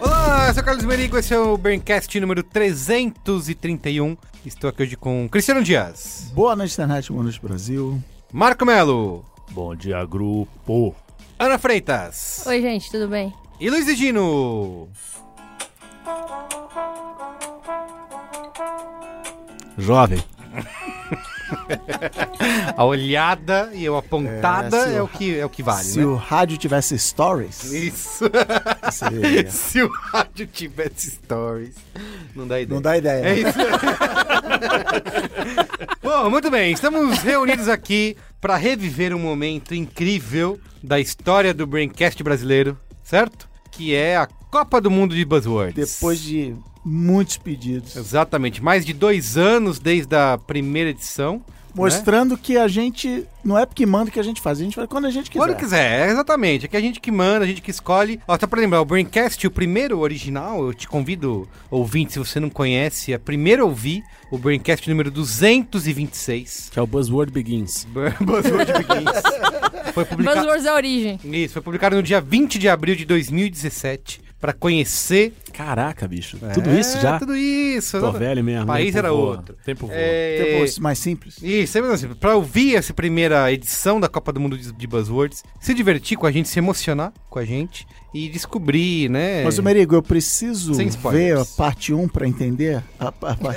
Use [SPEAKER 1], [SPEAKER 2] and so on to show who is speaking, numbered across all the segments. [SPEAKER 1] Olá, eu sou o Carlos Merigo, esse é o Braincast número 331. Estou aqui hoje com Cristiano Dias,
[SPEAKER 2] Boa noite, internet, boa noite, Brasil.
[SPEAKER 1] Marco Melo,
[SPEAKER 3] Bom dia, grupo.
[SPEAKER 1] Ana Freitas
[SPEAKER 4] Oi, gente, tudo bem?
[SPEAKER 1] e Luiz Edino.
[SPEAKER 2] Jovem.
[SPEAKER 1] A olhada e eu apontada
[SPEAKER 2] É,
[SPEAKER 1] é,
[SPEAKER 2] se o-
[SPEAKER 1] o que, é o que vale,
[SPEAKER 2] Se
[SPEAKER 1] né?
[SPEAKER 2] o rádio tivesse stories,
[SPEAKER 1] Isso.
[SPEAKER 2] seria.
[SPEAKER 1] Se o rádio tivesse stories, não dá ideia.
[SPEAKER 2] não dá ideia. né?
[SPEAKER 1] É isso. Bom, muito bem. Estamos reunidos aqui para reviver um momento incrível da história do Braincast brasileiro, certo? Que é a Copa do Mundo de Buzzwords.
[SPEAKER 2] Depois de muitos pedidos.
[SPEAKER 1] É, né? Exatamente. Mais de dois anos desde a primeira edição. né?
[SPEAKER 2] Mostrando que a gente. Não é porque manda que a gente faz, a gente faz quando a gente quiser.
[SPEAKER 1] Quando quiser, é exatamente. É que a gente que manda, a gente que escolhe. Ó, só pra lembrar, o Braincast, o primeiro original, eu te convido, ouvinte, se você não conhece, a primeiro ouvir o Braincast número 226.
[SPEAKER 3] Que é o Buzzword Begins.
[SPEAKER 1] Buzzword Begins. Foi publicado...
[SPEAKER 5] é
[SPEAKER 4] Buzzwords da origem.
[SPEAKER 1] Isso, foi publicado no dia 20 de abril de 2017 pra conhecer
[SPEAKER 3] Caraca, bicho. Tudo
[SPEAKER 1] É,
[SPEAKER 3] isso já?
[SPEAKER 1] Tudo isso.
[SPEAKER 3] Tô velho mesmo. né?
[SPEAKER 1] O país
[SPEAKER 3] tempo
[SPEAKER 1] era
[SPEAKER 3] voa.
[SPEAKER 1] outro.
[SPEAKER 3] Tempo voa.
[SPEAKER 1] É,
[SPEAKER 2] Depois, mais simples.
[SPEAKER 1] Isso, é mesmo assim, pra ouvir essa primeira edição da Copa do Mundo de de Buzzwords, se divertir com a gente, se emocionar com a gente e descobrir, né?
[SPEAKER 2] Mas, o Merigo, eu preciso
[SPEAKER 1] Sem
[SPEAKER 2] ver
[SPEAKER 1] spoilers.
[SPEAKER 2] a parte 1 pra entender a, a parte 2.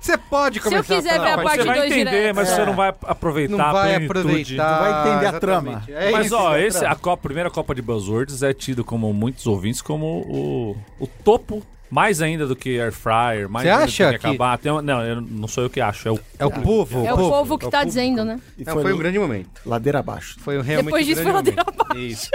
[SPEAKER 1] Você pode
[SPEAKER 4] Se eu
[SPEAKER 1] começar
[SPEAKER 4] quiser
[SPEAKER 1] falar
[SPEAKER 4] ver a
[SPEAKER 1] com
[SPEAKER 6] Mas
[SPEAKER 4] parte
[SPEAKER 6] você vai
[SPEAKER 4] dois
[SPEAKER 6] entender,
[SPEAKER 4] direto.
[SPEAKER 6] mas
[SPEAKER 2] É.
[SPEAKER 6] você não vai aproveitar
[SPEAKER 1] Não
[SPEAKER 6] a
[SPEAKER 1] vai
[SPEAKER 6] plenitude.
[SPEAKER 1] aproveitar.
[SPEAKER 2] Não vai entender a
[SPEAKER 1] exatamente.
[SPEAKER 2] trama.
[SPEAKER 1] É
[SPEAKER 6] Mas
[SPEAKER 1] isso.
[SPEAKER 6] ó, esse, a, Copa- a primeira Copa de Buzzwords é tido como muitos ouvintes como o, o topo, mais ainda do que Air Fryer, mais
[SPEAKER 1] Você
[SPEAKER 6] ainda
[SPEAKER 1] acha
[SPEAKER 6] do que
[SPEAKER 1] que-
[SPEAKER 6] acabar. Tem um- não, eu não sou eu que acho, é o
[SPEAKER 1] é o povo.
[SPEAKER 4] É o povo que
[SPEAKER 1] é o
[SPEAKER 4] tá
[SPEAKER 1] povo.
[SPEAKER 4] dizendo, né?
[SPEAKER 2] E
[SPEAKER 1] Não,
[SPEAKER 2] foi
[SPEAKER 1] foi um grande momento.
[SPEAKER 2] ladeira abaixo.
[SPEAKER 1] Foi um realmente
[SPEAKER 4] Depois disso
[SPEAKER 1] um grande
[SPEAKER 4] foi ladeira
[SPEAKER 1] momento. Isso.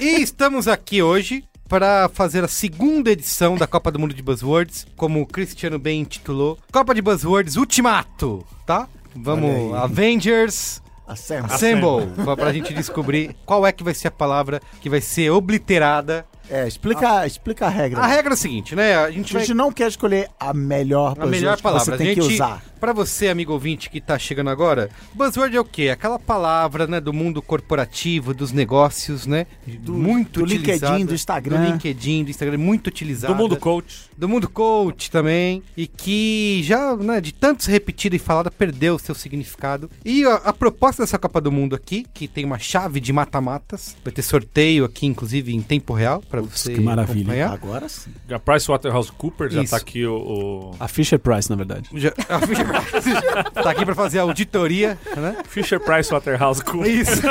[SPEAKER 1] E estamos aqui hoje para fazer a segunda edição da Copa do Mundo de Buzzwords, como o Cristiano bem intitulou, Copa de Buzzwords Ultimato, tá? Vamos,
[SPEAKER 2] Olha aí. Tá
[SPEAKER 1] Avengers
[SPEAKER 2] A Sam.
[SPEAKER 1] Assemble, pra, pra gente descobrir qual é que vai ser a palavra que vai ser obliterada.
[SPEAKER 2] É, explica, explica a regra.
[SPEAKER 1] A regra é a seguinte, né? A
[SPEAKER 2] A
[SPEAKER 1] gente vai
[SPEAKER 2] gente não quer escolher a melhor,
[SPEAKER 1] a
[SPEAKER 2] Buzzword
[SPEAKER 1] melhor
[SPEAKER 2] que
[SPEAKER 1] palavra.
[SPEAKER 2] você tem
[SPEAKER 1] a
[SPEAKER 2] que
[SPEAKER 1] gente,
[SPEAKER 2] usar.
[SPEAKER 1] Pra você, amigo ouvinte que tá chegando agora, buzzword é o quê? Aquela palavra, né, do mundo corporativo, dos negócios, né? muito
[SPEAKER 2] do LinkedIn,
[SPEAKER 1] utilizada.
[SPEAKER 2] do Instagram.
[SPEAKER 1] Do LinkedIn, do Instagram, muito utilizada.
[SPEAKER 6] do mundo coach.
[SPEAKER 1] Do mundo coach também. E que já, né, de tanto ser repetida e falada, perdeu o seu significado. E a, a proposta dessa Copa do Mundo aqui, que tem uma chave de mata-matas, vai ter sorteio aqui, inclusive, em tempo real, pra você
[SPEAKER 3] que maravilha.
[SPEAKER 1] acompanhar.
[SPEAKER 2] Agora sim.
[SPEAKER 6] A PricewaterhouseCoopers já
[SPEAKER 1] Isso.
[SPEAKER 6] tá aqui o,
[SPEAKER 3] A Fisher Price, na verdade.
[SPEAKER 1] Já- a Fisher Price tá aqui pra fazer a auditoria, né?
[SPEAKER 6] o Fisher Price WaterhouseCoopers.
[SPEAKER 1] É Isso.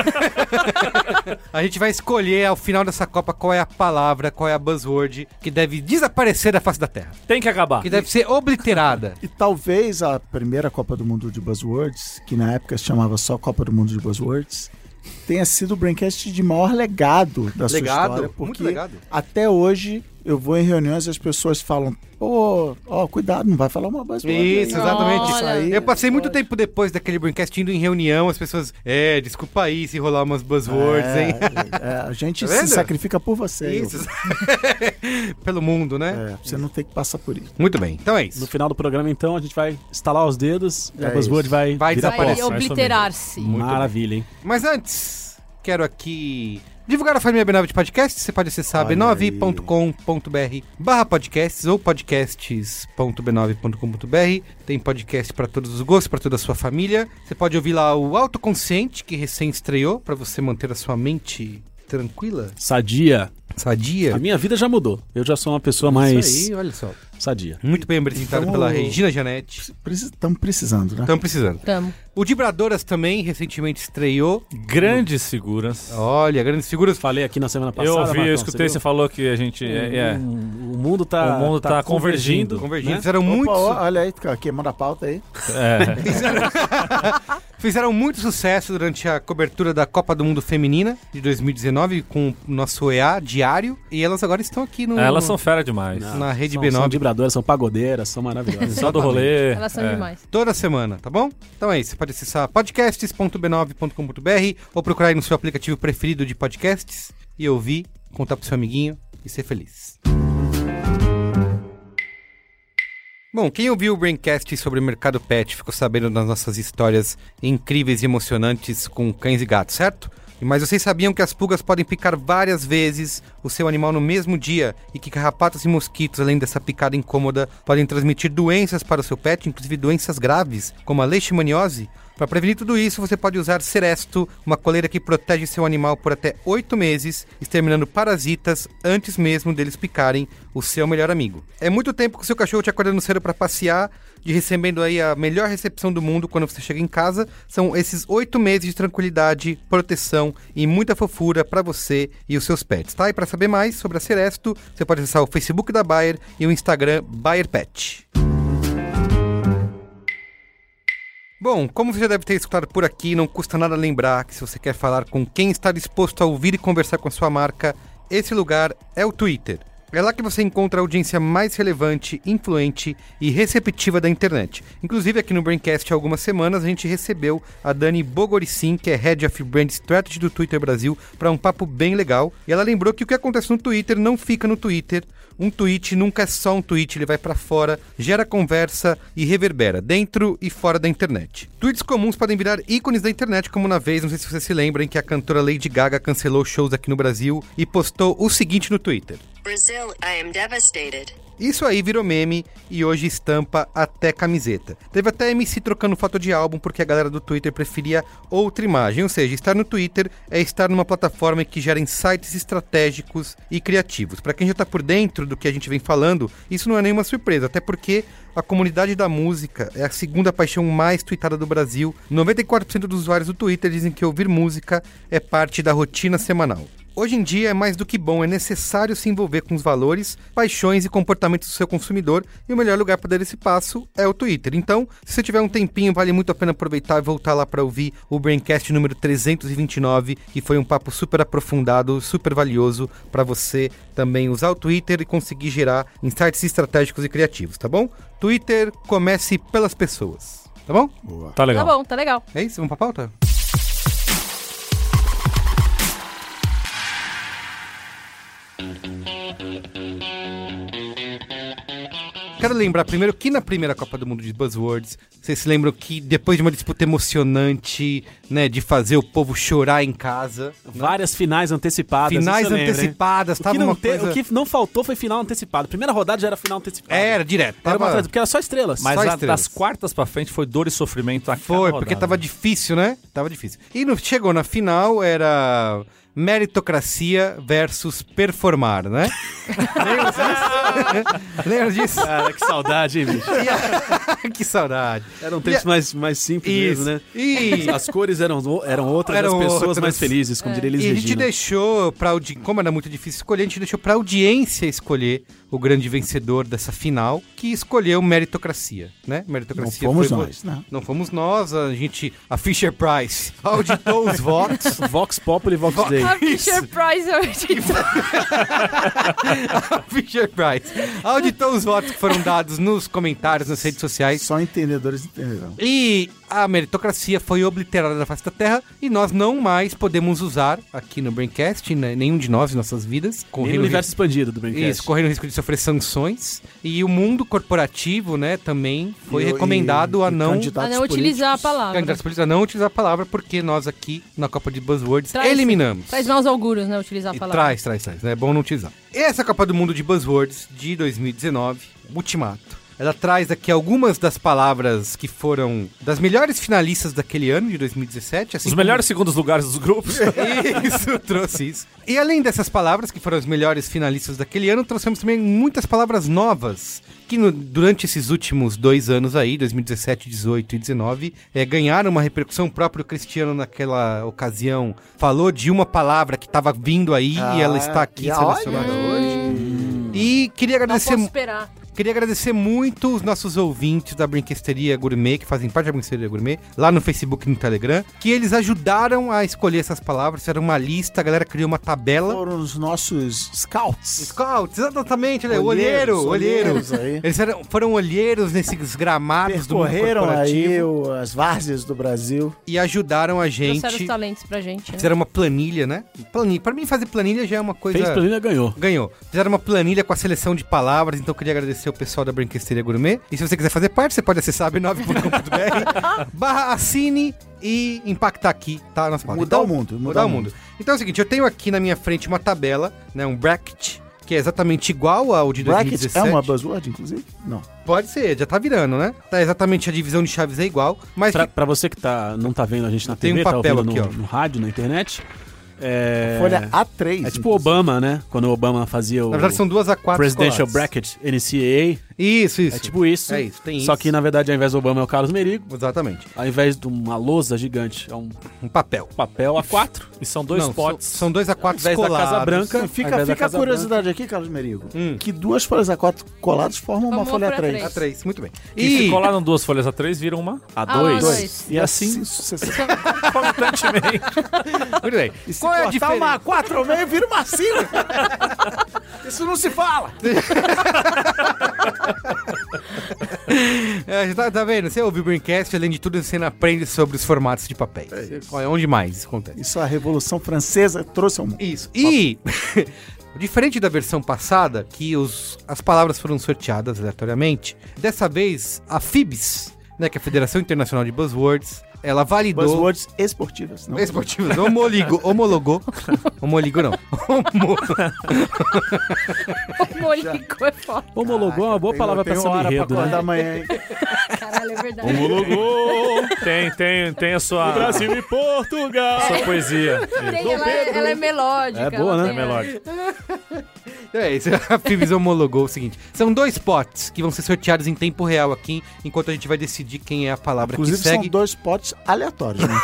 [SPEAKER 1] a gente vai escolher ao final dessa Copa qual é a palavra, qual é a buzzword que deve desaparecer da face da Terra.
[SPEAKER 6] Tem que acabar.
[SPEAKER 1] Que deve ser obliterada.
[SPEAKER 2] E talvez a primeira Copa do Mundo de Buzzwords, que na época se chamava só Copa do Mundo de Buzzwords, tenha sido o Braincast de maior legado da sua
[SPEAKER 1] Legado,
[SPEAKER 2] história.
[SPEAKER 1] muito
[SPEAKER 2] Porque
[SPEAKER 1] legado.
[SPEAKER 2] até hoje eu vou em reuniões e as pessoas falam, pô, ó, cuidado, não vai falar uma buzzword. aí."
[SPEAKER 1] Isso, exatamente.
[SPEAKER 4] Olha.
[SPEAKER 2] aí-
[SPEAKER 1] Eu passei muito tempo depois daquele broadcast indo em reunião, as pessoas. É, desculpa aí se rolar umas buzzwords, hein?
[SPEAKER 2] É, é, a gente
[SPEAKER 1] Tá
[SPEAKER 2] se
[SPEAKER 1] vendo?
[SPEAKER 2] sacrifica por você.
[SPEAKER 1] é Isso. Pelo mundo, né?
[SPEAKER 2] É, você não tem que passar por isso.
[SPEAKER 1] Muito bem, então é
[SPEAKER 3] No
[SPEAKER 1] isso.
[SPEAKER 3] final do programa, então, a gente vai estalar os dedos e
[SPEAKER 2] É
[SPEAKER 3] a Buzzword
[SPEAKER 2] isso.
[SPEAKER 3] vai,
[SPEAKER 1] Vai
[SPEAKER 3] virar
[SPEAKER 1] Tá desaparecer.
[SPEAKER 4] Vai
[SPEAKER 3] pó.
[SPEAKER 1] próximo,
[SPEAKER 4] obliterar-se.
[SPEAKER 1] Muito bem.
[SPEAKER 3] Maravilha, hein?
[SPEAKER 1] Mas antes, quero aqui divulgar a família B9 de podcast. Você pode acessar
[SPEAKER 2] Olha
[SPEAKER 1] b9.com.br barra podcasts ou podcasts.b9.com.br. Tem podcast para todos os gostos, para toda a sua família. Você pode ouvir lá o Autoconsciente, que recém estreou, para você manter a sua mente tranquila,
[SPEAKER 3] Sadia.
[SPEAKER 1] sadia.
[SPEAKER 3] A minha vida já mudou. Eu já sou uma pessoa mais
[SPEAKER 1] Isso aí, olha só.
[SPEAKER 3] sadia.
[SPEAKER 1] Muito bem apresentado
[SPEAKER 2] Então-
[SPEAKER 1] pela Regina Janete.
[SPEAKER 2] Estamos precisando, né?
[SPEAKER 1] Estamos precisando.
[SPEAKER 4] Tamo.
[SPEAKER 1] O Dibradoras também recentemente estreou.
[SPEAKER 6] Grandes seguranças.
[SPEAKER 1] Olha, grandes figuras.
[SPEAKER 3] Falei aqui na semana
[SPEAKER 6] eu
[SPEAKER 3] passada.
[SPEAKER 6] ouvi,
[SPEAKER 3] Marcão,
[SPEAKER 6] eu escutei, você,
[SPEAKER 3] viu?
[SPEAKER 6] falou que a gente. É, é.
[SPEAKER 3] Hum, O mundo tá.
[SPEAKER 6] O mundo tá convergindo.
[SPEAKER 1] Convergindo,
[SPEAKER 3] né?
[SPEAKER 2] tá
[SPEAKER 1] fizeram muito.
[SPEAKER 2] Opa, ó, olha aí, cara, queimando a pauta aí.
[SPEAKER 6] É.
[SPEAKER 1] Fizeram muito sucesso durante a cobertura da Copa do Mundo Feminina de 2019 com o nosso EA diário. E elas agora estão aqui no.
[SPEAKER 6] Ah, Elas são fera demais.
[SPEAKER 1] Não. na Rede
[SPEAKER 3] são,
[SPEAKER 1] B9.
[SPEAKER 3] São vibradoras, são pagodeiras, são maravilhosas.
[SPEAKER 6] Só do rolê.
[SPEAKER 5] Elas são
[SPEAKER 6] é.
[SPEAKER 5] demais.
[SPEAKER 1] Toda semana, tá bom? Então é isso. Você pode acessar podcasts.b9.com.br ou procurar aí no seu aplicativo preferido de podcasts e ouvir, contar pro seu amiguinho e ser feliz. Bom, quem ouviu o Braincast sobre o mercado pet ficou sabendo das nossas histórias incríveis e emocionantes com cães e gatos, certo? Mas vocês sabiam que as pulgas podem picar várias vezes o seu animal no mesmo dia e que carrapatos e mosquitos, além dessa picada incômoda, podem transmitir doenças para o seu pet, inclusive doenças graves, como a leishmaniose? Para prevenir tudo isso, você pode usar Seresto, uma coleira que protege seu animal por até 8 meses, exterminando parasitas antes mesmo deles picarem o seu melhor amigo. É muito tempo que o seu cachorro te acordando cedo para passear, de recebendo aí a melhor recepção do mundo quando você chega em casa. São esses 8 meses de tranquilidade, proteção e muita fofura para você e os seus pets, tá? E para saber mais sobre a Seresto, você pode acessar o Facebook da Bayer e o Instagram Bayer Pet. Bom, como você já deve ter escutado por aqui, não custa nada lembrar que se você quer falar com quem está disposto a ouvir e conversar com a sua marca, esse lugar é o Twitter. É lá que você encontra a audiência mais relevante, influente e receptiva da internet. Inclusive, aqui no Braincast, há algumas semanas, a gente recebeu a Dani Bogoricin, que é Head of Brand Strategy do Twitter Brasil, para um papo bem legal. E ela lembrou que o que acontece no Twitter não fica no Twitter. Um tweet nunca é só um tweet, ele vai para fora, gera conversa e reverbera dentro e fora da internet. Tweets comuns podem virar ícones da internet, como na vez, não sei se vocês se lembram, em que a cantora Lady Gaga cancelou shows aqui no Brasil e postou o seguinte no Twitter.
[SPEAKER 4] Brazil, I am devastated.
[SPEAKER 1] Isso aí virou meme e hoje estampa até camiseta. Teve até MC trocando foto de álbum porque a galera do Twitter preferia outra imagem. Ou seja, estar no Twitter é estar numa plataforma que gera insights estratégicos e criativos. Para quem já tá por dentro do que a gente vem falando, isso não é nenhuma surpresa, até porque a comunidade da música é a segunda paixão mais tweetada do Brasil. 94% dos usuários do Twitter dizem que ouvir música é parte da rotina semanal. Hoje em dia é mais do que bom, é necessário se envolver com os valores, paixões e comportamentos do seu consumidor, e o melhor lugar para dar esse passo é o Twitter. Então, se você tiver um tempinho, vale muito a pena aproveitar e voltar lá para ouvir o Braincast número 329, que foi um papo super aprofundado, super valioso para você também usar o Twitter e conseguir gerar insights estratégicos e criativos, tá bom? Twitter, comece pelas pessoas, tá bom?
[SPEAKER 6] Tá legal.
[SPEAKER 5] Tá bom, tá legal.
[SPEAKER 1] É isso, vamos pra pauta? Quero lembrar primeiro que na primeira Copa do Mundo de Buzzwords, vocês se lembram que depois de uma disputa emocionante, né, de fazer o povo chorar em casa,
[SPEAKER 3] Várias finais antecipadas.
[SPEAKER 1] finais
[SPEAKER 3] isso eu lembro, hein?
[SPEAKER 1] antecipadas,
[SPEAKER 3] O que,
[SPEAKER 1] tava
[SPEAKER 3] não
[SPEAKER 1] uma
[SPEAKER 3] te-
[SPEAKER 1] coisa...
[SPEAKER 3] o que não faltou foi final antecipado. Primeira rodada já era final antecipada.
[SPEAKER 1] Era, direto.
[SPEAKER 3] Era
[SPEAKER 1] É, Tava...
[SPEAKER 3] uma atrás, porque era só estrelas.
[SPEAKER 6] Mas
[SPEAKER 1] Só
[SPEAKER 6] a-
[SPEAKER 1] estrelas.
[SPEAKER 6] das quartas pra frente foi dor e sofrimento a cada
[SPEAKER 1] Foi, porque
[SPEAKER 6] rodada.
[SPEAKER 1] tava difícil, né? Tava difícil. E no- chegou na final, era meritocracia versus performar, né? Lembra disso? Lembra disso?
[SPEAKER 3] Cara, que saudade, hein, bicho?
[SPEAKER 1] que saudade.
[SPEAKER 3] Eram tempos um mais, mais simples
[SPEAKER 1] Isso.
[SPEAKER 3] mesmo, né?
[SPEAKER 1] E...
[SPEAKER 3] As cores eram, o- eram outras,
[SPEAKER 1] Eram
[SPEAKER 3] as pessoas
[SPEAKER 1] outras.
[SPEAKER 3] mais felizes, como diria Elis
[SPEAKER 1] E a gente
[SPEAKER 3] Regina.
[SPEAKER 1] deixou pra audi... como era muito difícil escolher, a gente deixou pra audiência escolher o grande vencedor dessa final, que escolheu meritocracia, né?
[SPEAKER 2] Não
[SPEAKER 1] Meritocracia
[SPEAKER 2] fomos
[SPEAKER 1] foi vo-
[SPEAKER 2] nós, né?
[SPEAKER 1] Não fomos nós, a gente, a Fisher Price auditou os votos
[SPEAKER 3] Vox Populi e Vox Day.
[SPEAKER 5] A Fisher Price hoje.
[SPEAKER 1] Fisher Price. Auditou os votos que foram dados nos comentários, nas redes sociais.
[SPEAKER 2] Só entendedores entenderão.
[SPEAKER 1] E a meritocracia foi obliterada da face da Terra e nós não mais podemos usar aqui no Braincast, né, nenhum de nós, em nossas vidas,
[SPEAKER 3] Nem
[SPEAKER 1] correndo
[SPEAKER 3] no
[SPEAKER 1] o
[SPEAKER 3] universo expandido do
[SPEAKER 1] risco, isso,
[SPEAKER 3] Braincast.
[SPEAKER 1] correndo o risco de sofrer sanções. E o mundo corporativo, né, também foi
[SPEAKER 2] E-
[SPEAKER 1] recomendado
[SPEAKER 2] e-
[SPEAKER 1] a
[SPEAKER 2] e
[SPEAKER 1] não
[SPEAKER 2] candidatos
[SPEAKER 5] A Ah, não utilizar a
[SPEAKER 2] políticos.
[SPEAKER 5] palavra.
[SPEAKER 1] candidatos políticos a não utilizar a palavra porque nós aqui na Copa de Buzzwords
[SPEAKER 5] Traz-
[SPEAKER 1] eliminamos.
[SPEAKER 5] Traz maus auguros, né? Utilizar a
[SPEAKER 1] E
[SPEAKER 5] palavra.
[SPEAKER 1] Traz, traz, traz. né? É bom não utilizar. Essa é Copa do Mundo de Buzzwords de 2019, Ultimato. Ela traz aqui algumas das palavras que foram das melhores finalistas daquele ano, de 2017. assim
[SPEAKER 6] Os
[SPEAKER 1] como-
[SPEAKER 6] melhores segundos lugares dos grupos.
[SPEAKER 1] isso, trouxe isso. E além dessas palavras, que foram as melhores finalistas daquele ano, trouxemos também muitas palavras novas, que no- durante esses últimos dois anos aí, 2017, 18 e 19, eh, ganharam uma repercussão. O próprio Cristiano, naquela ocasião, falou de uma palavra que estava vindo aí e ela está aqui
[SPEAKER 2] Ah,
[SPEAKER 1] selecionada
[SPEAKER 2] olha,
[SPEAKER 1] hoje. E queria
[SPEAKER 5] Não
[SPEAKER 1] agradecer
[SPEAKER 5] posso esperar.
[SPEAKER 1] Queria agradecer muito os nossos ouvintes da Brinquesteria Gourmet, que fazem parte da Brinquesteria Gourmet, lá no Facebook e no Telegram, que eles ajudaram a escolher essas palavras, fizeram uma lista, a galera criou uma tabela.
[SPEAKER 2] Foram os nossos scouts.
[SPEAKER 1] Scouts, exatamente, né? olheiro, olheiro.
[SPEAKER 2] olheiros aí.
[SPEAKER 1] Eles eram- foram olheiros nesses gramados do mundo
[SPEAKER 2] Percorreram
[SPEAKER 1] corporativo
[SPEAKER 2] aí o- as várzeas do Brasil.
[SPEAKER 1] e ajudaram a
[SPEAKER 5] Trouxeram
[SPEAKER 1] gente.
[SPEAKER 5] os talentos pra gente. Né?
[SPEAKER 1] Fizeram uma planilha, né? Planilha. Pra mim, fazer planilha já é uma coisa.
[SPEAKER 3] Fez pra mim, já ganhou.
[SPEAKER 1] Ganhou. Fizeram uma planilha com a seleção de palavras, então eu queria agradecer o pessoal da Brinquesteria Gourmet. E se você quiser fazer parte, você pode acessar b9.com.br, barra assine e impactar aqui, tá? Nossa palavra.
[SPEAKER 2] Mudar
[SPEAKER 1] Então,
[SPEAKER 2] o mundo, mudar
[SPEAKER 1] Mudar o
[SPEAKER 2] o
[SPEAKER 1] mundo. Então é o seguinte, eu tenho aqui na minha frente uma tabela, né? Um bracket, que é exatamente igual ao de
[SPEAKER 2] Bracket
[SPEAKER 1] 2017.
[SPEAKER 2] é uma buzzword, inclusive? Não.
[SPEAKER 1] Pode ser, já tá virando, né? Tá exatamente a divisão de chaves é igual, mas...
[SPEAKER 3] Pra,
[SPEAKER 1] que-
[SPEAKER 3] pra você que tá, não tá vendo a gente na
[SPEAKER 1] Tem um
[SPEAKER 3] TV, tá
[SPEAKER 1] papel
[SPEAKER 3] ouvindo no,
[SPEAKER 1] aqui, ó.
[SPEAKER 3] no rádio, na internet. É...
[SPEAKER 2] Folha A3.
[SPEAKER 3] É tipo o Obama, né? Quando o Obama fazia o
[SPEAKER 1] Na verdade, são duas a quatro
[SPEAKER 3] Presidential
[SPEAKER 1] coladas.
[SPEAKER 3] Bracket, NCAA.
[SPEAKER 1] Isso, isso.
[SPEAKER 3] É tipo isso.
[SPEAKER 1] É isso, tem
[SPEAKER 3] Só
[SPEAKER 1] isso.
[SPEAKER 3] que, na verdade, ao invés do Obama é o Carlos Merigo.
[SPEAKER 1] Exatamente.
[SPEAKER 3] Ao invés de uma lousa gigante, é um
[SPEAKER 1] Um papel.
[SPEAKER 3] papel A4.
[SPEAKER 6] E são dois
[SPEAKER 1] Não,
[SPEAKER 6] potes.
[SPEAKER 1] São, são dois a
[SPEAKER 3] Ao
[SPEAKER 1] quatro
[SPEAKER 3] invés da Casa
[SPEAKER 1] colados.
[SPEAKER 3] Branca... ao
[SPEAKER 2] Fica,
[SPEAKER 3] invés
[SPEAKER 2] fica
[SPEAKER 3] da
[SPEAKER 2] a
[SPEAKER 3] Casa
[SPEAKER 2] curiosidade aqui, Carlos Merigo.
[SPEAKER 1] Hum.
[SPEAKER 2] Que duas folhas A4 coladas formam uma
[SPEAKER 5] Formou
[SPEAKER 2] folha
[SPEAKER 5] por
[SPEAKER 2] A3.
[SPEAKER 1] A
[SPEAKER 5] A3.
[SPEAKER 1] três, muito bem.
[SPEAKER 6] E, se colaram duas folhas a três, viram uma
[SPEAKER 3] Branca,
[SPEAKER 5] Ah,
[SPEAKER 3] A2.
[SPEAKER 5] dois.
[SPEAKER 3] E assim...
[SPEAKER 2] sucessivamente.
[SPEAKER 6] constantemente.
[SPEAKER 1] Muito bem.
[SPEAKER 2] E se
[SPEAKER 1] Qual é a
[SPEAKER 2] cortar uma
[SPEAKER 1] diferença?
[SPEAKER 2] A4 ao meio, vira uma 5. Isso não se fala.
[SPEAKER 1] É, tá, tá vendo? Você ouviu o Braincast, além de tudo, você aprende sobre os formatos de papéis. Olha, onde mais É isso acontece?
[SPEAKER 2] Isso a Revolução Francesa trouxe ao mundo.
[SPEAKER 1] Isso. E, diferente da versão passada, que os, as palavras foram sorteadas aleatoriamente, dessa vez a FIBS, né, que é a Federação Internacional de Buzzwords, ela validou...
[SPEAKER 2] Buzzwords esportivas. Não.
[SPEAKER 1] Esportivos, homoligo, homologou. Homoligo não. Homo-
[SPEAKER 5] Molico é foda.
[SPEAKER 3] Homologou é uma
[SPEAKER 1] um
[SPEAKER 3] boa palavra pra
[SPEAKER 2] Tem
[SPEAKER 3] essa
[SPEAKER 2] hora pra
[SPEAKER 3] enredo, né?
[SPEAKER 2] acordar amanhã, hein?
[SPEAKER 5] Caralho, é verdade.
[SPEAKER 6] Homologou! Tem, tem, tem a sua. Brasil e Portugal! Sua poesia.
[SPEAKER 5] Tem, ela, é- ela é melódica.
[SPEAKER 3] É boa,
[SPEAKER 5] ela
[SPEAKER 3] né?
[SPEAKER 5] tem-
[SPEAKER 6] Melódico.
[SPEAKER 1] É isso, a Phoebs homologou o seguinte. São dois potes que vão ser sorteados em tempo real aqui, enquanto a gente vai decidir quem é a palavra
[SPEAKER 2] Inclusive,
[SPEAKER 1] que
[SPEAKER 2] são
[SPEAKER 1] segue.
[SPEAKER 2] dois potes aleatórios, né?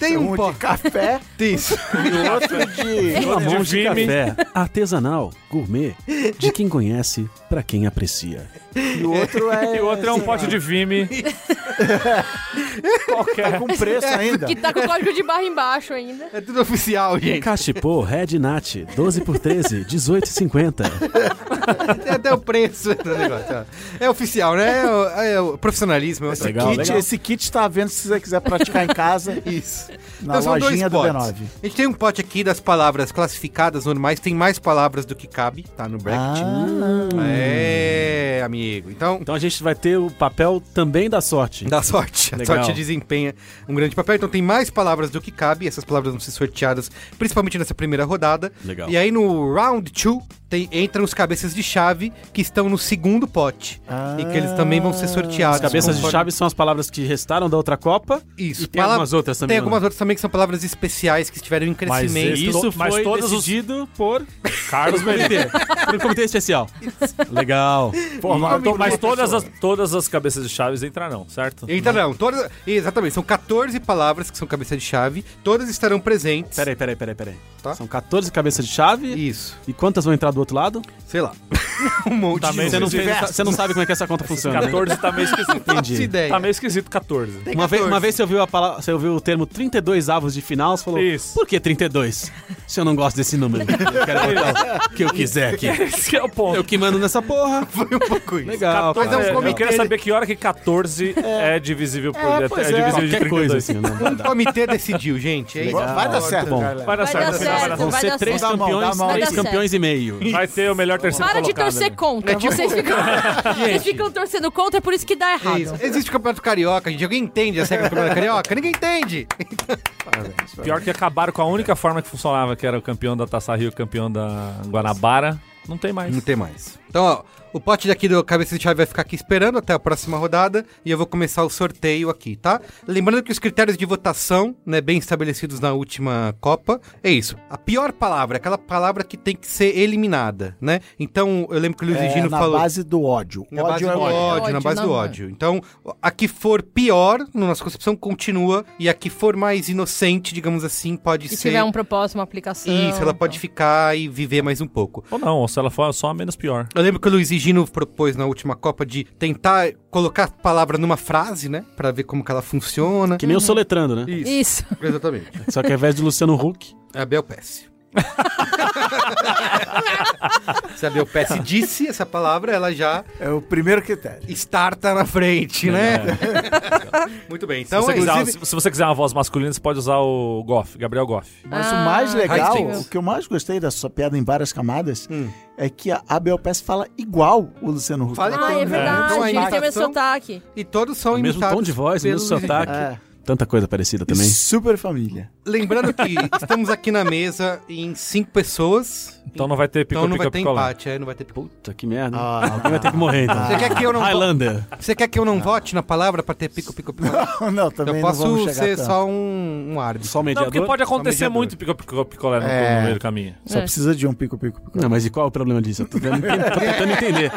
[SPEAKER 1] Tem um
[SPEAKER 2] Um de
[SPEAKER 1] pote.
[SPEAKER 2] café
[SPEAKER 1] Isso.
[SPEAKER 2] e outro de...
[SPEAKER 3] Mamão de
[SPEAKER 6] De filme.
[SPEAKER 3] café, artesanal, gourmet, de quem conhece pra quem aprecia.
[SPEAKER 2] E o outro é...
[SPEAKER 6] E o outro é um
[SPEAKER 2] sei
[SPEAKER 6] pote
[SPEAKER 2] lá,
[SPEAKER 6] de Vime. Qualquer.
[SPEAKER 2] tá Com preço ainda.
[SPEAKER 5] Que tá com o código de barra embaixo ainda.
[SPEAKER 1] É tudo oficial, gente.
[SPEAKER 3] Cachipô, Red Nat, 12 por 13, 18,50.
[SPEAKER 1] Tem até o preço do negócio. ó. É oficial, né? É o, é o profissionalismo. É outra-
[SPEAKER 3] Legal,
[SPEAKER 2] Kit-
[SPEAKER 3] legal.
[SPEAKER 2] Esse kit tá à venda se você quiser praticar em casa
[SPEAKER 1] Isso.
[SPEAKER 2] na lojinha do B9.
[SPEAKER 1] A gente tem um pote aqui das palavras classificadas normais. Tem mais palavras do que cabe, tá? No bracket. Ah,
[SPEAKER 2] Ah.
[SPEAKER 1] É, amigo. Então,
[SPEAKER 3] Então a gente vai ter o papel também da sorte.
[SPEAKER 1] Dá sorte.
[SPEAKER 3] Legal.
[SPEAKER 1] A sorte desempenha um grande papel. Então tem mais palavras do que cabe. Essas palavras vão ser sorteadas, principalmente nessa primeira rodada.
[SPEAKER 3] Legal.
[SPEAKER 1] E aí no round 2 tem- entram os cabeças de chave que estão no segundo pote. E que eles também vão ser sorteados.
[SPEAKER 3] As cabeças de
[SPEAKER 1] conforme-
[SPEAKER 3] chave são as palavras que restaram da outra Copa.
[SPEAKER 1] Isso.
[SPEAKER 3] E tem
[SPEAKER 1] Pala-
[SPEAKER 3] algumas outras também. né?
[SPEAKER 1] Tem
[SPEAKER 3] ou
[SPEAKER 1] algumas
[SPEAKER 3] não?
[SPEAKER 1] outras também que são palavras especiais que estiveram em
[SPEAKER 6] Mas
[SPEAKER 1] crescimento.
[SPEAKER 6] esse-
[SPEAKER 3] Isso
[SPEAKER 6] Mas
[SPEAKER 3] foi
[SPEAKER 6] todas os-
[SPEAKER 3] decidido por
[SPEAKER 6] Carlos Merigo.
[SPEAKER 3] comitê. por um comitê especial. Legal.
[SPEAKER 6] Mas to- Mas todas as, todas as cabeças de chaves entrarão, certo?
[SPEAKER 1] Então não, todas... Exatamente, são 14 palavras que são cabeça de chave. Todas estarão presentes.
[SPEAKER 3] Peraí, peraí, peraí, peraí.
[SPEAKER 1] Tá.
[SPEAKER 3] São 14 cabeças de chave.
[SPEAKER 1] Isso,
[SPEAKER 3] E quantas vão entrar do outro lado?
[SPEAKER 1] sei lá. um monte
[SPEAKER 6] Tá meio
[SPEAKER 1] de...
[SPEAKER 3] Você não, fez-
[SPEAKER 2] diversas.
[SPEAKER 3] você não sabe como é que essa conta funciona. né?
[SPEAKER 6] 14 tá meio esquisito.
[SPEAKER 1] Faço
[SPEAKER 3] Entendi.
[SPEAKER 1] ideia.
[SPEAKER 6] Tá meio esquisito 14.
[SPEAKER 1] Tem
[SPEAKER 3] Uma vez,
[SPEAKER 1] 14.
[SPEAKER 3] uma vez você ouviu, a palavra, você ouviu o termo 32 avos de final, você falou,
[SPEAKER 6] Isso.
[SPEAKER 3] por que 32? Se eu não gosto desse número, eu quero botar o que eu quiser aqui.
[SPEAKER 6] Esse é o ponto.
[SPEAKER 3] Eu que mando nessa porra.
[SPEAKER 1] Foi um pouco isso.
[SPEAKER 3] Legal,
[SPEAKER 1] Mas é um
[SPEAKER 3] cara.
[SPEAKER 6] É, eu
[SPEAKER 1] comitê,
[SPEAKER 6] quero
[SPEAKER 1] ele-
[SPEAKER 6] saber que hora que 14 é, divisível por
[SPEAKER 2] É,
[SPEAKER 6] é,
[SPEAKER 2] pois é.
[SPEAKER 6] divisível de
[SPEAKER 3] Qualquer
[SPEAKER 6] 32.
[SPEAKER 3] coisa assim, né? Vai
[SPEAKER 1] O
[SPEAKER 3] dar.
[SPEAKER 1] comitê decidiu, gente. É isso.
[SPEAKER 2] Vai dar certo,
[SPEAKER 3] bom.
[SPEAKER 2] galera.
[SPEAKER 6] Vai dar
[SPEAKER 5] Vai
[SPEAKER 6] Tá certo,
[SPEAKER 5] dar
[SPEAKER 6] no final vai dar
[SPEAKER 5] certo.
[SPEAKER 3] Vão
[SPEAKER 5] Vai
[SPEAKER 3] ser
[SPEAKER 5] dar
[SPEAKER 3] três tá
[SPEAKER 5] certo.
[SPEAKER 2] Dá mal,
[SPEAKER 3] campeões,
[SPEAKER 2] dá
[SPEAKER 3] três
[SPEAKER 5] mal. Vai dar
[SPEAKER 3] campeões e meio.
[SPEAKER 6] Vai ter o melhor terceiro
[SPEAKER 5] Para de
[SPEAKER 6] colocado.
[SPEAKER 5] torcer
[SPEAKER 6] né?
[SPEAKER 5] contra.
[SPEAKER 1] É tipo-
[SPEAKER 5] Vocês, ficam... Vocês ficam torcendo contra, é por isso que dá
[SPEAKER 1] É
[SPEAKER 5] errado.
[SPEAKER 1] isso. Existe o Campeonato Carioca, gente. Alguém entende a regra do Campeonato Carioca? Ninguém entende.
[SPEAKER 6] Pior que acabaram com a única forma que funcionava, que era o campeão da Taça Rio, campeão da Guanabara. Não tem mais.
[SPEAKER 1] Não tem mais. Então, ó, o pote daqui do Cabeça de Chave vai ficar aqui esperando até a próxima rodada e eu vou começar o sorteio aqui, tá? Lembrando que os critérios de votação, né, bem estabelecidos na última Copa, é isso. A pior palavra, aquela palavra que tem que ser eliminada, né? Então, eu lembro que o Luiz
[SPEAKER 2] É,
[SPEAKER 1] Egino
[SPEAKER 2] na
[SPEAKER 1] falou...
[SPEAKER 2] base do ódio.
[SPEAKER 1] Na base
[SPEAKER 2] ódio
[SPEAKER 1] do
[SPEAKER 2] é
[SPEAKER 1] ódio,
[SPEAKER 2] ódio.
[SPEAKER 5] Ódio,
[SPEAKER 1] na base do
[SPEAKER 5] não,
[SPEAKER 1] ódio. Então, a que for pior, na nossa concepção, continua. E a que for mais inocente, digamos assim, pode
[SPEAKER 5] Se
[SPEAKER 1] ser.
[SPEAKER 5] tiver um propósito, uma aplicação.
[SPEAKER 1] Isso, ela pode
[SPEAKER 5] então.
[SPEAKER 1] ficar e viver mais um pouco.
[SPEAKER 6] Ou não, ou se ela for só a menos pior.
[SPEAKER 1] Eu lembro que o Luiz Gino propôs na última Copa de tentar colocar a palavra numa frase, né? Pra ver como que ela funciona.
[SPEAKER 3] Que nem o soletrando, né?
[SPEAKER 5] Isso.
[SPEAKER 1] Exatamente.
[SPEAKER 3] Só que ao invés de Luciano Huck,
[SPEAKER 1] É a Belpesse. Se a Belpesse disse essa palavra, ela já
[SPEAKER 2] É o primeiro critério.
[SPEAKER 1] starta na frente, né? Muito bem. Então,
[SPEAKER 6] se, você quiser,
[SPEAKER 1] inclusive,
[SPEAKER 6] se- se você quiser uma voz masculina, você pode usar o Goff, Gabriel Goff.
[SPEAKER 2] Mas o mais legal,
[SPEAKER 1] High stakes. Hum.
[SPEAKER 2] o que eu mais gostei dessa sua piada em várias camadas, é que a Abel Pass fala igual o Luciano Huck.
[SPEAKER 5] Ah,
[SPEAKER 1] Fala Então,
[SPEAKER 5] é
[SPEAKER 1] né?
[SPEAKER 5] verdade.
[SPEAKER 1] Então, a
[SPEAKER 5] Ele tem o mesmo
[SPEAKER 1] imitação-
[SPEAKER 5] sotaque.
[SPEAKER 1] e todos são
[SPEAKER 3] o mesmo
[SPEAKER 1] imitados
[SPEAKER 3] tom de voz, o
[SPEAKER 1] pelo
[SPEAKER 3] mesmo
[SPEAKER 1] Luiz Henrique.
[SPEAKER 3] sotaque,
[SPEAKER 2] É.
[SPEAKER 3] tanta coisa parecida
[SPEAKER 2] E
[SPEAKER 3] também.
[SPEAKER 2] super família.
[SPEAKER 1] Lembrando que estamos aqui na mesa em cinco pessoas.
[SPEAKER 6] Então não vai ter
[SPEAKER 1] Então não vai ter
[SPEAKER 6] pica-pica-picolé.
[SPEAKER 1] empate, é, não vai ter picolé.
[SPEAKER 3] Puta que merda.
[SPEAKER 2] Ah, não.
[SPEAKER 3] Alguém vai ter que morrer, então.
[SPEAKER 1] Você quer que eu não-
[SPEAKER 3] Highlander.
[SPEAKER 1] Você quer que eu não vote na palavra pra ter pico, pico, pico?
[SPEAKER 2] não, também
[SPEAKER 1] Eu
[SPEAKER 2] não vamos
[SPEAKER 1] posso
[SPEAKER 2] chegar
[SPEAKER 1] ser
[SPEAKER 2] tanto.
[SPEAKER 1] só um, um árbitro.
[SPEAKER 3] Só o
[SPEAKER 6] Não,
[SPEAKER 3] mediador?
[SPEAKER 6] porque pode acontecer
[SPEAKER 1] mediador.
[SPEAKER 6] muito pica-picolé no,
[SPEAKER 2] É.
[SPEAKER 6] no meio do caminho.
[SPEAKER 2] Só
[SPEAKER 5] É.
[SPEAKER 2] precisa de um pico-pico-pico.
[SPEAKER 3] Não, mas e qual é o problema disso? Eu tô tentando entender. tô tentando entender.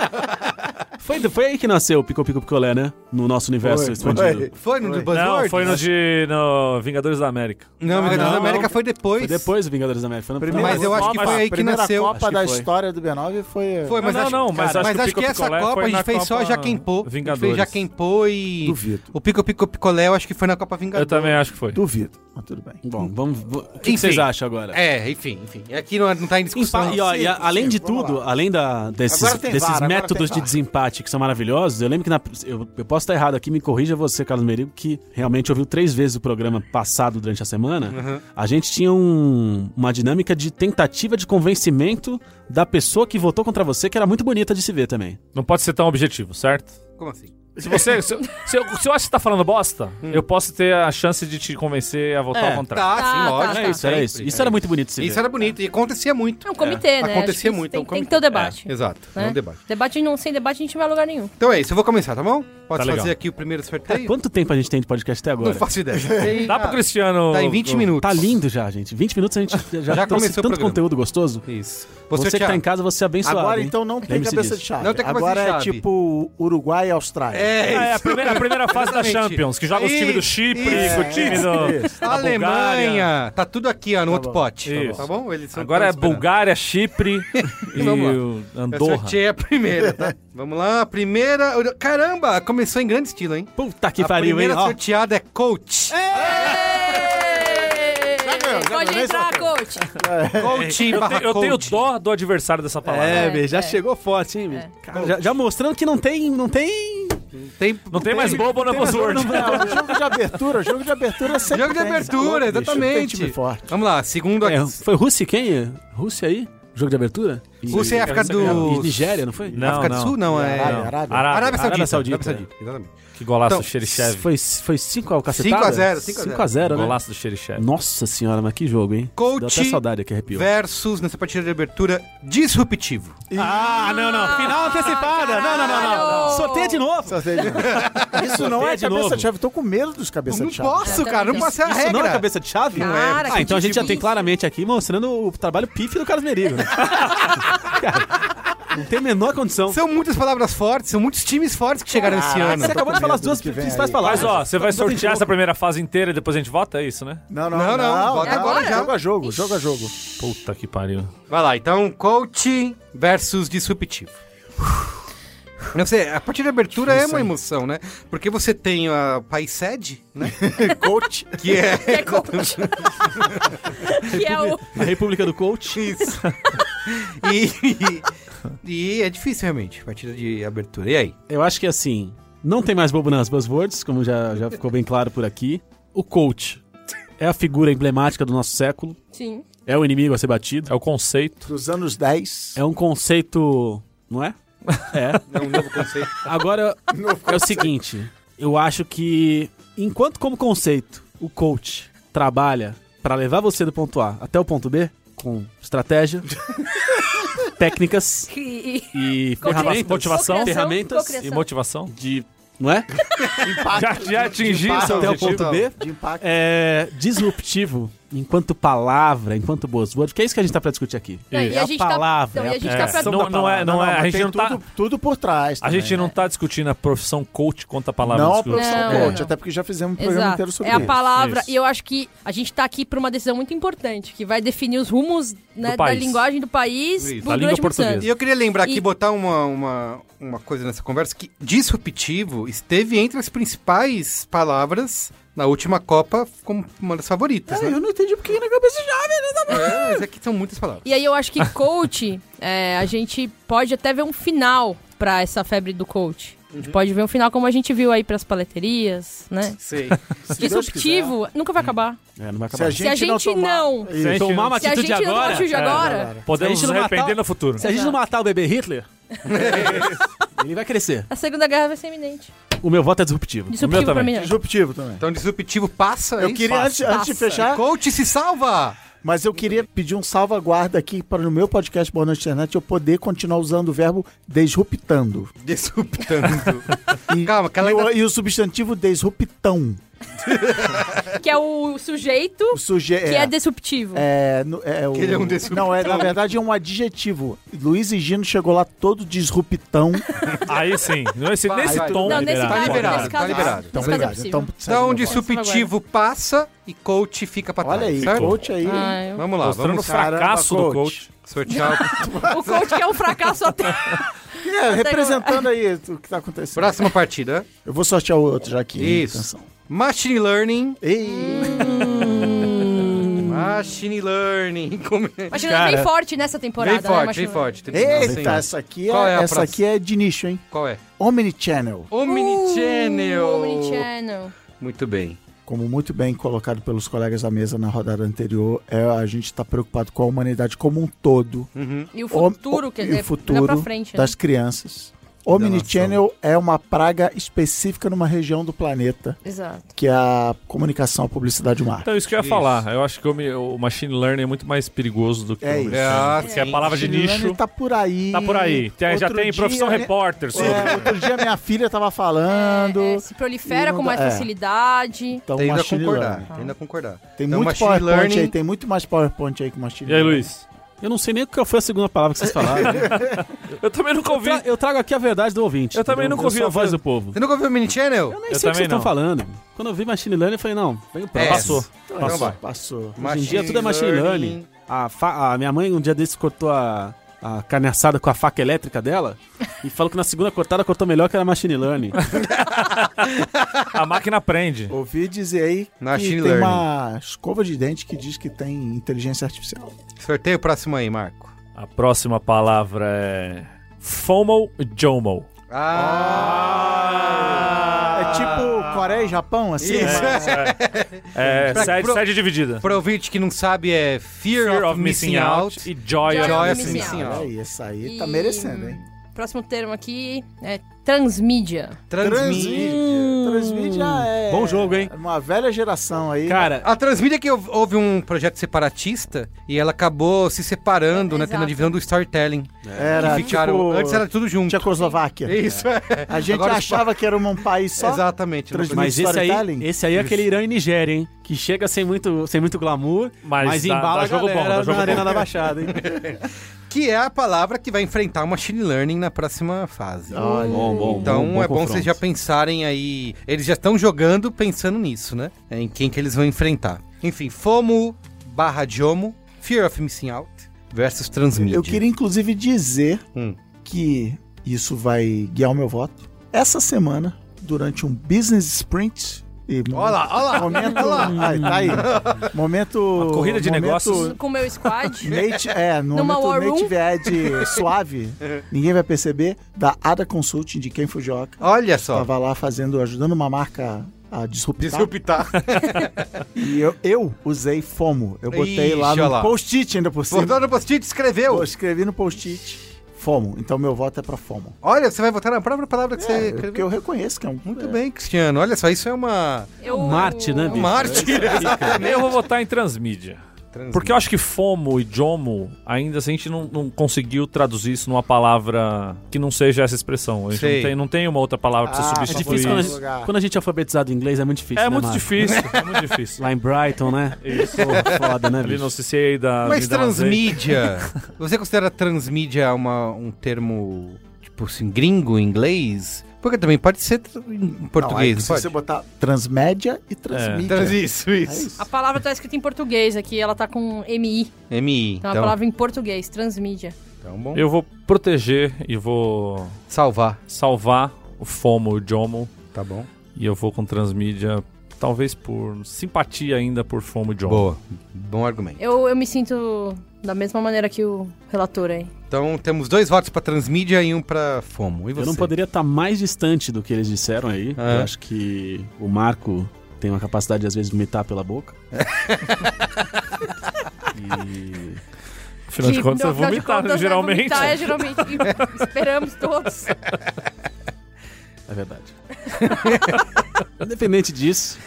[SPEAKER 3] Foi, foi aí que nasceu o Pico Pico Picolé, né? No nosso universo
[SPEAKER 2] Foi,
[SPEAKER 3] expandido.
[SPEAKER 2] foi.
[SPEAKER 1] Foi no do Buzzword?
[SPEAKER 6] Não, foi no de no Vingadores da América.
[SPEAKER 1] Não, Vingadores
[SPEAKER 3] Não,
[SPEAKER 1] da América
[SPEAKER 3] não.
[SPEAKER 1] foi depois.
[SPEAKER 3] Foi depois do Vingadores da América. Foi no
[SPEAKER 2] Primeiro-
[SPEAKER 1] Mas eu acho que foi aí que
[SPEAKER 2] primeira
[SPEAKER 1] nasceu.
[SPEAKER 2] Copa
[SPEAKER 3] Acho que
[SPEAKER 2] da
[SPEAKER 3] foi.
[SPEAKER 2] história do B9 foi...
[SPEAKER 1] Foi, é, mas
[SPEAKER 6] não,
[SPEAKER 1] acho,
[SPEAKER 6] não, mas
[SPEAKER 1] cara,
[SPEAKER 6] acho que o Pico
[SPEAKER 1] essa
[SPEAKER 6] Picolé
[SPEAKER 1] Copa
[SPEAKER 6] foi
[SPEAKER 1] a gente
[SPEAKER 6] na
[SPEAKER 1] fez só
[SPEAKER 6] Copa
[SPEAKER 1] Jaquem Pô. A gente fez
[SPEAKER 6] Vingadores.
[SPEAKER 1] Jaquem Pô e.
[SPEAKER 2] Duvido.
[SPEAKER 1] O Pico Pico Picolé eu acho que foi na Copa
[SPEAKER 6] Eu
[SPEAKER 1] Vingadores.
[SPEAKER 6] também acho que foi.
[SPEAKER 2] Duvido, mas tudo bem.
[SPEAKER 3] Bom, vamos... vo- O que que,
[SPEAKER 1] Enfim.
[SPEAKER 3] vocês acham agora?
[SPEAKER 1] É, enfim, enfim. Aqui não, não tá em discussão.
[SPEAKER 3] Empa- E, ó, e a-
[SPEAKER 2] sim,
[SPEAKER 3] além de
[SPEAKER 2] vamos
[SPEAKER 3] tudo, além da- desses,
[SPEAKER 2] Agora tem
[SPEAKER 3] desses
[SPEAKER 2] VAR, agora
[SPEAKER 3] métodos
[SPEAKER 2] tem
[SPEAKER 3] de
[SPEAKER 2] VAR.
[SPEAKER 3] desempate que são maravilhosos, eu lembro que na- eu, eu posso estar errado aqui, me corrija você, Carlos Merigo, que realmente ouviu três vezes o programa passado durante a semana. A gente tinha um- uma dinâmica de tentativa de convencimento da pessoa que votou contra você, que era muito bonita de se ver também.
[SPEAKER 6] Não pode ser tão objetivo, certo?
[SPEAKER 1] Como assim?
[SPEAKER 6] Se você. se, eu- se eu, se eu acho que você tá falando bosta,
[SPEAKER 1] Hum.
[SPEAKER 6] eu posso ter a chance de te convencer a votar
[SPEAKER 3] É,
[SPEAKER 6] ao contrário.
[SPEAKER 1] Tá,
[SPEAKER 5] Tá,
[SPEAKER 1] sim,
[SPEAKER 5] tá,
[SPEAKER 1] lógico.
[SPEAKER 5] tá.
[SPEAKER 3] É isso, era isso.
[SPEAKER 1] sempre,
[SPEAKER 3] Isso era
[SPEAKER 1] é.
[SPEAKER 3] muito bonito de se ver.
[SPEAKER 1] Isso era bonito e acontecia muito.
[SPEAKER 5] É um comitê, né? Acho
[SPEAKER 1] Acontecia
[SPEAKER 5] que
[SPEAKER 1] muito, é
[SPEAKER 5] Tem,
[SPEAKER 1] um
[SPEAKER 5] tem que
[SPEAKER 1] comitê.
[SPEAKER 5] ter o debate.
[SPEAKER 1] Exato,
[SPEAKER 5] né?
[SPEAKER 1] é um debate.
[SPEAKER 5] Debate não, sem debate a gente não vai a lugar nenhum.
[SPEAKER 1] Então é isso, eu vou começar, tá bom? Posso
[SPEAKER 6] Tá legal.
[SPEAKER 1] fazer aqui o primeiro
[SPEAKER 3] Cara,
[SPEAKER 1] sorteio?
[SPEAKER 3] quanto tempo a gente tem de podcast até agora?
[SPEAKER 1] não faço ideia. Tem-
[SPEAKER 6] Dá pro Cristiano.
[SPEAKER 1] Tá em 20
[SPEAKER 6] o-
[SPEAKER 1] minutos.
[SPEAKER 3] Tá lindo já, gente. 20 minutos a gente já,
[SPEAKER 1] Já
[SPEAKER 3] trouxe
[SPEAKER 1] começou o
[SPEAKER 3] tanto
[SPEAKER 1] programa.
[SPEAKER 3] conteúdo gostoso.
[SPEAKER 1] Isso.
[SPEAKER 3] Você, que tá em casa, você é abençoado.
[SPEAKER 2] Agora,
[SPEAKER 3] hein?
[SPEAKER 2] então, não tem
[SPEAKER 3] Lembre-se
[SPEAKER 2] cabeça
[SPEAKER 3] disso.
[SPEAKER 2] de chave.
[SPEAKER 1] Não tem cabeça
[SPEAKER 2] Agora
[SPEAKER 1] de
[SPEAKER 2] é
[SPEAKER 1] chave.
[SPEAKER 2] tipo Uruguai e Austrália.
[SPEAKER 6] É,
[SPEAKER 1] É,
[SPEAKER 6] a primeira, a primeira fase da
[SPEAKER 1] Exatamente.
[SPEAKER 6] Champions, que joga os times do
[SPEAKER 1] Isso,
[SPEAKER 6] Chipre,
[SPEAKER 1] isso,
[SPEAKER 6] com o time do,
[SPEAKER 2] isso.
[SPEAKER 6] da Bulgária.
[SPEAKER 1] Alemanha. Tá tudo aqui, ó, no outro
[SPEAKER 2] bom.
[SPEAKER 1] pote.
[SPEAKER 6] Isso.
[SPEAKER 1] Tá bom? Eles são
[SPEAKER 6] Agora é
[SPEAKER 1] tão esperando.
[SPEAKER 6] Bulgária, Chipre e
[SPEAKER 1] Vamos lá.
[SPEAKER 6] o
[SPEAKER 1] Eu
[SPEAKER 6] Andorra.
[SPEAKER 1] sorteei a primeira, tá? Vamos lá, a primeira. Caramba, começou em grande estilo, hein?
[SPEAKER 3] Puta que
[SPEAKER 1] a
[SPEAKER 3] pariu, hein?
[SPEAKER 1] primeira
[SPEAKER 3] Ó,
[SPEAKER 1] sorteada é coach.
[SPEAKER 5] É,
[SPEAKER 2] ganhou, já
[SPEAKER 5] Pode
[SPEAKER 2] ganhou, né,
[SPEAKER 5] entrar, coach.
[SPEAKER 1] Coach
[SPEAKER 6] Eu,
[SPEAKER 1] barra
[SPEAKER 6] te- eu tenho
[SPEAKER 1] coach.
[SPEAKER 6] dó do adversário dessa palavra.
[SPEAKER 3] É, bicho, já
[SPEAKER 5] é.
[SPEAKER 3] chegou forte, hein, bicho? Cara, já, já mostrando que não tem. Não tem.
[SPEAKER 1] Tem-
[SPEAKER 6] Não tem mais bobo na Buzzword.
[SPEAKER 3] É,
[SPEAKER 2] Não, jogo de abertura, jogo de abertura sempre
[SPEAKER 1] Jogo de
[SPEAKER 2] tem.
[SPEAKER 1] abertura,
[SPEAKER 2] Bicho, Tem
[SPEAKER 1] exatamente.
[SPEAKER 2] time forte.
[SPEAKER 1] Vamos lá, segundo
[SPEAKER 3] É,
[SPEAKER 1] aqui.
[SPEAKER 3] foi Rússia e quem? Rússia aí? Jogo de abertura? E-
[SPEAKER 1] Rússia e África
[SPEAKER 6] Rússia
[SPEAKER 1] do...
[SPEAKER 3] E É um Nigéria, não foi?
[SPEAKER 6] Não,
[SPEAKER 1] África do Sul, não, é...
[SPEAKER 2] Arábia,
[SPEAKER 1] Arábia,
[SPEAKER 2] Arábia.
[SPEAKER 6] Arábia.
[SPEAKER 1] Arábia Saudita.
[SPEAKER 3] Arábia Saudita.
[SPEAKER 1] Exatamente.
[SPEAKER 6] Que golaço
[SPEAKER 1] Então,
[SPEAKER 6] do Xerichev.
[SPEAKER 3] Foi 5 foi cinco ao cacetado?
[SPEAKER 1] 5 a 0, 5 a 0.
[SPEAKER 3] 5 a 0, né?
[SPEAKER 6] Golaço do Xerichev.
[SPEAKER 3] Nossa senhora, mas que jogo, hein?
[SPEAKER 1] Coach
[SPEAKER 3] Deu até saudade aqui, arrepiou.
[SPEAKER 1] Versus, nessa partida de abertura, disruptivo.
[SPEAKER 6] Ah, não, não. Final antecipada. Não, não, não, não.
[SPEAKER 5] Caralho!
[SPEAKER 3] Sorteia de novo!
[SPEAKER 2] Só sei de novo. Isso não é
[SPEAKER 3] Sorteia de
[SPEAKER 2] cabeça
[SPEAKER 3] novo.
[SPEAKER 2] de chave. Eu tô com medo dos cabeças
[SPEAKER 1] não
[SPEAKER 2] de chave.
[SPEAKER 1] posso, cara, não posso ser a
[SPEAKER 3] Isso
[SPEAKER 1] regra.
[SPEAKER 3] não é cabeça de chave?
[SPEAKER 5] Não é. Cara,
[SPEAKER 3] ah,
[SPEAKER 5] que
[SPEAKER 3] então a gente já
[SPEAKER 5] difícil.
[SPEAKER 3] tem claramente aqui mostrando o trabalho pífio do Carlos Merigo, né? Cara, não tem a menor condição.
[SPEAKER 1] São muitas palavras fortes, são muitos times fortes que chegaram esse
[SPEAKER 3] Ah,
[SPEAKER 1] ano.
[SPEAKER 3] você acabou de falar as duas
[SPEAKER 2] do que vem
[SPEAKER 3] principais
[SPEAKER 2] aí.
[SPEAKER 3] palavras.
[SPEAKER 6] Mas ó, você vai
[SPEAKER 3] Então tem
[SPEAKER 6] sortear
[SPEAKER 3] jogo.
[SPEAKER 6] essa primeira fase inteira e depois a gente vota? É isso, né?
[SPEAKER 2] Não, não,
[SPEAKER 1] Não,
[SPEAKER 2] não.
[SPEAKER 1] não, bota
[SPEAKER 2] é
[SPEAKER 1] agora já.
[SPEAKER 2] Jogo a jogo, jogo a jogo.
[SPEAKER 6] Puta que pariu.
[SPEAKER 1] Vai lá, então, coach versus disruptivo. Não sei, a partir da abertura é uma emoção, né? Porque você tem a país sede, né?
[SPEAKER 2] Coach.
[SPEAKER 1] Que é
[SPEAKER 5] Que é coach. que é o...
[SPEAKER 3] A República do Coach.
[SPEAKER 1] isso. E, e é difícil realmente, partida de abertura. E aí?
[SPEAKER 3] Eu acho que assim, não tem mais bobo nas buzzwords, como já, já ficou bem claro por aqui. O coach é a figura emblemática do nosso século,
[SPEAKER 5] Sim.
[SPEAKER 3] é o inimigo a ser batido,
[SPEAKER 6] É o conceito.
[SPEAKER 2] Dos anos 10.
[SPEAKER 3] é um conceito, não é? É.
[SPEAKER 1] É um novo conceito.
[SPEAKER 3] Agora é o seguinte, eu acho que enquanto como conceito o coach trabalha pra levar você do ponto A até o ponto B com estratégia, técnicas
[SPEAKER 5] E, e-
[SPEAKER 3] e
[SPEAKER 6] Motiva-
[SPEAKER 3] ferramentas,
[SPEAKER 6] Motivação
[SPEAKER 5] Cocriação,
[SPEAKER 3] ferramentas
[SPEAKER 5] cocriação.
[SPEAKER 6] e motivação.
[SPEAKER 3] de, não é?
[SPEAKER 6] Então,
[SPEAKER 2] Impacto
[SPEAKER 6] Já, já atingi
[SPEAKER 2] impacto
[SPEAKER 6] seu
[SPEAKER 3] até o
[SPEAKER 6] objetivo.
[SPEAKER 3] ponto B.
[SPEAKER 2] De impacto.
[SPEAKER 3] É disruptivo enquanto palavra, enquanto buzzword, porque é isso que a gente tá pra discutir aqui.
[SPEAKER 7] Não, e
[SPEAKER 3] é
[SPEAKER 7] a
[SPEAKER 3] a
[SPEAKER 7] gente tá-
[SPEAKER 3] palavra.
[SPEAKER 7] não, e
[SPEAKER 3] é
[SPEAKER 7] a
[SPEAKER 3] a
[SPEAKER 7] gente
[SPEAKER 3] pe-
[SPEAKER 7] tá pra-
[SPEAKER 6] não, não é, não é,
[SPEAKER 2] mas
[SPEAKER 6] a gente
[SPEAKER 2] tem
[SPEAKER 6] não tá,
[SPEAKER 2] tudo, tudo por trás.
[SPEAKER 6] a
[SPEAKER 2] também,
[SPEAKER 6] gente não
[SPEAKER 2] né?
[SPEAKER 6] tá discutindo a profissão coach contra a palavra.
[SPEAKER 2] Não a
[SPEAKER 6] discutindo-
[SPEAKER 2] profissão
[SPEAKER 7] Não,
[SPEAKER 2] coach,
[SPEAKER 7] não.
[SPEAKER 2] até porque já fizemos um programa inteiro
[SPEAKER 7] Exato.
[SPEAKER 2] sobre
[SPEAKER 7] É a
[SPEAKER 2] isso.
[SPEAKER 7] palavra.
[SPEAKER 6] Isso.
[SPEAKER 7] E eu acho que a gente tá aqui pra uma decisão muito importante, que vai definir os rumos né, da
[SPEAKER 6] Do país.
[SPEAKER 7] linguagem do país
[SPEAKER 6] Isso,
[SPEAKER 7] por
[SPEAKER 6] da língua
[SPEAKER 7] durante muitos
[SPEAKER 6] portuguesa.
[SPEAKER 7] anos.
[SPEAKER 1] E eu queria lembrar aqui,
[SPEAKER 7] E-
[SPEAKER 1] botar uma, uma, uma coisa nessa conversa, que disruptivo esteve entre as principais palavras na última Copa como uma das favoritas,
[SPEAKER 2] Ah,
[SPEAKER 1] né?
[SPEAKER 2] eu não entendi porque na cabeça de jovem. né,
[SPEAKER 1] É, mas aqui são muitas palavras.
[SPEAKER 7] E aí eu acho que coach, é, a gente pode até ver um final pra essa febre do coach. A gente pode ver um final como a gente viu aí pras paleterias, né?
[SPEAKER 1] Sei.
[SPEAKER 7] Disruptivo nunca vai acabar.
[SPEAKER 3] É, não vai
[SPEAKER 2] Se a
[SPEAKER 3] acabar.
[SPEAKER 7] Se a
[SPEAKER 2] gente não
[SPEAKER 7] gente
[SPEAKER 2] tomar...
[SPEAKER 7] não...
[SPEAKER 3] Então,
[SPEAKER 6] Se a gente
[SPEAKER 3] Tomar uma
[SPEAKER 7] Se a
[SPEAKER 3] atitude
[SPEAKER 7] gente não
[SPEAKER 3] agora.
[SPEAKER 7] tomar atitude
[SPEAKER 6] É,
[SPEAKER 7] agora...
[SPEAKER 6] Podemos
[SPEAKER 3] Se a
[SPEAKER 6] nos
[SPEAKER 3] gente não
[SPEAKER 6] arrepender
[SPEAKER 3] matar-
[SPEAKER 6] no futuro.
[SPEAKER 3] Se a gente não matar o bebê Hitler, ele vai crescer.
[SPEAKER 7] A Segunda Guerra vai ser iminente.
[SPEAKER 3] O meu voto é disruptivo.
[SPEAKER 7] Disruptivo pra
[SPEAKER 6] também.
[SPEAKER 7] mim. não.
[SPEAKER 2] é Disruptivo também.
[SPEAKER 1] Então disruptivo passa, é
[SPEAKER 2] Eu
[SPEAKER 1] isso?
[SPEAKER 2] queria, antes, antes de
[SPEAKER 7] Passa.
[SPEAKER 2] fechar,
[SPEAKER 1] Coach se salva!
[SPEAKER 2] mas eu queria pedir um salvaguarda aqui para no meu podcast Boa Noite Internet eu poder continuar usando o verbo desruptando.
[SPEAKER 1] Disruptando. Calma, que ela
[SPEAKER 2] E,
[SPEAKER 1] ainda...
[SPEAKER 2] o, e o substantivo desruptão.
[SPEAKER 7] Que é o sujeito
[SPEAKER 2] O suje...
[SPEAKER 7] que é disruptivo.
[SPEAKER 2] É, no- é o...
[SPEAKER 1] Que ele é um desruptão.
[SPEAKER 2] Não, é, na verdade é um adjetivo. Luiz e Gino chegou lá todo disruptão.
[SPEAKER 1] Tá
[SPEAKER 6] Aí sim. Nesse,
[SPEAKER 1] Vai,
[SPEAKER 6] nesse
[SPEAKER 1] vai,
[SPEAKER 6] tom.
[SPEAKER 7] Não,
[SPEAKER 1] tá
[SPEAKER 7] nesse caso,
[SPEAKER 1] liberado,
[SPEAKER 7] nesse
[SPEAKER 1] tá
[SPEAKER 7] caso,
[SPEAKER 1] liberado.
[SPEAKER 7] nesse
[SPEAKER 2] Então,
[SPEAKER 7] caso é
[SPEAKER 2] obrigado.
[SPEAKER 7] possível.
[SPEAKER 2] Então, sai do
[SPEAKER 1] Então
[SPEAKER 2] meu
[SPEAKER 1] disruptivo passa e coach fica pra
[SPEAKER 2] voto.
[SPEAKER 1] trás,
[SPEAKER 2] Olha aí,
[SPEAKER 1] certo?
[SPEAKER 2] coach aí.
[SPEAKER 7] Ah, eu-
[SPEAKER 1] Vamos lá,
[SPEAKER 6] Mostrando o
[SPEAKER 1] vamos
[SPEAKER 2] Caramba,
[SPEAKER 6] fracasso do
[SPEAKER 2] coach.
[SPEAKER 6] coach.
[SPEAKER 1] sortear o...
[SPEAKER 7] O coach que é um fracasso até.
[SPEAKER 2] É, representando aí o que tá acontecendo.
[SPEAKER 1] Próxima partida.
[SPEAKER 2] Eu vou sortear o outro já aqui. hein?
[SPEAKER 1] Isso.
[SPEAKER 2] Atenção.
[SPEAKER 1] Machine Learning.
[SPEAKER 2] Ei,
[SPEAKER 6] Hum.
[SPEAKER 2] Hum.
[SPEAKER 1] Machine Learning. Como é?
[SPEAKER 7] Mas ele é bem forte nessa temporada,
[SPEAKER 1] Bem forte,
[SPEAKER 7] né,
[SPEAKER 1] bem forte. Tem-
[SPEAKER 2] eita,
[SPEAKER 1] Nossa,
[SPEAKER 2] essa aqui é,
[SPEAKER 1] Qual é a
[SPEAKER 2] essa
[SPEAKER 1] próxima?
[SPEAKER 2] aqui é de nicho, hein?
[SPEAKER 1] Qual é?
[SPEAKER 2] Omnichannel.
[SPEAKER 1] Omnichannel.
[SPEAKER 7] Uh, Omnichannel.
[SPEAKER 1] Muito bem.
[SPEAKER 2] Como muito bem colocado pelos colegas da mesa na rodada anterior, é, a gente está preocupado com a humanidade como um todo.
[SPEAKER 6] Hum.
[SPEAKER 7] E o
[SPEAKER 2] Om-
[SPEAKER 7] futuro,
[SPEAKER 2] o-
[SPEAKER 7] quer
[SPEAKER 2] e
[SPEAKER 7] dizer,
[SPEAKER 2] o futuro
[SPEAKER 7] olhar pra frente, né?
[SPEAKER 2] das crianças. Omnichannel é uma praga específica numa região do planeta,
[SPEAKER 7] Exato.
[SPEAKER 2] que é a comunicação, a publicidade e o marketing.
[SPEAKER 6] Então, isso que eu ia
[SPEAKER 1] Isso.
[SPEAKER 6] falar. Eu acho que o me- o Machine Learning é muito mais perigoso do que
[SPEAKER 2] É
[SPEAKER 6] o
[SPEAKER 2] isso.
[SPEAKER 6] Machine Learning, Porque a palavra de
[SPEAKER 2] Machine
[SPEAKER 6] nicho
[SPEAKER 2] learning tá por aí.
[SPEAKER 6] tá por aí. Tem- já
[SPEAKER 2] Outro
[SPEAKER 6] tem
[SPEAKER 2] dia,
[SPEAKER 6] profissão
[SPEAKER 2] né?
[SPEAKER 6] repórter sobre.
[SPEAKER 2] É, outro dia minha filha tava falando.
[SPEAKER 7] É, é, se prolifera
[SPEAKER 2] e
[SPEAKER 7] com
[SPEAKER 2] não dá-
[SPEAKER 7] mais
[SPEAKER 2] é.
[SPEAKER 7] facilidade.
[SPEAKER 2] Então,
[SPEAKER 1] Tendo a
[SPEAKER 2] machine
[SPEAKER 1] concordar.
[SPEAKER 2] learning.
[SPEAKER 7] Tá.
[SPEAKER 1] Tendo a concordar.
[SPEAKER 2] Tem
[SPEAKER 1] Então,
[SPEAKER 2] muito
[SPEAKER 1] machine
[SPEAKER 2] PowerPoint
[SPEAKER 1] learning-
[SPEAKER 2] aí, tem muito mais PowerPoint aí que machine
[SPEAKER 6] E aí,
[SPEAKER 2] learning.
[SPEAKER 6] Luiz?
[SPEAKER 3] Eu não sei nem qual foi a segunda palavra que vocês falaram. né?
[SPEAKER 6] Eu também nunca
[SPEAKER 3] Eu
[SPEAKER 6] ouvi.
[SPEAKER 3] tra- Eu trago aqui a verdade do ouvinte.
[SPEAKER 6] Eu também
[SPEAKER 3] entendeu?
[SPEAKER 6] nunca
[SPEAKER 3] eu
[SPEAKER 6] ouvi
[SPEAKER 3] sou a
[SPEAKER 6] a
[SPEAKER 3] voz
[SPEAKER 6] ver-
[SPEAKER 3] do povo.
[SPEAKER 1] Você nunca ouviu o Omnichannel?
[SPEAKER 3] Eu nem
[SPEAKER 6] Eu
[SPEAKER 3] sei o que vocês
[SPEAKER 6] também
[SPEAKER 3] estão
[SPEAKER 6] não.
[SPEAKER 3] falando. Quando eu vi Machine Learning, eu falei, não, vem pra
[SPEAKER 1] É.
[SPEAKER 3] Passou.
[SPEAKER 2] Então,
[SPEAKER 1] Passou.
[SPEAKER 2] vai. Passou.
[SPEAKER 3] Hoje em dia tudo é Machine Learning. A, fa- a minha mãe um dia desse cortou a, a carne assada com a faca elétrica dela e falou que na segunda cortada cortou melhor que era Machine Learning.
[SPEAKER 6] A máquina aprende.
[SPEAKER 2] Ouvi dizer aí
[SPEAKER 1] Machine
[SPEAKER 2] que tem
[SPEAKER 1] learning.
[SPEAKER 2] uma escova de dente que diz que tem inteligência artificial.
[SPEAKER 1] Sorteio o próximo aí, Marco.
[SPEAKER 6] A próxima palavra é. FOMO JOMO.
[SPEAKER 1] Ah!
[SPEAKER 2] É tipo Coreia e Japão, assim?
[SPEAKER 1] Isso.
[SPEAKER 2] mas-
[SPEAKER 6] É,
[SPEAKER 1] Pra-
[SPEAKER 6] sede,
[SPEAKER 1] pro-
[SPEAKER 6] sede dividida.
[SPEAKER 1] Pra ouvinte que não sabe, é Fear,
[SPEAKER 6] Fear
[SPEAKER 1] of, Missing Out.
[SPEAKER 6] e Joy,
[SPEAKER 7] Joy
[SPEAKER 1] Joy
[SPEAKER 7] of
[SPEAKER 1] of Missing
[SPEAKER 7] Missing
[SPEAKER 1] Out.
[SPEAKER 2] Aí, essa aí tá
[SPEAKER 7] E-
[SPEAKER 2] merecendo, hein?
[SPEAKER 7] Próximo termo aqui é transmídia.
[SPEAKER 1] Transmídia.
[SPEAKER 2] Transmídia é.
[SPEAKER 3] Bom jogo, hein?
[SPEAKER 2] é Uma velha geração aí.
[SPEAKER 3] Cara,
[SPEAKER 1] A Transmídia que houve houve um projeto separatista e ela acabou se separando, né? Tendo a
[SPEAKER 7] Exato.
[SPEAKER 1] divisão do storytelling.
[SPEAKER 2] era
[SPEAKER 1] que ficaram.
[SPEAKER 2] tipo
[SPEAKER 1] Antes era tudo junto.
[SPEAKER 2] Tchecoslováquia.
[SPEAKER 1] Isso, é.
[SPEAKER 2] A gente
[SPEAKER 1] Agora
[SPEAKER 2] achava que era um país
[SPEAKER 1] só-
[SPEAKER 2] só.
[SPEAKER 1] Exatamente.
[SPEAKER 2] Transmídia.
[SPEAKER 1] Mas
[SPEAKER 3] mas esse aí,
[SPEAKER 2] storytelling?
[SPEAKER 3] esse aí é aquele Irã e Nigéria, hein? Que chega sem muito, sem muito glamour,
[SPEAKER 6] Mas
[SPEAKER 3] mas,
[SPEAKER 6] dá-
[SPEAKER 3] embala
[SPEAKER 6] dá jogo
[SPEAKER 3] jogo
[SPEAKER 6] bom,
[SPEAKER 3] a galera
[SPEAKER 6] dá jogo
[SPEAKER 3] na Arena
[SPEAKER 6] bom.
[SPEAKER 3] da Baixada, hein?
[SPEAKER 1] que é a palavra que vai enfrentar o machine learning na próxima fase.
[SPEAKER 3] bom, Ah, bom,
[SPEAKER 1] Então é bom
[SPEAKER 3] confronto.
[SPEAKER 1] vocês já pensarem aí. Eles já estão jogando pensando nisso, né? Em quem que eles vão enfrentar. Enfim, FOMO barra Jomo, Fear of Missing Out versus Transmídia.
[SPEAKER 2] Eu queria inclusive dizer
[SPEAKER 1] Hum.
[SPEAKER 2] que isso vai guiar o meu voto. Essa semana, durante um business sprint. E
[SPEAKER 1] Olha lá, olha lá.
[SPEAKER 2] Momento. Ai, tá aí. Momento.
[SPEAKER 6] Uma corrida de
[SPEAKER 2] momento
[SPEAKER 6] negócios.
[SPEAKER 7] Com o meu squad.
[SPEAKER 2] Nate, é, no
[SPEAKER 7] Numa
[SPEAKER 2] momento
[SPEAKER 7] war room.
[SPEAKER 2] Nate Ved suave, ninguém vai perceber, da Ada Consulting de Ken Fujioka.
[SPEAKER 1] Olha só.
[SPEAKER 2] Tava lá fazendo, ajudando uma marca a disruptar.
[SPEAKER 1] Disruptar.
[SPEAKER 2] E eu, eu usei FOMO. Eu botei
[SPEAKER 1] Ixi,
[SPEAKER 2] lá
[SPEAKER 1] olha
[SPEAKER 2] no
[SPEAKER 1] lá.
[SPEAKER 2] post-it ainda por cima.
[SPEAKER 1] Bordou no post-it, escreveu.
[SPEAKER 2] Eu escrevi no post-it FOMO. Então meu voto é pra FOMO.
[SPEAKER 1] Olha, você vai votar na própria palavra que você
[SPEAKER 2] É, porque
[SPEAKER 1] escreveu.
[SPEAKER 2] eu reconheço que é um.
[SPEAKER 1] Muito
[SPEAKER 2] é,
[SPEAKER 1] bem, Cristiano. Olha só, isso é uma...
[SPEAKER 7] Eu...
[SPEAKER 3] Marte, né, bicho?
[SPEAKER 1] Marte.
[SPEAKER 6] Eu vou votar em transmídia.
[SPEAKER 1] Transmite.
[SPEAKER 6] Porque eu acho que FOMO e JOMO, ainda assim, a gente não, não conseguiu traduzir isso numa palavra que não seja essa expressão. A gente
[SPEAKER 1] Sei.
[SPEAKER 6] não tem, não tem uma outra palavra pra você
[SPEAKER 2] Ah,
[SPEAKER 3] É
[SPEAKER 6] substituir.
[SPEAKER 3] difícil quando a,
[SPEAKER 6] isso.
[SPEAKER 3] gente, quando a gente é alfabetizado em inglês, é muito difícil. né,
[SPEAKER 6] É muito
[SPEAKER 3] Marcos?
[SPEAKER 6] difícil, é muito difícil.
[SPEAKER 3] Lá em Brighton, né? Isso. Foda, né,
[SPEAKER 6] Ali
[SPEAKER 3] bicho?
[SPEAKER 6] no CCA da...
[SPEAKER 1] Mas
[SPEAKER 6] da Mazei.
[SPEAKER 1] transmídia. é um você considera transmídia uma, um termo, tipo assim, gringo em inglês? Porque também pode ser tr- em português,
[SPEAKER 2] Não,
[SPEAKER 1] não,
[SPEAKER 2] se
[SPEAKER 1] pode?
[SPEAKER 2] você botar transmédia e transmídia.
[SPEAKER 1] Trans- Isso,
[SPEAKER 2] É
[SPEAKER 1] isso.
[SPEAKER 2] isso.
[SPEAKER 7] A palavra tá escrita em português aqui, ela tá com MI.
[SPEAKER 1] MI.
[SPEAKER 7] Então,
[SPEAKER 1] Então,
[SPEAKER 7] é a palavra em português, transmídia.
[SPEAKER 1] então bom.
[SPEAKER 6] Eu vou proteger e vou
[SPEAKER 1] Salvar,
[SPEAKER 6] salvar o FOMO e o JOMO.
[SPEAKER 1] tá bom.
[SPEAKER 6] E eu vou com transmídia, talvez por simpatia ainda por FOMO e JOMO.
[SPEAKER 1] Boa. Bom argumento.
[SPEAKER 7] Eu, eu me sinto da mesma maneira que o relator aí.
[SPEAKER 1] Então temos dois votos pra transmídia e um pra FOMO. E você?
[SPEAKER 3] Eu não poderia estar mais distante do que eles disseram aí.
[SPEAKER 1] É.
[SPEAKER 3] Eu acho que o Marco tem uma capacidade de, às vezes, vomitar pela boca. e...
[SPEAKER 6] Afinal de
[SPEAKER 7] Que,
[SPEAKER 6] contas,
[SPEAKER 7] no final
[SPEAKER 6] eu vou
[SPEAKER 7] de
[SPEAKER 6] vomitar,
[SPEAKER 7] contas,
[SPEAKER 6] né,
[SPEAKER 7] é
[SPEAKER 6] geralmente.
[SPEAKER 7] vomitar, é, geralmente. E Esperamos todos.
[SPEAKER 3] É verdade. Independente disso,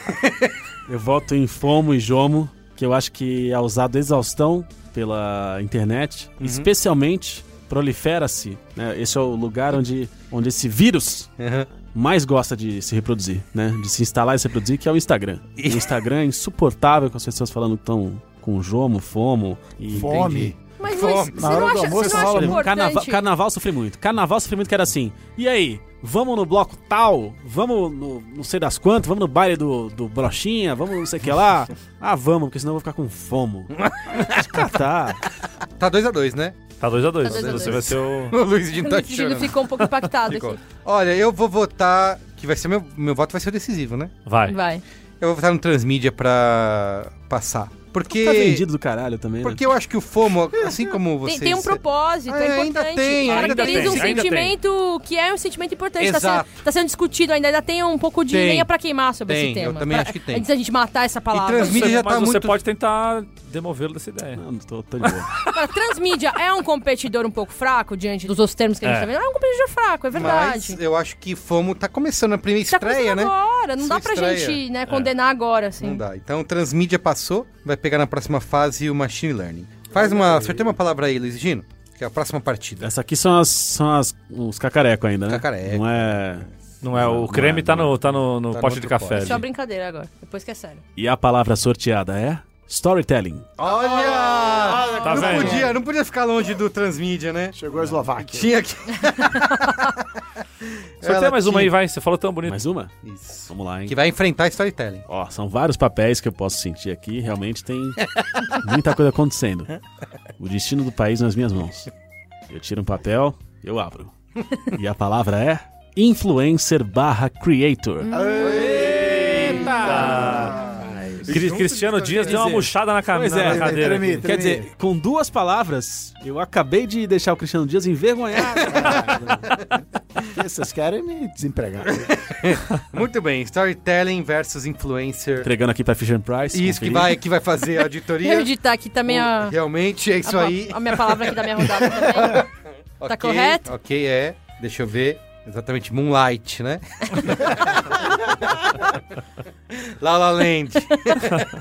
[SPEAKER 3] eu voto em Fomo e Jomo, que eu acho que é usado exaustão pela internet, especialmente prolifera-se. né? Esse é o lugar onde, onde esse vírus
[SPEAKER 1] Aham.
[SPEAKER 3] mais gosta de se reproduzir, né? De se instalar e se reproduzir, que é o Instagram. O Instagram é insuportável com as pessoas falando que estão com jomo, fomo e
[SPEAKER 2] Fome.
[SPEAKER 7] Mas,
[SPEAKER 1] Fome.
[SPEAKER 7] mas
[SPEAKER 2] Na
[SPEAKER 7] você
[SPEAKER 2] hora
[SPEAKER 7] não
[SPEAKER 2] do
[SPEAKER 7] acha,
[SPEAKER 2] almoço,
[SPEAKER 7] você não acha
[SPEAKER 2] fala, né?
[SPEAKER 7] importante?
[SPEAKER 3] Carnaval, carnaval sofri muito. Carnaval sofri muito que era assim. E aí? Vamos no bloco tal? Vamos no não sei das quantas? Vamos no baile do, do Brochinha? Vamos não sei o que lá? Ah, vamos, porque senão eu vou ficar com fomo. ah, tá.
[SPEAKER 1] Tá dois a dois, né?
[SPEAKER 6] Tá 2x2. Dois
[SPEAKER 7] Tá dois a
[SPEAKER 6] Você
[SPEAKER 7] dois.
[SPEAKER 6] vai ser o...
[SPEAKER 1] O Luiz Dino
[SPEAKER 7] O
[SPEAKER 1] tá
[SPEAKER 7] Dino
[SPEAKER 1] chorando.
[SPEAKER 7] ficou um pouco impactado aqui.
[SPEAKER 1] Olha, eu vou votar. Que vai ser meu. Meu voto vai ser o decisivo, né?
[SPEAKER 6] Vai.
[SPEAKER 7] Vai.
[SPEAKER 1] Eu vou votar no transmídia pra passar. Porque.
[SPEAKER 3] Tá vendido do caralho também, né?
[SPEAKER 1] Porque eu acho que o FOMO, assim como
[SPEAKER 7] Tem,
[SPEAKER 1] vocês...
[SPEAKER 7] tem um propósito,
[SPEAKER 1] Ah,
[SPEAKER 7] é
[SPEAKER 1] ainda
[SPEAKER 7] importante.
[SPEAKER 1] tem, ainda
[SPEAKER 7] Caracteriza
[SPEAKER 6] tem,
[SPEAKER 7] um
[SPEAKER 6] ainda tem.
[SPEAKER 7] sentimento que é um sentimento importante. Tá
[SPEAKER 1] Exato.
[SPEAKER 7] sendo, tá sendo discutido ainda, ainda tem um pouco de
[SPEAKER 1] Tem.
[SPEAKER 7] lenha pra queimar sobre
[SPEAKER 1] Tem,
[SPEAKER 7] esse tema.
[SPEAKER 1] eu também
[SPEAKER 7] Pra-
[SPEAKER 1] acho que tem.
[SPEAKER 7] Antes da gente matar essa palavra.
[SPEAKER 1] E trans- Transmídia já
[SPEAKER 6] mas
[SPEAKER 1] tá
[SPEAKER 6] você
[SPEAKER 1] muito-
[SPEAKER 6] pode tentar demovê-lo dessa ideia.
[SPEAKER 3] Não, tô, tô de boa.
[SPEAKER 7] Pra- transmídia é um competidor um pouco fraco diante dos outros termos que a gente
[SPEAKER 6] É.
[SPEAKER 7] tá vendo? É um competidor fraco, é
[SPEAKER 1] Mas
[SPEAKER 7] verdade.
[SPEAKER 1] eu acho que FOMO tá começando a primeira
[SPEAKER 7] Tá
[SPEAKER 1] estreia,
[SPEAKER 7] começando
[SPEAKER 1] né?
[SPEAKER 7] agora, não
[SPEAKER 1] Sua
[SPEAKER 7] dá pra
[SPEAKER 1] estreia. É.
[SPEAKER 7] gente né, condenar agora, assim.
[SPEAKER 1] Não dá. Então, transmídia passou, vai pegar na próxima fase o Machine Learning. Faz uma... Acertei uma palavra aí, Luiz Gino, que é a próxima partida.
[SPEAKER 3] Essa aqui são, as, são as, os cacareco ainda, né?
[SPEAKER 1] Cacareco.
[SPEAKER 3] Não é...
[SPEAKER 6] Não é, o
[SPEAKER 3] Não,
[SPEAKER 6] creme
[SPEAKER 3] não.
[SPEAKER 6] tá no, tá no, no
[SPEAKER 1] Tá no
[SPEAKER 6] pote de
[SPEAKER 1] outro
[SPEAKER 6] café.
[SPEAKER 1] pote.
[SPEAKER 7] Só
[SPEAKER 6] ali.
[SPEAKER 7] brincadeira agora, depois que é sério.
[SPEAKER 3] E a palavra sorteada é... Storytelling.
[SPEAKER 1] Olha!
[SPEAKER 6] Tá
[SPEAKER 1] não
[SPEAKER 6] vendo?
[SPEAKER 1] podia, não podia ficar longe do transmídia, né?
[SPEAKER 2] Chegou a Eslováquia.
[SPEAKER 1] Tinha que...
[SPEAKER 6] Sorteia
[SPEAKER 1] Ela
[SPEAKER 6] mais uma aí,
[SPEAKER 1] tinha-
[SPEAKER 6] vai. Você falou tão bonito.
[SPEAKER 3] Mais uma?
[SPEAKER 1] Isso.
[SPEAKER 3] Vamos lá, hein?
[SPEAKER 1] Que vai enfrentar storytelling.
[SPEAKER 3] Ó, são vários papéis que eu posso sentir aqui. Realmente tem muita coisa acontecendo. O destino do país nas minhas mãos. Eu tiro um papel, eu abro. E a palavra é influencer barra creator.
[SPEAKER 6] Cri- Cristiano Dias
[SPEAKER 2] é.
[SPEAKER 6] deu uma
[SPEAKER 3] dizer.
[SPEAKER 6] murchada na, cam... na na cadeira.
[SPEAKER 2] tremi,
[SPEAKER 6] aqui.
[SPEAKER 3] Quer dizer, com duas palavras, eu acabei de deixar o Cristiano Dias envergonhado.
[SPEAKER 2] Vocês querem me desempregar.
[SPEAKER 1] Muito bem, storytelling versus influencer.
[SPEAKER 3] Entregando aqui pra Fisher Price.
[SPEAKER 1] Isso que
[SPEAKER 3] conferir.
[SPEAKER 1] vai, que vai fazer a auditoria.
[SPEAKER 7] Eu editar aqui também a,
[SPEAKER 1] Realmente, é isso
[SPEAKER 7] a,
[SPEAKER 1] aí.
[SPEAKER 7] a minha palavra aqui da minha rodada também.
[SPEAKER 1] Ok,
[SPEAKER 7] Tá correto?
[SPEAKER 1] Ok, é. Deixa eu ver. Exatamente, Moonlight, né? La La Land.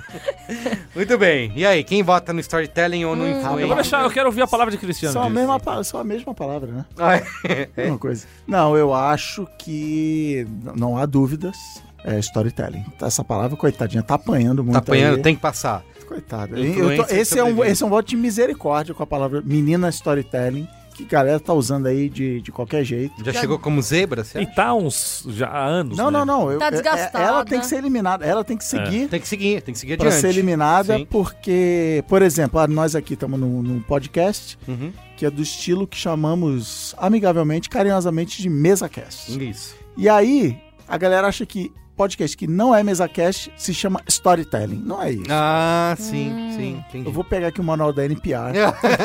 [SPEAKER 1] Muito bem. E aí, quem vota no storytelling ou no
[SPEAKER 7] Hum.
[SPEAKER 6] Eu vou
[SPEAKER 1] influencer?
[SPEAKER 6] deixar, eu quero ouvir a palavra de Cristiano
[SPEAKER 2] Só a,
[SPEAKER 6] Dias.
[SPEAKER 2] mesma, pa- só a mesma palavra, né?
[SPEAKER 1] Ah, é.
[SPEAKER 2] Mesma coisa. Não, eu acho que n- não há dúvidas. É storytelling. Essa palavra, coitadinha, tá apanhando muito.
[SPEAKER 1] Tá apanhando,
[SPEAKER 2] aí.
[SPEAKER 1] tem que passar.
[SPEAKER 2] Coitada.
[SPEAKER 1] Influencer
[SPEAKER 2] Eu tô- esse, é um,
[SPEAKER 1] sobrevive.
[SPEAKER 2] esse é um voto de misericórdia com a palavra menina storytelling, que a galera tá usando aí de, de qualquer jeito.
[SPEAKER 1] Já chegou como zebra,
[SPEAKER 6] E
[SPEAKER 1] certo?
[SPEAKER 6] tá uns já há anos.
[SPEAKER 2] Não,
[SPEAKER 6] né?
[SPEAKER 2] não, não. eu-
[SPEAKER 7] Tá
[SPEAKER 2] é- é-
[SPEAKER 7] desgastada.
[SPEAKER 2] Ela tem que ser eliminada. Ela tem que seguir
[SPEAKER 1] É. Tem que seguir, tem que seguir
[SPEAKER 2] pra
[SPEAKER 1] adiante.
[SPEAKER 2] ser eliminada,
[SPEAKER 1] Sim.
[SPEAKER 2] porque, por exemplo, ah, nós aqui estamos num, num podcast
[SPEAKER 1] Uhum.
[SPEAKER 2] que é do estilo que chamamos amigavelmente, carinhosamente, de mesa cast.
[SPEAKER 1] Isso.
[SPEAKER 2] E aí, a galera acha que podcast que não é mesa cast se chama storytelling. Não é isso.
[SPEAKER 1] Ah, sim,
[SPEAKER 7] Hum.
[SPEAKER 1] sim. Entendi.
[SPEAKER 2] Eu vou pegar aqui o manual da NPR.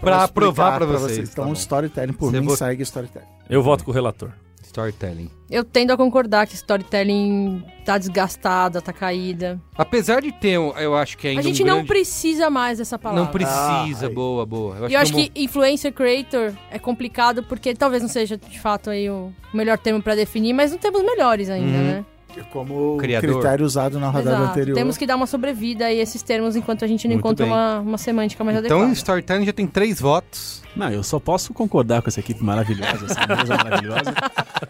[SPEAKER 1] pra aprovar
[SPEAKER 2] explicar
[SPEAKER 1] pra vocês.
[SPEAKER 2] Então,
[SPEAKER 1] Tá bom.
[SPEAKER 2] storytelling por
[SPEAKER 1] Você
[SPEAKER 2] mim
[SPEAKER 1] vota-
[SPEAKER 2] segue storytelling.
[SPEAKER 6] Eu voto com o relator.
[SPEAKER 1] Storytelling.
[SPEAKER 7] Eu tendo a concordar que storytelling tá desgastada, tá caída.
[SPEAKER 1] Apesar de ter, eu acho que ainda
[SPEAKER 7] a gente
[SPEAKER 1] um
[SPEAKER 7] não
[SPEAKER 1] grande-
[SPEAKER 7] precisa mais dessa palavra.
[SPEAKER 1] Não precisa,
[SPEAKER 2] Ah, aí.
[SPEAKER 1] boa, boa.
[SPEAKER 7] E eu acho
[SPEAKER 1] é um
[SPEAKER 7] que influencer creator é
[SPEAKER 1] Uhum.
[SPEAKER 7] complicado porque talvez não seja de fato aí o melhor termo pra definir, mas não temos melhores ainda, né?
[SPEAKER 2] Como
[SPEAKER 1] Criador.
[SPEAKER 2] critério usado na rodada
[SPEAKER 7] Exato.
[SPEAKER 2] anterior.
[SPEAKER 7] Temos que dar uma sobrevida a esses termos enquanto a gente não
[SPEAKER 1] Muito
[SPEAKER 7] encontra
[SPEAKER 1] bem.
[SPEAKER 7] uma, uma semântica mais
[SPEAKER 1] Então,
[SPEAKER 7] adequada.
[SPEAKER 1] Storytime já tem três votos.
[SPEAKER 3] Não, eu só posso concordar com essa equipe maravilhosa, essa mesa maravilhosa.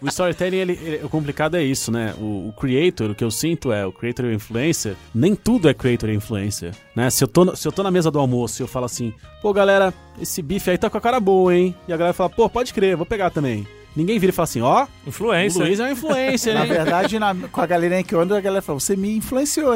[SPEAKER 3] O storytelling, ele, ele- o complicado é isso, né? O, o creator, o que eu sinto é o creator e o influencer, nem tudo é creator e influencer, né? Se eu, tô, no- se eu tô na mesa do almoço e eu falo assim, pô, galera, esse bife aí tá com a cara boa, hein? E a galera fala, pô, pode crer, vou pegar também. Ninguém vira e fala assim, ó, o
[SPEAKER 6] Influência.
[SPEAKER 3] Luiz é um influencer,
[SPEAKER 2] Na
[SPEAKER 3] hein?
[SPEAKER 2] verdade, na- com a galerinha que eu ando, a galera fala, você me influenciou,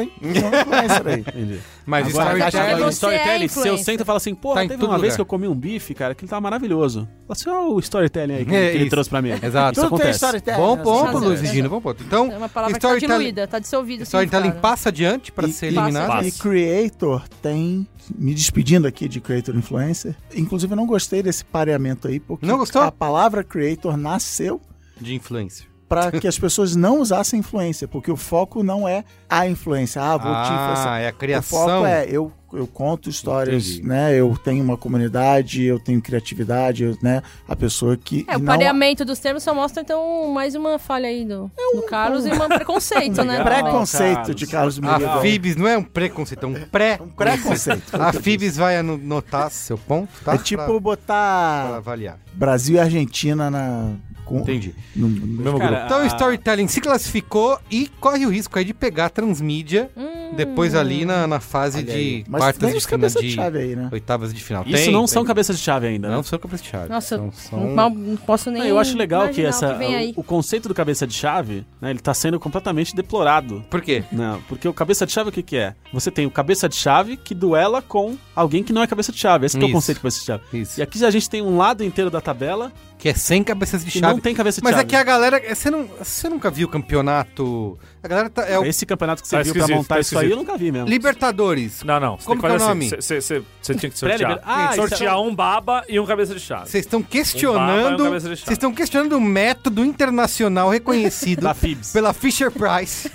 [SPEAKER 2] hein? Não influencer aí.
[SPEAKER 3] Entendi.
[SPEAKER 1] Mas
[SPEAKER 3] Agora, a
[SPEAKER 7] Storytelling-
[SPEAKER 3] caixa do
[SPEAKER 7] Você é
[SPEAKER 3] storytelling, se eu
[SPEAKER 7] influencer.
[SPEAKER 3] sento e falo assim, pô,
[SPEAKER 1] Tá em
[SPEAKER 3] teve
[SPEAKER 1] todo
[SPEAKER 3] uma vez
[SPEAKER 1] lugar.
[SPEAKER 3] que eu comi um bife, cara, que ele tava maravilhoso. Fala assim, ó, o storytelling aí que,
[SPEAKER 1] É,
[SPEAKER 3] que ele
[SPEAKER 1] isso.
[SPEAKER 3] trouxe pra mim. Então
[SPEAKER 1] Exato.
[SPEAKER 3] Isso
[SPEAKER 2] Tudo tem
[SPEAKER 3] acontece.
[SPEAKER 7] É,
[SPEAKER 2] storytelling.
[SPEAKER 1] Bom
[SPEAKER 2] né?
[SPEAKER 1] ponto,
[SPEAKER 7] razão.
[SPEAKER 1] Luiz Regina, bom ponto. Então,
[SPEAKER 7] É uma palavra que tá
[SPEAKER 1] Storytelling-
[SPEAKER 7] diluída, tá dissolvida.
[SPEAKER 1] Storytelling
[SPEAKER 7] significado.
[SPEAKER 1] passa adiante para
[SPEAKER 2] E-
[SPEAKER 1] ser
[SPEAKER 2] e-
[SPEAKER 1] eliminado.
[SPEAKER 6] passa.
[SPEAKER 2] E creator tem. Me despedindo aqui de creator influencer. Inclusive, eu não gostei desse pareamento aí, porque
[SPEAKER 1] Não gostou?
[SPEAKER 2] a palavra creator nasceu
[SPEAKER 1] De influencer.
[SPEAKER 2] para que as pessoas não usassem influência, porque o foco não é a influência. Ah, vou te influenciar.
[SPEAKER 1] Ah, é a
[SPEAKER 2] O foco
[SPEAKER 1] criação.
[SPEAKER 2] é eu, eu conto histórias,
[SPEAKER 1] Entendi.
[SPEAKER 2] né? Eu tenho uma comunidade, eu tenho criatividade, eu, né? A pessoa que
[SPEAKER 7] É, o
[SPEAKER 2] não
[SPEAKER 7] pareamento dos termos só mostra, então, mais uma falha aí do,
[SPEAKER 1] É
[SPEAKER 7] do Carlos e um preconceito, né?
[SPEAKER 3] Legal.
[SPEAKER 7] também.
[SPEAKER 2] é preconceito
[SPEAKER 3] Carlos.
[SPEAKER 2] de Carlos
[SPEAKER 1] A
[SPEAKER 2] Miguel.
[SPEAKER 1] Fibs não é um preconceito, é um pré.
[SPEAKER 2] Um preconceito.
[SPEAKER 1] A Fibs vai anotar seu ponto, tá?
[SPEAKER 2] é tipo
[SPEAKER 1] Pra-
[SPEAKER 2] botar
[SPEAKER 1] pra avaliar.
[SPEAKER 2] Brasil e Argentina na com,
[SPEAKER 1] Entendi.
[SPEAKER 2] no- no-
[SPEAKER 3] Cara,
[SPEAKER 1] Então o
[SPEAKER 3] a-
[SPEAKER 1] storytelling se classificou e corre o risco aí de pegar a transmídia
[SPEAKER 7] Hum.
[SPEAKER 1] depois ali na, na fase
[SPEAKER 2] Olha
[SPEAKER 1] de
[SPEAKER 2] aí. Mas
[SPEAKER 1] quartas
[SPEAKER 2] tem
[SPEAKER 1] de
[SPEAKER 2] os
[SPEAKER 1] final
[SPEAKER 2] cabeça
[SPEAKER 1] de
[SPEAKER 2] de chave aí, né?
[SPEAKER 1] oitavas de final.
[SPEAKER 3] Isso
[SPEAKER 1] Tem,
[SPEAKER 3] não
[SPEAKER 1] tem.
[SPEAKER 3] são cabeças de chave ainda, né?
[SPEAKER 1] Não são cabeça de chave.
[SPEAKER 7] Nossa,
[SPEAKER 1] são, são...
[SPEAKER 7] Mal- não posso nem.
[SPEAKER 3] Não, eu acho legal que
[SPEAKER 7] imaginar o
[SPEAKER 3] essa
[SPEAKER 7] vem aí.
[SPEAKER 3] o, o conceito do cabeça de chave, né, ele tá sendo completamente deplorado.
[SPEAKER 1] Por quê?
[SPEAKER 3] Não, porque o cabeça de chave o que que é? Você tem o cabeça de chave que duela com alguém que não é cabeça de chave. Esse que é o
[SPEAKER 1] Isso.
[SPEAKER 3] conceito de cabeça de chave.
[SPEAKER 1] Isso.
[SPEAKER 3] E aqui a gente tem um lado inteiro da tabela
[SPEAKER 1] Que é sem cabeças de
[SPEAKER 3] que
[SPEAKER 1] chave.
[SPEAKER 3] não tem cabeça de
[SPEAKER 1] Mas
[SPEAKER 3] chave.
[SPEAKER 1] é que a galera. Você, não, você nunca viu o campeonato. A galera tá. É o
[SPEAKER 3] Esse campeonato que você
[SPEAKER 6] Tá
[SPEAKER 3] viu pra
[SPEAKER 6] esquisito,
[SPEAKER 3] montar
[SPEAKER 6] tá
[SPEAKER 3] isso aí, eu
[SPEAKER 6] esquisito.
[SPEAKER 3] nunca vi mesmo.
[SPEAKER 1] Libertadores.
[SPEAKER 6] Não, não. Você
[SPEAKER 1] Como
[SPEAKER 6] tem que
[SPEAKER 1] que é o
[SPEAKER 6] fazer
[SPEAKER 1] nome?
[SPEAKER 6] assim, você- Você você tinha que
[SPEAKER 3] Pré-liber-
[SPEAKER 6] sortear.
[SPEAKER 3] Ah,
[SPEAKER 6] Tem que
[SPEAKER 3] isso é-
[SPEAKER 6] sortear um baba e um cabeça de chave.
[SPEAKER 1] Vocês estão
[SPEAKER 6] Um baba e
[SPEAKER 1] questionando.
[SPEAKER 6] um cabeça de chave.
[SPEAKER 1] Vocês estão questionando o método internacional reconhecido
[SPEAKER 3] Da Tá Fibs.
[SPEAKER 1] pela Fisher Price.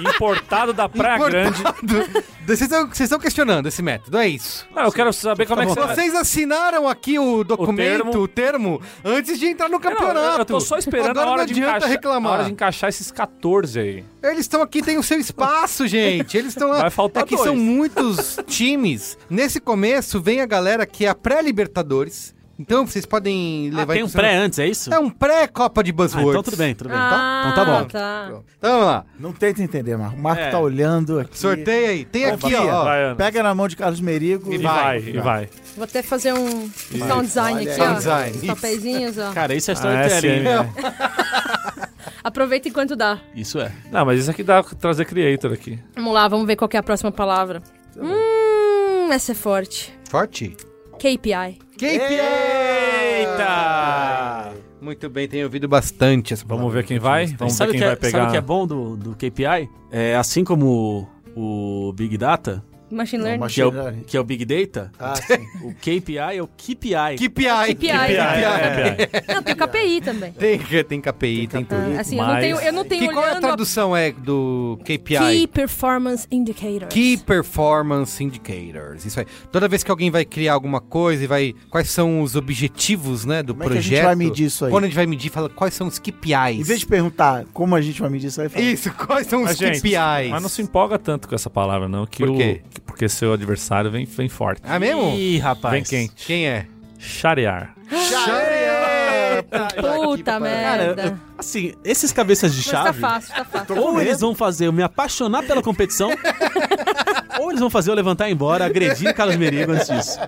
[SPEAKER 6] Importado da Praia Grande.
[SPEAKER 1] Importado. Vocês estão- vocês estão questionando esse método, é isso. Tá
[SPEAKER 6] Não, eu quero saber como é que você...
[SPEAKER 1] Vocês assinaram aqui o documento, o termo, antes de entrar no
[SPEAKER 6] Não, eu-
[SPEAKER 1] campeonato.
[SPEAKER 6] eu tô só esperando
[SPEAKER 1] Agora
[SPEAKER 6] a hora,
[SPEAKER 1] não
[SPEAKER 6] de
[SPEAKER 1] adianta
[SPEAKER 6] encaixar,
[SPEAKER 1] reclamar.
[SPEAKER 6] a hora de encaixar esses 14 aí.
[SPEAKER 1] Eles estão aqui, tem o seu espaço, gente. Eles estão lá.
[SPEAKER 6] Vai faltar
[SPEAKER 1] é que
[SPEAKER 6] dois.
[SPEAKER 1] são muitos times. Nesse começo vem a galera que é a pré-Libertadores. Então vocês podem
[SPEAKER 3] Ah,
[SPEAKER 1] levar em
[SPEAKER 3] tem um
[SPEAKER 1] considera-
[SPEAKER 3] pré antes, é isso?
[SPEAKER 1] É um pré-Copa de
[SPEAKER 3] ah,
[SPEAKER 1] Buzzwords.
[SPEAKER 3] então tudo bem, tudo bem.
[SPEAKER 7] Ah,
[SPEAKER 3] Então tá bom.
[SPEAKER 7] Tá.
[SPEAKER 1] Então vamos lá.
[SPEAKER 2] Não tenta entender, Marco. O Marco
[SPEAKER 3] É.
[SPEAKER 2] tá olhando aqui.
[SPEAKER 1] Sorteio aí. Tem aqui,
[SPEAKER 2] Confia.
[SPEAKER 1] ó.
[SPEAKER 6] Vai, Ana.
[SPEAKER 2] Pega na mão de Carlos Merigo
[SPEAKER 6] E vai, e vai.
[SPEAKER 7] Vou até fazer um sound design
[SPEAKER 2] Olha
[SPEAKER 1] aí.
[SPEAKER 7] aqui, ó.
[SPEAKER 1] Sound
[SPEAKER 7] Os
[SPEAKER 1] design.
[SPEAKER 7] papeizinhos, ó.
[SPEAKER 3] Cara, isso é storytelling.
[SPEAKER 6] Ah,
[SPEAKER 3] hein?
[SPEAKER 7] Aproveita enquanto dá.
[SPEAKER 3] Isso é.
[SPEAKER 6] Não, mas isso aqui dá pra trazer creator aqui.
[SPEAKER 7] Vamos lá, vamos ver qual que é a próxima palavra.
[SPEAKER 1] Tá
[SPEAKER 7] Hum, essa é forte.
[SPEAKER 1] Forte.
[SPEAKER 7] KPI.
[SPEAKER 3] Eita!
[SPEAKER 1] Muito bem, tenho ouvido bastante essa
[SPEAKER 6] Vamos ver quem vai? Vamos Então, ver
[SPEAKER 3] sabe o
[SPEAKER 6] quem
[SPEAKER 3] que é,
[SPEAKER 6] vai pegar.
[SPEAKER 3] sabe o que é bom do, do KPI? É assim como o, o Big Data,
[SPEAKER 7] Machine Learning.
[SPEAKER 2] machine-
[SPEAKER 3] que é, o,
[SPEAKER 2] Learning.
[SPEAKER 3] que é o Big Data,
[SPEAKER 2] Ah, sim.
[SPEAKER 3] o KPI é o KPI.
[SPEAKER 1] Que piai.
[SPEAKER 7] KPI.
[SPEAKER 1] É.
[SPEAKER 6] É.
[SPEAKER 7] Não, tem o KPI também.
[SPEAKER 1] Tem, tem KPI, tem, tudo.
[SPEAKER 7] Ah, assim, eu não
[SPEAKER 6] Mas-
[SPEAKER 7] tenho, eu não tenho
[SPEAKER 1] Que, qual é a
[SPEAKER 7] olhando a
[SPEAKER 1] tradução é do KPI?
[SPEAKER 7] Key Performance Indicators.
[SPEAKER 1] Key Performance Indicators. Isso aí. Toda vez que alguém vai criar alguma coisa e vai. Quais são os objetivos, né, do
[SPEAKER 2] Como é que a
[SPEAKER 1] projeto?
[SPEAKER 2] gente vai medir isso aí?
[SPEAKER 1] Quando a gente vai medir, fala quais são os KPIs.
[SPEAKER 2] Em vez de perguntar como a gente vai medir isso, aí fala,
[SPEAKER 1] Isso, quais são os
[SPEAKER 6] Mas, gente,
[SPEAKER 1] KPIs?
[SPEAKER 6] mas não se empolga tanto com essa palavra, não. Que
[SPEAKER 1] Por
[SPEAKER 6] o-
[SPEAKER 1] quê?
[SPEAKER 6] que- porque seu adversário vem, vem forte.
[SPEAKER 1] Ah, mesmo?
[SPEAKER 3] Ih, rapaz.
[SPEAKER 6] é Vem quem?
[SPEAKER 1] Quem é?
[SPEAKER 6] Charear.
[SPEAKER 3] Cara, eu-
[SPEAKER 7] Puta merda.
[SPEAKER 3] eu- assim, esses cabeças de
[SPEAKER 7] Mas tá
[SPEAKER 3] chave,
[SPEAKER 7] fácil, tá fácil.
[SPEAKER 3] ou eles vão fazer eu me apaixonar pela competição, ou eles vão fazer eu levantar e ir embora, agredir Carlos Merigo antes disso.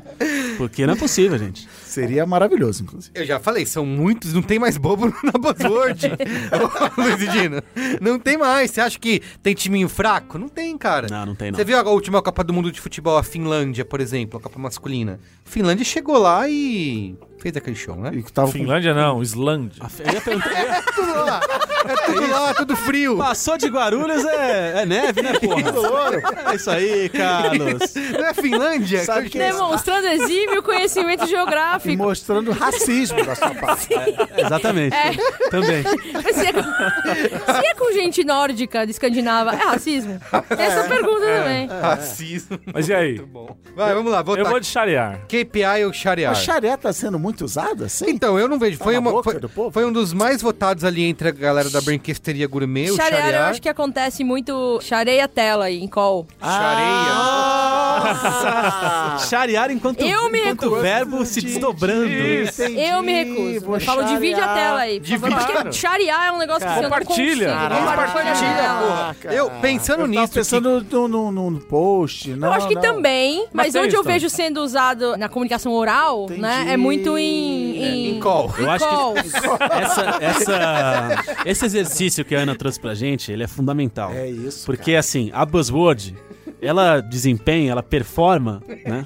[SPEAKER 3] Porque não é possível, gente.
[SPEAKER 2] Seria maravilhoso, inclusive.
[SPEAKER 1] Eu já falei, são muitos, não tem mais bobo na Buzzword. Ô, Luiz e Dino, não tem mais. Você acha que tem timinho fraco? Não tem, cara.
[SPEAKER 3] Não, não tem não.
[SPEAKER 1] Você viu a última Copa do Mundo de Futebol, a Finlândia, por exemplo, a Copa masculina? A Finlândia chegou lá e fez aquele show, né?
[SPEAKER 2] E que tava com-
[SPEAKER 6] Finlândia não, Islândia.
[SPEAKER 3] A fe- Eu ia perguntar, eu ia-
[SPEAKER 1] tudo lá. É tudo lá, tudo frio.
[SPEAKER 3] passou de Guarulhos é, é neve, né, porra? É isso aí, Carlos.
[SPEAKER 1] Não é Finlândia?
[SPEAKER 2] Sabe
[SPEAKER 1] Que
[SPEAKER 2] quem-
[SPEAKER 1] eu-
[SPEAKER 7] Demonstrando exímio conhecimento geográfico.
[SPEAKER 2] E
[SPEAKER 7] fico.
[SPEAKER 2] mostrando racismo da sua parte.
[SPEAKER 3] Exatamente.
[SPEAKER 7] É.
[SPEAKER 3] Também.
[SPEAKER 7] Se é, com, se é com gente nórdica, de escandinava, é racismo? Tem essa é pergunta
[SPEAKER 1] É.
[SPEAKER 7] também.
[SPEAKER 1] Racismo.
[SPEAKER 6] Mas e aí?
[SPEAKER 1] Muito bom. Vai, vamos lá,
[SPEAKER 6] Eu
[SPEAKER 1] voltar.
[SPEAKER 6] vou de Shariar.
[SPEAKER 1] KPI ou
[SPEAKER 2] A
[SPEAKER 1] Shariar?
[SPEAKER 2] xaré tá sendo muito usada, assim?
[SPEAKER 1] Então, eu não vejo. Foi,
[SPEAKER 2] na
[SPEAKER 1] uma-
[SPEAKER 2] boca
[SPEAKER 1] foi-
[SPEAKER 2] do povo?
[SPEAKER 1] foi um dos mais votados ali entre a galera da Branquesteria Gourmet, o
[SPEAKER 7] Xarear, eu
[SPEAKER 1] Shariar.
[SPEAKER 7] acho que acontece muito. Xareia a tela aí, em call.
[SPEAKER 1] Sharia.
[SPEAKER 3] Charear enquanto,
[SPEAKER 7] Ah. Eu me
[SPEAKER 3] enquanto o
[SPEAKER 7] recuso.
[SPEAKER 3] verbo se desdobrando.
[SPEAKER 2] Entendi,
[SPEAKER 7] Eu me recuso.
[SPEAKER 2] vou
[SPEAKER 7] Eu falo,
[SPEAKER 2] xarear.
[SPEAKER 7] divide a tela aí. por favor,
[SPEAKER 6] Divide.
[SPEAKER 7] Porque xarear é um negócio que você não
[SPEAKER 6] Compartilha.
[SPEAKER 7] consigo.
[SPEAKER 6] Caraca.
[SPEAKER 7] a tela.
[SPEAKER 2] Caraca.
[SPEAKER 1] Eu, pensando
[SPEAKER 2] Eu
[SPEAKER 1] nisso,
[SPEAKER 2] tava
[SPEAKER 1] que-
[SPEAKER 2] pensando num no, no, no post. Não,
[SPEAKER 7] eu acho que
[SPEAKER 2] não.
[SPEAKER 7] também, mas,
[SPEAKER 6] Mas tem
[SPEAKER 7] onde
[SPEAKER 6] isso
[SPEAKER 7] eu vejo sendo usado na comunicação oral,
[SPEAKER 2] Entendi.
[SPEAKER 7] né? É muito em. em,
[SPEAKER 1] Em call.
[SPEAKER 3] Eu acho que
[SPEAKER 7] calls.
[SPEAKER 3] essa, essa- esse exercício que a Ana trouxe pra gente, ele é fundamental.
[SPEAKER 2] É isso.
[SPEAKER 3] Porque, assim, a buzzword, ela desempenha, ela performa, né?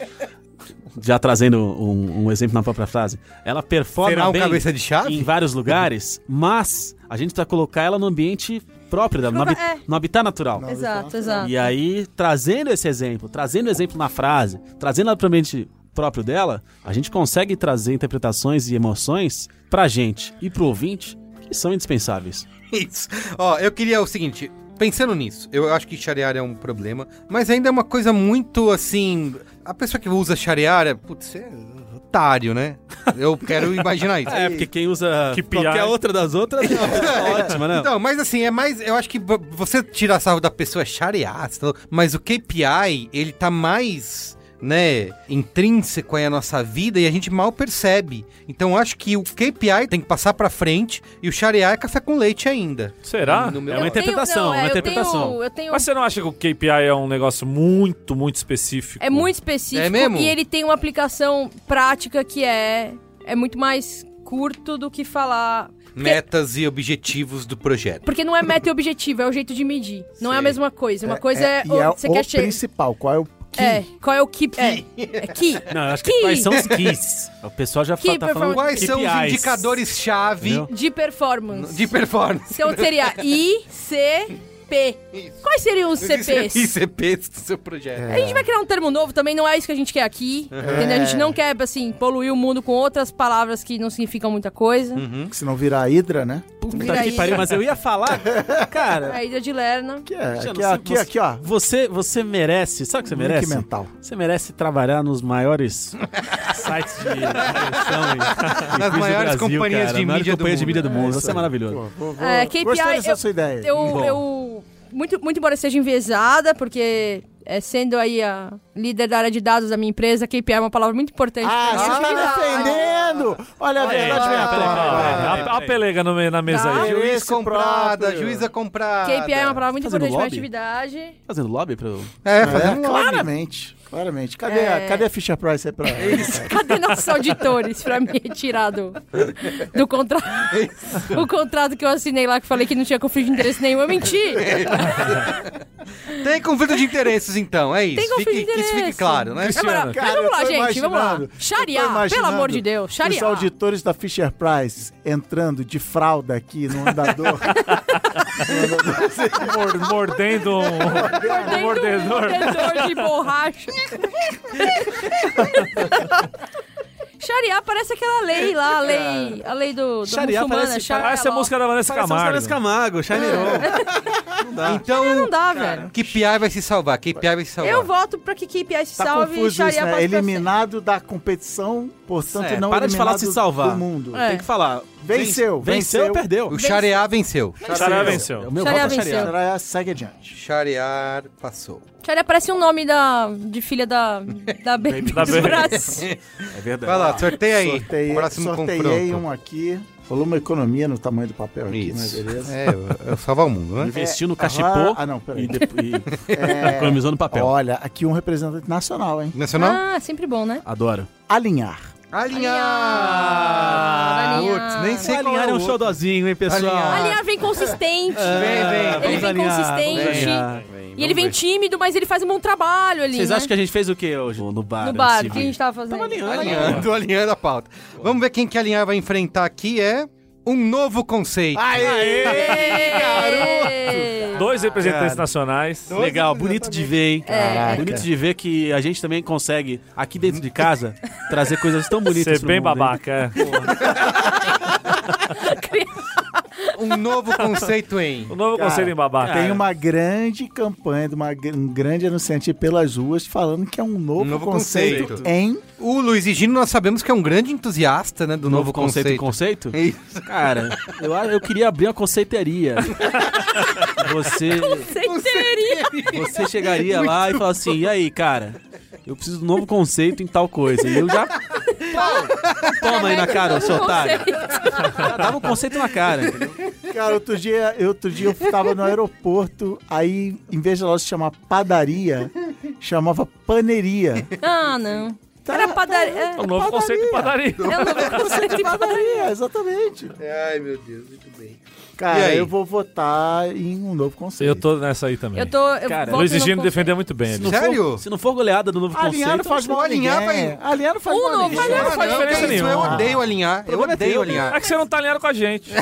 [SPEAKER 3] Já trazendo um, um exemplo na própria frase. Ela performa
[SPEAKER 1] Será um
[SPEAKER 3] bem
[SPEAKER 1] cabeça de chave?
[SPEAKER 3] em vários lugares, mas a gente precisa colocar ela no ambiente próprio, dela, no, habi-
[SPEAKER 7] É.
[SPEAKER 3] no habitat natural.
[SPEAKER 7] Exato, exato.
[SPEAKER 3] E é aí, trazendo esse exemplo, trazendo o exemplo na frase, trazendo ela para o ambiente próprio dela, a gente consegue trazer interpretações e emoções pra gente e pro ouvinte que são indispensáveis.
[SPEAKER 1] Isso. Ó, eu queria o seguinte. Pensando nisso, eu acho que Shariar é um problema, mas ainda é uma coisa muito assim. A pessoa que usa Shariar é. Putz, você é otário, né? Eu quero imaginar isso.
[SPEAKER 3] É, porque quem usa
[SPEAKER 6] Que piar.
[SPEAKER 3] qualquer outra das outras é uma pessoa ótima, né?
[SPEAKER 1] Então, mas assim, é mais. Eu acho que vo- você tirar sarro da pessoa é charear, você tá louco? mas o KPI, ele tá mais. Né, intrínseco aí a nossa vida e a gente mal percebe. Então eu acho que o KPI tem que passar pra frente e o charear é café com leite ainda.
[SPEAKER 6] Será?
[SPEAKER 1] No meu-
[SPEAKER 6] É
[SPEAKER 7] Eu
[SPEAKER 6] uma
[SPEAKER 7] tenho-
[SPEAKER 3] interpretação,
[SPEAKER 7] não,
[SPEAKER 3] é uma
[SPEAKER 7] eu tenho-
[SPEAKER 3] interpretação.
[SPEAKER 7] Eu tenho.
[SPEAKER 6] Mas você não acha que o KPI é um negócio muito, muito específico?
[SPEAKER 7] É muito específico
[SPEAKER 1] É mesmo?
[SPEAKER 7] e ele tem uma aplicação prática que é é muito mais curto do que falar.
[SPEAKER 1] Metas e objetivos do projeto.
[SPEAKER 7] Porque não é meta e objetivo, é o jeito de medir. Não é a
[SPEAKER 1] Sei.
[SPEAKER 7] mesma coisa. Uma coisa é,
[SPEAKER 2] e
[SPEAKER 7] o-
[SPEAKER 2] é
[SPEAKER 7] você
[SPEAKER 2] o
[SPEAKER 7] quer che-
[SPEAKER 2] principal. Qual é o que?
[SPEAKER 7] É, qual é o que é, é que
[SPEAKER 3] Não, eu acho
[SPEAKER 7] Que-
[SPEAKER 3] que quais são os keys. O pessoal já
[SPEAKER 7] Que
[SPEAKER 3] fa- tá falando
[SPEAKER 1] Quais são os
[SPEAKER 3] KPIs,
[SPEAKER 1] indicadores-chave
[SPEAKER 3] entendeu?
[SPEAKER 7] de performance.
[SPEAKER 1] de performance?
[SPEAKER 7] Então seria I C P.
[SPEAKER 1] Isso.
[SPEAKER 7] Quais seriam os CPs?
[SPEAKER 1] ICPs do seu projeto.
[SPEAKER 2] É.
[SPEAKER 7] A gente vai criar um termo novo também, não é isso que a gente quer aqui. Entendeu? A gente não quer, assim, poluir o mundo com outras palavras que não significam muita coisa.
[SPEAKER 3] Hum?
[SPEAKER 2] Que se não virar hidra, né?
[SPEAKER 7] Vira
[SPEAKER 3] Puta que
[SPEAKER 7] aí.
[SPEAKER 3] pariu, mas eu ia falar, cara.
[SPEAKER 7] A ilha de Lerna.
[SPEAKER 2] Que é,
[SPEAKER 3] Já não
[SPEAKER 2] que é
[SPEAKER 3] sei,
[SPEAKER 2] aqui,
[SPEAKER 3] você-
[SPEAKER 2] aqui, ó.
[SPEAKER 3] Você, você merece, sabe o que você
[SPEAKER 2] Link
[SPEAKER 3] merece?
[SPEAKER 2] mental.
[SPEAKER 3] Você merece trabalhar nos maiores sites de diversão e,
[SPEAKER 1] Nas
[SPEAKER 3] e quiz do
[SPEAKER 1] maiores
[SPEAKER 3] Brasil,
[SPEAKER 1] companhias
[SPEAKER 3] cara,
[SPEAKER 1] de
[SPEAKER 3] maiores
[SPEAKER 1] mídia do
[SPEAKER 3] companhias de
[SPEAKER 1] mundo.
[SPEAKER 3] mídia do mundo. Você é
[SPEAKER 2] Pô,
[SPEAKER 3] maravilhoso.
[SPEAKER 2] vou- vou-
[SPEAKER 7] É, KPI,
[SPEAKER 2] Gostei dessa
[SPEAKER 7] eu-
[SPEAKER 2] sua ideia.
[SPEAKER 7] Eu,
[SPEAKER 3] Bom.
[SPEAKER 7] eu muito, muito embora seja enviesada, porque é, sendo aí a líder da área de dados da minha empresa, KPI é uma palavra muito importante.
[SPEAKER 2] Ah,
[SPEAKER 7] pra mim.
[SPEAKER 2] você tá defendendo! Olha a
[SPEAKER 3] Olha aí,
[SPEAKER 2] verdade
[SPEAKER 3] peraí, peraí, peraí,
[SPEAKER 2] mental.
[SPEAKER 3] peraí.
[SPEAKER 6] a, a pelega no me- na mesa
[SPEAKER 7] Tá.
[SPEAKER 6] aí.
[SPEAKER 1] Juiz
[SPEAKER 2] Esse
[SPEAKER 1] comprada,
[SPEAKER 2] próprio.
[SPEAKER 1] juíza comprada.
[SPEAKER 7] KPI é uma palavra muito
[SPEAKER 3] Fazendo
[SPEAKER 7] importante pra
[SPEAKER 3] lobby?
[SPEAKER 7] atividade.
[SPEAKER 3] Fazendo lobby pro.
[SPEAKER 1] É,
[SPEAKER 2] É,
[SPEAKER 1] fazendo um lobby.
[SPEAKER 2] claramente, claramente. Cadê,
[SPEAKER 7] É.
[SPEAKER 2] a, cadê a Fisher Price aí pra
[SPEAKER 1] É
[SPEAKER 7] Cadê nossos auditores pra me retirar do, do contrato?
[SPEAKER 1] É
[SPEAKER 7] o contrato que eu assinei lá, que eu falei que não tinha conflito de interesse nenhum, eu menti.
[SPEAKER 1] É, Tem conflito de interesses, então, é isso.
[SPEAKER 7] Tem conflito
[SPEAKER 1] fique,
[SPEAKER 7] de
[SPEAKER 1] que isso fique
[SPEAKER 7] interesse.
[SPEAKER 1] claro, né?
[SPEAKER 6] Cristiano,
[SPEAKER 7] Mas vamos
[SPEAKER 2] eu
[SPEAKER 7] lá,
[SPEAKER 2] tô
[SPEAKER 7] gente, vamos
[SPEAKER 2] imaginando,
[SPEAKER 7] lá.
[SPEAKER 2] eu tô
[SPEAKER 7] Xarear, pelo
[SPEAKER 2] imaginando
[SPEAKER 7] amor de Deus,
[SPEAKER 2] Os
[SPEAKER 7] xarear.
[SPEAKER 2] auditores da Fisher Price entrando de fralda aqui no andador.
[SPEAKER 6] mor- mordendo um, um
[SPEAKER 7] Mordendo um
[SPEAKER 6] mordedor.
[SPEAKER 7] mordedor de borracha. Xariá parece aquela lei lá, a lei, a lei do, do
[SPEAKER 3] Xariá
[SPEAKER 7] muçulmana.
[SPEAKER 3] parece-
[SPEAKER 7] Xariá
[SPEAKER 6] Ah, essa é a
[SPEAKER 7] lá.
[SPEAKER 6] música da Vanessa Camargo.
[SPEAKER 3] Camargo, Shiny
[SPEAKER 7] Não
[SPEAKER 1] É. Então,
[SPEAKER 7] É, dá, velho.
[SPEAKER 1] KPI vai se salvar, KPI vai se salvar.
[SPEAKER 7] Eu voto pra que KPI se
[SPEAKER 2] tá
[SPEAKER 7] salve e
[SPEAKER 2] confuso isso,
[SPEAKER 7] Xariá
[SPEAKER 2] né?
[SPEAKER 7] passe pra
[SPEAKER 2] Eliminado da competição, portanto
[SPEAKER 3] É,
[SPEAKER 2] não
[SPEAKER 3] para de falar
[SPEAKER 2] eliminado
[SPEAKER 3] se salvar.
[SPEAKER 2] do mundo.
[SPEAKER 7] É.
[SPEAKER 3] Tem que falar.
[SPEAKER 2] Venceu,
[SPEAKER 3] Venceu ou
[SPEAKER 2] venceu.
[SPEAKER 3] perdeu?
[SPEAKER 1] O Xareá venceu.
[SPEAKER 6] Xará
[SPEAKER 3] É
[SPEAKER 6] venceu.
[SPEAKER 3] o meu
[SPEAKER 7] Xareá
[SPEAKER 3] voto é Xareá.
[SPEAKER 7] venceu.
[SPEAKER 2] Xareia segue adiante.
[SPEAKER 1] Xarear passou.
[SPEAKER 7] sempre. Xariá parece um nome da, de filha da, da Baby
[SPEAKER 6] Da
[SPEAKER 7] do
[SPEAKER 6] Baby.
[SPEAKER 7] Brasil.
[SPEAKER 3] É verdade.
[SPEAKER 1] Vai lá, sorteia aí.
[SPEAKER 2] Sorteei,
[SPEAKER 1] Próximo
[SPEAKER 2] sorteei
[SPEAKER 1] confronto.
[SPEAKER 2] um aqui. Rolou uma economia no tamanho do papel aqui, mas
[SPEAKER 1] Isso.
[SPEAKER 2] beleza.
[SPEAKER 1] É, eu- eu salvar o mundo, né?
[SPEAKER 3] tá Investiu no
[SPEAKER 2] É,
[SPEAKER 3] cachepô
[SPEAKER 2] Ah, não, peraí.
[SPEAKER 3] e, depois, e
[SPEAKER 2] É,
[SPEAKER 3] economizou no papel.
[SPEAKER 2] Olha, aqui um representante nacional, hein?
[SPEAKER 1] Nacional?
[SPEAKER 7] Ah, sempre bom, né?
[SPEAKER 3] Adoro.
[SPEAKER 2] Alinhar.
[SPEAKER 1] Alinhar!
[SPEAKER 7] Alinhar.
[SPEAKER 1] Putz, nem sei qual
[SPEAKER 3] Alinhar é um
[SPEAKER 1] o outro.
[SPEAKER 3] xodozinho, hein, pessoal?
[SPEAKER 1] Alinhar.
[SPEAKER 7] Aliás, vem consistente.
[SPEAKER 1] Vem, vem,
[SPEAKER 7] Ele
[SPEAKER 1] vem.
[SPEAKER 7] vem
[SPEAKER 3] Vamos alinhar, vamos
[SPEAKER 7] consistente.
[SPEAKER 3] alinhar.
[SPEAKER 7] E ele vem tímido, mas ele faz um bom trabalho ali,
[SPEAKER 3] Vocês
[SPEAKER 7] né?
[SPEAKER 3] acham que é a gente fez o que hoje? No bar.
[SPEAKER 7] No bar, assim, o
[SPEAKER 3] antes
[SPEAKER 7] que
[SPEAKER 3] de
[SPEAKER 7] a
[SPEAKER 3] vir?
[SPEAKER 7] gente tava fazendo?
[SPEAKER 3] Tava alinhando.
[SPEAKER 1] Alinhando, alinhando a pauta. Vamos ver quem que a Alinhar vai enfrentar aqui é... um novo conceito.
[SPEAKER 6] Dois representantes nacionais.
[SPEAKER 3] Legal, bonito de ver, hein?
[SPEAKER 7] É.
[SPEAKER 2] Caraca.
[SPEAKER 3] Bonito de ver que a gente também consegue, aqui dentro de casa, trazer coisas tão bonitas
[SPEAKER 6] Ser
[SPEAKER 3] pro
[SPEAKER 6] bem
[SPEAKER 3] mundo, hein?
[SPEAKER 6] babaca. é.
[SPEAKER 1] Um novo conceito em.
[SPEAKER 6] O novo
[SPEAKER 2] Cara,
[SPEAKER 6] conselho em
[SPEAKER 3] Ah,
[SPEAKER 6] É. babaca.
[SPEAKER 3] é.
[SPEAKER 2] Tem uma grande campanha de uma gr- um grande anunciante pelas ruas falando que é um novo,
[SPEAKER 1] Um novo
[SPEAKER 2] conceito,
[SPEAKER 1] conceito.
[SPEAKER 2] em
[SPEAKER 1] O Luiz e Gino, nós sabemos que é um grande entusiasta, né? Do
[SPEAKER 3] Novo,
[SPEAKER 1] novo,
[SPEAKER 3] conceito, em
[SPEAKER 1] conceito. É
[SPEAKER 3] conceito?
[SPEAKER 1] Isso.
[SPEAKER 3] Cara, eu, eu queria abrir uma conceiteria. Você,
[SPEAKER 7] Conceiteria.
[SPEAKER 3] você chegaria lá e falaria assim, e aí, cara, eu preciso de um novo conceito em tal coisa. E eu já... Toma aí na cara, seu otário. Já dava um conceito na cara. entendeu?
[SPEAKER 2] Cara, outro dia, outro dia eu tava no aeroporto, aí em vez de ela se chamar padaria, chamava paneria.
[SPEAKER 7] Ah, não. Era padaria. É,
[SPEAKER 6] Um novo conceito em padaria.
[SPEAKER 7] é um
[SPEAKER 2] Tá,
[SPEAKER 7] novo conceito em padaria.
[SPEAKER 2] Padaria, exatamente.
[SPEAKER 1] Ai, meu Deus, muito bem. E
[SPEAKER 2] Cara,
[SPEAKER 1] aí?
[SPEAKER 2] eu vou votar em um novo conceito.
[SPEAKER 6] Eu tô nessa aí também.
[SPEAKER 7] Eu tô. Eu
[SPEAKER 3] Cara,
[SPEAKER 7] voto
[SPEAKER 6] Luiz
[SPEAKER 7] no
[SPEAKER 6] e Gino
[SPEAKER 7] conceito.
[SPEAKER 6] defendeu muito
[SPEAKER 3] Se
[SPEAKER 6] bem. ali.
[SPEAKER 3] não for-
[SPEAKER 1] Sério?
[SPEAKER 3] se não for goleada do novo
[SPEAKER 2] Alinhar não
[SPEAKER 3] conceito...
[SPEAKER 2] faz mal a
[SPEAKER 1] alinhar
[SPEAKER 2] ninguém. Alinhar Ah, não faz
[SPEAKER 7] Um
[SPEAKER 2] mal a
[SPEAKER 7] novo,
[SPEAKER 2] ninguém.
[SPEAKER 7] alinhar não faz
[SPEAKER 1] Ah, não,
[SPEAKER 6] diferença
[SPEAKER 1] que isso, Eu
[SPEAKER 6] nenhuma.
[SPEAKER 1] odeio alinhar. Eu
[SPEAKER 3] problema é
[SPEAKER 1] odeio
[SPEAKER 3] teu.
[SPEAKER 1] alinhar.
[SPEAKER 6] É que você não tá alinhado com a gente.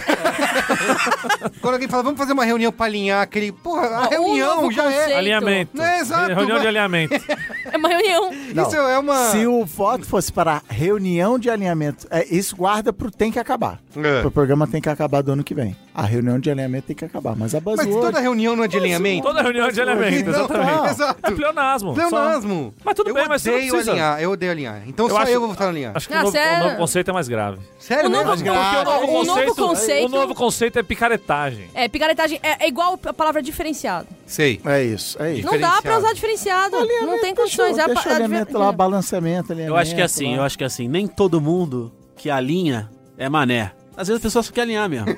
[SPEAKER 1] Quando alguém fala, vamos fazer uma reunião pra alinhar aquele. Porra, a
[SPEAKER 7] Ó, um
[SPEAKER 1] reunião
[SPEAKER 7] novo
[SPEAKER 1] já é.
[SPEAKER 7] conceito.
[SPEAKER 6] Alinhamento.
[SPEAKER 1] Não, é exato,
[SPEAKER 6] Reunião
[SPEAKER 1] mas-
[SPEAKER 6] de alinhamento.
[SPEAKER 7] É uma reunião.
[SPEAKER 2] Não.
[SPEAKER 1] Isso é uma.
[SPEAKER 2] Se o voto fosse para reunião de alinhamento, é, isso guarda pro tem que acabar.
[SPEAKER 1] É.
[SPEAKER 2] O programa tem que acabar do ano que vem. A reunião de alinhamento tem que acabar, mas a
[SPEAKER 1] Mas
[SPEAKER 2] buzzword...
[SPEAKER 1] toda reunião não é de alinhamento?
[SPEAKER 6] Toda reunião é de alinhamento,
[SPEAKER 1] Então,
[SPEAKER 6] exatamente.
[SPEAKER 1] exato.
[SPEAKER 6] É pleonasmo.
[SPEAKER 1] Pleonasmo.
[SPEAKER 6] Mas tudo
[SPEAKER 1] eu
[SPEAKER 6] bem, mas você não
[SPEAKER 1] odeio
[SPEAKER 6] precisa.
[SPEAKER 1] alinhar, eu odeio alinhar. Então só
[SPEAKER 6] acho-
[SPEAKER 1] eu vou votar no alinhar.
[SPEAKER 6] Só- Acho que
[SPEAKER 7] Ah,
[SPEAKER 6] o, novo,
[SPEAKER 7] sério?
[SPEAKER 6] o novo conceito é mais grave.
[SPEAKER 1] Sério
[SPEAKER 7] O
[SPEAKER 1] mesmo?
[SPEAKER 7] novo-
[SPEAKER 6] Porque
[SPEAKER 7] Tá o novo
[SPEAKER 6] É
[SPEAKER 7] conceito-
[SPEAKER 6] o novo conceito é picaretagem.
[SPEAKER 7] É, picaretagem é, é igual a palavra diferenciado.
[SPEAKER 1] Sei.
[SPEAKER 2] É isso, é isso.
[SPEAKER 7] Não dá pra
[SPEAKER 1] Diferenciado.
[SPEAKER 7] usar diferenciado. não tem
[SPEAKER 2] né? Deixa eu-
[SPEAKER 7] condições. é a
[SPEAKER 2] Deixa
[SPEAKER 7] pa-
[SPEAKER 2] o
[SPEAKER 7] a
[SPEAKER 2] alinhamento
[SPEAKER 7] difer-
[SPEAKER 2] lá, balanceamento,
[SPEAKER 3] Eu acho que é assim, eu acho que é assim, nem todo mundo que alinha é mané. Às vezes a pessoa só quer alinhar mesmo.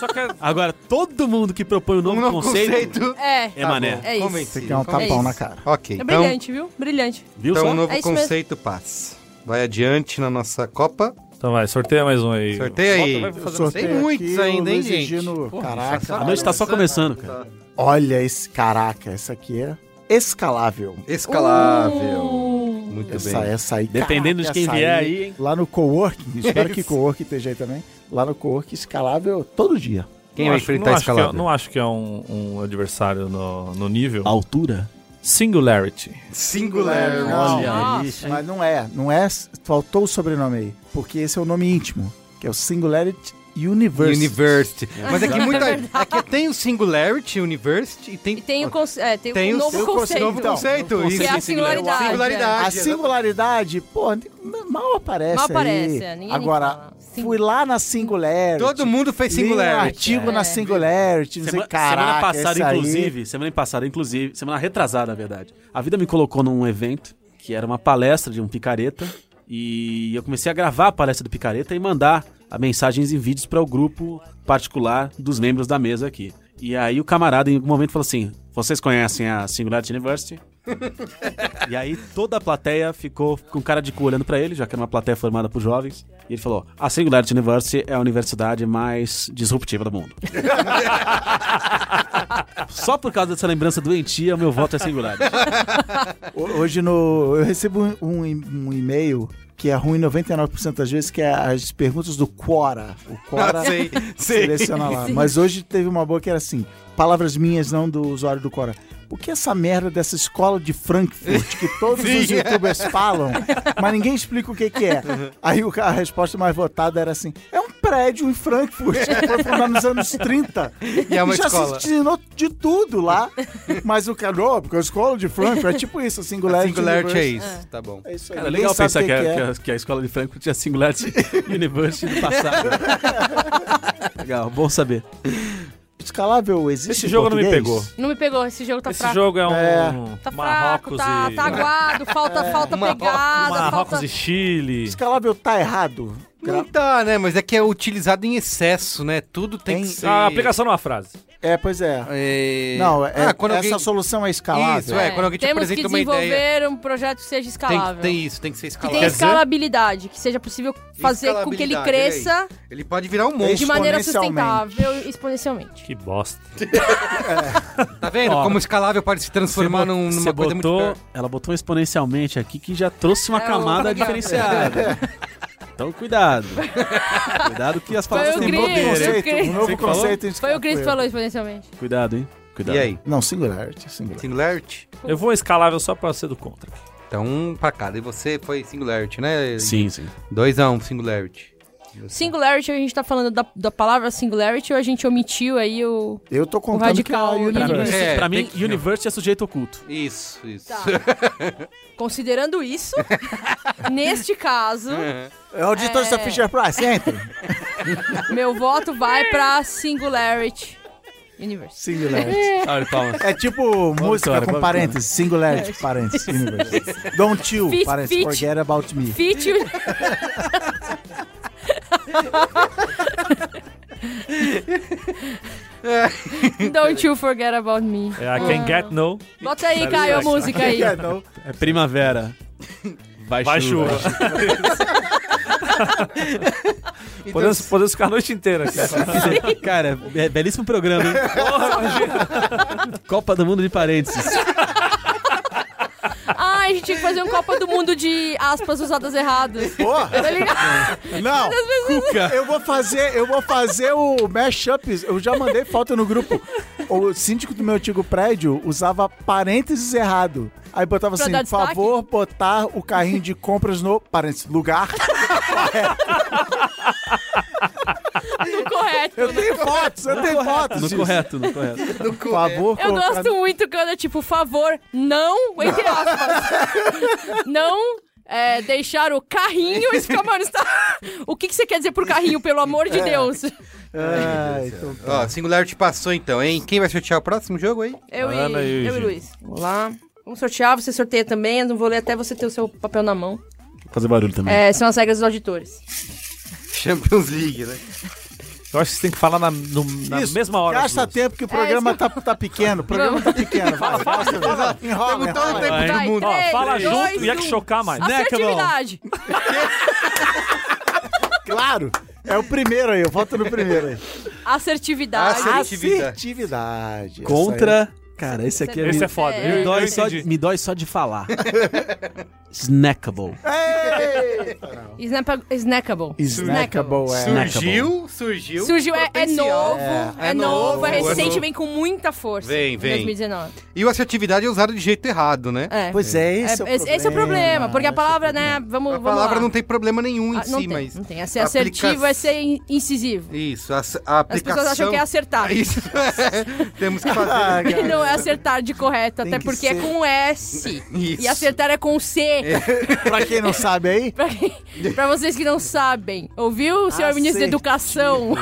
[SPEAKER 6] Só que é
[SPEAKER 3] Agora, todo mundo que propõe um novo,
[SPEAKER 1] Um novo
[SPEAKER 3] conceito,
[SPEAKER 1] conceito. Tá
[SPEAKER 7] É.
[SPEAKER 3] é mané.
[SPEAKER 7] É isso.
[SPEAKER 1] Convenci,
[SPEAKER 2] Você quer um
[SPEAKER 1] convenci.
[SPEAKER 2] tapão
[SPEAKER 7] isso.
[SPEAKER 2] na cara.
[SPEAKER 1] Ok,
[SPEAKER 7] É
[SPEAKER 1] então,
[SPEAKER 7] brilhante, viu? Brilhante.
[SPEAKER 3] Viu
[SPEAKER 1] então
[SPEAKER 3] só?
[SPEAKER 1] o novo
[SPEAKER 7] É isso mesmo.
[SPEAKER 1] conceito passa. Vai adiante na nossa Copa.
[SPEAKER 6] Então vai, sorteia mais um aí.
[SPEAKER 1] Sorteia aí.
[SPEAKER 6] Bota, vai fazendo
[SPEAKER 1] Sorteio. Tem muitos ainda, hein, gente?
[SPEAKER 2] Gino,
[SPEAKER 3] A
[SPEAKER 2] caraca.
[SPEAKER 3] noite tá só começando, cara.
[SPEAKER 2] Olha esse, caraca, essa aqui é escalável.
[SPEAKER 1] Escalável.
[SPEAKER 7] Uh!
[SPEAKER 1] Muito
[SPEAKER 2] Essa,
[SPEAKER 7] é
[SPEAKER 1] bem.
[SPEAKER 2] essa aí, caraca,
[SPEAKER 3] Dependendo de quem
[SPEAKER 2] essa
[SPEAKER 3] vier aí, hein?
[SPEAKER 2] Lá no coworking, espero que coworking esteja aí também. Lá no coworking, escalável todo dia.
[SPEAKER 1] Quem
[SPEAKER 6] Não
[SPEAKER 1] vai
[SPEAKER 6] acho-
[SPEAKER 1] enfrentar
[SPEAKER 6] não acho que é-
[SPEAKER 1] escalável?
[SPEAKER 6] Não acho que é um, um adversário no, no nível.
[SPEAKER 3] Altura?
[SPEAKER 6] Singularity.
[SPEAKER 1] Singular.
[SPEAKER 2] Olha
[SPEAKER 7] Nossa.
[SPEAKER 3] isso, hein?
[SPEAKER 2] Mas não é, não é. Faltou o sobrenome aí, porque esse é o nome íntimo, que é o Singularity Universe.
[SPEAKER 1] University. Mas é que
[SPEAKER 7] É
[SPEAKER 1] muita.
[SPEAKER 7] verdade.
[SPEAKER 1] É que tem o Singularity, University, e tem.
[SPEAKER 7] E tem o, conce- é, tem
[SPEAKER 1] Tem
[SPEAKER 7] o
[SPEAKER 1] o
[SPEAKER 7] novo
[SPEAKER 1] seu
[SPEAKER 7] conceito.
[SPEAKER 1] novo conceito.
[SPEAKER 3] Novo
[SPEAKER 1] isso.
[SPEAKER 7] Que é a
[SPEAKER 3] conceito.
[SPEAKER 7] singularidade.
[SPEAKER 1] Singularidade. é
[SPEAKER 2] A singularidade, pô, mal aparece.
[SPEAKER 7] Mal
[SPEAKER 2] aí.
[SPEAKER 7] aparece, é, ninguém nem
[SPEAKER 2] Agora,
[SPEAKER 7] fala. Sim. É,
[SPEAKER 2] fui lá na Singularity.
[SPEAKER 1] Todo mundo fez
[SPEAKER 2] li Um
[SPEAKER 1] Singularity.
[SPEAKER 2] artigo na Singularity, não sei,
[SPEAKER 3] Semana,
[SPEAKER 2] caraca,
[SPEAKER 3] semana passada,
[SPEAKER 2] esse aí-
[SPEAKER 3] inclusive, semana passada, inclusive, semana retrasada, na verdade. A vida me colocou num evento que era uma palestra de um picareta e eu comecei a gravar a palestra do picareta e mandar a mensagens em vídeos para o grupo particular dos membros da mesa aqui. E aí o camarada em algum momento falou assim: "Vocês conhecem a Singularity University?" e aí toda a plateia ficou com cara de cu olhando pra ele, já que era uma plateia formada por jovens. E ele falou: "A Singularity University é a universidade mais disruptiva do mundo." Só por causa dessa lembrança doentia, o meu voto é singular.
[SPEAKER 2] Ho- Hoje no, eu recebo um, um e- um e-mail que é ruim 99% das vezes, que é as perguntas do Quora. O Quora
[SPEAKER 1] Sei, sei.
[SPEAKER 2] seleciona lá. Mas hoje teve uma boa que era assim, palavras minhas, não do usuário do Quora. Por que essa merda dessa escola de Frankfurt que todos os youtubers falam, mas ninguém explica o que que é? Aí o ca- a resposta mais votada era assim, é um prédio em Frankfurt, que foi fundado nos anos 30.
[SPEAKER 1] E é uma
[SPEAKER 2] já
[SPEAKER 1] escola.
[SPEAKER 2] se ensinou de tudo lá. Mas o cara, "Ó, porque a escola de Frankfurt é tipo isso,
[SPEAKER 1] A
[SPEAKER 2] a Singularity.
[SPEAKER 1] Singularity é
[SPEAKER 2] Universe.
[SPEAKER 1] isso. Tá bom.
[SPEAKER 2] É isso aí.
[SPEAKER 3] Cara, é
[SPEAKER 2] ninguém
[SPEAKER 3] legal
[SPEAKER 2] sabe
[SPEAKER 3] pensar
[SPEAKER 2] o
[SPEAKER 3] que, a-
[SPEAKER 2] que
[SPEAKER 3] que
[SPEAKER 2] é.
[SPEAKER 3] a, que a escola de Franco tinha Singularity University do passado. legal, bom saber.
[SPEAKER 2] Escalável existe.
[SPEAKER 6] Esse
[SPEAKER 2] em
[SPEAKER 6] jogo não me
[SPEAKER 2] português?
[SPEAKER 6] pegou.
[SPEAKER 7] Não me pegou, esse jogo tá
[SPEAKER 6] Esse
[SPEAKER 7] fraco.
[SPEAKER 6] jogo é um
[SPEAKER 2] É.
[SPEAKER 7] Tá fraco,
[SPEAKER 6] Marrocos
[SPEAKER 7] tá,
[SPEAKER 6] e
[SPEAKER 7] tá aguado, falta, falta
[SPEAKER 1] Marrocos-
[SPEAKER 7] pegada,
[SPEAKER 6] Marrocos
[SPEAKER 7] falta...
[SPEAKER 6] e Chile.
[SPEAKER 2] Escalável tá errado.
[SPEAKER 1] Não tá, né? Mas é que é utilizado em excesso, né? Tudo tem,
[SPEAKER 2] Tem-
[SPEAKER 1] que ser.
[SPEAKER 6] A aplicação numa frase.
[SPEAKER 2] É, pois é.
[SPEAKER 1] É...
[SPEAKER 2] Não, é,
[SPEAKER 1] ah, quando
[SPEAKER 2] essa
[SPEAKER 1] alguém...
[SPEAKER 2] solução é escalável.
[SPEAKER 1] Isso, é. quando alguém te
[SPEAKER 7] Temos que
[SPEAKER 1] apresenta uma
[SPEAKER 7] desenvolver
[SPEAKER 1] ideia-
[SPEAKER 7] um projeto que seja
[SPEAKER 1] tem,
[SPEAKER 7] escalável.
[SPEAKER 1] tem isso, tem que ser
[SPEAKER 7] Que
[SPEAKER 1] escalado.
[SPEAKER 7] tenha
[SPEAKER 6] Quer dizer-
[SPEAKER 7] escalabilidade, que seja possível fazer com que ele
[SPEAKER 1] Escalabilidade,
[SPEAKER 7] cresça
[SPEAKER 1] Ele pode virar um
[SPEAKER 7] de
[SPEAKER 1] monstro.
[SPEAKER 7] maneira
[SPEAKER 2] Exponencialmente.
[SPEAKER 7] sustentável exponencialmente.
[SPEAKER 6] Que bosta.
[SPEAKER 1] Tá vendo?
[SPEAKER 3] Ó,
[SPEAKER 1] Como escalável pode se transformar
[SPEAKER 3] Você bot-
[SPEAKER 1] num,
[SPEAKER 3] você
[SPEAKER 1] numa coisa
[SPEAKER 3] botou,
[SPEAKER 1] muito pior.
[SPEAKER 3] Ela botou um exponencialmente aqui que já trouxe uma
[SPEAKER 7] É,
[SPEAKER 3] camada
[SPEAKER 7] outra camada.
[SPEAKER 3] diferenciada. Então cuidado. cuidado que as palavras
[SPEAKER 7] o
[SPEAKER 3] têm
[SPEAKER 7] Gris.
[SPEAKER 3] poder, hein?
[SPEAKER 7] Foi
[SPEAKER 2] Conceito,
[SPEAKER 7] o
[SPEAKER 2] um
[SPEAKER 7] Cris-
[SPEAKER 6] Você
[SPEAKER 2] novo
[SPEAKER 6] que falou?
[SPEAKER 2] conceito. a gente
[SPEAKER 7] Foi o Cris que
[SPEAKER 2] criou.
[SPEAKER 7] falou exponencialmente.
[SPEAKER 3] Cuidado, hein? Cuidado.
[SPEAKER 1] E aí?
[SPEAKER 2] Não, singularity, singularity.
[SPEAKER 1] Singularity?
[SPEAKER 6] Eu vou escalável só pra ser do contra.
[SPEAKER 1] Então, um pra cada. E você foi Singularity, né?
[SPEAKER 3] Sim, sim.
[SPEAKER 1] Dois a um, Singularity.
[SPEAKER 7] Singularity, a gente tá falando da, da palavra singularity ou a gente omitiu aí o.
[SPEAKER 2] Eu tô contando
[SPEAKER 7] radical
[SPEAKER 2] que a
[SPEAKER 7] e-
[SPEAKER 2] Universe-
[SPEAKER 1] É,
[SPEAKER 3] pra
[SPEAKER 1] tem
[SPEAKER 3] mim,
[SPEAKER 1] que-
[SPEAKER 3] Universe é sujeito oculto.
[SPEAKER 1] Isso, isso.
[SPEAKER 7] Considerando isso, neste caso,
[SPEAKER 2] É o auditor da Fisher Price, entra.
[SPEAKER 7] meu voto vai pra Singularity Universe.
[SPEAKER 2] Singularity.
[SPEAKER 3] Olha, palmas.
[SPEAKER 2] É tipo música
[SPEAKER 3] Vitória,
[SPEAKER 2] com
[SPEAKER 3] vamos,
[SPEAKER 2] parênteses.
[SPEAKER 7] É.
[SPEAKER 2] Singularity, parênteses. Universe. Don't you,
[SPEAKER 7] Fit,
[SPEAKER 2] parênteses.
[SPEAKER 7] fit.
[SPEAKER 2] Forget about me.
[SPEAKER 7] Fit. Don't you forget about me.
[SPEAKER 6] É a Can Get No,
[SPEAKER 7] Bota aí, Caio, a música aí.
[SPEAKER 2] É, não.
[SPEAKER 3] É primavera. Vai,
[SPEAKER 6] vai chuva.
[SPEAKER 3] chuva.
[SPEAKER 6] podemos, podemos ficar a noite inteira aqui.
[SPEAKER 3] Cara, é belíssimo programa, hein? Copa do Mundo de parênteses.
[SPEAKER 7] Ah, a gente tinha que fazer um Copa do Mundo de aspas usadas erradas.
[SPEAKER 2] Porra,
[SPEAKER 7] Tá ligado?
[SPEAKER 2] não.
[SPEAKER 7] As pessoas-
[SPEAKER 3] Cuca.
[SPEAKER 2] Eu vou fazer, eu vou fazer o mashup. Eu já mandei foto no grupo. O síndico do meu antigo prédio usava parênteses errado. Aí botava
[SPEAKER 7] Pra
[SPEAKER 2] assim,
[SPEAKER 7] dar
[SPEAKER 2] por
[SPEAKER 7] destaque?
[SPEAKER 2] favor, botar o carrinho de compras no parênteses, lugar.
[SPEAKER 7] Correto.
[SPEAKER 2] Eu tenho fotos, eu tenho fotos.
[SPEAKER 3] No
[SPEAKER 2] disso.
[SPEAKER 3] correto, no correto.
[SPEAKER 2] Por favor,
[SPEAKER 7] Eu
[SPEAKER 2] colocar-
[SPEAKER 7] gosto muito quando é tipo, favor, não, entre aspas. não é, deixar o carrinho e fica, mano, está... o que, que você quer dizer por carrinho, pelo amor de Deus?
[SPEAKER 2] É, então tá.
[SPEAKER 1] Ó, Singularity passou então, hein? Quem vai sortear o próximo jogo aí?
[SPEAKER 7] Eu e,
[SPEAKER 6] Ana e
[SPEAKER 7] eu e
[SPEAKER 6] Gil.
[SPEAKER 7] Luiz. Vamos lá. Vamos sortear, você sorteia também, eu não vou ler até você ter o seu papel na mão.
[SPEAKER 3] Fazer barulho também.
[SPEAKER 7] É, são as regras dos auditores.
[SPEAKER 1] Champions League, né?
[SPEAKER 6] Eu acho que você tem que falar na, no- na
[SPEAKER 2] Isso,
[SPEAKER 6] mesma hora.
[SPEAKER 2] Gasta
[SPEAKER 6] Júlio.
[SPEAKER 2] tempo que
[SPEAKER 7] É,
[SPEAKER 2] o programa tá, tá pequeno. O programa tá pequeno. Fala, fala, Enrola,
[SPEAKER 1] Perguntou o
[SPEAKER 2] enrola.
[SPEAKER 1] tempo
[SPEAKER 6] Vai.
[SPEAKER 1] do mundo.
[SPEAKER 6] Ó,
[SPEAKER 7] Três,
[SPEAKER 6] fala
[SPEAKER 7] dois,
[SPEAKER 6] junto e é
[SPEAKER 7] um.
[SPEAKER 6] que chocar mais.
[SPEAKER 7] Assertividade.
[SPEAKER 2] Claro. É o primeiro aí, eu voto no primeiro aí.
[SPEAKER 7] Assertividade.
[SPEAKER 1] Asser- Assertividade.
[SPEAKER 2] Assertividade. Essa
[SPEAKER 3] Contra. Cara, esse aqui é,
[SPEAKER 6] Esse
[SPEAKER 3] me,
[SPEAKER 6] é foda.
[SPEAKER 7] É.
[SPEAKER 6] Eu,
[SPEAKER 3] me
[SPEAKER 6] eu
[SPEAKER 3] dói só,
[SPEAKER 6] entendi.
[SPEAKER 3] me dói só de falar. Snackable.
[SPEAKER 7] É. Snap- Snackable.
[SPEAKER 2] aí. Snackable, é.
[SPEAKER 1] Surgiu, então, surgiu.
[SPEAKER 7] Surgiu, é, é
[SPEAKER 1] Potencial.
[SPEAKER 7] novo,
[SPEAKER 1] É,
[SPEAKER 7] é,
[SPEAKER 1] é
[SPEAKER 7] novo,
[SPEAKER 1] novo,
[SPEAKER 7] é
[SPEAKER 1] é
[SPEAKER 7] recente,
[SPEAKER 1] novo.
[SPEAKER 7] vem com muita força.
[SPEAKER 1] Vem,
[SPEAKER 7] em
[SPEAKER 1] vem.
[SPEAKER 7] 2019.
[SPEAKER 1] E o assertividade é usado de jeito errado, né?
[SPEAKER 7] É.
[SPEAKER 2] Pois é,
[SPEAKER 7] É,
[SPEAKER 2] esse é, o
[SPEAKER 7] esse, esse é o problema, porque a palavra, né, vamos,
[SPEAKER 1] A
[SPEAKER 7] vamos
[SPEAKER 1] palavra
[SPEAKER 7] lá.
[SPEAKER 1] não tem problema nenhum em
[SPEAKER 7] Ah,
[SPEAKER 1] si,
[SPEAKER 7] não tem,
[SPEAKER 1] mas.
[SPEAKER 7] Não tem, é ser assertivo, é ser in- incisivo.
[SPEAKER 1] Isso, a, a
[SPEAKER 7] As
[SPEAKER 1] aplicação.
[SPEAKER 7] pessoas acham que é acertar.
[SPEAKER 1] Isso, é. Temos que
[SPEAKER 2] Ah,
[SPEAKER 1] fazer.
[SPEAKER 7] E não é acertar de correto,
[SPEAKER 2] Tem
[SPEAKER 7] até
[SPEAKER 2] que
[SPEAKER 7] porque
[SPEAKER 2] ser.
[SPEAKER 7] é com S.
[SPEAKER 1] Isso.
[SPEAKER 7] E acertar é com C.
[SPEAKER 2] Pra quem não sabe aí,
[SPEAKER 7] Pra, quem- pra vocês que não sabem, ouviu, senhor ministro da
[SPEAKER 2] Assertivo.
[SPEAKER 7] Educação?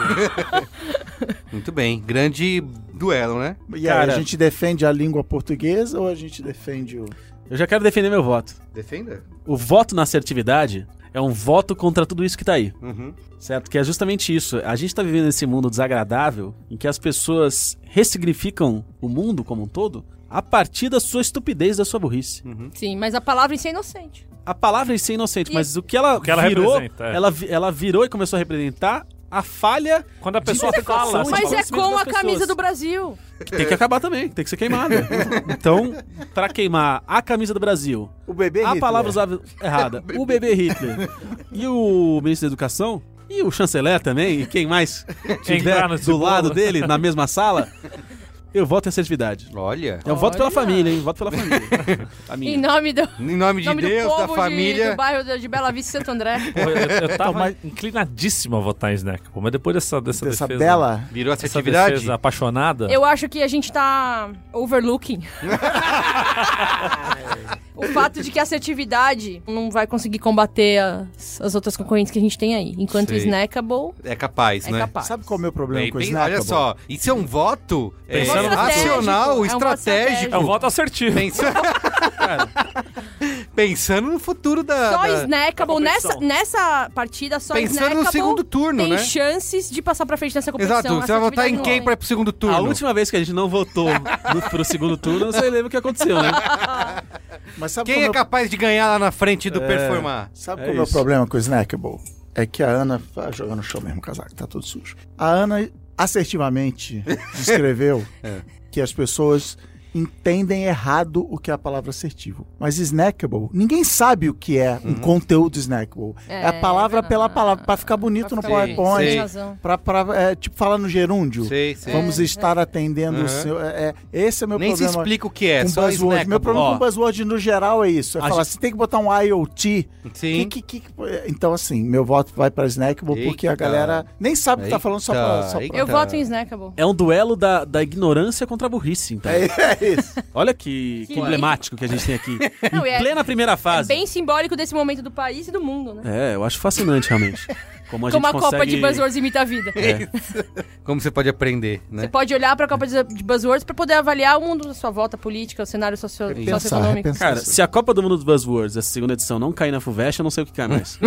[SPEAKER 1] Muito bem, grande duelo, né?
[SPEAKER 2] e aí,
[SPEAKER 3] Cara.
[SPEAKER 2] a gente defende a língua portuguesa ou a gente defende o...
[SPEAKER 3] Eu já quero defender meu voto.
[SPEAKER 1] Defenda.
[SPEAKER 3] O voto na assertividade é um voto contra tudo isso que tá aí.
[SPEAKER 1] Uhum.
[SPEAKER 3] Certo? Que é justamente isso. A gente tá vivendo esse mundo desagradável em que as pessoas ressignificam o mundo como um todo a partir da sua estupidez, da sua burrice.
[SPEAKER 6] Uhum.
[SPEAKER 7] Sim, mas a palavra em si é inocente.
[SPEAKER 3] A palavra em si é inocente,
[SPEAKER 7] E-
[SPEAKER 3] mas o que ela,
[SPEAKER 6] que ela
[SPEAKER 3] virou,
[SPEAKER 6] representa, é.
[SPEAKER 3] ela, vi- ela virou e começou a representar a falha
[SPEAKER 6] Quando a pessoa
[SPEAKER 3] Mas é
[SPEAKER 6] fala,
[SPEAKER 3] fácil,
[SPEAKER 6] essa
[SPEAKER 7] Mas
[SPEAKER 3] palavra
[SPEAKER 7] é
[SPEAKER 3] em cima
[SPEAKER 7] com
[SPEAKER 3] das
[SPEAKER 7] a camisa
[SPEAKER 3] pessoas.
[SPEAKER 7] do Brasil.
[SPEAKER 3] que tem que acabar também, tem que ser queimada. então, pra queimar a camisa do Brasil,
[SPEAKER 2] O bebê
[SPEAKER 3] a
[SPEAKER 2] Hitler?
[SPEAKER 3] palavra usada errada, o bebê Hitler e o ministro da Educação e o chanceler também, e quem mais tiver
[SPEAKER 6] Entrar nesse
[SPEAKER 3] do
[SPEAKER 6] bolo.
[SPEAKER 3] lado dele, na mesma sala, eu voto em assertividade.
[SPEAKER 1] Olha.
[SPEAKER 3] Eu voto pela
[SPEAKER 7] Olha.
[SPEAKER 3] família, hein? Voto pela família. A minha.
[SPEAKER 7] Em nome do,
[SPEAKER 1] Em nome de
[SPEAKER 7] nome do
[SPEAKER 1] Deus,
[SPEAKER 7] povo
[SPEAKER 1] da
[SPEAKER 7] de- do
[SPEAKER 1] família.
[SPEAKER 7] bairro de, de Bela Vista e Santo André.
[SPEAKER 6] Porra, eu,
[SPEAKER 3] Então,
[SPEAKER 6] eu tava inclinadíssimo a votar em Snack, pô, mas depois dessa, dessa,
[SPEAKER 2] Dessa
[SPEAKER 6] defesa,
[SPEAKER 2] bela...
[SPEAKER 1] Virou
[SPEAKER 6] essa
[SPEAKER 1] assertividade?
[SPEAKER 6] defesa apaixonada,
[SPEAKER 7] Eu acho que a gente tá overlooking. o fato de que a assertividade não vai conseguir combater as, as outras concorrentes que a gente tem aí. Enquanto o
[SPEAKER 1] Sei.
[SPEAKER 7] snackable
[SPEAKER 1] É capaz,
[SPEAKER 7] é
[SPEAKER 1] né?
[SPEAKER 7] capaz.
[SPEAKER 2] Sabe qual é o meu problema
[SPEAKER 1] Bem,
[SPEAKER 2] com o
[SPEAKER 1] bem,
[SPEAKER 2] Snackable?
[SPEAKER 1] olha só, isso é um voto é,
[SPEAKER 6] Pensando no
[SPEAKER 1] racional,
[SPEAKER 7] futuro. É um voto
[SPEAKER 1] estratégico.
[SPEAKER 6] é um voto assertivo.
[SPEAKER 1] Pensa- Pensando no futuro da.
[SPEAKER 7] Só
[SPEAKER 1] da-
[SPEAKER 7] snackable,
[SPEAKER 6] da
[SPEAKER 7] nessa,
[SPEAKER 6] competição.
[SPEAKER 7] nessa partida, só
[SPEAKER 1] Pensando
[SPEAKER 7] snackable
[SPEAKER 1] no segundo turno,
[SPEAKER 7] tem então,
[SPEAKER 1] né?
[SPEAKER 7] chances de passar pra frente nessa competição.
[SPEAKER 1] Exato, você vai votar em
[SPEAKER 7] Assertividade
[SPEAKER 1] quem
[SPEAKER 7] não.
[SPEAKER 1] pra ir pro segundo turno?
[SPEAKER 3] A última vez que a gente não votou no, pro segundo turno, você lembra o que aconteceu, né?
[SPEAKER 2] Mas sabe
[SPEAKER 1] Quem é
[SPEAKER 2] qual é o meu-
[SPEAKER 1] capaz de ganhar lá na frente do performar?
[SPEAKER 2] Sabe
[SPEAKER 3] É
[SPEAKER 2] qual é o meu
[SPEAKER 3] isso.
[SPEAKER 2] problema com o Snackable? É que a Ana... Vai jogar no chão mesmo o casaco, tá todo
[SPEAKER 1] É.
[SPEAKER 2] sujo. A Ana assertivamente descreveu que as pessoas entendem errado o que é a palavra assertivo. Mas snackable, ninguém sabe o que é
[SPEAKER 1] Uhum.
[SPEAKER 2] um conteúdo snackable. É, a palavra pela palavra, pra ficar bonito
[SPEAKER 7] Pra
[SPEAKER 2] no
[SPEAKER 7] ficar-
[SPEAKER 1] Sim,
[SPEAKER 2] PowerPoint,
[SPEAKER 1] sim.
[SPEAKER 7] é. Tem razão.
[SPEAKER 2] pra, pra, é, tipo falar no gerúndio.
[SPEAKER 1] Sei, sei.
[SPEAKER 2] Vamos estar atendendo
[SPEAKER 1] Uhum.
[SPEAKER 2] o seu. é, é, esse é o meu
[SPEAKER 1] Nem
[SPEAKER 2] problema.
[SPEAKER 1] se explica o que é,
[SPEAKER 2] com
[SPEAKER 1] só
[SPEAKER 2] buzzword.
[SPEAKER 1] snackable.
[SPEAKER 2] Meu problema
[SPEAKER 1] Ó,
[SPEAKER 2] com buzzword no geral é isso. É
[SPEAKER 3] A
[SPEAKER 2] falar, você tem que botar um IoT.
[SPEAKER 1] Sim.
[SPEAKER 2] Que- que- que- então, assim, meu voto vai pra snackable porque a
[SPEAKER 1] Eita.
[SPEAKER 2] galera nem sabe o que tá
[SPEAKER 1] Eita,
[SPEAKER 2] falando só pra. Só pra...
[SPEAKER 1] eita.
[SPEAKER 7] Eu voto em Snackable.
[SPEAKER 3] É um duelo da, da ignorância contra a burrice, então.
[SPEAKER 2] É isso.
[SPEAKER 3] Olha que, que
[SPEAKER 7] Que-
[SPEAKER 3] emblemático que a gente tem aqui.
[SPEAKER 7] Não, e
[SPEAKER 3] em
[SPEAKER 7] é-
[SPEAKER 3] plena primeira fase.
[SPEAKER 7] Bem simbólico desse momento do país e do mundo, né?
[SPEAKER 3] É, eu acho fascinante, realmente. Como a
[SPEAKER 7] Como
[SPEAKER 3] gente
[SPEAKER 7] a Copa
[SPEAKER 3] consegue...
[SPEAKER 7] de Buzzwords imita a vida.
[SPEAKER 3] É.
[SPEAKER 1] Como você pode aprender,
[SPEAKER 7] Você
[SPEAKER 1] né?
[SPEAKER 7] pode olhar pra Copa de de Buzzwords pra poder avaliar o mundo da sua volta, a política, o cenário socio-
[SPEAKER 2] Pensar,
[SPEAKER 7] socioeconômico.
[SPEAKER 2] repensar.
[SPEAKER 3] Cara, se a Copa do Mundo dos Buzzwords, essa segunda edição, não cair na FUVEST, eu não sei o que cai mais.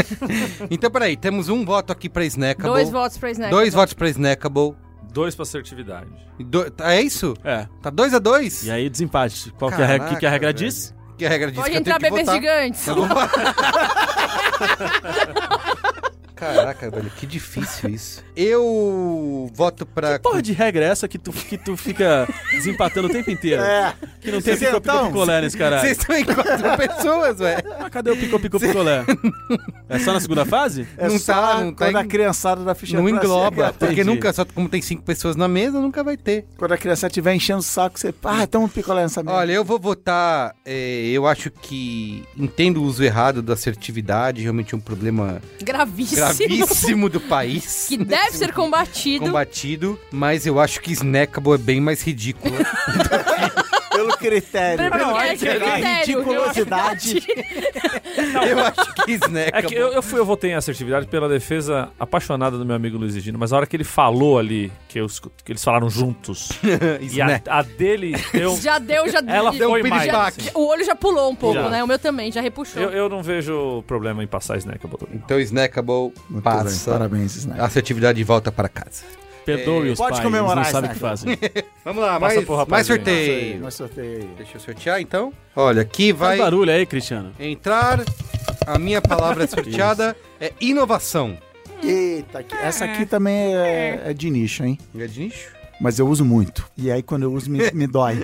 [SPEAKER 1] Então, peraí, temos um voto aqui pra Snackable.
[SPEAKER 7] Dois votos né, pra Snackable.
[SPEAKER 1] Dois votos pra Snackable.
[SPEAKER 6] Dois pra assertividade.
[SPEAKER 1] E do- tá- É isso?
[SPEAKER 3] é.
[SPEAKER 1] Tá 2 a 2
[SPEAKER 3] E aí, desempate. Qual que é a regra, que, que a regra diz?
[SPEAKER 1] Que a regra diz
[SPEAKER 7] Pode
[SPEAKER 1] que eu
[SPEAKER 7] entrar
[SPEAKER 1] tenho que
[SPEAKER 7] bebês
[SPEAKER 1] votar.
[SPEAKER 7] gigantes.
[SPEAKER 1] Eu vou votar. Caraca, velho, que difícil isso. Eu voto pra.
[SPEAKER 3] Porra de regra é essa que tu, que tu fica desempatando o tempo inteiro?
[SPEAKER 2] É.
[SPEAKER 3] Que não tem
[SPEAKER 2] Vocês então-
[SPEAKER 3] pico-pico-picolé nesse caralho.
[SPEAKER 1] Vocês estão em quatro pessoas, velho.
[SPEAKER 3] Mas cadê o pico-pico-picolé? É só na segunda fase?
[SPEAKER 2] É
[SPEAKER 1] não
[SPEAKER 2] só
[SPEAKER 1] tá, não tá
[SPEAKER 2] quando
[SPEAKER 1] em-
[SPEAKER 2] a criançada da ficha
[SPEAKER 1] Não
[SPEAKER 2] pra-
[SPEAKER 1] engloba,
[SPEAKER 3] entendi.
[SPEAKER 1] porque nunca, só como tem cinco pessoas na mesa, nunca vai ter. né?
[SPEAKER 2] Quando a criançada estiver enchendo o saco, você. Ah, toma um picolé nessa merda.
[SPEAKER 1] Olha, eu vou votar. eh, eu acho que entendo o uso errado da assertividade, realmente é um problema
[SPEAKER 7] Gravíssimo.
[SPEAKER 1] gravíssimo do país.
[SPEAKER 7] Que deve ser combatido.
[SPEAKER 1] combatido, mas eu acho que Snackable é bem mais ridículo.
[SPEAKER 2] Pelo critério.
[SPEAKER 7] Pelo
[SPEAKER 2] é Pelo
[SPEAKER 7] critério,
[SPEAKER 2] critério. Ridiculosidade.
[SPEAKER 1] eu acho que
[SPEAKER 6] É
[SPEAKER 1] Snackable.
[SPEAKER 6] que eu, eu fui, eu votei em assertividade pela defesa apaixonada do meu amigo Luiz Egino, mas na hora que ele falou ali, que, eu escu- que eles falaram juntos, e a,
[SPEAKER 1] Snack.
[SPEAKER 6] a dele deu.
[SPEAKER 7] Já deu, já
[SPEAKER 6] Ela
[SPEAKER 7] já-
[SPEAKER 1] Deu
[SPEAKER 6] foi
[SPEAKER 1] um
[SPEAKER 6] mais.
[SPEAKER 1] piripaque.
[SPEAKER 6] assim.
[SPEAKER 7] O olho já pulou um pouco,
[SPEAKER 6] Já.
[SPEAKER 7] né? O meu também, já repuxou.
[SPEAKER 6] Eu, eu não vejo problema em passar É snackable.
[SPEAKER 1] Então Snackable
[SPEAKER 2] Muito bem,
[SPEAKER 1] passa.
[SPEAKER 2] Parabéns, Snack.
[SPEAKER 1] A assertividade volta para casa.
[SPEAKER 3] Perdoe os
[SPEAKER 2] Pode
[SPEAKER 3] pais,
[SPEAKER 2] comemorar,
[SPEAKER 3] eles não sabem
[SPEAKER 2] Isaac.
[SPEAKER 3] o que fazem.
[SPEAKER 1] Vamos lá,
[SPEAKER 6] Passa
[SPEAKER 1] mais,
[SPEAKER 6] pro rapazinho.
[SPEAKER 1] mais
[SPEAKER 2] Sei,
[SPEAKER 1] sorteio.
[SPEAKER 2] Mas sorteio aí.
[SPEAKER 1] Deixa eu sortear então. Olha, aqui
[SPEAKER 3] Faz
[SPEAKER 1] vai
[SPEAKER 3] barulho aí, Cristiano.
[SPEAKER 1] entrar. A minha palavra sorteada é inovação.
[SPEAKER 2] Eita, que- essa aqui também é, é de nicho, hein?
[SPEAKER 1] É de nicho?
[SPEAKER 2] Mas eu uso muito. E aí, quando eu uso, me, me dói.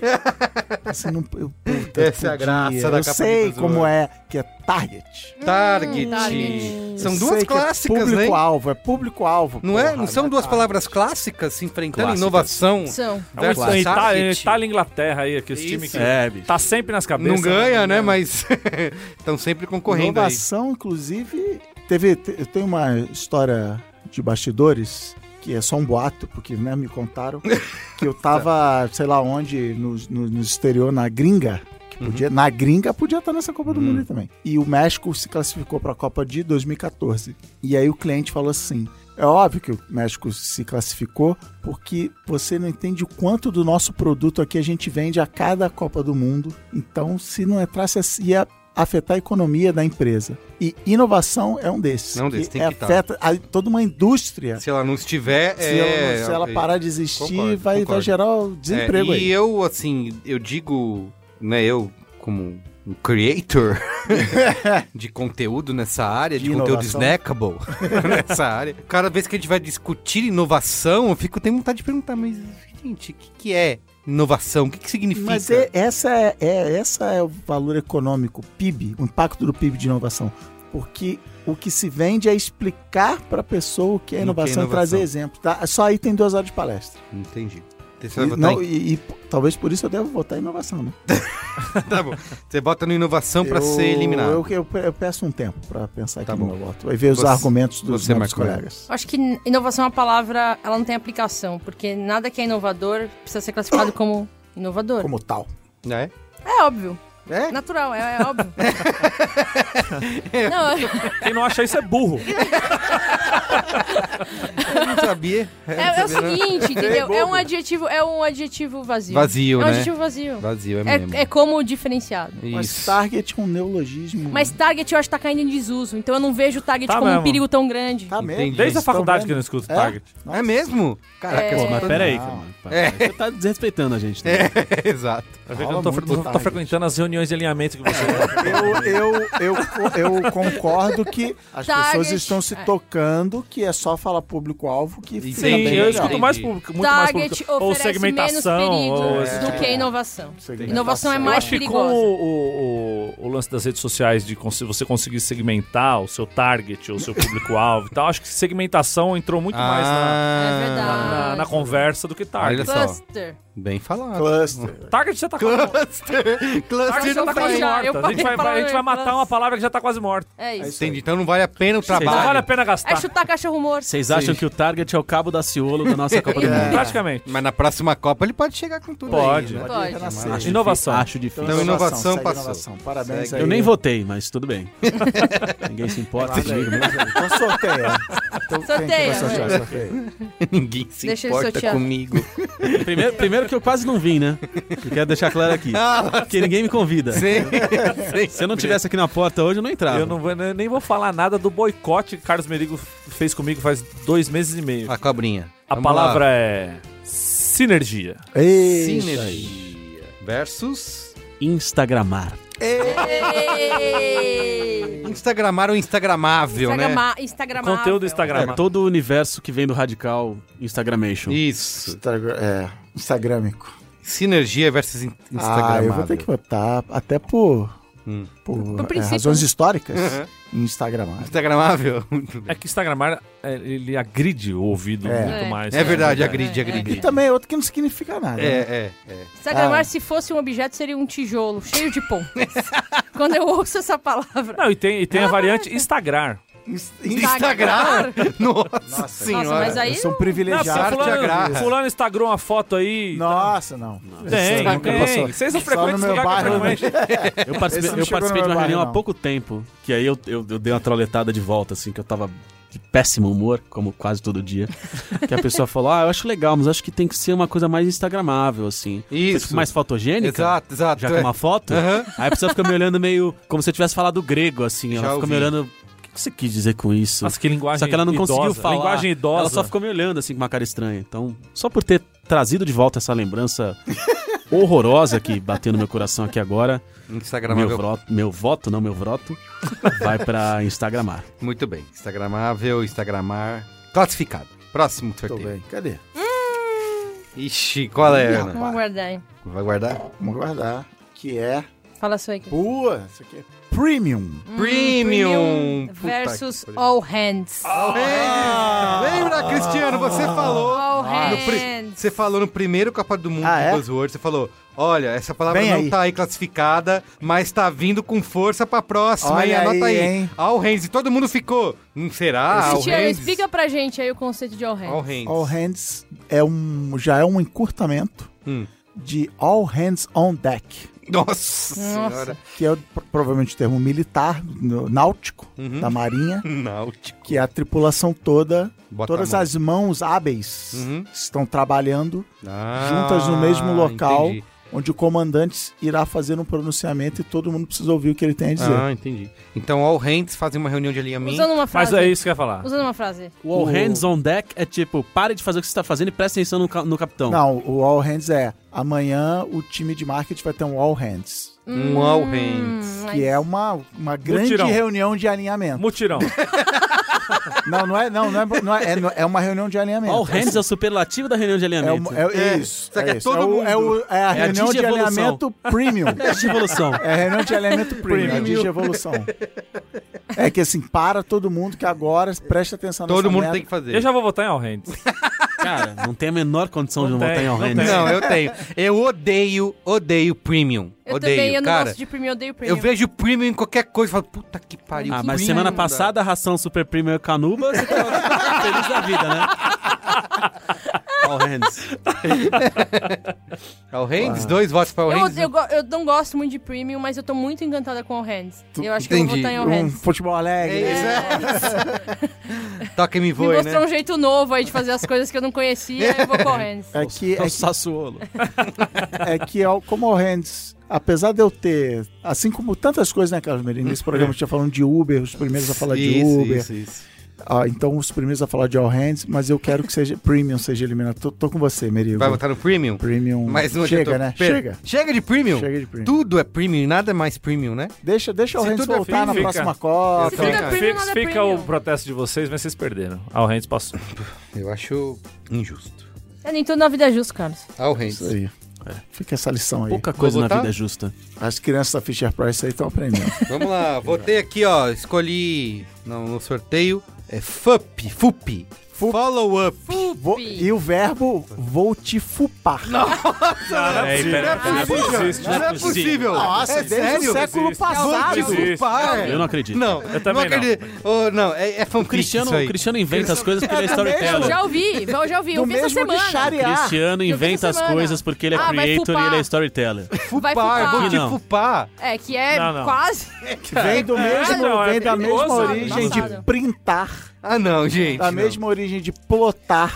[SPEAKER 2] Assim, não, eu, puta,
[SPEAKER 1] Essa é a graça da
[SPEAKER 2] Eu
[SPEAKER 1] capa
[SPEAKER 2] sei
[SPEAKER 1] do
[SPEAKER 2] como
[SPEAKER 1] Zorro.
[SPEAKER 2] é, que é target.
[SPEAKER 1] Target.
[SPEAKER 7] Target.
[SPEAKER 1] São
[SPEAKER 2] Eu
[SPEAKER 1] duas
[SPEAKER 2] Hum, sei que é
[SPEAKER 1] clássicas, né?
[SPEAKER 2] Público-alvo, é público-alvo.
[SPEAKER 1] Não é?
[SPEAKER 2] porra,
[SPEAKER 1] Não são
[SPEAKER 2] né,
[SPEAKER 1] duas
[SPEAKER 2] cara?
[SPEAKER 1] palavras clássicas se enfrentando
[SPEAKER 3] Clássicas.
[SPEAKER 1] inovação
[SPEAKER 7] São.
[SPEAKER 6] É um-
[SPEAKER 1] versus
[SPEAKER 6] Itália,
[SPEAKER 1] target?
[SPEAKER 2] Tá, é,
[SPEAKER 6] Itália e Inglaterra aí, que os times
[SPEAKER 1] Isso.
[SPEAKER 6] que
[SPEAKER 3] É, bicho.
[SPEAKER 6] tá sempre nas cabeças.
[SPEAKER 1] Não ganha, né? Mas estão sempre concorrendo aí.
[SPEAKER 2] Inovação, inclusive, teve, te- eu tenho uma história de bastidores que é só um boato, porque né, me contaram que eu tava, sei lá onde, no, no, no exterior, na gringa. que Podia, Na gringa podia estar nessa Copa do Mundo aí também. E o México se classificou para a Copa de 2014. E aí o cliente falou assim: é óbvio que o México se classificou, porque você não entende o quanto do nosso produto aqui a gente vende a cada Copa do Mundo. Então, se não entrasse, assim, ia afetar a economia da empresa. E inovação é um desses.
[SPEAKER 1] É um desses,
[SPEAKER 2] que
[SPEAKER 1] tem que tá.
[SPEAKER 2] afeta a- toda uma indústria.
[SPEAKER 1] Se ela não estiver,
[SPEAKER 2] Se,
[SPEAKER 1] é...
[SPEAKER 2] ela, não- se ela
[SPEAKER 1] ok.
[SPEAKER 2] parar de existir,
[SPEAKER 1] Concordo,
[SPEAKER 2] vai, vai
[SPEAKER 1] concordo.
[SPEAKER 2] gerar o desemprego
[SPEAKER 1] É,
[SPEAKER 2] aí.
[SPEAKER 1] E eu, assim, eu digo, né, eu como um creator de conteúdo nessa área, de,
[SPEAKER 2] De
[SPEAKER 1] conteúdo
[SPEAKER 2] inovação.
[SPEAKER 1] snackable nessa área, cada vez que a gente vai discutir inovação, eu fico, tenho vontade de perguntar, mas, gente, o que, que é inovação? O que, que significa?
[SPEAKER 2] Mas é- essa é, é- essa é o valor econômico, o PIB, o impacto do PIB de inovação. Porque o que se vende é explicar para a pessoa o que
[SPEAKER 1] O que
[SPEAKER 2] é
[SPEAKER 1] é
[SPEAKER 2] inovação e
[SPEAKER 1] inovação.
[SPEAKER 2] trazer exemplos. Tá? Só aí tem duas horas de palestra.
[SPEAKER 1] Entendi. Então Você, vai
[SPEAKER 2] E,
[SPEAKER 1] votar
[SPEAKER 2] não,
[SPEAKER 1] em-
[SPEAKER 2] e- e p- talvez por isso eu devo votar em inovação. Né?
[SPEAKER 1] tá bom. Você bota no inovação Então, pra ser eliminado.
[SPEAKER 2] Eu, eu, eu peço um tempo para pensar
[SPEAKER 1] Tá
[SPEAKER 2] aqui
[SPEAKER 1] bom.
[SPEAKER 2] no meu voto. Vai ver os
[SPEAKER 1] Você-
[SPEAKER 2] argumentos dos
[SPEAKER 1] você,
[SPEAKER 2] meus
[SPEAKER 1] Marco Aurélio.
[SPEAKER 2] colegas.
[SPEAKER 7] Acho que inovação é uma palavra, ela não tem aplicação, porque nada que é inovador precisa ser classificado como inovador.
[SPEAKER 2] Como tal.
[SPEAKER 1] Né?
[SPEAKER 7] É óbvio.
[SPEAKER 1] É?
[SPEAKER 7] Natural, é, é óbvio. não, é-
[SPEAKER 6] Quem não acha isso é burro.
[SPEAKER 1] Eu não sabia.
[SPEAKER 7] é, é o seguinte, entendeu? É um
[SPEAKER 1] bobo.
[SPEAKER 7] adjetivo, é um adjetivo vazio.
[SPEAKER 1] Vazio,
[SPEAKER 7] é um
[SPEAKER 1] né?
[SPEAKER 7] adjetivo vazio.
[SPEAKER 1] Vazio, é, mesmo.
[SPEAKER 7] É, é como diferenciado.
[SPEAKER 2] Mas
[SPEAKER 1] Isso.
[SPEAKER 2] target é um neologismo.
[SPEAKER 7] Mas Target eu acho que tá caindo em desuso, então eu não vejo o Target
[SPEAKER 6] Tá
[SPEAKER 7] como um
[SPEAKER 6] mesmo.
[SPEAKER 7] perigo tão grande.
[SPEAKER 2] tá
[SPEAKER 1] Entendi.
[SPEAKER 2] mesmo.
[SPEAKER 6] Desde a
[SPEAKER 2] Estão
[SPEAKER 6] faculdade
[SPEAKER 2] vendo?
[SPEAKER 6] que eu não escuto
[SPEAKER 2] É?
[SPEAKER 6] Target.
[SPEAKER 1] É mesmo? Caraca,
[SPEAKER 2] Tá
[SPEAKER 1] eu
[SPEAKER 7] É.
[SPEAKER 3] Pô,
[SPEAKER 1] sou
[SPEAKER 3] mas
[SPEAKER 1] todo-
[SPEAKER 3] peraí,
[SPEAKER 2] Não.
[SPEAKER 3] cara. Você tá desrespeitando a gente, né?
[SPEAKER 1] É, exato.
[SPEAKER 6] Eu vejo que eu
[SPEAKER 2] Fala
[SPEAKER 6] não tô,
[SPEAKER 2] muito
[SPEAKER 6] não tô
[SPEAKER 2] target.
[SPEAKER 6] frequentando as reuniões de alinhamento que você.
[SPEAKER 2] Eu, eu, eu, eu concordo que as
[SPEAKER 7] Target.
[SPEAKER 2] pessoas estão se tocando que que é só falar público-alvo que fica
[SPEAKER 6] Sim,
[SPEAKER 2] bem
[SPEAKER 6] eu
[SPEAKER 2] legal.
[SPEAKER 6] escuto mais público, muito mais
[SPEAKER 7] Target
[SPEAKER 6] público. Ou
[SPEAKER 7] oferece
[SPEAKER 6] segmentação.
[SPEAKER 7] menos
[SPEAKER 6] ou
[SPEAKER 7] perigo
[SPEAKER 6] esse tipo
[SPEAKER 7] do que a inovação.
[SPEAKER 2] Segmentação.
[SPEAKER 7] Inovação é
[SPEAKER 2] Eu
[SPEAKER 6] Eu
[SPEAKER 7] mais
[SPEAKER 6] acho que com
[SPEAKER 7] perigosa.
[SPEAKER 6] o, o- o lance das redes sociais, de cons- você conseguir segmentar o seu target, o seu público-alvo e tal, acho que segmentação entrou muito mais na,
[SPEAKER 1] Ah,
[SPEAKER 7] É verdade.
[SPEAKER 6] na- na conversa do que
[SPEAKER 1] Olha
[SPEAKER 6] target.
[SPEAKER 1] só,
[SPEAKER 7] Cluster.
[SPEAKER 1] bem falado.
[SPEAKER 2] Cluster.
[SPEAKER 6] Target já tá com-
[SPEAKER 1] Cluster,
[SPEAKER 6] Target
[SPEAKER 1] cluster
[SPEAKER 6] já
[SPEAKER 1] não
[SPEAKER 6] tá
[SPEAKER 1] tem.
[SPEAKER 6] quase
[SPEAKER 7] já,
[SPEAKER 6] morta.
[SPEAKER 7] eu
[SPEAKER 6] A
[SPEAKER 7] parei
[SPEAKER 6] gente vai,
[SPEAKER 7] pra
[SPEAKER 6] a gente vai
[SPEAKER 7] falar-
[SPEAKER 6] matar uma palavra que já tá quase morta.
[SPEAKER 7] É isso.
[SPEAKER 1] Entendi, então não vale a pena
[SPEAKER 3] tá
[SPEAKER 1] o
[SPEAKER 6] Não
[SPEAKER 1] trabalho.
[SPEAKER 6] vale a pena
[SPEAKER 7] É
[SPEAKER 6] gastar.
[SPEAKER 7] chutar caixa-rumor.
[SPEAKER 3] Vocês acham que o Target é o cabo da Ciolo da nossa
[SPEAKER 1] É.
[SPEAKER 3] Copa do Mundo?
[SPEAKER 6] Praticamente.
[SPEAKER 1] Mas na próxima Copa ele pode chegar com tudo
[SPEAKER 6] Pode.
[SPEAKER 1] aí, né?
[SPEAKER 7] Pode.
[SPEAKER 2] Tá na
[SPEAKER 3] Acho
[SPEAKER 2] sexta.
[SPEAKER 3] difícil,
[SPEAKER 6] Inovação.
[SPEAKER 3] Acho difícil.
[SPEAKER 1] Então, inovação
[SPEAKER 2] segue
[SPEAKER 1] passou.
[SPEAKER 2] inovação. Parabéns
[SPEAKER 1] Segue.
[SPEAKER 2] aí.
[SPEAKER 3] Eu nem votei, mas tudo bem. Ninguém se importa
[SPEAKER 2] Guarda aí.
[SPEAKER 3] comigo mesmo.
[SPEAKER 2] Então sorteia. Então, quem que vai
[SPEAKER 7] Sorteia, né?
[SPEAKER 2] sortear? Sorteia.
[SPEAKER 1] Ninguém se
[SPEAKER 7] Deixa ele
[SPEAKER 1] importa
[SPEAKER 7] sortear.
[SPEAKER 1] comigo.
[SPEAKER 3] Primeiro, primeiro que eu quase não vim, né? Eu quero deixar claro aqui. Porque ninguém me convida.
[SPEAKER 1] Ah, Sim.
[SPEAKER 3] Se eu não tivesse aqui na porta hoje, eu não
[SPEAKER 1] Tá.
[SPEAKER 3] entrava.
[SPEAKER 6] Eu não vou- eu nem vou falar nada do boicote que Carlos Merigo fez comigo faz dois meses e meio.
[SPEAKER 1] A cobrinha.
[SPEAKER 6] A
[SPEAKER 1] Ah, Vamos
[SPEAKER 6] palavra
[SPEAKER 1] lá.
[SPEAKER 6] é sinergia.
[SPEAKER 2] é Isso aí.
[SPEAKER 1] sinergia versus
[SPEAKER 3] Instagramar.
[SPEAKER 7] Ei!
[SPEAKER 1] Instagramar ou instagramável, né?
[SPEAKER 7] Instagrama- Instagramável.
[SPEAKER 6] Conteúdo
[SPEAKER 3] É
[SPEAKER 6] Instagram.
[SPEAKER 3] todo o universo que vem do radical Instagramation.
[SPEAKER 1] né? Isso.
[SPEAKER 2] Instagram, é, Instagramico.
[SPEAKER 1] Sinergia versus in- instagramável.
[SPEAKER 2] Ah, eu vou ter que votar até por,
[SPEAKER 1] Hum.
[SPEAKER 2] por é,
[SPEAKER 7] princípio,
[SPEAKER 2] razões
[SPEAKER 7] né?
[SPEAKER 2] históricas
[SPEAKER 6] Uhum.
[SPEAKER 2] em Instagramar.
[SPEAKER 1] Instagramável? Muito bem.
[SPEAKER 6] É que Instagramar é, ele agride o ouvido
[SPEAKER 2] É.
[SPEAKER 6] muito
[SPEAKER 7] É.
[SPEAKER 6] mais.
[SPEAKER 1] É verdade,
[SPEAKER 7] é,
[SPEAKER 1] agride,
[SPEAKER 7] é,
[SPEAKER 1] agride.
[SPEAKER 2] E também é outro que não significa nada. né?
[SPEAKER 1] É, é, é.
[SPEAKER 7] Instagramar,
[SPEAKER 2] Ah.
[SPEAKER 7] se fosse um objeto, seria um tijolo cheio de pontas. Quando eu ouço essa palavra.
[SPEAKER 6] Não, e tem, e tem
[SPEAKER 1] É
[SPEAKER 6] a variante Instagram.
[SPEAKER 1] Instagram? Nossa, senhora.
[SPEAKER 7] Nossa, mas aí-
[SPEAKER 2] Eu sou um
[SPEAKER 6] Não,
[SPEAKER 2] privilegiado.
[SPEAKER 1] Arte
[SPEAKER 6] Ah, fulano,
[SPEAKER 1] agarra.
[SPEAKER 6] fulano Instagram uma foto aí.
[SPEAKER 2] Nossa, não.
[SPEAKER 6] Tem,
[SPEAKER 2] Nunca
[SPEAKER 6] tem.
[SPEAKER 2] passou.
[SPEAKER 6] Vocês não
[SPEAKER 2] Só
[SPEAKER 6] frequentam
[SPEAKER 2] no
[SPEAKER 6] esse
[SPEAKER 2] meu
[SPEAKER 6] lugar que eu
[SPEAKER 2] bairro,
[SPEAKER 6] frequento.
[SPEAKER 3] Eu participei,
[SPEAKER 2] Esse não
[SPEAKER 3] eu
[SPEAKER 2] chegou
[SPEAKER 3] participei
[SPEAKER 2] no
[SPEAKER 3] de
[SPEAKER 2] meu
[SPEAKER 3] uma reunião
[SPEAKER 2] bairro,
[SPEAKER 3] há
[SPEAKER 2] não.
[SPEAKER 3] pouco tempo, que aí eu, eu, eu dei uma troletada de volta, assim, que eu tava de péssimo humor, como quase todo dia. que a pessoa falou, ah, eu acho legal, mas acho que tem que ser uma coisa mais instagramável, assim.
[SPEAKER 1] Isso.
[SPEAKER 3] Tipo, mais fotogênica.
[SPEAKER 1] Exato, exato.
[SPEAKER 3] Já que é uma foto.
[SPEAKER 1] Aham.
[SPEAKER 3] Aí a pessoa fica me olhando meio como se eu tivesse falado grego, assim.
[SPEAKER 1] Já
[SPEAKER 3] ela fica me
[SPEAKER 1] ouvi.
[SPEAKER 3] olhando, o que que você quis dizer com isso?
[SPEAKER 6] Nossa, que linguagem
[SPEAKER 3] Só que ela não
[SPEAKER 6] idosa.
[SPEAKER 3] conseguiu falar.
[SPEAKER 6] Linguagem idosa.
[SPEAKER 3] Ela só ficou me olhando assim com uma cara estranha. Então, só por ter trazido de volta essa lembrança horrorosa que bateu no meu coração aqui agora, meu,
[SPEAKER 1] Instagramável.
[SPEAKER 3] vro- meu voto, não meu voto, vai pra Instagramar.
[SPEAKER 1] Muito bem. Instagramável, instagramar. Classificado. Próximo
[SPEAKER 2] Tô
[SPEAKER 1] sorteio.
[SPEAKER 2] bem. Cadê?
[SPEAKER 1] Ixi, qual é, Ana?
[SPEAKER 7] Vamos aguardar, hein?
[SPEAKER 1] Vai guardar?
[SPEAKER 7] Hum,
[SPEAKER 2] Vamos guardar. Que é.
[SPEAKER 7] Fala sua aqui.
[SPEAKER 2] Pua, isso aqui é premium.
[SPEAKER 1] Premium. Puta
[SPEAKER 7] versus
[SPEAKER 1] que pariu. Ah!
[SPEAKER 7] All Hands.
[SPEAKER 1] Lembra, Cristiano, você falou.
[SPEAKER 7] All
[SPEAKER 1] no pri-
[SPEAKER 7] Hands.
[SPEAKER 1] Você falou no primeiro Copa do Mundo
[SPEAKER 2] Ah,
[SPEAKER 1] de
[SPEAKER 2] é?
[SPEAKER 1] Buzzword, você falou, olha, essa palavra
[SPEAKER 2] Vem
[SPEAKER 1] não
[SPEAKER 2] aí.
[SPEAKER 1] tá aí classificada, mas tá vindo com força pra próxima,
[SPEAKER 2] Olha
[SPEAKER 1] hein? Anota aí.
[SPEAKER 2] aí, hein?
[SPEAKER 1] All Hands, e todo mundo ficou. Não será? Ah, All
[SPEAKER 7] Cristiano,
[SPEAKER 1] Hands.
[SPEAKER 7] explica pra gente aí o conceito de All Hands.
[SPEAKER 1] All Hands.
[SPEAKER 2] All Hands é um, já é um encurtamento
[SPEAKER 1] Hum.
[SPEAKER 2] de All Hands on Deck,
[SPEAKER 1] Nossa,
[SPEAKER 7] Nossa.
[SPEAKER 1] senhora.
[SPEAKER 2] que é pro- provavelmente o termo militar, no- náutico,
[SPEAKER 1] Uhum.
[SPEAKER 2] da Marinha,
[SPEAKER 1] Náutico.
[SPEAKER 2] que é a tripulação toda,
[SPEAKER 1] Bota
[SPEAKER 2] todas
[SPEAKER 1] a mão.
[SPEAKER 2] as mãos hábeis
[SPEAKER 1] Uhum.
[SPEAKER 2] estão trabalhando
[SPEAKER 1] Ah,
[SPEAKER 2] juntas no mesmo local,
[SPEAKER 1] entendi.
[SPEAKER 2] onde o comandante irá fazer um pronunciamento e todo mundo precisa ouvir o que ele tem a dizer.
[SPEAKER 1] Ah, entendi. Então, All Hands fazem uma reunião de alinhamento.
[SPEAKER 7] Usando uma
[SPEAKER 6] Mas
[SPEAKER 7] frase.
[SPEAKER 6] é isso que eu ia falar.
[SPEAKER 7] Usando uma frase.
[SPEAKER 3] O all hands on deck é tipo, pare de fazer o que você tá fazendo e presta atenção no, ca- no capitão.
[SPEAKER 2] Não, o All Hands é amanhã o time de marketing vai ter um All Hands,
[SPEAKER 1] Um All Hands.
[SPEAKER 7] Hum,
[SPEAKER 2] que é uma, uma grande
[SPEAKER 1] um.
[SPEAKER 6] Mutirão.
[SPEAKER 2] reunião de alinhamento.
[SPEAKER 6] Mutirão.
[SPEAKER 2] Não, não é, não, não é, não é, é, é uma reunião de alinhamento.
[SPEAKER 3] All hands é o superlativo da reunião de
[SPEAKER 2] é,
[SPEAKER 3] alinhamento.
[SPEAKER 2] uma- é
[SPEAKER 1] É,
[SPEAKER 2] isso.
[SPEAKER 1] isso aqui é
[SPEAKER 2] isso.
[SPEAKER 1] todo
[SPEAKER 2] o-
[SPEAKER 1] mundo.
[SPEAKER 2] É, o- é a
[SPEAKER 3] É a
[SPEAKER 2] reunião de
[SPEAKER 3] digievolução.
[SPEAKER 2] alinhamento premium.
[SPEAKER 3] de evolução.
[SPEAKER 2] É a reunião de alinhamento premium, a
[SPEAKER 1] Premium.
[SPEAKER 2] digievolução. É que assim, para todo mundo que agora presta atenção nessa
[SPEAKER 1] Todo mundo
[SPEAKER 2] merda.
[SPEAKER 1] tem que fazer.
[SPEAKER 6] Eu já vou votar em All Hands.
[SPEAKER 3] Cara, não tem a menor condição
[SPEAKER 6] Não
[SPEAKER 3] de não votar
[SPEAKER 6] tem,
[SPEAKER 3] em all
[SPEAKER 6] não
[SPEAKER 3] hands.
[SPEAKER 1] Não, eu tenho. Eu odeio, odeio premium.
[SPEAKER 7] Eu
[SPEAKER 1] odeio,
[SPEAKER 7] também, eu não
[SPEAKER 1] cara.
[SPEAKER 7] gosto de premium, eu odeio premium.
[SPEAKER 1] Eu vejo premium em qualquer coisa e falo, puta que pariu.
[SPEAKER 3] Ah,
[SPEAKER 1] que
[SPEAKER 3] mas
[SPEAKER 1] premium
[SPEAKER 3] semana
[SPEAKER 1] não dá.
[SPEAKER 3] passada a ração Super Premium é Canuba, você tá feliz da vida, né? All hands.
[SPEAKER 1] All
[SPEAKER 2] Ah.
[SPEAKER 1] Hands, dois votos pra All
[SPEAKER 7] Eu,
[SPEAKER 1] Hands.
[SPEAKER 7] eu, go- eu não gosto muito de premium, mas eu tô muito encantada com All Hands. Eu acho que eu vou
[SPEAKER 1] entendi.
[SPEAKER 7] votar em All
[SPEAKER 2] Um
[SPEAKER 7] Hands.
[SPEAKER 2] futebol
[SPEAKER 1] É
[SPEAKER 2] alegre.
[SPEAKER 1] isso, é. Toca e me
[SPEAKER 7] Me
[SPEAKER 1] voe, né?
[SPEAKER 7] mostrou um jeito novo aí de fazer as coisas que eu não conhecia, eu vou com All Hands.
[SPEAKER 2] É que, é,
[SPEAKER 3] o Sassuolo.
[SPEAKER 2] é que ó, como All Hands, apesar de eu ter, tá assim como tantas coisas, né, Carlos Meirinho, nesse programa que já falando de Uber, os primeiros a falar de
[SPEAKER 1] Isso,
[SPEAKER 2] Uber,
[SPEAKER 1] isso, isso.
[SPEAKER 2] Ah, então os primeiros a falar de All Hands, mas eu quero que seja Premium seja eliminado. Tô, tô com você, Merigo.
[SPEAKER 1] Vai um botar no premium?
[SPEAKER 2] Premium.
[SPEAKER 1] Mas não
[SPEAKER 2] Chega,
[SPEAKER 1] adiantou.
[SPEAKER 2] né?
[SPEAKER 1] Per-
[SPEAKER 2] Chega.
[SPEAKER 1] Chega de premium?
[SPEAKER 2] Chega de premium.
[SPEAKER 1] Tudo é premium, nada é mais premium, né?
[SPEAKER 2] Deixa, deixa o
[SPEAKER 1] Se
[SPEAKER 2] Hands
[SPEAKER 1] tudo é
[SPEAKER 2] voltar na
[SPEAKER 1] fim, fica.
[SPEAKER 2] próxima Copa.
[SPEAKER 7] tudo é
[SPEAKER 6] Fica,
[SPEAKER 7] premium,
[SPEAKER 6] fica-
[SPEAKER 7] nada é
[SPEAKER 6] fica
[SPEAKER 7] premium.
[SPEAKER 6] o protesto de vocês, mas vocês perderam. Ah, o Hands passou.
[SPEAKER 1] Eu acho injusto.
[SPEAKER 7] É, nem tudo na vida é justo, Carlos.
[SPEAKER 1] All
[SPEAKER 2] Isso
[SPEAKER 1] hands.
[SPEAKER 2] aí. Fica essa lição aí.
[SPEAKER 3] Pouca coisa na
[SPEAKER 1] votar?
[SPEAKER 3] vida é justa.
[SPEAKER 2] As crianças da Fisher Price aí estão aprendendo.
[SPEAKER 1] Vamos lá, votei aqui, ó. Escolhi no, no sorteio. É FUP, FUP. Follow up.
[SPEAKER 2] Vou- e o verbo vou te fupar.
[SPEAKER 6] Não é possível. Não existe.
[SPEAKER 1] Não é possível.
[SPEAKER 2] Nossa,
[SPEAKER 1] é
[SPEAKER 2] desde
[SPEAKER 1] sério?
[SPEAKER 2] o século
[SPEAKER 6] Existe.
[SPEAKER 2] passado.
[SPEAKER 1] Vou te
[SPEAKER 6] Existe.
[SPEAKER 1] fupar.
[SPEAKER 3] Eu não acredito.
[SPEAKER 1] Não,
[SPEAKER 6] Eu também
[SPEAKER 1] não. acredito. Oh, não, é, é fanfic
[SPEAKER 3] O Cristiano,
[SPEAKER 1] isso aí.
[SPEAKER 3] o Cristiano inventa as coisas porque ele é storyteller.
[SPEAKER 7] Já ouvi, eu já ouvi.
[SPEAKER 2] Do
[SPEAKER 7] Eu vi essa
[SPEAKER 2] mesmo de
[SPEAKER 7] semana.
[SPEAKER 2] Shariar.
[SPEAKER 3] Cristiano
[SPEAKER 7] vi
[SPEAKER 3] inventa
[SPEAKER 7] essa
[SPEAKER 3] as
[SPEAKER 7] semana.
[SPEAKER 3] coisas porque ele é
[SPEAKER 7] Ah, vai
[SPEAKER 3] creator e
[SPEAKER 7] fupar.
[SPEAKER 3] ele é storyteller.
[SPEAKER 7] Vai
[SPEAKER 1] Fupar, vou
[SPEAKER 7] fupar.
[SPEAKER 1] te
[SPEAKER 3] Não.
[SPEAKER 1] fupar.
[SPEAKER 7] É, que é
[SPEAKER 6] Não, não.
[SPEAKER 7] quase.
[SPEAKER 2] Vem do mesmo,
[SPEAKER 6] não, é
[SPEAKER 2] vem da
[SPEAKER 6] perigoso,
[SPEAKER 2] mesma
[SPEAKER 6] é
[SPEAKER 2] origem de
[SPEAKER 7] perigoso.
[SPEAKER 2] printar,
[SPEAKER 1] Ah, não, gente.
[SPEAKER 2] da
[SPEAKER 1] não.
[SPEAKER 2] mesma origem de plotar,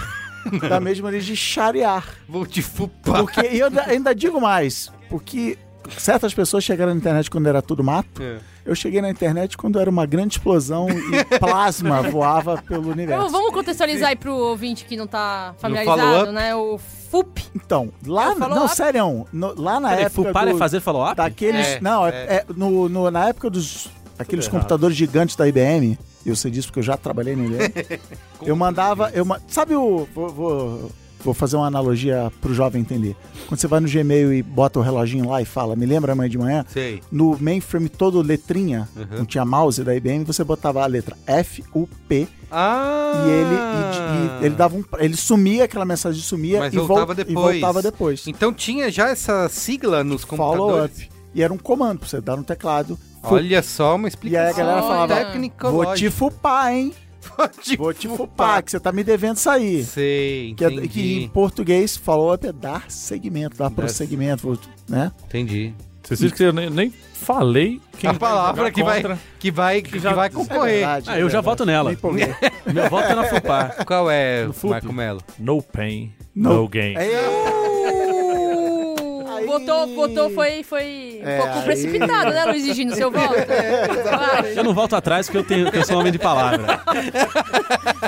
[SPEAKER 2] da mesma origem de charear.
[SPEAKER 1] Vou te fupar.
[SPEAKER 2] Porque e eu ainda- ainda digo mais, porque certas pessoas chegaram na internet quando era tudo mato.
[SPEAKER 1] É.
[SPEAKER 2] Eu cheguei na internet quando era uma grande explosão e plasma voava pelo
[SPEAKER 7] Vamos,
[SPEAKER 2] universo.
[SPEAKER 7] vamos contextualizar aí pro ouvinte que não tá
[SPEAKER 1] follow-up?
[SPEAKER 7] familiarizado, né? O FUP.
[SPEAKER 2] Então, lá,
[SPEAKER 7] Eu falo
[SPEAKER 2] não,
[SPEAKER 7] lá-
[SPEAKER 2] sério, no- lá na
[SPEAKER 3] Peraí,
[SPEAKER 2] época
[SPEAKER 3] fupar
[SPEAKER 2] do-
[SPEAKER 3] é fazer follow-up?
[SPEAKER 2] daqueles,
[SPEAKER 1] É,
[SPEAKER 2] não, é,
[SPEAKER 1] é.
[SPEAKER 2] é no, no- na época dos aqueles
[SPEAKER 6] errado.
[SPEAKER 2] computadores gigantes da IBM. Eu sei disso porque eu já trabalhei na IBM. eu mandava, eu ma- sabe o vou, vou, vou fazer uma analogia pro jovem entender. Quando você vai no Gmail e bota o reloginho lá e fala, me lembra amanhã de manhã?
[SPEAKER 1] Sei.
[SPEAKER 2] No mainframe todo letrinha,
[SPEAKER 1] Uhum.
[SPEAKER 2] não tinha mouse da IBM, você botava a letra F U P
[SPEAKER 1] Ah!
[SPEAKER 2] e ele e- e ele dava um, ele sumia aquela mensagem sumia
[SPEAKER 1] Mas
[SPEAKER 2] e, vol-
[SPEAKER 1] voltava
[SPEAKER 2] e
[SPEAKER 1] depois.
[SPEAKER 2] voltava depois.
[SPEAKER 1] Então tinha já essa sigla nos computadores?
[SPEAKER 2] Follow-up. E era um comando pra você dar no teclado. Fu-
[SPEAKER 1] Olha só uma explicação.
[SPEAKER 2] E aí a galera falava,
[SPEAKER 1] técnico
[SPEAKER 2] Vou te fupar, hein?
[SPEAKER 1] Vou te,
[SPEAKER 2] Vou te fupar, que você tá me devendo sair.
[SPEAKER 1] Sei,
[SPEAKER 2] Que, é-
[SPEAKER 1] entendi.
[SPEAKER 2] que em português falou é dar segmento, dar prosseguimento, vou- né?
[SPEAKER 1] Entendi.
[SPEAKER 6] Vocês viram que eu nem, nem falei quem
[SPEAKER 1] a
[SPEAKER 6] vai
[SPEAKER 1] palavra
[SPEAKER 6] jogar
[SPEAKER 1] que vai,
[SPEAKER 6] contra.
[SPEAKER 1] que vai, que
[SPEAKER 6] já-
[SPEAKER 1] vai
[SPEAKER 2] É
[SPEAKER 1] concorrer.
[SPEAKER 2] verdade,
[SPEAKER 3] Ah, eu já
[SPEAKER 2] é verdade.
[SPEAKER 3] voto nela.
[SPEAKER 2] Me empolguei.
[SPEAKER 3] Meu voto é na fupar.
[SPEAKER 1] Qual é,
[SPEAKER 3] No Fup.
[SPEAKER 1] Marco Melo?
[SPEAKER 6] No pain,
[SPEAKER 2] No- É
[SPEAKER 6] no, gain.
[SPEAKER 2] Aí, Aí.
[SPEAKER 7] Botou, botou, foi, foi
[SPEAKER 2] É,
[SPEAKER 7] um pouco
[SPEAKER 2] aí. É,
[SPEAKER 7] precipitado, né, Luiz Egino, seu voto? Vai,
[SPEAKER 3] Eu não volto atrás porque eu, tenho, eu sou um homem de palavra.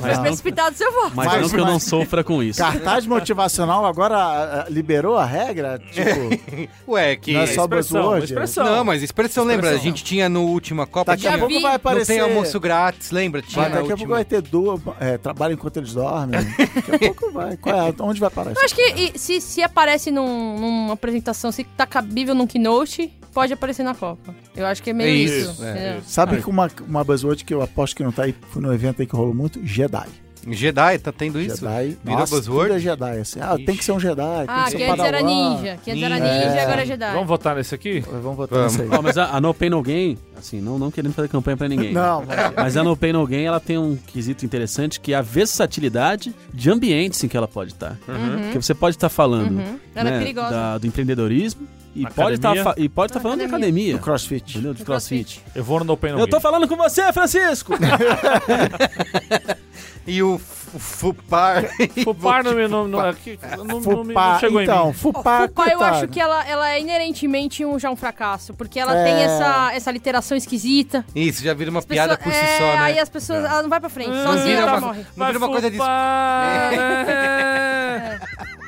[SPEAKER 3] Mas não,
[SPEAKER 7] precipitado seu voto.
[SPEAKER 3] mas
[SPEAKER 2] Mas-
[SPEAKER 3] não que eu não
[SPEAKER 2] mas-
[SPEAKER 3] sofra com isso.
[SPEAKER 2] Cartaz motivacional agora ah, ah, liberou a regra? Tipo,
[SPEAKER 1] Ué, que...
[SPEAKER 2] não é só
[SPEAKER 6] expressão,
[SPEAKER 2] buzzword?
[SPEAKER 6] expressão.
[SPEAKER 1] Não, mas expressão, lembra? A gente tinha no última Copa,
[SPEAKER 2] Daqui
[SPEAKER 1] tinha...
[SPEAKER 2] a
[SPEAKER 7] Já
[SPEAKER 2] pouco
[SPEAKER 7] vi.
[SPEAKER 2] vai
[SPEAKER 7] Não
[SPEAKER 1] Não
[SPEAKER 2] aparecer...
[SPEAKER 1] tem almoço grátis, lembra? Tinha
[SPEAKER 2] Vai,
[SPEAKER 1] na
[SPEAKER 2] daqui a pouco
[SPEAKER 1] última.
[SPEAKER 2] vai ter duas... É, trabalho enquanto eles dormem. Daqui a pouco vai. Qual é? Onde vai parar isso?
[SPEAKER 7] Eu acho que e, se, se aparece num- numa apresentação, se tá cabível num keynote, pode aparecer na Copa. Eu acho que é meio
[SPEAKER 1] É
[SPEAKER 7] isso.
[SPEAKER 1] isso, é
[SPEAKER 7] entendeu?
[SPEAKER 2] Sabe que uma, uma buzzword que eu aposto que não tá aí, foi num evento aí que rolou muito? Jedi.
[SPEAKER 1] Jedi, tá tendo isso?
[SPEAKER 2] Jedi.
[SPEAKER 1] Virou
[SPEAKER 2] nossa,
[SPEAKER 1] buzzword?
[SPEAKER 2] tudo é Jedi. Assim, ah, tem que ser um Jedi,
[SPEAKER 7] Ah,
[SPEAKER 2] tem que
[SPEAKER 7] que
[SPEAKER 2] ser um
[SPEAKER 7] antes era
[SPEAKER 2] padawan.
[SPEAKER 7] ninja. Que antes era
[SPEAKER 1] Ninja.
[SPEAKER 7] ninja e
[SPEAKER 2] É.
[SPEAKER 7] agora é Jedi.
[SPEAKER 6] Vamos votar nesse aqui?
[SPEAKER 2] Vamos votar nisso aí.
[SPEAKER 3] Ó, mas a, a No Pain No Gain, assim, não, não querendo fazer campanha pra ninguém. né?
[SPEAKER 2] Não, mas-
[SPEAKER 3] Mas a No Pain No Gain, ela tem um quesito interessante que é a versatilidade de ambientes em que ela pode estar. Porque você pode estar falando
[SPEAKER 7] Uhum. Ela
[SPEAKER 3] né,
[SPEAKER 7] é perigosa.
[SPEAKER 3] da- do empreendedorismo e
[SPEAKER 6] Academia.
[SPEAKER 3] pode estar fa- e pode estar falando de academia.
[SPEAKER 2] crossfit.
[SPEAKER 3] Entendeu? De crossfit.
[SPEAKER 6] Eu vou no No pain, no
[SPEAKER 3] Eu tô
[SPEAKER 6] gain.
[SPEAKER 3] falando com você, Francisco!
[SPEAKER 1] E o f- Fupar...
[SPEAKER 6] Fupar não, me- não, não, aqui, não, não, me- não
[SPEAKER 2] Fupá,
[SPEAKER 6] chegou em
[SPEAKER 2] então,
[SPEAKER 6] mim.
[SPEAKER 2] Fupá,
[SPEAKER 7] Fupá, eu
[SPEAKER 2] coitado.
[SPEAKER 7] acho que ela, ela é inerentemente um, já um fracasso, porque ela
[SPEAKER 2] É.
[SPEAKER 7] tem essa, essa literação esquisita.
[SPEAKER 1] Isso, já vira uma
[SPEAKER 7] Pessoa-
[SPEAKER 1] piada por si
[SPEAKER 7] é,
[SPEAKER 1] só,
[SPEAKER 7] Aí
[SPEAKER 1] né? Hum.
[SPEAKER 7] as pessoas,
[SPEAKER 6] É.
[SPEAKER 7] ela não vai pra frente,
[SPEAKER 6] Ah,
[SPEAKER 7] sozinha
[SPEAKER 1] vira
[SPEAKER 7] ela
[SPEAKER 1] uma-
[SPEAKER 7] morre.
[SPEAKER 1] Não vira uma coisa de-
[SPEAKER 6] Fupar, né?
[SPEAKER 7] é-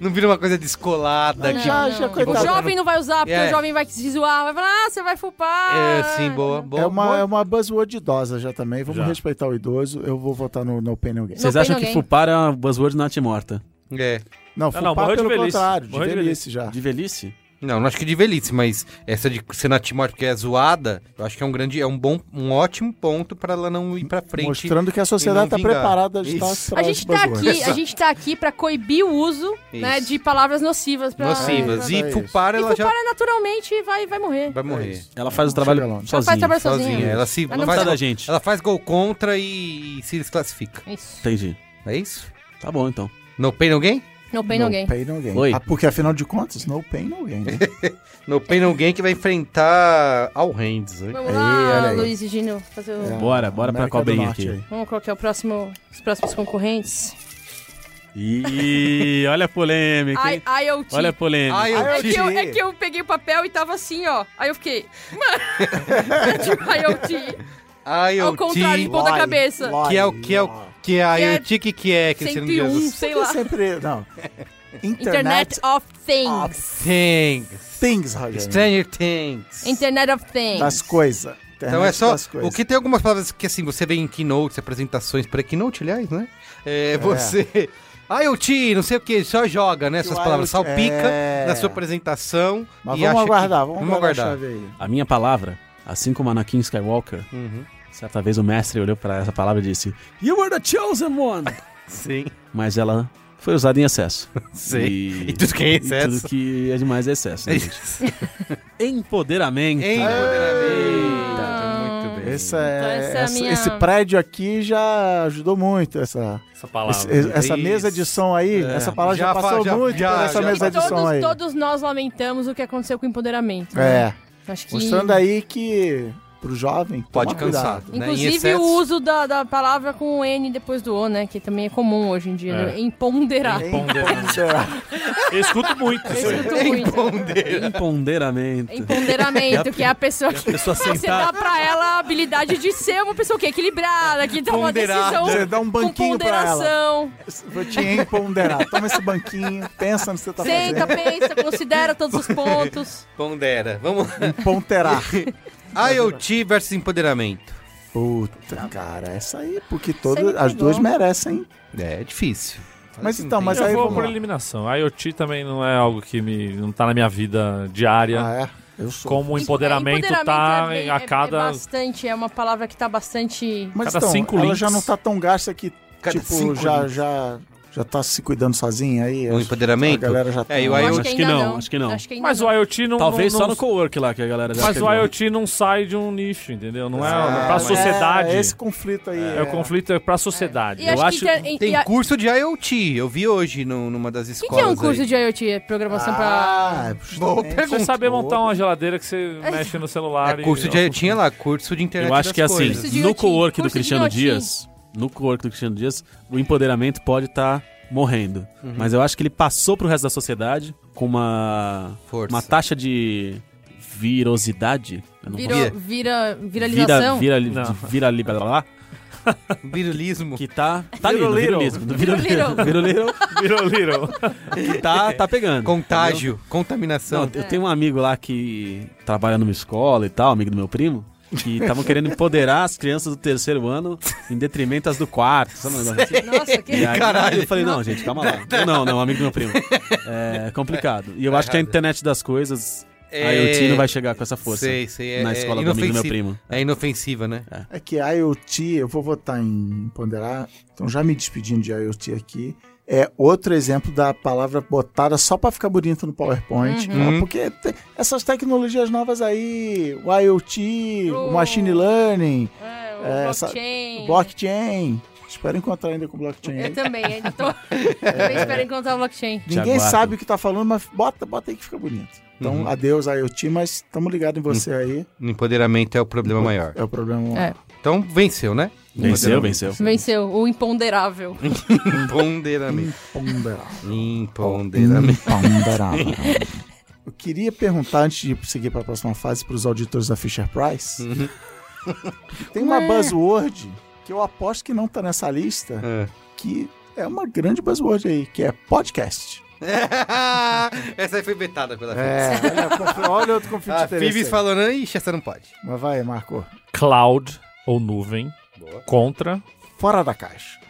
[SPEAKER 1] Não vira uma coisa descolada. que...
[SPEAKER 2] Já, já,
[SPEAKER 7] O
[SPEAKER 2] coitado.
[SPEAKER 7] jovem não vai usar, porque
[SPEAKER 1] É.
[SPEAKER 7] o jovem vai se zoar, vai falar, ah, você vai fupar.
[SPEAKER 1] É, sim, boa, boa.
[SPEAKER 2] É uma,
[SPEAKER 1] boa.
[SPEAKER 2] é uma buzzword idosa já também. Vamos
[SPEAKER 6] Já.
[SPEAKER 2] respeitar o idoso. Eu vou votar no, no Penal Game.
[SPEAKER 3] Vocês
[SPEAKER 7] Pain
[SPEAKER 3] acham
[SPEAKER 7] No
[SPEAKER 3] que
[SPEAKER 7] Gain.
[SPEAKER 3] fupar é uma buzzword natimorta? morta?
[SPEAKER 1] É.
[SPEAKER 2] Não,
[SPEAKER 6] Não,
[SPEAKER 2] Fupá
[SPEAKER 6] não, morreu de
[SPEAKER 2] pelo
[SPEAKER 6] velhice.
[SPEAKER 2] contrário, de
[SPEAKER 6] Morreu de
[SPEAKER 2] velhice já.
[SPEAKER 3] De velhice?
[SPEAKER 1] Não, não acho que de velhice, mas essa de ser na Timor porque é zoada, eu acho que é um grande, é um bom, um ótimo ponto pra ela não ir pra frente.
[SPEAKER 2] Mostrando que a sociedade
[SPEAKER 1] e
[SPEAKER 2] tá
[SPEAKER 1] não vingar.
[SPEAKER 2] preparada de estar
[SPEAKER 1] Isso.
[SPEAKER 7] A gente, tá aqui, a gente tá aqui pra coibir o uso né,
[SPEAKER 1] Isso.
[SPEAKER 7] de palavras nocivas. Pra,
[SPEAKER 1] Nocivas.
[SPEAKER 2] É,
[SPEAKER 1] E
[SPEAKER 2] é
[SPEAKER 1] Fupar,
[SPEAKER 7] E
[SPEAKER 1] ela já
[SPEAKER 7] fupar naturalmente vai, vai morrer.
[SPEAKER 1] vai morrer.
[SPEAKER 3] Ela faz o
[SPEAKER 2] Não
[SPEAKER 3] trabalho
[SPEAKER 2] chega longe.
[SPEAKER 7] Ela faz
[SPEAKER 3] sozinha.
[SPEAKER 7] trabalho sozinha.
[SPEAKER 1] Sozinha. Ela se
[SPEAKER 7] Ela não
[SPEAKER 1] faz
[SPEAKER 3] precisa da
[SPEAKER 1] gol-
[SPEAKER 3] gente.
[SPEAKER 1] Ela faz gol contra e, e se desclassifica.
[SPEAKER 7] Isso.
[SPEAKER 3] Entendi.
[SPEAKER 1] É isso?
[SPEAKER 3] Tá bom, então.
[SPEAKER 1] No pain no gain?
[SPEAKER 7] No pain, no gain.
[SPEAKER 2] Pain, no gain.
[SPEAKER 3] Oi.
[SPEAKER 2] Ah, porque afinal de contas, no pain, no gain. né?
[SPEAKER 1] No pain no gain que vai enfrentar All Hands. né?
[SPEAKER 7] Vamos
[SPEAKER 2] Aí, olha
[SPEAKER 7] lá,
[SPEAKER 2] aí. É.
[SPEAKER 7] Luiz e Gino. Fazer o...
[SPEAKER 3] Bora, bora pra
[SPEAKER 2] América do
[SPEAKER 3] cobrinha
[SPEAKER 2] Norte
[SPEAKER 3] aqui.
[SPEAKER 2] aí.
[SPEAKER 7] Vamos colocar o próximo, os próximos concorrentes.
[SPEAKER 3] Ih, olha a polêmica, hein?
[SPEAKER 7] I, IoT.
[SPEAKER 3] Olha a polêmica.
[SPEAKER 1] Ai,
[SPEAKER 2] Ai,
[SPEAKER 1] eu
[SPEAKER 7] é, que eu,
[SPEAKER 2] IoT.
[SPEAKER 7] é que eu peguei tipo o papel e tava assim, ó. Aí eu fiquei, mano, é de IoT. Ao contrário, de
[SPEAKER 1] IoT,
[SPEAKER 7] ponta cabeça.
[SPEAKER 1] que é o que é o que é a
[SPEAKER 7] Que é
[SPEAKER 1] IoT, que, que é, Cristiano
[SPEAKER 7] 101,
[SPEAKER 1] Jesus?
[SPEAKER 7] sei
[SPEAKER 2] Eu
[SPEAKER 7] lá.
[SPEAKER 2] sempre. Não. é Internet,
[SPEAKER 7] Internet of
[SPEAKER 2] of
[SPEAKER 7] Things.
[SPEAKER 1] Things.
[SPEAKER 2] Things, Rogério.
[SPEAKER 1] Stranger Things.
[SPEAKER 7] Internet of Things.
[SPEAKER 2] Das coisas.
[SPEAKER 1] Então é só.
[SPEAKER 2] Das
[SPEAKER 1] O
[SPEAKER 2] né, tipo coisas.
[SPEAKER 1] que tem algumas palavras que assim, você vê em keynotes, apresentações para keynote, aliás, né? É, você. IoT, não sei o que, só joga, né? Essas
[SPEAKER 2] o
[SPEAKER 1] palavras.
[SPEAKER 2] IoT
[SPEAKER 1] Salpica
[SPEAKER 2] é.
[SPEAKER 1] na sua apresentação.
[SPEAKER 2] Mas
[SPEAKER 1] e
[SPEAKER 2] vamos
[SPEAKER 1] acha que-
[SPEAKER 2] aguardar, vamos, aguardar. a chave aí.
[SPEAKER 3] A minha palavra, assim como Anakin Skywalker,
[SPEAKER 1] Uhum.
[SPEAKER 3] certa vez o mestre olhou pra essa palavra e disse: You were the chosen one!
[SPEAKER 1] Sim,
[SPEAKER 3] Mas ela foi usada em excesso.
[SPEAKER 1] sim.
[SPEAKER 3] E-
[SPEAKER 1] E, tudo que é
[SPEAKER 3] E
[SPEAKER 1] excesso.
[SPEAKER 3] tudo que é demais é excesso. né, gente? Empoderamento.
[SPEAKER 1] Empoderamento. Muito bem.
[SPEAKER 2] Essa é-
[SPEAKER 7] Então essa é a
[SPEAKER 2] essa-
[SPEAKER 7] minha-
[SPEAKER 2] Esse prédio aqui já ajudou muito. Essa,
[SPEAKER 6] Essa palavra.
[SPEAKER 2] esse- essa
[SPEAKER 1] Isso.
[SPEAKER 2] mesa de som aí,
[SPEAKER 1] É.
[SPEAKER 2] essa palavra já,
[SPEAKER 1] Já fa-
[SPEAKER 2] passou
[SPEAKER 1] já-
[SPEAKER 2] muito
[SPEAKER 1] já-
[SPEAKER 2] por essa
[SPEAKER 1] já-
[SPEAKER 2] mesa
[SPEAKER 7] E
[SPEAKER 2] de som
[SPEAKER 7] todos,
[SPEAKER 2] aí.
[SPEAKER 7] todos nós lamentamos o que aconteceu com o empoderamento. né?
[SPEAKER 2] É,
[SPEAKER 7] Acho que...
[SPEAKER 2] mostrando aí que pro jovem
[SPEAKER 1] Pode
[SPEAKER 2] tomar
[SPEAKER 1] cansar.
[SPEAKER 2] cuidado.
[SPEAKER 1] né? Em
[SPEAKER 7] Inclusive
[SPEAKER 1] excesso-
[SPEAKER 7] o uso da, da palavra com o N depois do O, né? Que também é comum hoje em dia.
[SPEAKER 6] É.
[SPEAKER 7] né? Emponderar.
[SPEAKER 6] Eu escuto muito isso
[SPEAKER 7] Eu
[SPEAKER 6] aí.
[SPEAKER 7] escuto muito.
[SPEAKER 3] Empoderamento.
[SPEAKER 7] Empoderamento, que é a pessoa que
[SPEAKER 3] pessoa
[SPEAKER 7] você dá pra ela a habilidade de ser uma pessoa o quê? equilibrada, que toma uma
[SPEAKER 1] Ponderada.
[SPEAKER 7] decisão
[SPEAKER 2] Você dá um
[SPEAKER 7] Então, com
[SPEAKER 2] banquinho pra ela.
[SPEAKER 7] ponderação.
[SPEAKER 2] Vou te empoderar. Toma esse banquinho, pensa no que você tá
[SPEAKER 7] Senta, pensa, considera todos os pontos.
[SPEAKER 1] Pondera. Vamos lá.
[SPEAKER 2] fazendo. Emponderar.
[SPEAKER 1] IoT versus empoderamento.
[SPEAKER 2] Puta, cara, essa aí, porque
[SPEAKER 7] Você me
[SPEAKER 2] todas as
[SPEAKER 7] pegou.
[SPEAKER 2] duas merecem.
[SPEAKER 1] É, é difícil.
[SPEAKER 2] Mas então, mas aí
[SPEAKER 6] Eu vou
[SPEAKER 2] vamos
[SPEAKER 6] por
[SPEAKER 2] lá.
[SPEAKER 6] eliminação. A IoT também não é algo que me não tá na minha vida diária.
[SPEAKER 2] Ah, é? Eu sou.
[SPEAKER 6] Como o empoderamento,
[SPEAKER 7] Empoderamento
[SPEAKER 6] tá
[SPEAKER 7] é bem-
[SPEAKER 6] a
[SPEAKER 7] é-
[SPEAKER 6] cada.
[SPEAKER 7] É bastante, é uma palavra que tá bastante...
[SPEAKER 2] Mas
[SPEAKER 6] Cada
[SPEAKER 2] então,
[SPEAKER 6] cinco
[SPEAKER 2] ela
[SPEAKER 6] links.
[SPEAKER 2] já não tá tão gasta que,
[SPEAKER 1] Cada
[SPEAKER 2] tipo,
[SPEAKER 1] cinco
[SPEAKER 2] já,
[SPEAKER 1] links.
[SPEAKER 2] já, já tá se cuidando sozinha aí.
[SPEAKER 1] O
[SPEAKER 2] acho-
[SPEAKER 1] Um empoderamento?
[SPEAKER 2] A galera já tá...
[SPEAKER 1] É, e o
[SPEAKER 7] Eu
[SPEAKER 1] IoT
[SPEAKER 3] acho que
[SPEAKER 7] ainda
[SPEAKER 3] não, acho que não.
[SPEAKER 7] ainda
[SPEAKER 6] mas
[SPEAKER 7] não.
[SPEAKER 6] o IoT não.
[SPEAKER 3] Talvez
[SPEAKER 6] não-
[SPEAKER 3] só
[SPEAKER 6] não-
[SPEAKER 3] no né? cowork lá que a galera já
[SPEAKER 6] Mas o
[SPEAKER 3] pegou.
[SPEAKER 6] IoT não sai de um nicho, entendeu? Não é,
[SPEAKER 2] É,
[SPEAKER 6] pra sociedade.
[SPEAKER 2] É,
[SPEAKER 6] É,
[SPEAKER 2] esse conflito aí.
[SPEAKER 6] o conflito é pra sociedade.
[SPEAKER 7] E
[SPEAKER 6] Eu
[SPEAKER 7] acho
[SPEAKER 6] acho.
[SPEAKER 7] que inter- e
[SPEAKER 1] Tem
[SPEAKER 7] a-
[SPEAKER 1] curso de IoT, eu vi hoje no- numa das
[SPEAKER 7] O que,
[SPEAKER 1] escolas.
[SPEAKER 7] que é um curso
[SPEAKER 1] aí.
[SPEAKER 7] de IoT? Programação pra...
[SPEAKER 2] Ah,
[SPEAKER 1] Boa
[SPEAKER 2] justamente.
[SPEAKER 1] pergunta.
[SPEAKER 6] Você É saber montar uma geladeira que você mexe no celular.
[SPEAKER 1] É curso
[SPEAKER 2] né?
[SPEAKER 6] e... um
[SPEAKER 1] de tinha lá, curso de internet.
[SPEAKER 3] Eu acho
[SPEAKER 1] das
[SPEAKER 2] é
[SPEAKER 3] que assim,
[SPEAKER 1] coisas.
[SPEAKER 7] de
[SPEAKER 3] no
[SPEAKER 7] IoT,
[SPEAKER 3] co-work do
[SPEAKER 7] curso de
[SPEAKER 3] Cristiano
[SPEAKER 7] IoT.
[SPEAKER 3] Dias, no co-work do Cristiano Dias, o empoderamento pode estar morrendo. Mas eu acho que ele passou pro resto da sociedade com uma
[SPEAKER 1] Força.
[SPEAKER 3] uma taxa de virosidade, eu não
[SPEAKER 7] Virou,
[SPEAKER 1] Vira-
[SPEAKER 7] vira,
[SPEAKER 3] vira
[SPEAKER 7] viralização?
[SPEAKER 3] vira
[SPEAKER 6] Não.
[SPEAKER 3] vira vira lá
[SPEAKER 1] Virulismo.
[SPEAKER 3] que tá tá ali no
[SPEAKER 6] Viroliro.
[SPEAKER 3] virulismo, do viroliro, viroliro
[SPEAKER 6] Little, little.
[SPEAKER 3] que tá tá pegando.
[SPEAKER 1] Contágio,
[SPEAKER 3] Não,
[SPEAKER 1] contaminação.
[SPEAKER 3] eu tenho um amigo lá que trabalha numa escola e tal, amigo do meu primo, que estavam querendo empoderar as crianças do terceiro ano em detrimento às do quarto, sabe um negócio assim?
[SPEAKER 7] Nossa, que...
[SPEAKER 3] E aí,
[SPEAKER 1] Caralho.
[SPEAKER 3] Eu falei, não, gente, calma lá. Eu, não, não, amigo do meu primo. É complicado. E eu acho que a internet das coisas,
[SPEAKER 1] É,
[SPEAKER 3] a IoT não vai chegar com essa força
[SPEAKER 1] Sei, sei, é,
[SPEAKER 3] na
[SPEAKER 1] é
[SPEAKER 3] escola do amigo do meu
[SPEAKER 1] inofensiva.
[SPEAKER 3] primo.
[SPEAKER 1] É inofensiva, né?
[SPEAKER 2] É que IoT, eu vou votar em ponderar, então já me despedindo de IoT aqui. É outro exemplo da palavra botada só pra ficar bonito no PowerPoint.
[SPEAKER 1] Uhum.
[SPEAKER 2] tá? Porque te- essas tecnologias novas aí, o IoT, o
[SPEAKER 7] O-
[SPEAKER 2] Machine Learning,
[SPEAKER 7] É, o
[SPEAKER 2] É, essa-
[SPEAKER 7] blockchain.
[SPEAKER 2] o blockchain. Espero encontrar ainda com o blockchain.
[SPEAKER 7] Eu
[SPEAKER 2] aí.
[SPEAKER 7] também, ainda tô... Também espero encontrar o blockchain.
[SPEAKER 2] Ninguém
[SPEAKER 3] aguardo.
[SPEAKER 2] sabe o que tá falando, mas bota, bota aí que fica bonito. Então,
[SPEAKER 1] Uhum.
[SPEAKER 2] adeus IoT, mas estamos ligados em você aí.
[SPEAKER 1] O empoderamento é o problema maior.
[SPEAKER 2] É o problema.
[SPEAKER 7] É.
[SPEAKER 1] Então venceu, né?
[SPEAKER 3] Venceu, venceu.
[SPEAKER 7] Venceu, o imponderável.
[SPEAKER 1] Empoderamento.
[SPEAKER 2] Imponderável.
[SPEAKER 1] Empoderamento.
[SPEAKER 2] Imponderável. Eu queria perguntar, antes de seguir para a próxima fase, para os auditores da Fisher Price. Tem uma buzzword que eu aposto que não tá nessa lista,
[SPEAKER 1] É.
[SPEAKER 2] que é uma grande buzzword aí, que é podcast.
[SPEAKER 1] Ah, essa aí foi vetada pela
[SPEAKER 2] É, olha, conf- olha outro conflito de
[SPEAKER 1] A
[SPEAKER 2] interesse
[SPEAKER 1] Phoebes
[SPEAKER 2] aí.
[SPEAKER 1] falando, ixi, essa não pode.
[SPEAKER 2] Ah, Mas vai, Marco.
[SPEAKER 6] Cloud ou nuvem. Contra.
[SPEAKER 2] Fora da caixa.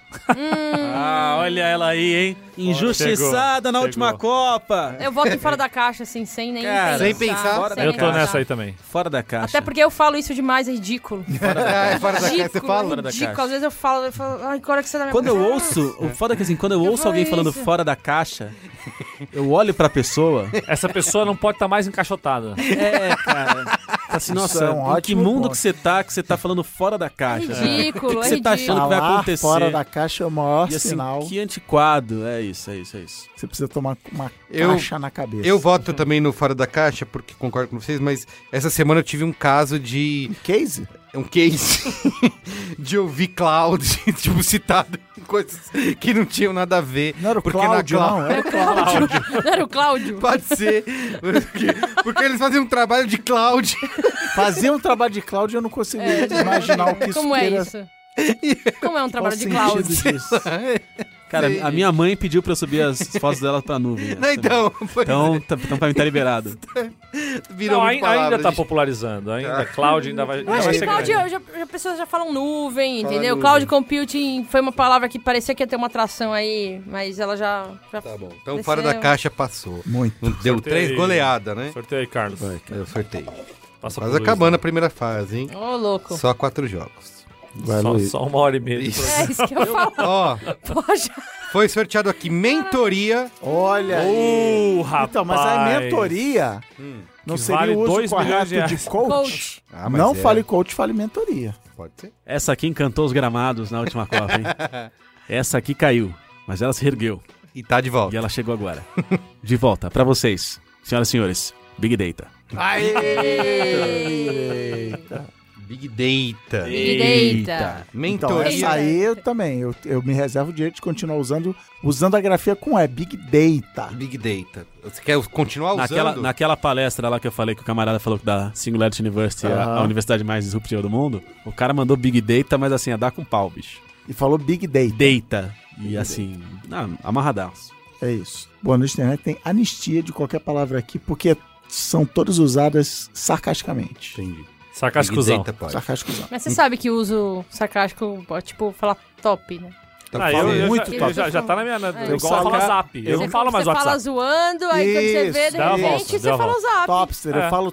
[SPEAKER 3] Ah, olha ela aí, hein? Injustiçada na
[SPEAKER 6] Chegou.
[SPEAKER 3] última Copa.
[SPEAKER 7] Eu voto em fora da caixa, assim, sem nem
[SPEAKER 3] Cara,
[SPEAKER 1] sem pensar.
[SPEAKER 3] Fora da
[SPEAKER 6] Eu
[SPEAKER 3] caixa.
[SPEAKER 6] tô nessa aí também.
[SPEAKER 3] Fora da caixa.
[SPEAKER 7] Até porque eu falo isso demais, é ridículo.
[SPEAKER 1] Ah, é fora da caixa, você
[SPEAKER 7] Ridículo,
[SPEAKER 1] fala?
[SPEAKER 3] Fora da
[SPEAKER 7] ridículo.
[SPEAKER 3] caixa.
[SPEAKER 7] Às vezes eu falo, eu falo, ai, agora que você dá minha
[SPEAKER 3] Quando eu
[SPEAKER 7] Ah,
[SPEAKER 3] ouço, o foda é que assim, quando eu ouço
[SPEAKER 7] falo
[SPEAKER 3] alguém falando
[SPEAKER 7] isso.
[SPEAKER 3] fora da caixa, eu olho pra pessoa.
[SPEAKER 6] Essa pessoa não pode estar mais encaixotada.
[SPEAKER 3] É, cara. Fala Assim,
[SPEAKER 2] Isso
[SPEAKER 3] nossa,
[SPEAKER 2] é um
[SPEAKER 3] em que
[SPEAKER 2] ótimo
[SPEAKER 3] mundo
[SPEAKER 2] ponto.
[SPEAKER 3] que você tá, que você tá falando fora da caixa?
[SPEAKER 7] É
[SPEAKER 3] né?
[SPEAKER 7] ridículo,
[SPEAKER 3] O que, que
[SPEAKER 7] é
[SPEAKER 3] você tá
[SPEAKER 7] ridículo.
[SPEAKER 3] achando que vai
[SPEAKER 2] Falar
[SPEAKER 3] acontecer?
[SPEAKER 2] fora da caixa é o maior
[SPEAKER 3] E assim,
[SPEAKER 2] sinal.
[SPEAKER 3] que antiquado. É isso, é isso, é isso.
[SPEAKER 2] Você precisa tomar uma
[SPEAKER 1] Eu-
[SPEAKER 2] caixa na cabeça.
[SPEAKER 1] Eu voto também no Fora da Caixa, porque concordo com vocês, mas essa semana eu tive um caso de.
[SPEAKER 2] Case?
[SPEAKER 1] um case de ouvir cloud, tipo, citado coisas que não tinham nada a ver.
[SPEAKER 2] Não era o
[SPEAKER 1] porque
[SPEAKER 2] Cláudio,
[SPEAKER 1] na Clá-
[SPEAKER 2] não. Era o Cláudio.
[SPEAKER 7] Não era o Cláudio?
[SPEAKER 1] Pode ser. Porque, porque eles fazem um trabalho de cloud.
[SPEAKER 2] Fazer um trabalho de Cláudio eu não consigo imaginar o que isso
[SPEAKER 7] Como é
[SPEAKER 2] queira-
[SPEAKER 7] isso? Como é um
[SPEAKER 2] qual
[SPEAKER 7] trabalho de
[SPEAKER 2] sentido
[SPEAKER 7] Cláudio?
[SPEAKER 2] disso.
[SPEAKER 3] Cara,
[SPEAKER 1] Sim.
[SPEAKER 3] a minha mãe pediu pra eu subir as fotos dela pra nuvem. né?
[SPEAKER 1] Não, então, pois
[SPEAKER 3] Então, tá, então pra mim tá liberado.
[SPEAKER 1] virou
[SPEAKER 6] Não,
[SPEAKER 1] não,
[SPEAKER 6] ai- ainda tá popularizando, ainda. Cloud ainda vai. ainda
[SPEAKER 7] Eu acho
[SPEAKER 6] vai
[SPEAKER 7] que
[SPEAKER 6] ser
[SPEAKER 7] Cláudio,
[SPEAKER 6] grande.
[SPEAKER 7] já, já- pessoas já falam nuvem,
[SPEAKER 1] Fala
[SPEAKER 7] entendeu?
[SPEAKER 1] nuvem.
[SPEAKER 7] Cloud computing foi uma palavra que parecia que ia ter uma atração aí, mas ela já. já-
[SPEAKER 1] Tá bom. Então, fora da
[SPEAKER 7] Desceu.
[SPEAKER 1] caixa passou.
[SPEAKER 2] Muito.
[SPEAKER 1] Não Deu
[SPEAKER 6] Sorteio.
[SPEAKER 1] três goleadas, né?
[SPEAKER 6] Sorteio Tá aí, Carlos.
[SPEAKER 1] Eu sorteio.
[SPEAKER 6] Passa pro
[SPEAKER 1] Quase
[SPEAKER 6] Luiz,
[SPEAKER 1] acabando a primeira fase, hein?
[SPEAKER 7] Ô, louco.
[SPEAKER 1] Só quatro jogos.
[SPEAKER 6] né? Só, só uma hora e meia. de
[SPEAKER 1] Isso.
[SPEAKER 6] programa.
[SPEAKER 7] É isso que eu falo.
[SPEAKER 1] Ó,
[SPEAKER 7] Poxa.
[SPEAKER 1] foi sorteado aqui mentoria.
[SPEAKER 2] Olha aí.
[SPEAKER 6] Uh, rapaz. Hum.
[SPEAKER 2] Então,
[SPEAKER 7] é
[SPEAKER 2] mas a mentoria não
[SPEAKER 6] Que
[SPEAKER 2] seria
[SPEAKER 6] vale
[SPEAKER 2] o uso
[SPEAKER 6] dois milhões
[SPEAKER 2] correto
[SPEAKER 6] de
[SPEAKER 2] de,
[SPEAKER 6] reais.
[SPEAKER 2] coach?
[SPEAKER 7] Coach.
[SPEAKER 1] Ah, mas
[SPEAKER 2] Não
[SPEAKER 1] é,
[SPEAKER 2] fale coach, fale mentoria.
[SPEAKER 1] Pode ser.
[SPEAKER 3] Essa aqui encantou os gramados na última Copa, hein? Essa aqui caiu, mas ela se ergueu.
[SPEAKER 1] E tá de
[SPEAKER 3] E
[SPEAKER 1] volta.
[SPEAKER 3] ela chegou agora. De volta, pra vocês, senhoras e senhores, Big Data.
[SPEAKER 1] Big Data.
[SPEAKER 7] Direita.
[SPEAKER 2] Então,
[SPEAKER 1] Mentoria.
[SPEAKER 2] essa aí eu também. Eu, eu me reservo o direito de continuar usando, usando a grafia com E, Big Data.
[SPEAKER 1] Big Data. Você quer continuar
[SPEAKER 3] Naquela,
[SPEAKER 1] usando?
[SPEAKER 3] naquela palestra lá que eu falei que o camarada falou que da Singularity University, é a- a,
[SPEAKER 2] Aham.
[SPEAKER 3] universidade mais disruptiva do mundo, o cara mandou Big Data, mas assim, a dar com pau, bicho.
[SPEAKER 2] E falou Big Data.
[SPEAKER 3] Data. E assim, ah, amarradaço.
[SPEAKER 2] É isso. Bom, na internet tem anistia de qualquer palavra aqui, porque são todas usadas sarcasticamente.
[SPEAKER 1] Entendi. Big
[SPEAKER 6] Sarcascuzão.
[SPEAKER 1] Data pode.
[SPEAKER 2] Sarcasticamente.
[SPEAKER 7] Mas você sabe que uso sarcástico, ó, tipo, falar top, né?
[SPEAKER 1] Então,
[SPEAKER 6] Ah,
[SPEAKER 1] fala
[SPEAKER 6] eu,
[SPEAKER 1] aí.
[SPEAKER 6] eu
[SPEAKER 2] Muito
[SPEAKER 6] já,
[SPEAKER 2] top.
[SPEAKER 6] eu já, já tá na minha. Na,
[SPEAKER 7] É,
[SPEAKER 6] igual
[SPEAKER 7] eu
[SPEAKER 6] eu falo
[SPEAKER 2] saca-
[SPEAKER 6] zap. Eu,
[SPEAKER 2] eu-
[SPEAKER 6] não falo mais
[SPEAKER 7] você fala
[SPEAKER 6] WhatsApp.
[SPEAKER 7] zoando, aí quando você vê,
[SPEAKER 2] Isso,
[SPEAKER 7] de
[SPEAKER 6] dá a
[SPEAKER 7] repente,
[SPEAKER 6] volta,
[SPEAKER 7] você
[SPEAKER 6] dá a
[SPEAKER 7] fala
[SPEAKER 6] volta.
[SPEAKER 7] zap.
[SPEAKER 2] Topster,
[SPEAKER 6] É.
[SPEAKER 2] eu falo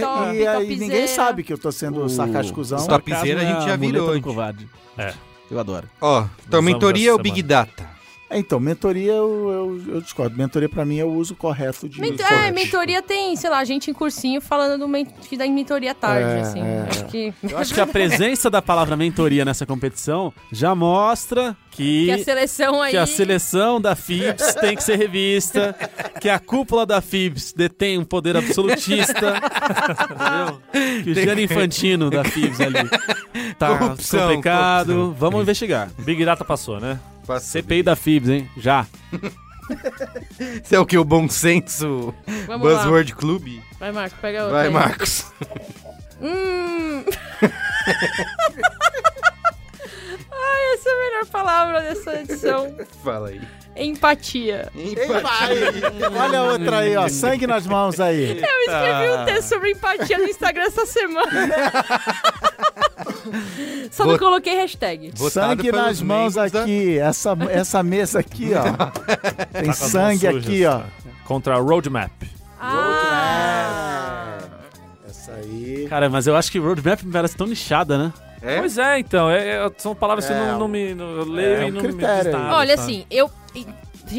[SPEAKER 2] topster,
[SPEAKER 7] top,
[SPEAKER 2] e aí
[SPEAKER 7] topzera.
[SPEAKER 2] ninguém sabe que eu tô
[SPEAKER 1] Uh,
[SPEAKER 2] sendo sarcasticuzão.
[SPEAKER 1] Os topzera a gente já virou,
[SPEAKER 3] ah, muleta do
[SPEAKER 1] hein?
[SPEAKER 3] covarde.
[SPEAKER 6] É.
[SPEAKER 3] Eu adoro.
[SPEAKER 1] Ó, então
[SPEAKER 6] Usamos
[SPEAKER 1] mentoria é
[SPEAKER 6] essa
[SPEAKER 1] o Big Data.
[SPEAKER 2] É, então, mentoria eu, eu, eu discordo. Mentoria pra mim é o uso correto de.
[SPEAKER 7] Mento- é, mentoria tem, sei lá, gente em cursinho falando do men- que dá em mentoria tarde,
[SPEAKER 2] É,
[SPEAKER 7] assim.
[SPEAKER 2] é.
[SPEAKER 7] Acho que,
[SPEAKER 3] Eu acho que a presença da palavra mentoria nessa competição já mostra que,
[SPEAKER 7] que a seleção aí.
[SPEAKER 3] que a seleção da FIBS tem que ser revista, que a cúpula da FIBS detém um poder absolutista. entendeu? Que o Gianni Infantino da FIBS ali tá
[SPEAKER 1] Corrupção,
[SPEAKER 3] complicado. Vamos investigar.
[SPEAKER 6] Big Data passou, né?
[SPEAKER 3] CPI da FIBS, hein? Já.
[SPEAKER 1] Isso é o que? O bom senso
[SPEAKER 7] Vamos lá.
[SPEAKER 1] Buzzword Club?
[SPEAKER 7] Vai, Marco, pega outra.
[SPEAKER 1] Vai,
[SPEAKER 7] aí.
[SPEAKER 1] Marcos.
[SPEAKER 7] Hum. Ai, essa é a melhor palavra dessa edição.
[SPEAKER 1] Fala aí.
[SPEAKER 7] Empatia. É.
[SPEAKER 2] Olha a outra aí, ó. Sangue nas mãos aí.
[SPEAKER 7] Eu escrevi um texto sobre empatia no Instagram essa semana. Só não
[SPEAKER 1] Vou-
[SPEAKER 7] coloquei hashtag.
[SPEAKER 1] Votado
[SPEAKER 2] sangue
[SPEAKER 1] pelos
[SPEAKER 2] nas mãos
[SPEAKER 1] membros da- Tá
[SPEAKER 2] aqui. Essa, essa mesa aqui, ó. Tem sangue aqui, ó.
[SPEAKER 6] Contra a Roadmap.
[SPEAKER 7] Ah!
[SPEAKER 2] Essa aí.
[SPEAKER 3] Cara, mas eu acho que roadmap me parece tão nichada, né?
[SPEAKER 1] É?
[SPEAKER 6] Pois é, então. é- é- são palavras que eu não, não me. não- eu leio
[SPEAKER 2] É
[SPEAKER 6] e
[SPEAKER 2] um
[SPEAKER 6] não me
[SPEAKER 2] critério.
[SPEAKER 6] diz nada,
[SPEAKER 7] Olha,
[SPEAKER 6] sabe?
[SPEAKER 7] assim, eu. Se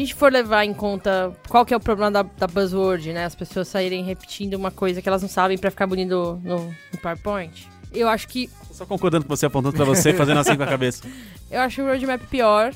[SPEAKER 7] a gente for levar em conta qual que é o problema da, da buzzword, né? As pessoas saírem repetindo uma coisa que elas não sabem pra ficar bonito no, no PowerPoint. Eu acho que.
[SPEAKER 3] Tô só concordando com você, apontando pra você e fazendo assim com a cabeça.
[SPEAKER 7] Eu acho o roadmap pior.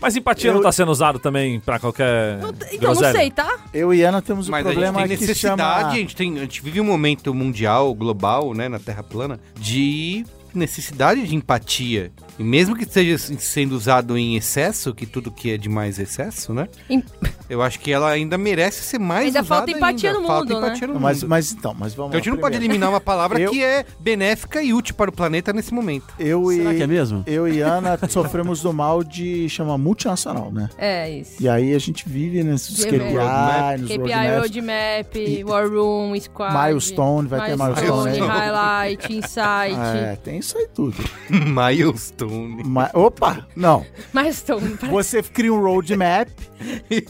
[SPEAKER 6] Mas empatia não
[SPEAKER 2] Eu-
[SPEAKER 6] tá sendo usado também pra qualquer.
[SPEAKER 7] Não t- então, não
[SPEAKER 6] groselha?
[SPEAKER 7] sei, tá?
[SPEAKER 2] Eu e Ana temos um
[SPEAKER 1] Mas a gente
[SPEAKER 2] problema
[SPEAKER 1] tem
[SPEAKER 2] que
[SPEAKER 1] necessidade,
[SPEAKER 2] chama.
[SPEAKER 1] a, gente tem, a gente vive um momento mundial, global, né, na Terra plana, de necessidade de empatia. E mesmo que esteja sendo usado em excesso, que tudo que é demais é excesso, né?
[SPEAKER 7] Em-
[SPEAKER 1] Eu acho que ela ainda merece ser mais
[SPEAKER 7] Ainda
[SPEAKER 1] usada
[SPEAKER 7] falta empatia
[SPEAKER 1] ainda.
[SPEAKER 7] no
[SPEAKER 1] Falta
[SPEAKER 7] mundo, né?
[SPEAKER 1] empatia no
[SPEAKER 2] Mas,
[SPEAKER 1] mundo.
[SPEAKER 2] mas então, mas vamos
[SPEAKER 1] Então a gente
[SPEAKER 2] lá,
[SPEAKER 1] não pode
[SPEAKER 2] primeiro.
[SPEAKER 1] eliminar uma palavra
[SPEAKER 2] Eu-
[SPEAKER 1] que é benéfica e útil para o planeta nesse momento.
[SPEAKER 2] Eu
[SPEAKER 3] Será que é
[SPEAKER 2] e,
[SPEAKER 3] mesmo?
[SPEAKER 2] eu e Ana sofremos do mal de chamar multinacional, né?
[SPEAKER 7] É isso.
[SPEAKER 2] E aí a gente vive né, nesses
[SPEAKER 7] Vive.
[SPEAKER 2] KPI, nos
[SPEAKER 7] KPI,
[SPEAKER 2] roadmaps,
[SPEAKER 7] roadmap,
[SPEAKER 2] E-
[SPEAKER 7] War Room, Squad.
[SPEAKER 2] Milestone, vai ter milestone,
[SPEAKER 1] Milestone.
[SPEAKER 2] aí.
[SPEAKER 7] Highlight, Insight.
[SPEAKER 2] É, tem isso aí tudo.
[SPEAKER 1] Milestone.
[SPEAKER 2] Ma- opa, não.
[SPEAKER 7] Milestone.
[SPEAKER 2] Você cria um roadmap e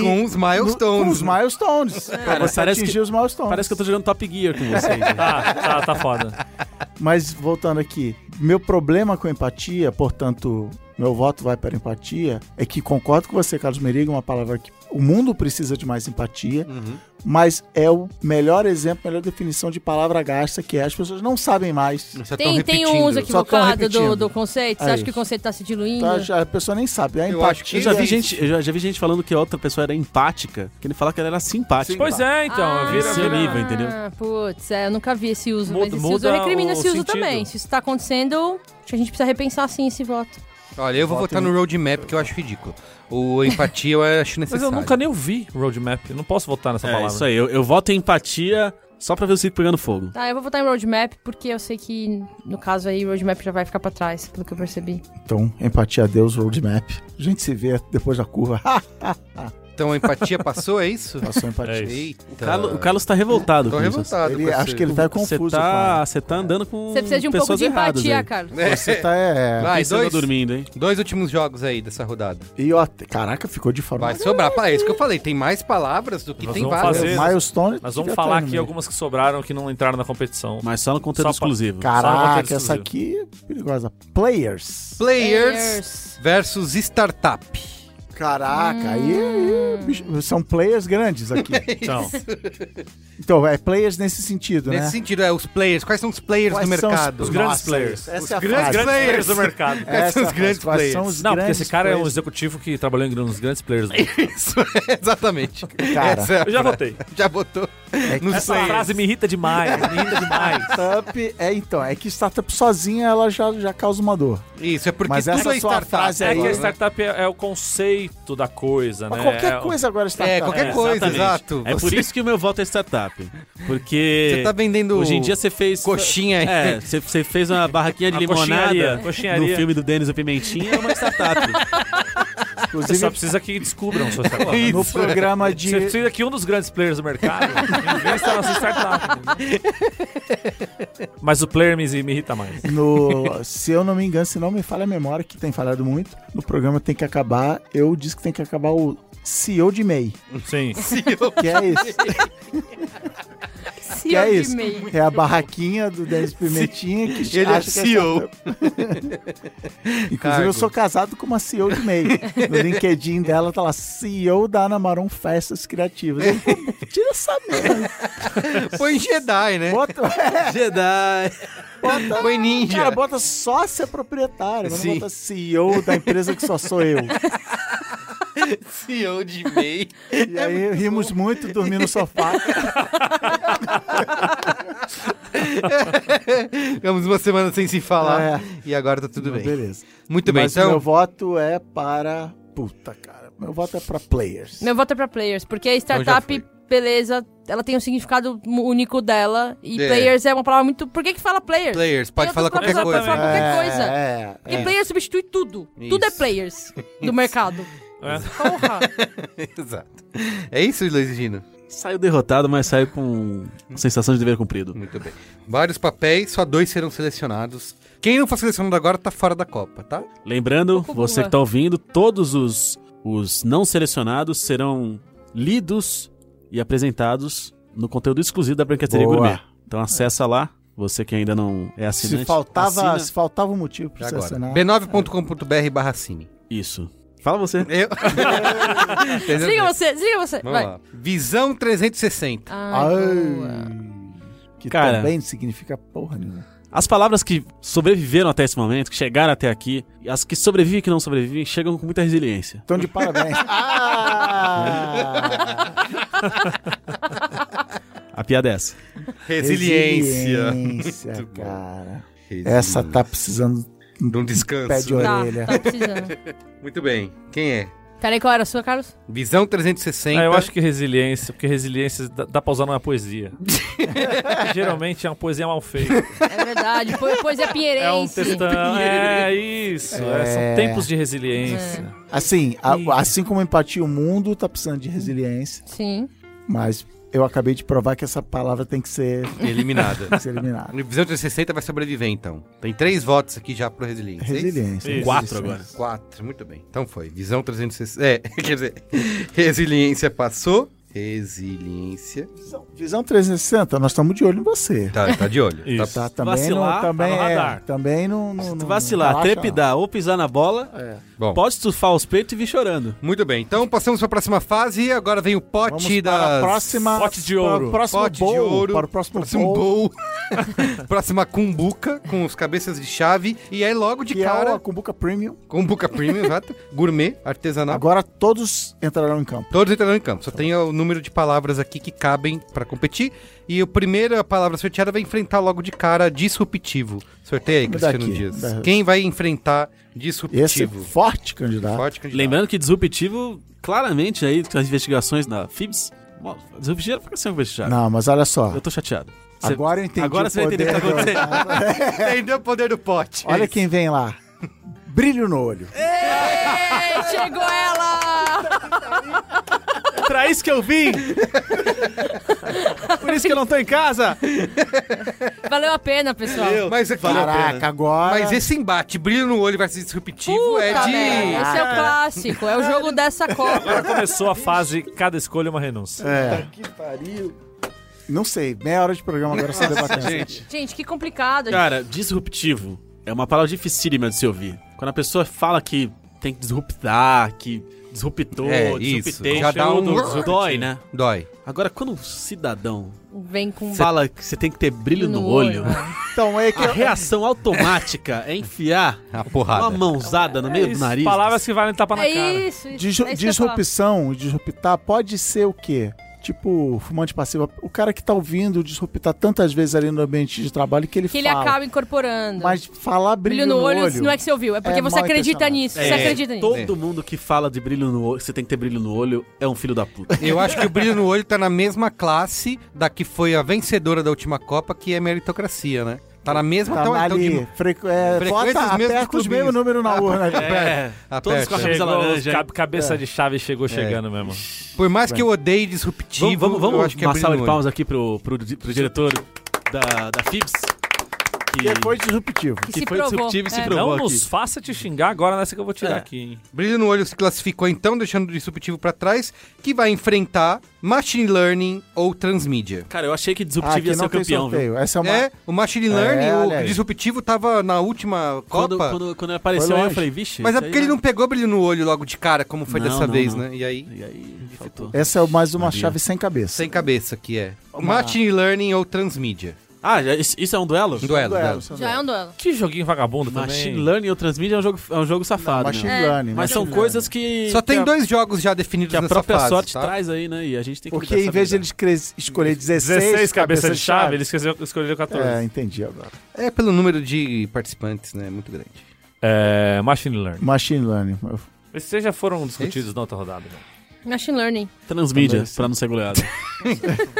[SPEAKER 1] Com os milestones.
[SPEAKER 2] no- com os milestones. Pra você
[SPEAKER 3] né? É. parece
[SPEAKER 2] atingir
[SPEAKER 3] que-
[SPEAKER 2] os milestones.
[SPEAKER 3] Parece que eu tô jogando Top Gear com vocês. né?
[SPEAKER 6] Tá, tá, tá foda.
[SPEAKER 2] Mas voltando aqui, meu problema com empatia, portanto, meu voto vai para empatia, é que concordo com você, Carlos Merigo, uma palavra que o mundo precisa de mais empatia,
[SPEAKER 3] Uhum.
[SPEAKER 2] mas é o melhor exemplo, melhor definição de palavra gasta que é as pessoas não sabem mais.
[SPEAKER 1] Só é tão
[SPEAKER 7] Tem, tem
[SPEAKER 1] repetindo.
[SPEAKER 7] um uso
[SPEAKER 2] Só tão
[SPEAKER 7] equivocado do,
[SPEAKER 2] repetindo.
[SPEAKER 7] do conceito? Você
[SPEAKER 2] É
[SPEAKER 7] acha que o
[SPEAKER 2] isso.
[SPEAKER 7] conceito tá se diluindo?
[SPEAKER 2] Tá? Já- a pessoa nem sabe. A
[SPEAKER 1] Eu
[SPEAKER 2] empatia
[SPEAKER 1] acho que
[SPEAKER 3] Eu já,
[SPEAKER 1] É
[SPEAKER 3] vi
[SPEAKER 1] isso.
[SPEAKER 3] gente, eu já- já vi gente falando que a outra pessoa era empática, que ele falava que ela era simpática.
[SPEAKER 6] Pois é, então.
[SPEAKER 7] Ah,
[SPEAKER 6] vira,
[SPEAKER 3] Esse
[SPEAKER 6] vira-
[SPEAKER 3] nível, entendeu?
[SPEAKER 7] Putz, é, eu nunca vi esse uso,
[SPEAKER 6] Muda-
[SPEAKER 7] mas esse uso eu
[SPEAKER 6] muda
[SPEAKER 7] recrimino
[SPEAKER 6] o
[SPEAKER 7] esse uso
[SPEAKER 6] sentido.
[SPEAKER 7] também. Se isso tá acontecendo, acho que a gente precisa repensar sim esse voto.
[SPEAKER 1] Olha, eu vou
[SPEAKER 2] Voto
[SPEAKER 1] votar
[SPEAKER 2] em-
[SPEAKER 1] no roadmap, que eu acho ridículo. O empatia eu acho
[SPEAKER 6] Mas
[SPEAKER 1] necessário.
[SPEAKER 6] eu nunca nem ouvi roadmap. Eu não posso votar nessa
[SPEAKER 3] É
[SPEAKER 6] palavra.
[SPEAKER 3] isso aí, eu, eu voto em empatia só pra ver o circo pegando fogo.
[SPEAKER 7] Tá, eu vou votar em roadmap, porque eu sei que, no caso aí, roadmap já vai ficar pra trás, pelo que eu percebi.
[SPEAKER 2] Então, empatia a Deus, roadmap. A gente se vê depois da curva.
[SPEAKER 1] Então a empatia passou, é isso?
[SPEAKER 2] Passou a empatia.
[SPEAKER 6] É isso.
[SPEAKER 1] Eita.
[SPEAKER 3] O Carlos, o Carlos tá revoltado
[SPEAKER 1] Tô
[SPEAKER 3] com isso.
[SPEAKER 1] revoltado.
[SPEAKER 2] Ele-
[SPEAKER 1] com esse-
[SPEAKER 2] acho que ele tá
[SPEAKER 3] Você
[SPEAKER 2] confuso.
[SPEAKER 3] tá,
[SPEAKER 2] cara.
[SPEAKER 3] você tá andando com
[SPEAKER 7] Você precisa de um
[SPEAKER 3] pessoas
[SPEAKER 7] pouco de
[SPEAKER 3] erradas
[SPEAKER 7] empatia,
[SPEAKER 3] aí.
[SPEAKER 7] Carlos.
[SPEAKER 2] Você tá, é...
[SPEAKER 1] Vai,
[SPEAKER 3] Quem você anda
[SPEAKER 1] dois,
[SPEAKER 3] dormindo, hein?
[SPEAKER 1] dois últimos jogos aí dessa rodada.
[SPEAKER 2] E ó, te- caraca, ficou de forma...
[SPEAKER 1] Vai sobrar. Pá, é isso que eu falei. Tem mais palavras do que
[SPEAKER 6] Nós
[SPEAKER 1] tem
[SPEAKER 6] vamos
[SPEAKER 1] várias.
[SPEAKER 6] fazer.
[SPEAKER 2] Milestone...
[SPEAKER 6] Nós vamos
[SPEAKER 2] devia
[SPEAKER 6] falar
[SPEAKER 2] estar no
[SPEAKER 6] aqui
[SPEAKER 2] meio.
[SPEAKER 6] algumas que sobraram que não entraram na competição.
[SPEAKER 3] Mas só no conteúdo
[SPEAKER 6] Só pra-
[SPEAKER 3] exclusivo.
[SPEAKER 6] Só no
[SPEAKER 2] Caraca,
[SPEAKER 6] conteúdo
[SPEAKER 2] essa aqui é perigosa. Players.
[SPEAKER 1] Players versus startup.
[SPEAKER 2] Caraca, aí, aí,
[SPEAKER 6] Hum.
[SPEAKER 2] bicho, são players grandes aqui.
[SPEAKER 6] Então,
[SPEAKER 2] então, é players nesse sentido,
[SPEAKER 1] Nesse
[SPEAKER 2] né?
[SPEAKER 1] sentido, é os players. Quais são os players
[SPEAKER 2] Quais
[SPEAKER 1] do
[SPEAKER 2] são
[SPEAKER 1] mercado?
[SPEAKER 6] os grandes
[SPEAKER 2] Nossa,
[SPEAKER 6] players.
[SPEAKER 2] essa
[SPEAKER 6] os
[SPEAKER 2] é a
[SPEAKER 6] grandes,
[SPEAKER 2] frase.
[SPEAKER 6] grandes players do
[SPEAKER 1] Essa-
[SPEAKER 6] mercado.
[SPEAKER 1] Quais são
[SPEAKER 2] Essa
[SPEAKER 1] os grandes
[SPEAKER 2] frase, quais
[SPEAKER 1] players?
[SPEAKER 2] É, são os
[SPEAKER 6] Não, porque
[SPEAKER 2] grandes
[SPEAKER 6] esse cara é um
[SPEAKER 2] players?
[SPEAKER 6] executivo que trabalhou em nos grandes players. do-
[SPEAKER 1] Isso, exatamente.
[SPEAKER 2] Cara.
[SPEAKER 1] Essa é a
[SPEAKER 6] Eu já
[SPEAKER 1] fra-
[SPEAKER 6] votei.
[SPEAKER 1] Já botou.
[SPEAKER 2] É
[SPEAKER 1] nos
[SPEAKER 6] Essa
[SPEAKER 1] players.
[SPEAKER 6] frase me irrita demais, me irrita demais.
[SPEAKER 2] Startup, é então, é que startup sozinha ela já, já causa uma dor.
[SPEAKER 1] Isso, é porque
[SPEAKER 2] Mas essa
[SPEAKER 1] tudo é
[SPEAKER 2] sua
[SPEAKER 1] startup.
[SPEAKER 2] frase
[SPEAKER 6] É
[SPEAKER 2] aí,
[SPEAKER 6] que
[SPEAKER 1] agora,
[SPEAKER 6] a
[SPEAKER 1] né?
[SPEAKER 6] startup é, é o conceito da coisa,
[SPEAKER 2] Mas
[SPEAKER 6] né?
[SPEAKER 2] qualquer
[SPEAKER 6] É o-
[SPEAKER 2] coisa agora é startup.
[SPEAKER 1] É, qualquer
[SPEAKER 6] É,
[SPEAKER 1] coisa,
[SPEAKER 3] Exatamente.
[SPEAKER 1] exato.
[SPEAKER 3] É por
[SPEAKER 1] Você-
[SPEAKER 3] isso que o meu voto é startup. Porque.
[SPEAKER 1] Você tá vendendo
[SPEAKER 3] é Hoje em dia você fez.
[SPEAKER 1] coxinha aí.
[SPEAKER 3] É, você, você fez uma barraquinha de
[SPEAKER 6] A
[SPEAKER 3] limonada
[SPEAKER 6] coxinharia, coxinharia.
[SPEAKER 3] no filme do Denis e Pimentinha, é uma startup.
[SPEAKER 6] Você só
[SPEAKER 2] Inclusive,
[SPEAKER 6] precisa que descubram sua startup.
[SPEAKER 2] no programa
[SPEAKER 6] Você
[SPEAKER 2] de.
[SPEAKER 6] precisa que um dos grandes players do mercado invista na sua startup. entendeu? Mas o player me, me irrita mais.
[SPEAKER 2] No, se eu não me engano, se não me falha a memória, que tem falhado muito, no programa tem que acabar. Eu disse que tem que acabar o CEO de MEI.
[SPEAKER 6] Sim.
[SPEAKER 2] Que é isso.
[SPEAKER 7] CEO
[SPEAKER 2] que é
[SPEAKER 7] de
[SPEAKER 2] isso.
[SPEAKER 7] MEI.
[SPEAKER 2] É a barraquinha do Denis Pimentinha que
[SPEAKER 1] Ele é
[SPEAKER 2] acha que
[SPEAKER 1] CEO.
[SPEAKER 2] Inclusive,
[SPEAKER 1] Cargo.
[SPEAKER 2] eu sou casado com uma CEO de MEI. No LinkedIn dela tá lá, CEO da Ana Maron Festas Criativas. Eu, pô, Tira essa merda.
[SPEAKER 1] Põe Jedi, né?
[SPEAKER 2] Bota,
[SPEAKER 3] Jedi.
[SPEAKER 2] bota,
[SPEAKER 1] Põe Ninja.
[SPEAKER 2] cara, bota sócia proprietária. Não
[SPEAKER 1] Sim.
[SPEAKER 2] bota CEO da empresa que só sou eu.
[SPEAKER 1] CEO de MEI.
[SPEAKER 2] E aí rimos muito, dormi no sofá.
[SPEAKER 1] Ficamos uma semana sem se falar
[SPEAKER 2] É.
[SPEAKER 1] e agora tá tudo bem.
[SPEAKER 2] Beleza.
[SPEAKER 1] Muito bem,
[SPEAKER 2] Mas o meu
[SPEAKER 1] então.
[SPEAKER 2] voto é para... Puta, cara. Meu voto é para players.
[SPEAKER 7] Meu voto é pra players, porque a startup,
[SPEAKER 1] Então já
[SPEAKER 7] beleza, ela tem um significado mu- único dela. E
[SPEAKER 1] É.
[SPEAKER 7] players é uma palavra muito. Por que, que fala players?
[SPEAKER 1] Players, pode
[SPEAKER 7] Eu
[SPEAKER 1] falar
[SPEAKER 7] tô
[SPEAKER 1] qualquer
[SPEAKER 7] falando
[SPEAKER 1] coisa.
[SPEAKER 7] pra qualquer coisa.
[SPEAKER 2] É,
[SPEAKER 7] Porque
[SPEAKER 2] é.
[SPEAKER 7] players substitui tudo. Tudo é
[SPEAKER 1] Isso.
[SPEAKER 7] players do mercado.
[SPEAKER 6] É.
[SPEAKER 7] Porra.
[SPEAKER 1] Exato. É isso, Luiz Gino?
[SPEAKER 3] Saiu derrotado, mas saiu com
[SPEAKER 6] Hum.
[SPEAKER 3] sensação de dever cumprido.
[SPEAKER 1] Muito bem. Vários papéis, só dois serão selecionados. Quem não for selecionado agora tá fora da Copa, tá?
[SPEAKER 3] Lembrando,
[SPEAKER 7] Cucu
[SPEAKER 3] você
[SPEAKER 7] Bula.
[SPEAKER 3] que tá ouvindo, todos os, os não selecionados serão lidos e apresentados no conteúdo exclusivo da Brancateria
[SPEAKER 2] Boa.
[SPEAKER 3] Gourmet. Então acessa lá, você que ainda não é assinante.
[SPEAKER 2] Se faltava,
[SPEAKER 3] assina.
[SPEAKER 2] se faltava um motivo pra
[SPEAKER 1] Já
[SPEAKER 2] você
[SPEAKER 1] agora.
[SPEAKER 2] assinar.
[SPEAKER 1] b9.com.br barra cine.
[SPEAKER 3] Isso. Fala você.
[SPEAKER 1] Eu... Entendeu?
[SPEAKER 7] desliga você, desliga você.
[SPEAKER 1] Vamos
[SPEAKER 7] Vai.
[SPEAKER 1] lá. Visão 360.
[SPEAKER 7] Ah, boa.
[SPEAKER 2] Ai, que
[SPEAKER 3] Cara.
[SPEAKER 2] também não significa porra nenhuma.
[SPEAKER 3] As palavras que sobreviveram até esse momento, que chegaram até aqui, e as que sobrevivem e que não sobrevivem, chegam com muita resiliência.
[SPEAKER 2] Então, de parabéns. Ah!
[SPEAKER 3] A piada é essa.
[SPEAKER 1] Resiliência.
[SPEAKER 2] Resiliência,
[SPEAKER 1] Muito bom.
[SPEAKER 2] cara. Essa tá precisando
[SPEAKER 1] Não
[SPEAKER 2] de pé de
[SPEAKER 1] descanso.
[SPEAKER 7] Tá,
[SPEAKER 2] orelha.
[SPEAKER 7] tá precisando.
[SPEAKER 1] Muito bem. Quem é?
[SPEAKER 7] Peraí, qual era a sua, Carlos?
[SPEAKER 1] Visão 360.
[SPEAKER 6] Ah, eu acho que resiliência, porque resiliência dá, dá pra usar numa poesia. Geralmente é uma poesia mal feita.
[SPEAKER 7] É verdade, po- poesia pinheirense.
[SPEAKER 6] É um textão. É isso. é, são tempos de resiliência.
[SPEAKER 2] Assim, a-
[SPEAKER 6] Ih.
[SPEAKER 2] assim como empatia o mundo tá precisando de resiliência,
[SPEAKER 7] Sim.
[SPEAKER 2] mas eu acabei de provar que essa palavra tem que ser,
[SPEAKER 1] Eliminada.
[SPEAKER 2] tem que ser eliminada.
[SPEAKER 1] Visão 360 vai sobreviver, então. Tem três votos aqui já pro Resiliência. é isso?
[SPEAKER 2] Resiliência.
[SPEAKER 6] Isso.
[SPEAKER 3] Quatro
[SPEAKER 2] resiliência.
[SPEAKER 3] agora.
[SPEAKER 1] Quatro, muito bem. Então foi. Visão 360. É, quer dizer, resiliência passou. Resiliência.
[SPEAKER 2] Visão- Visão 360, nós estamos de olho em você.
[SPEAKER 1] Tá, tá de olho.
[SPEAKER 6] Isso.
[SPEAKER 1] Tá-
[SPEAKER 2] Tá, também
[SPEAKER 3] Vacilar,
[SPEAKER 2] não,
[SPEAKER 3] tá
[SPEAKER 2] também
[SPEAKER 6] no
[SPEAKER 2] é,
[SPEAKER 6] radar.
[SPEAKER 2] também não, não,
[SPEAKER 3] Se tu
[SPEAKER 2] não-
[SPEAKER 3] vacilar,
[SPEAKER 2] não relaxa,
[SPEAKER 3] trepidar ou pisar na bola,
[SPEAKER 1] Bom,
[SPEAKER 3] pode estufar os peitos e vir chorando.
[SPEAKER 1] muito bem. Então passamos para a próxima fase e agora vem o
[SPEAKER 2] não. Vamos
[SPEAKER 1] pote
[SPEAKER 2] para
[SPEAKER 1] da
[SPEAKER 2] a próxima
[SPEAKER 6] Pote de ouro.
[SPEAKER 2] Para o próximo
[SPEAKER 1] Pote de
[SPEAKER 2] bowl,
[SPEAKER 1] ouro.
[SPEAKER 2] Para o próximo,
[SPEAKER 1] Próximo
[SPEAKER 2] bowl,
[SPEAKER 1] Assim, um bowl. Próxima cumbuca com os cabeças de chave. E aí logo de
[SPEAKER 2] que é
[SPEAKER 1] cara,
[SPEAKER 2] o Cumbuca Premium.
[SPEAKER 1] cumbuca premium, exato. Gourmet, artesanal.
[SPEAKER 2] Agora todos entrarão em campo.
[SPEAKER 1] Todos entrarão em campo. Só tem o número de palavras aqui que cabem pra competir. E o primeiro, a palavra sorteada vai enfrentar logo de cara disruptivo. Sorteia aí, Cristiano
[SPEAKER 2] Daqui,
[SPEAKER 1] Dias.
[SPEAKER 2] da-
[SPEAKER 1] Quem vai enfrentar
[SPEAKER 2] Esse é
[SPEAKER 1] disruptivo?
[SPEAKER 2] forte candidato.
[SPEAKER 1] Forte candidato.
[SPEAKER 3] Lembrando que disruptivo, claramente aí, com as investigações da FIBS, bom, disruptivo fica sem investigado.
[SPEAKER 2] Não, mas olha só.
[SPEAKER 3] Eu tô chateado. Cê-
[SPEAKER 2] Agora eu entendi.
[SPEAKER 3] Agora
[SPEAKER 2] o
[SPEAKER 3] você vai entender o que tá
[SPEAKER 2] poder do-
[SPEAKER 3] acontecendo.
[SPEAKER 1] Entendeu o poder do pote.
[SPEAKER 2] Olha quem vem lá. Brilho no olho. É,
[SPEAKER 7] Ei, chegou ela!
[SPEAKER 3] É Pra isso que eu vim! Por isso que eu não tô em casa!
[SPEAKER 7] Valeu a pena, pessoal.
[SPEAKER 1] Mas aqui,
[SPEAKER 2] Caraca, agora.
[SPEAKER 1] Mas esse embate, brilho no olho versus disruptivo,
[SPEAKER 7] Puta,
[SPEAKER 1] é de.
[SPEAKER 7] velho, Esse é o clássico, é o jogo dessa Copa.
[SPEAKER 6] Agora começou a fase cada escolha é uma renúncia.
[SPEAKER 2] É. Que pariu. Não sei, meia hora de programa agora só debatendo.
[SPEAKER 1] Gente,
[SPEAKER 7] Gente, que complicado. gente.
[SPEAKER 3] Cara, disruptivo é uma palavra dificílima de se ouvir. Quando a pessoa fala que tem que disruptar, que disruptou,
[SPEAKER 1] É, isso.
[SPEAKER 3] disruptei,
[SPEAKER 1] Já dá um-
[SPEAKER 3] dói, né?
[SPEAKER 1] dói.
[SPEAKER 3] Agora, quando um cidadão
[SPEAKER 7] Vem com
[SPEAKER 3] fala que você tem que ter brilho no, olho,
[SPEAKER 2] Então é que
[SPEAKER 3] a
[SPEAKER 2] eu...
[SPEAKER 3] reação automática é enfiar
[SPEAKER 1] A
[SPEAKER 3] uma
[SPEAKER 1] porrada.
[SPEAKER 3] mãozada no meio do
[SPEAKER 6] É Isso,
[SPEAKER 3] nariz.
[SPEAKER 6] Palavras que valem tapa na
[SPEAKER 7] É
[SPEAKER 6] cara.
[SPEAKER 7] isso,
[SPEAKER 3] Ah.
[SPEAKER 7] isso.
[SPEAKER 2] Disru-
[SPEAKER 7] é isso que eu ia falar.
[SPEAKER 2] disrupção, disruptar pode ser o quê? Tipo, fumante passivo. O cara que tá ouvindo disruptar tantas vezes ali no ambiente de trabalho que ele
[SPEAKER 7] Que ele
[SPEAKER 2] fala.
[SPEAKER 7] acaba incorporando.
[SPEAKER 2] Mas falar brilho,
[SPEAKER 7] Brilho no olho, não é que você ouviu, é porque
[SPEAKER 2] É
[SPEAKER 7] você
[SPEAKER 2] mal
[SPEAKER 7] acredita
[SPEAKER 2] intencionado.
[SPEAKER 7] nisso. Você
[SPEAKER 3] É,
[SPEAKER 7] acredita nisso.
[SPEAKER 3] Todo mundo que fala de brilho no olho, você tem que ter brilho no olho, é um filho da puta.
[SPEAKER 1] Eu acho que o brilho no olho tá na mesma classe da que foi a vencedora da última Copa, que é meritocracia, né? Tá na mesma
[SPEAKER 2] Tá
[SPEAKER 1] então, então,
[SPEAKER 2] ali,
[SPEAKER 1] de-
[SPEAKER 2] frequ- é,
[SPEAKER 1] Frequência
[SPEAKER 2] vota,
[SPEAKER 1] os mesmos
[SPEAKER 2] aperta os
[SPEAKER 1] clubinhos.
[SPEAKER 2] mesmos números na urna.
[SPEAKER 3] É, todos com a
[SPEAKER 1] Aperta.
[SPEAKER 3] camisa
[SPEAKER 6] Chegou,
[SPEAKER 3] laranja. hein? É.
[SPEAKER 6] ca- cabeça de chave chegou chegando mesmo.
[SPEAKER 1] Por mais que eu odeie disruptivo,
[SPEAKER 3] Vamos, vamos,
[SPEAKER 1] eu
[SPEAKER 3] vamos
[SPEAKER 1] acho que é
[SPEAKER 3] uma
[SPEAKER 1] brilho
[SPEAKER 3] salva
[SPEAKER 1] no
[SPEAKER 3] de
[SPEAKER 1] olho.
[SPEAKER 3] palmas aqui pro, pro, di- pro diretor da, da FIBS. Que,
[SPEAKER 2] E foi disruptivo.
[SPEAKER 7] Que
[SPEAKER 3] que
[SPEAKER 7] se
[SPEAKER 3] foi
[SPEAKER 7] provou.
[SPEAKER 3] disruptivo e se
[SPEAKER 7] É.
[SPEAKER 3] provou
[SPEAKER 6] Não
[SPEAKER 3] aqui.
[SPEAKER 6] nos faça te xingar agora nessa que eu vou tirar
[SPEAKER 3] É.
[SPEAKER 6] aqui, hein?
[SPEAKER 1] Brilho no olho se classificou então, deixando o disruptivo pra trás, que vai enfrentar machine learning ou transmídia.
[SPEAKER 3] Cara, eu achei que
[SPEAKER 2] Ah,
[SPEAKER 3] disruptivo
[SPEAKER 2] aqui
[SPEAKER 3] ia ser
[SPEAKER 2] não
[SPEAKER 3] o
[SPEAKER 2] tem
[SPEAKER 3] campeão, viu?
[SPEAKER 2] sorteio. Essa é uma...
[SPEAKER 1] É, o machine
[SPEAKER 2] É,
[SPEAKER 1] learning,
[SPEAKER 2] olha
[SPEAKER 1] o
[SPEAKER 2] aí.
[SPEAKER 1] disruptivo tava na última
[SPEAKER 3] Quando,
[SPEAKER 1] Copa.
[SPEAKER 3] quando, quando ele apareceu
[SPEAKER 2] Foi
[SPEAKER 3] aí, eu
[SPEAKER 2] longe.
[SPEAKER 3] falei, vixe.
[SPEAKER 1] Mas é
[SPEAKER 3] isso
[SPEAKER 1] porque
[SPEAKER 3] aí né?
[SPEAKER 1] ele não pegou brilho no olho logo de cara, como foi
[SPEAKER 3] Não,
[SPEAKER 1] dessa
[SPEAKER 3] não,
[SPEAKER 1] vez,
[SPEAKER 3] não.
[SPEAKER 1] né? E aí,
[SPEAKER 3] E um-" aí, faltou.
[SPEAKER 2] Essa é mais uma
[SPEAKER 3] Sabia.
[SPEAKER 2] chave sem cabeça.
[SPEAKER 1] sem cabeça que é. Machine learning ou transmídia.
[SPEAKER 3] Ah, já- isso isso é um duelo?
[SPEAKER 1] Um duelo,
[SPEAKER 2] Duelo,
[SPEAKER 1] duelo.
[SPEAKER 2] são
[SPEAKER 7] Já é um duelo.
[SPEAKER 6] Que joguinho vagabundo
[SPEAKER 3] Machine
[SPEAKER 6] também.
[SPEAKER 3] Learning ou Transmídia é um jogo, é um jogo safado, né?
[SPEAKER 2] Machine
[SPEAKER 7] É.
[SPEAKER 2] learning. um
[SPEAKER 3] Mas
[SPEAKER 2] machine
[SPEAKER 3] são
[SPEAKER 2] learning.
[SPEAKER 3] coisas que...
[SPEAKER 1] Só tem
[SPEAKER 3] que a-
[SPEAKER 1] dois jogos já definidos
[SPEAKER 3] Que a
[SPEAKER 1] nessa
[SPEAKER 3] própria
[SPEAKER 1] fase,
[SPEAKER 3] sorte
[SPEAKER 1] tá?
[SPEAKER 3] traz aí, né? E a gente tem que
[SPEAKER 2] Porque
[SPEAKER 3] mudar
[SPEAKER 2] em
[SPEAKER 3] essa
[SPEAKER 2] vez de
[SPEAKER 3] vida.
[SPEAKER 2] eles cre- escolher 16,
[SPEAKER 6] 16 cabeças de chave,
[SPEAKER 2] eles
[SPEAKER 6] ele escolheu, escolheu 14.
[SPEAKER 2] É, entendi agora.
[SPEAKER 1] É pelo número de participantes, né? Muito grande.
[SPEAKER 6] É, machine Learning.
[SPEAKER 2] Machine learning.
[SPEAKER 6] Esses já foram discutidos na outra rodada. né?
[SPEAKER 7] Machine learning.
[SPEAKER 3] Transmídia,
[SPEAKER 2] Também, sim.
[SPEAKER 3] pra não ser goleado.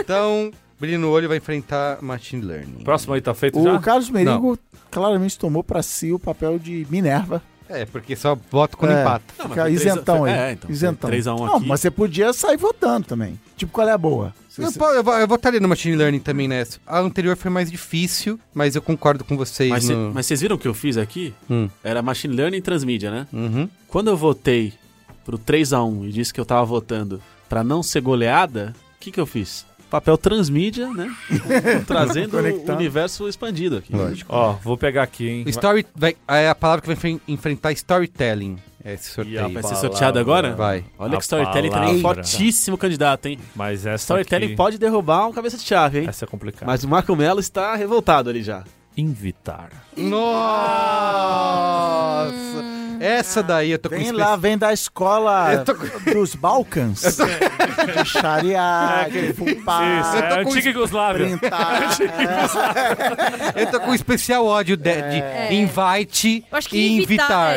[SPEAKER 1] Então, brilho no olho vai enfrentar machine learning.
[SPEAKER 6] Próximo aí tá feito já?
[SPEAKER 2] O Carlos Merigo claramente tomou pra si o papel de Minerva.
[SPEAKER 1] É, porque só voto quando
[SPEAKER 2] É.
[SPEAKER 1] empata.
[SPEAKER 3] Não, mas
[SPEAKER 2] Fica
[SPEAKER 3] foi três a-
[SPEAKER 2] isentão
[SPEAKER 3] foi-
[SPEAKER 2] aí.
[SPEAKER 3] É, então.
[SPEAKER 2] isentão.
[SPEAKER 3] 3x1
[SPEAKER 2] Não,
[SPEAKER 3] aqui.
[SPEAKER 2] mas você podia sair votando também. Tipo, qual é a boa? Se
[SPEAKER 1] Eu,
[SPEAKER 2] você-
[SPEAKER 1] po- eu, vo- eu votaria no machine learning também nessa. A anterior foi mais difícil, mas eu concordo com vocês.
[SPEAKER 3] Mas, cê-
[SPEAKER 1] no...
[SPEAKER 3] mas vocês viram o que eu fiz aqui?
[SPEAKER 1] Hum.
[SPEAKER 3] Era Machine Learning e Transmídia, né?
[SPEAKER 1] Uhum.
[SPEAKER 3] Quando eu votei pro 3x1 e disse que eu tava votando pra não ser goleada, o que que eu fiz? Papel transmídia, né? Trazendo o
[SPEAKER 2] Conectando.
[SPEAKER 3] universo expandido aqui.
[SPEAKER 1] Lógico.
[SPEAKER 6] Ó, vou pegar aqui, hein?
[SPEAKER 1] O Story vai, é a palavra que vai enfren- enfrentar storytelling. É esse
[SPEAKER 6] E a
[SPEAKER 1] sorteio.
[SPEAKER 3] Vai ser
[SPEAKER 6] palavra-
[SPEAKER 3] sorteado agora?
[SPEAKER 1] Vai.
[SPEAKER 3] Olha
[SPEAKER 6] A
[SPEAKER 3] que Storytelling também é
[SPEAKER 6] palavra.
[SPEAKER 3] fortíssimo candidato, hein?
[SPEAKER 6] Mas essa
[SPEAKER 3] Storytelling
[SPEAKER 6] aqui,
[SPEAKER 3] pode derrubar um cabeça de chave, hein?
[SPEAKER 6] Essa é complicada.
[SPEAKER 3] Mas o Marco Melo está revoltado ali já. Tá.
[SPEAKER 6] Invitar.
[SPEAKER 1] Nossa!
[SPEAKER 3] Ah,
[SPEAKER 1] Essa daí eu tô com
[SPEAKER 2] Vem
[SPEAKER 1] espe-
[SPEAKER 2] lá, vem da escola
[SPEAKER 1] Eu tô
[SPEAKER 2] dos Balcãs. De Shariat, de Fupá,
[SPEAKER 3] Ah,
[SPEAKER 6] Isso,
[SPEAKER 1] eu tô
[SPEAKER 3] tá
[SPEAKER 6] é
[SPEAKER 1] com
[SPEAKER 6] antiga Yugoslávia.
[SPEAKER 2] Printar. É,
[SPEAKER 1] Eu tô com especial ódio de, de
[SPEAKER 3] É.
[SPEAKER 1] invite
[SPEAKER 7] Eu acho que
[SPEAKER 1] e
[SPEAKER 7] invitar.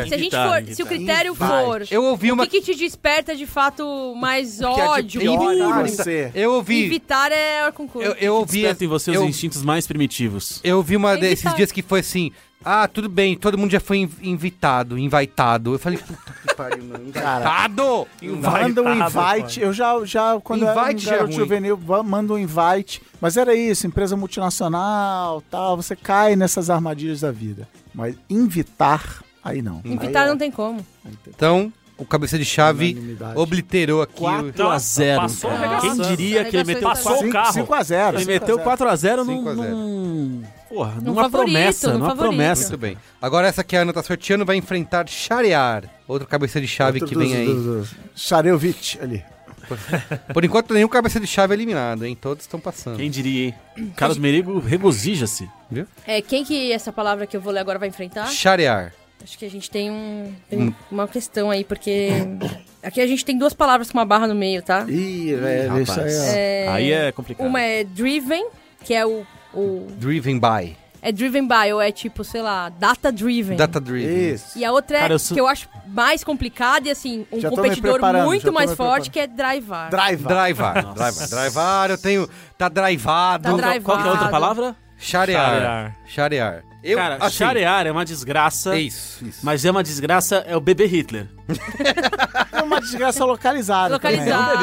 [SPEAKER 1] invitar.
[SPEAKER 7] é, se a gente
[SPEAKER 3] Invitar,
[SPEAKER 7] for,
[SPEAKER 3] invitar.
[SPEAKER 7] se o critério
[SPEAKER 2] Invite.
[SPEAKER 7] for,
[SPEAKER 1] Eu ouvi
[SPEAKER 7] o
[SPEAKER 1] uma.
[SPEAKER 7] que, que te desperta de fato mais
[SPEAKER 2] Que é de
[SPEAKER 7] ódio?
[SPEAKER 2] pior
[SPEAKER 7] puro?
[SPEAKER 2] pra você.
[SPEAKER 1] Eu ouvi.
[SPEAKER 7] Invitar é o concurso.
[SPEAKER 1] Eu, eu ouvi.
[SPEAKER 3] Despertem você os
[SPEAKER 1] eu,
[SPEAKER 3] instintos mais primitivos.
[SPEAKER 1] eu ouvi uma
[SPEAKER 7] Invitar.
[SPEAKER 1] desses dias que foi assim. Ah, tudo bem, todo mundo já foi in- invitado, invitado. Eu falei, puta que pariu, mano. Invitado!
[SPEAKER 2] Manda um
[SPEAKER 6] Invitado,
[SPEAKER 2] invite. Eu já, já quando
[SPEAKER 1] Invite já é
[SPEAKER 2] eu era um garoto
[SPEAKER 1] ruim.
[SPEAKER 2] juvenil, va- manda um invite. Mas era isso, empresa multinacional, tal. Você cai nessas armadilhas da vida. Mas invitar, aí não.
[SPEAKER 7] Invitar não tem como.
[SPEAKER 1] Então, o cabeça de chave
[SPEAKER 2] Unanimidade.
[SPEAKER 1] obliterou aqui. o-
[SPEAKER 3] 4x0.
[SPEAKER 6] Passou
[SPEAKER 3] cara.
[SPEAKER 6] arregaçando.
[SPEAKER 3] Quem diria que ele meteu
[SPEAKER 7] Arregaçou
[SPEAKER 6] Passou o carro.
[SPEAKER 2] 5 a 0
[SPEAKER 3] Ele meteu 4x0 num,
[SPEAKER 1] 5 a 0.
[SPEAKER 3] num. Porra,
[SPEAKER 7] Num
[SPEAKER 3] numa
[SPEAKER 7] favorito,
[SPEAKER 3] promessa.
[SPEAKER 7] num
[SPEAKER 3] Numa
[SPEAKER 7] favorito.
[SPEAKER 3] promessa.
[SPEAKER 1] Muito bem. Agora essa que a Ana tá sorteando vai enfrentar Sharear, outra cabeça de chave que vem aí.
[SPEAKER 2] Xarevich ali.
[SPEAKER 1] Por enquanto, nenhum cabeça de chave é eliminado, hein? Todos estão passando.
[SPEAKER 3] Quem diria, hein? Carlos Merigo regozija-se.
[SPEAKER 7] É, quem que essa palavra que eu vou ler agora vai enfrentar?
[SPEAKER 1] Sharear. Hum.
[SPEAKER 7] Acho que a gente tem, um, tem uma questão aí, porque Aqui a gente tem duas palavras com uma barra no meio, tá?
[SPEAKER 2] Ih, velho, isso aí, ó.
[SPEAKER 3] Aí é complicado.
[SPEAKER 7] Uma é driven, que é o, o.
[SPEAKER 1] Driven by.
[SPEAKER 7] É driven by, ou é tipo, sei lá, data driven.
[SPEAKER 1] Data driven.
[SPEAKER 2] Isso.
[SPEAKER 7] E a outra é
[SPEAKER 3] Cara, eu sou-
[SPEAKER 7] que eu acho mais complicada e assim, um
[SPEAKER 2] Já tô me
[SPEAKER 7] competidor
[SPEAKER 2] preparando, já
[SPEAKER 7] muito
[SPEAKER 2] tô
[SPEAKER 7] mais
[SPEAKER 2] me
[SPEAKER 7] forte, que é drivar.
[SPEAKER 2] Drive.
[SPEAKER 1] Drivar. Drivar. Drivar, eu tenho. Tá drivado.
[SPEAKER 7] Tá
[SPEAKER 3] Qual- Qual que é a outra
[SPEAKER 7] Drivado.
[SPEAKER 3] palavra?
[SPEAKER 1] Charear. Charear. Eu,
[SPEAKER 3] Cara,
[SPEAKER 1] assim,
[SPEAKER 3] charear é uma desgraça.
[SPEAKER 1] Isso, isso.
[SPEAKER 3] Mas é uma desgraça, é o bebê Hitler.
[SPEAKER 2] É uma desgraça localizada.
[SPEAKER 7] Localizada,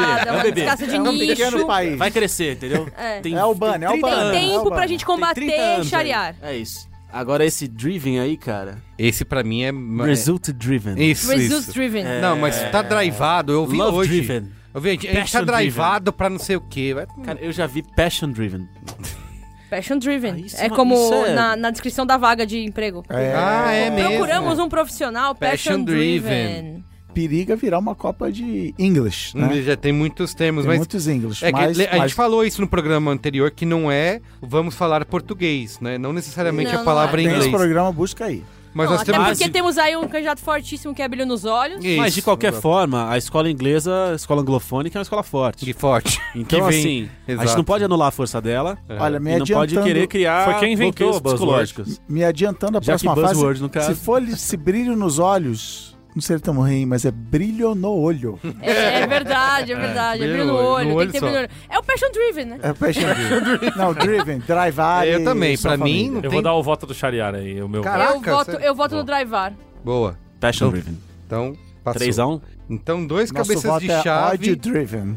[SPEAKER 3] É um bebê, é um
[SPEAKER 7] uma
[SPEAKER 3] bebê.
[SPEAKER 7] desgraça de
[SPEAKER 2] também. É um
[SPEAKER 7] nicho.
[SPEAKER 2] pequeno país.
[SPEAKER 3] Vai crescer, entendeu?
[SPEAKER 7] É.
[SPEAKER 3] Tem,
[SPEAKER 2] É o Ban, é o Ban.
[SPEAKER 7] Tem
[SPEAKER 2] Ah,
[SPEAKER 7] tempo
[SPEAKER 2] Alba.
[SPEAKER 7] pra gente combater e chariar.
[SPEAKER 3] É isso. Agora esse driven aí, cara.
[SPEAKER 1] Esse pra mim é.
[SPEAKER 3] Result driven.
[SPEAKER 1] Isso,
[SPEAKER 7] Result
[SPEAKER 1] isso.
[SPEAKER 7] driven.
[SPEAKER 1] Não, mas tá drivado, eu vi
[SPEAKER 3] É. Love
[SPEAKER 1] hoje.
[SPEAKER 3] driven.
[SPEAKER 1] Eu vi, a gente, a gente tá
[SPEAKER 3] Passion
[SPEAKER 1] drivado pra não sei o quê. Vai-
[SPEAKER 3] Cara, eu já vi passion driven.
[SPEAKER 7] Passion driven.
[SPEAKER 3] Ah, isso é
[SPEAKER 7] é
[SPEAKER 3] uma-
[SPEAKER 7] como
[SPEAKER 3] isso é-
[SPEAKER 7] na, na descrição da vaga de emprego.
[SPEAKER 1] Ah, é mesmo.
[SPEAKER 7] Procuramos um profissional passion,
[SPEAKER 1] Passion driven.
[SPEAKER 7] driven.
[SPEAKER 2] Periga virar uma Copa de English, né?
[SPEAKER 1] Hum, Já tem muitos termos,
[SPEAKER 2] Tem
[SPEAKER 1] mas.
[SPEAKER 2] muitos English,
[SPEAKER 1] É que
[SPEAKER 2] mas,
[SPEAKER 1] le- a
[SPEAKER 2] mas
[SPEAKER 1] gente falou isso no programa anterior que não é vamos falar português, né? Não necessariamente
[SPEAKER 7] Não,
[SPEAKER 1] a
[SPEAKER 7] não
[SPEAKER 1] palavra
[SPEAKER 7] é.
[SPEAKER 1] em
[SPEAKER 2] tem esse
[SPEAKER 1] inglês.
[SPEAKER 2] programa, busca aí.
[SPEAKER 1] Mas
[SPEAKER 7] Não,
[SPEAKER 1] nós
[SPEAKER 7] até
[SPEAKER 1] temos.
[SPEAKER 7] porque temos aí um candidato fortíssimo que é brilho nos olhos.
[SPEAKER 1] Isso,
[SPEAKER 3] Mas de qualquer
[SPEAKER 1] exato.
[SPEAKER 3] forma, a escola inglesa, a escola anglofônica é uma escola forte.
[SPEAKER 1] Que forte.
[SPEAKER 3] Então,
[SPEAKER 1] que vem-
[SPEAKER 3] assim, a
[SPEAKER 1] Exato. É.
[SPEAKER 3] gente não pode anular a força dela.
[SPEAKER 2] Olha, me
[SPEAKER 3] e não
[SPEAKER 2] adiantando,
[SPEAKER 3] pode querer criar
[SPEAKER 6] Foi quem inventou
[SPEAKER 3] bloqueios
[SPEAKER 6] a buzzword.
[SPEAKER 3] psicológicos.
[SPEAKER 2] me adiantando a
[SPEAKER 3] Já que
[SPEAKER 2] próxima
[SPEAKER 3] buzzword,
[SPEAKER 2] fase.
[SPEAKER 3] no caso.
[SPEAKER 2] Se for se brilho nos olhos, não sei se tamo ruim, mas é brilho no olho.
[SPEAKER 7] É, é verdade, é verdade. É, brilho no olho,
[SPEAKER 1] no
[SPEAKER 7] tem
[SPEAKER 1] olho
[SPEAKER 7] que ter
[SPEAKER 1] só.
[SPEAKER 7] brilho no olho. É o passion driven, né?
[SPEAKER 2] É passion driven. não, driven, drive área
[SPEAKER 1] Eu
[SPEAKER 2] e
[SPEAKER 1] também,
[SPEAKER 2] sua
[SPEAKER 1] pra mim,
[SPEAKER 2] família.
[SPEAKER 1] não
[SPEAKER 6] Eu
[SPEAKER 1] tem-
[SPEAKER 6] vou dar o voto do Chariar aí, o meu.
[SPEAKER 1] Cara, Caraca,
[SPEAKER 7] eu voto,
[SPEAKER 1] sério?
[SPEAKER 7] eu voto no drivar.
[SPEAKER 3] um
[SPEAKER 1] Boa.
[SPEAKER 3] Passion
[SPEAKER 1] Então,
[SPEAKER 3] driven.
[SPEAKER 1] Então, passou.
[SPEAKER 3] 3x1.
[SPEAKER 1] Então, dois
[SPEAKER 2] Nosso
[SPEAKER 1] cabeças
[SPEAKER 2] voto
[SPEAKER 1] de
[SPEAKER 2] é
[SPEAKER 1] chave.
[SPEAKER 2] ódio driven.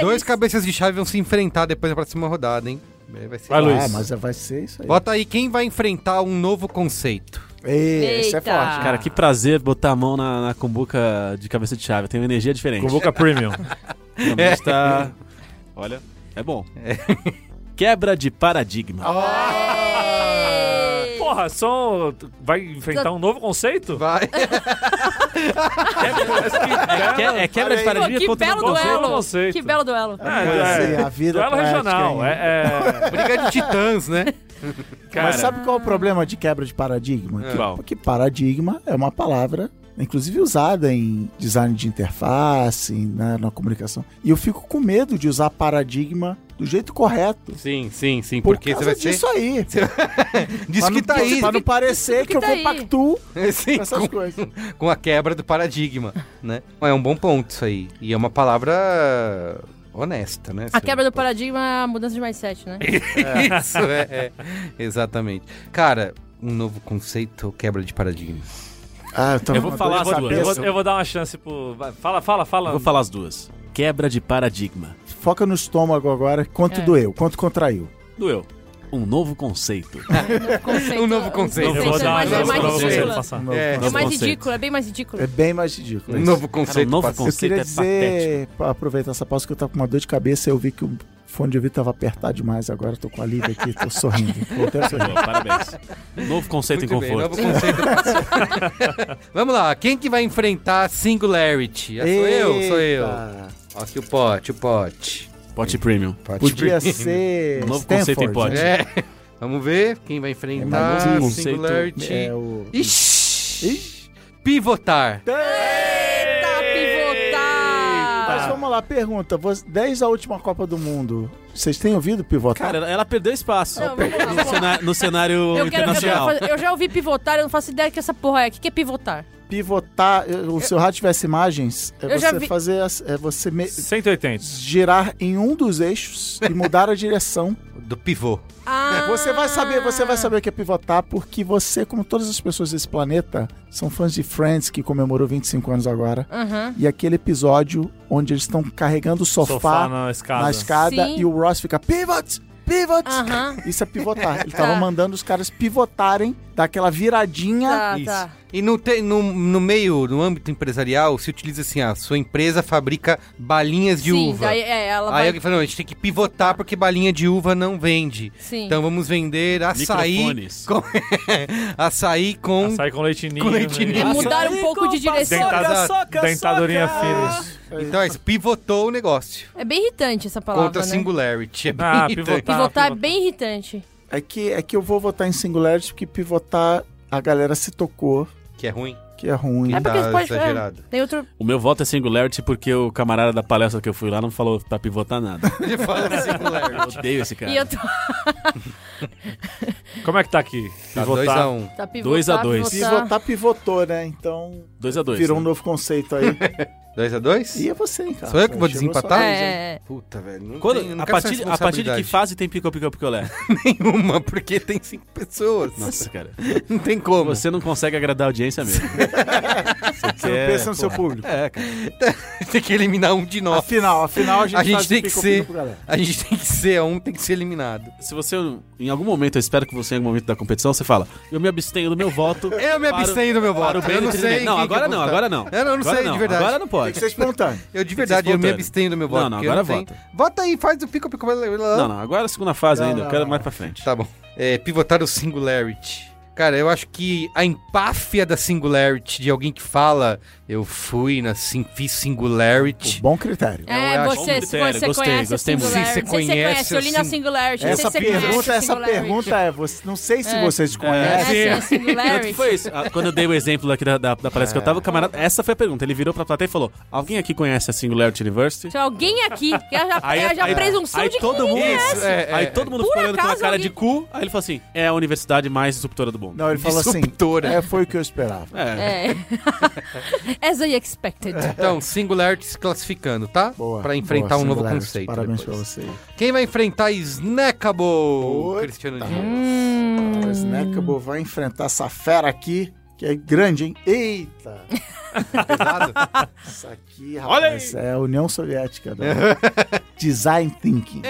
[SPEAKER 1] Dois cabeças de chave vão se enfrentar depois na próxima rodada, hein? É, Vai ser.
[SPEAKER 6] Vai, Luiz.
[SPEAKER 2] Ah, mas vai ser isso aí.
[SPEAKER 1] Bota aí quem vai enfrentar um novo conceito.
[SPEAKER 2] Ei, Esse é
[SPEAKER 7] Eita.
[SPEAKER 2] forte.
[SPEAKER 3] Cara, que prazer botar a mão na, na cumbuca de cabeça de chave. Tem uma energia diferente.
[SPEAKER 6] Convoca Premium.
[SPEAKER 3] Realmente tá- Olha, é bom. Quebra de paradigma.
[SPEAKER 6] Porra, só vai enfrentar um novo conceito?
[SPEAKER 1] Vai.
[SPEAKER 3] É, que- é quebra de
[SPEAKER 7] Pô,
[SPEAKER 3] paradigma
[SPEAKER 7] que
[SPEAKER 3] contra
[SPEAKER 7] belo
[SPEAKER 3] um conceito.
[SPEAKER 7] duelo.
[SPEAKER 6] conceito.
[SPEAKER 7] Que belo duelo.
[SPEAKER 1] Ah,
[SPEAKER 2] Assim,
[SPEAKER 6] É,
[SPEAKER 2] a vida
[SPEAKER 6] duelo
[SPEAKER 2] poética
[SPEAKER 6] regional.
[SPEAKER 2] ainda.
[SPEAKER 6] É,
[SPEAKER 1] Briga de titãs, né?
[SPEAKER 6] é, cara,
[SPEAKER 2] Mas sabe qual é o problema de quebra de paradigma?
[SPEAKER 1] Ah.
[SPEAKER 2] Que-
[SPEAKER 3] Qual?
[SPEAKER 2] Porque paradigma é uma palavra, inclusive usada em design de interface, né, na comunicação. E eu fico com medo de usar paradigma do jeito correto.
[SPEAKER 1] Sim, sim, sim.
[SPEAKER 2] Por
[SPEAKER 1] Porque você
[SPEAKER 2] causa
[SPEAKER 1] vai ser.
[SPEAKER 2] disso aí.
[SPEAKER 1] Diz que tá aí.
[SPEAKER 2] Pra não parecer que,
[SPEAKER 7] tá
[SPEAKER 2] eu
[SPEAKER 7] aí.
[SPEAKER 2] compactuo
[SPEAKER 1] Sim,
[SPEAKER 2] com essas coisas.
[SPEAKER 1] com a quebra do paradigma, né? É um bom ponto isso aí. E é uma palavra honesta, né?
[SPEAKER 7] A quebra do paradigma é a mudança de mindset, né?
[SPEAKER 1] paradigma. Isso, é, é. Exatamente. Cara, um novo conceito, quebra de paradigma.
[SPEAKER 2] Ah, tô
[SPEAKER 3] Eu vou falar
[SPEAKER 6] eu,
[SPEAKER 3] as
[SPEAKER 6] vou,
[SPEAKER 3] duas.
[SPEAKER 6] eu, vou, eu vou dar uma chance pro. vai, Fala, fala,
[SPEAKER 3] Eu
[SPEAKER 6] fala.
[SPEAKER 3] Vou falar as duas. Quebra de paradigma.
[SPEAKER 2] Foca no estômago agora. Quanto
[SPEAKER 7] É.
[SPEAKER 2] doeu? Quanto contraiu?
[SPEAKER 3] Doeu. Um novo conceito.
[SPEAKER 7] Conceito-
[SPEAKER 1] Um novo conceito.
[SPEAKER 6] eu vou
[SPEAKER 1] Isso é
[SPEAKER 6] dar
[SPEAKER 7] mais-
[SPEAKER 1] uma
[SPEAKER 7] é mais
[SPEAKER 1] pra
[SPEAKER 6] pra você
[SPEAKER 7] ridículo.
[SPEAKER 6] passar.
[SPEAKER 1] É,
[SPEAKER 7] É
[SPEAKER 3] Novo
[SPEAKER 7] mais
[SPEAKER 3] conceito.
[SPEAKER 7] ridículo, é bem mais ridículo.
[SPEAKER 2] É bem mais ridículo.
[SPEAKER 1] um
[SPEAKER 2] isso.
[SPEAKER 1] novo conceito.
[SPEAKER 3] Cara, um novo
[SPEAKER 1] parceiro.
[SPEAKER 2] Eu
[SPEAKER 3] conceito
[SPEAKER 2] queria
[SPEAKER 3] é
[SPEAKER 2] dizer, pra aproveitar essa pausa, que eu tava com uma dor de cabeça. Eu vi que o fone de ouvido tava apertado demais. Agora eu tô com a alívio aqui, tô sorrindo. Voltei a sorrir.
[SPEAKER 3] Boa, Parabéns. Um Novo conceito em
[SPEAKER 1] Muito bem,
[SPEAKER 3] conforto.
[SPEAKER 1] novo conceito. parceiro. Vamos lá, quem que vai enfrentar a Singularity? Ah, sou eu, sou eu.
[SPEAKER 2] Eita.
[SPEAKER 1] Ó, Aqui o pote, o pote.
[SPEAKER 3] Pote premium.
[SPEAKER 1] Pote
[SPEAKER 2] Podia
[SPEAKER 1] premium.
[SPEAKER 2] ser.
[SPEAKER 3] Novo
[SPEAKER 2] Stanford,
[SPEAKER 3] conceito em pote.
[SPEAKER 2] né?
[SPEAKER 1] É. Vamos ver quem vai
[SPEAKER 3] É,
[SPEAKER 2] mais
[SPEAKER 1] enfrentar
[SPEAKER 2] um
[SPEAKER 1] a
[SPEAKER 3] conceito.
[SPEAKER 1] Singularity.
[SPEAKER 2] É o.
[SPEAKER 1] Ixi. Pivotar.
[SPEAKER 7] Tá
[SPEAKER 2] Mas
[SPEAKER 7] pivotar!
[SPEAKER 2] vamos lá, pergunta. Você- Desde a última Copa do Mundo, vocês têm ouvido pivotar?
[SPEAKER 3] Cara, ela- ela perdeu espaço
[SPEAKER 7] Não, vamos lá,
[SPEAKER 3] no,
[SPEAKER 7] vamos lá.
[SPEAKER 3] cena- no cenário
[SPEAKER 7] Eu, quero, eu, quero
[SPEAKER 3] internacional.
[SPEAKER 7] fazer- eu já ouvi pivotar, eu não faço ideia que essa porra é. O que, que é pivotar?
[SPEAKER 2] pivotar, eu- o seu rádio tivesse imagens, é
[SPEAKER 7] Eu já
[SPEAKER 2] você
[SPEAKER 7] vi-
[SPEAKER 2] fazer. as- É você me-
[SPEAKER 6] 180.
[SPEAKER 2] girar em um dos eixos e mudar a direção.
[SPEAKER 1] Do pivô.
[SPEAKER 7] Ah,
[SPEAKER 2] Você vai saber, você vai saber o que é pivotar, porque você, como todas as pessoas desse planeta, são fãs de Friends, que comemorou 25 anos agora.
[SPEAKER 7] Aham.
[SPEAKER 2] E aquele episódio onde eles estão carregando o sofá,
[SPEAKER 6] Sofá na escada.
[SPEAKER 2] na escada
[SPEAKER 7] Sim.
[SPEAKER 2] e o Ross fica pivot, pivot.
[SPEAKER 7] Aham.
[SPEAKER 2] Isso é pivotar. Ele tava
[SPEAKER 7] Tá.
[SPEAKER 2] mandando os caras pivotarem, dar aquela viradinha.
[SPEAKER 7] Tá,
[SPEAKER 1] Isso.
[SPEAKER 7] tá.
[SPEAKER 1] E no, te- no, no meio, no âmbito empresarial, se utiliza assim, a sua empresa fabrica balinhas de
[SPEAKER 7] Sim,
[SPEAKER 1] uva.
[SPEAKER 7] daí é, ela
[SPEAKER 1] Aí
[SPEAKER 7] vai.
[SPEAKER 1] alguém fala, não, a gente tem que pivotar porque balinha de uva não vende.
[SPEAKER 7] Sim.
[SPEAKER 1] Então vamos vender açaí,
[SPEAKER 3] Microfones.
[SPEAKER 1] com... açaí com...
[SPEAKER 6] Sai com né? leitinho.
[SPEAKER 1] Com leite ninho.
[SPEAKER 7] é
[SPEAKER 1] Nossa.
[SPEAKER 7] mudar um pouco de direção.
[SPEAKER 6] Dentada-
[SPEAKER 3] soca,
[SPEAKER 6] dentadorinha
[SPEAKER 3] soca.
[SPEAKER 6] fina.
[SPEAKER 1] Então é isso, pivotou o negócio.
[SPEAKER 7] É bem irritante essa palavra,
[SPEAKER 1] contra a
[SPEAKER 7] né?
[SPEAKER 1] singularity. É
[SPEAKER 6] Ah,
[SPEAKER 1] bonito.
[SPEAKER 6] pivotar.
[SPEAKER 7] Pivotar é
[SPEAKER 6] pivotar.
[SPEAKER 7] bem irritante.
[SPEAKER 2] É que, é que eu vou votar em singularity, porque pivotar, a galera se tocou
[SPEAKER 1] Que é ruim.
[SPEAKER 2] que é ruim.
[SPEAKER 7] É porque
[SPEAKER 1] Tá
[SPEAKER 7] pode.
[SPEAKER 1] exagerado.
[SPEAKER 7] É, tem outro.
[SPEAKER 3] O meu voto é singularity porque o camarada da palestra que eu fui lá não falou pra pivotar nada.
[SPEAKER 1] Ele fala assim,
[SPEAKER 3] Eu odeio esse cara.
[SPEAKER 7] E eu tô.
[SPEAKER 6] Como é que tá aqui?
[SPEAKER 1] Tá
[SPEAKER 6] Pivotar.
[SPEAKER 1] 2x1.
[SPEAKER 7] Tá pivotar,
[SPEAKER 3] Dois a dois.
[SPEAKER 7] pivotar.
[SPEAKER 2] Pivotar, pivotou, né? Então
[SPEAKER 3] 2 a 2
[SPEAKER 2] virou um
[SPEAKER 3] né?
[SPEAKER 2] novo conceito aí.
[SPEAKER 1] 2x2?
[SPEAKER 2] e é você, hein, cara?
[SPEAKER 1] Sou eu que vou
[SPEAKER 2] Chegou
[SPEAKER 1] desempatar?
[SPEAKER 2] sua vez, hein?
[SPEAKER 7] É.
[SPEAKER 1] Puta, velho. Não
[SPEAKER 3] Quando-
[SPEAKER 1] tem, não
[SPEAKER 3] a,
[SPEAKER 1] quero essa
[SPEAKER 3] partir, a partir de que
[SPEAKER 1] responsabilidade.
[SPEAKER 3] fase tem pica pica picolé?
[SPEAKER 1] Nenhuma, porque tem cinco pessoas.
[SPEAKER 3] Nossa, cara.
[SPEAKER 1] Não tem como.
[SPEAKER 3] Você não consegue agradar a audiência mesmo.
[SPEAKER 1] É,
[SPEAKER 2] Você não pensa no seu público.
[SPEAKER 3] É, cara.
[SPEAKER 1] tem que eliminar um de nós.
[SPEAKER 2] Afinal, afinal a gente,
[SPEAKER 1] A gente
[SPEAKER 2] faz o
[SPEAKER 1] tem que
[SPEAKER 2] pico,
[SPEAKER 1] ser-
[SPEAKER 2] pico, galera.
[SPEAKER 1] A gente tem que ser, um tem que ser eliminado.
[SPEAKER 3] Se você, em algum momento, eu espero que você, em algum momento da competição, você fala, eu me abstenho do meu voto.
[SPEAKER 1] Eu me
[SPEAKER 3] para o-
[SPEAKER 1] abstenho do meu voto.
[SPEAKER 3] Para o bem
[SPEAKER 1] eu
[SPEAKER 3] do
[SPEAKER 1] não
[SPEAKER 3] Trinidad.
[SPEAKER 1] sei.
[SPEAKER 3] Não,
[SPEAKER 1] quem que
[SPEAKER 3] agora
[SPEAKER 1] eu vou
[SPEAKER 3] não,
[SPEAKER 1] votar.
[SPEAKER 3] agora não.
[SPEAKER 1] Eu não
[SPEAKER 3] Agora
[SPEAKER 1] sei, de verdade.
[SPEAKER 3] Agora não
[SPEAKER 2] Tem
[SPEAKER 3] pode.
[SPEAKER 2] que ser espontâneo.
[SPEAKER 1] Eu de verdade, eu me
[SPEAKER 3] espontâneo.
[SPEAKER 1] abstenho do meu voto.
[SPEAKER 3] Não, não,
[SPEAKER 1] porque eu
[SPEAKER 3] agora
[SPEAKER 1] tenho-
[SPEAKER 3] vota.
[SPEAKER 1] Vota aí, faz o pico, pico.
[SPEAKER 3] Não, não, agora é a segunda fase
[SPEAKER 2] Não,
[SPEAKER 3] ainda,
[SPEAKER 2] não,
[SPEAKER 3] eu quero
[SPEAKER 2] não.
[SPEAKER 3] mais pra frente.
[SPEAKER 1] Tá bom. É, pivotar o singularity. Cara, eu acho que a empáfia da singularity, de alguém que fala, eu fui, na, sin- fiz singularity.
[SPEAKER 2] Bom critério.
[SPEAKER 7] É,
[SPEAKER 1] eu acho-
[SPEAKER 7] você, se
[SPEAKER 3] Critério,
[SPEAKER 7] você
[SPEAKER 3] gostei,
[SPEAKER 7] conhece
[SPEAKER 3] gostei
[SPEAKER 7] a
[SPEAKER 3] muito.
[SPEAKER 7] Singularity.
[SPEAKER 1] Se você
[SPEAKER 7] você
[SPEAKER 1] conhece
[SPEAKER 7] conhece, eu li
[SPEAKER 1] o
[SPEAKER 7] na
[SPEAKER 1] sing-
[SPEAKER 7] Singularity.
[SPEAKER 2] Essa
[SPEAKER 7] não sei se você conhece
[SPEAKER 2] pergunta,
[SPEAKER 7] a
[SPEAKER 2] essa
[SPEAKER 7] Singularity.
[SPEAKER 2] pergunta é, você, não sei se
[SPEAKER 7] É.
[SPEAKER 2] vocês conhecem.
[SPEAKER 7] Conhece a
[SPEAKER 3] é Tanto que Foi
[SPEAKER 7] Singularity?
[SPEAKER 3] isso. Ah, Quando eu dei o exemplo aqui da, da- da
[SPEAKER 1] É.
[SPEAKER 3] palestra que eu tava, o camarada. Essa foi a pergunta. Ele virou pra plateia e falou: Alguém aqui conhece a Singularity University?
[SPEAKER 7] Então, alguém aqui, que é a, é a
[SPEAKER 3] aí-
[SPEAKER 7] presunção
[SPEAKER 3] aí
[SPEAKER 7] de que
[SPEAKER 3] todo mundo,
[SPEAKER 7] ninguém é.
[SPEAKER 1] Isso, é,
[SPEAKER 3] Aí
[SPEAKER 1] é.
[SPEAKER 3] todo mundo
[SPEAKER 7] Por
[SPEAKER 3] ficou olhando com a
[SPEAKER 7] acaso
[SPEAKER 3] cara
[SPEAKER 7] alguém-
[SPEAKER 3] de cu. Aí ele falou assim: é a universidade mais disruptora do mundo.
[SPEAKER 2] Não, ele falou assim,
[SPEAKER 1] Disruptora.
[SPEAKER 2] é, foi o que eu esperava.
[SPEAKER 3] É.
[SPEAKER 7] É. As I expected.
[SPEAKER 1] Então, Singularity se classificando, tá?
[SPEAKER 2] Boa.
[SPEAKER 1] Pra enfrentar
[SPEAKER 2] boa,
[SPEAKER 1] um novo
[SPEAKER 2] Singularity.
[SPEAKER 1] conceito.
[SPEAKER 2] Parabéns
[SPEAKER 1] depois.
[SPEAKER 2] pra você.
[SPEAKER 1] Quem vai enfrentar Snackable?
[SPEAKER 2] Puta.
[SPEAKER 1] Cristiano Dias.
[SPEAKER 7] Hum.
[SPEAKER 2] O Snackable né, vai enfrentar essa fera aqui, que é grande, hein? Eita!
[SPEAKER 1] Pesado?
[SPEAKER 2] Isso aqui, rapaz, é a União Soviética. né? Design
[SPEAKER 1] É.
[SPEAKER 2] Thinking.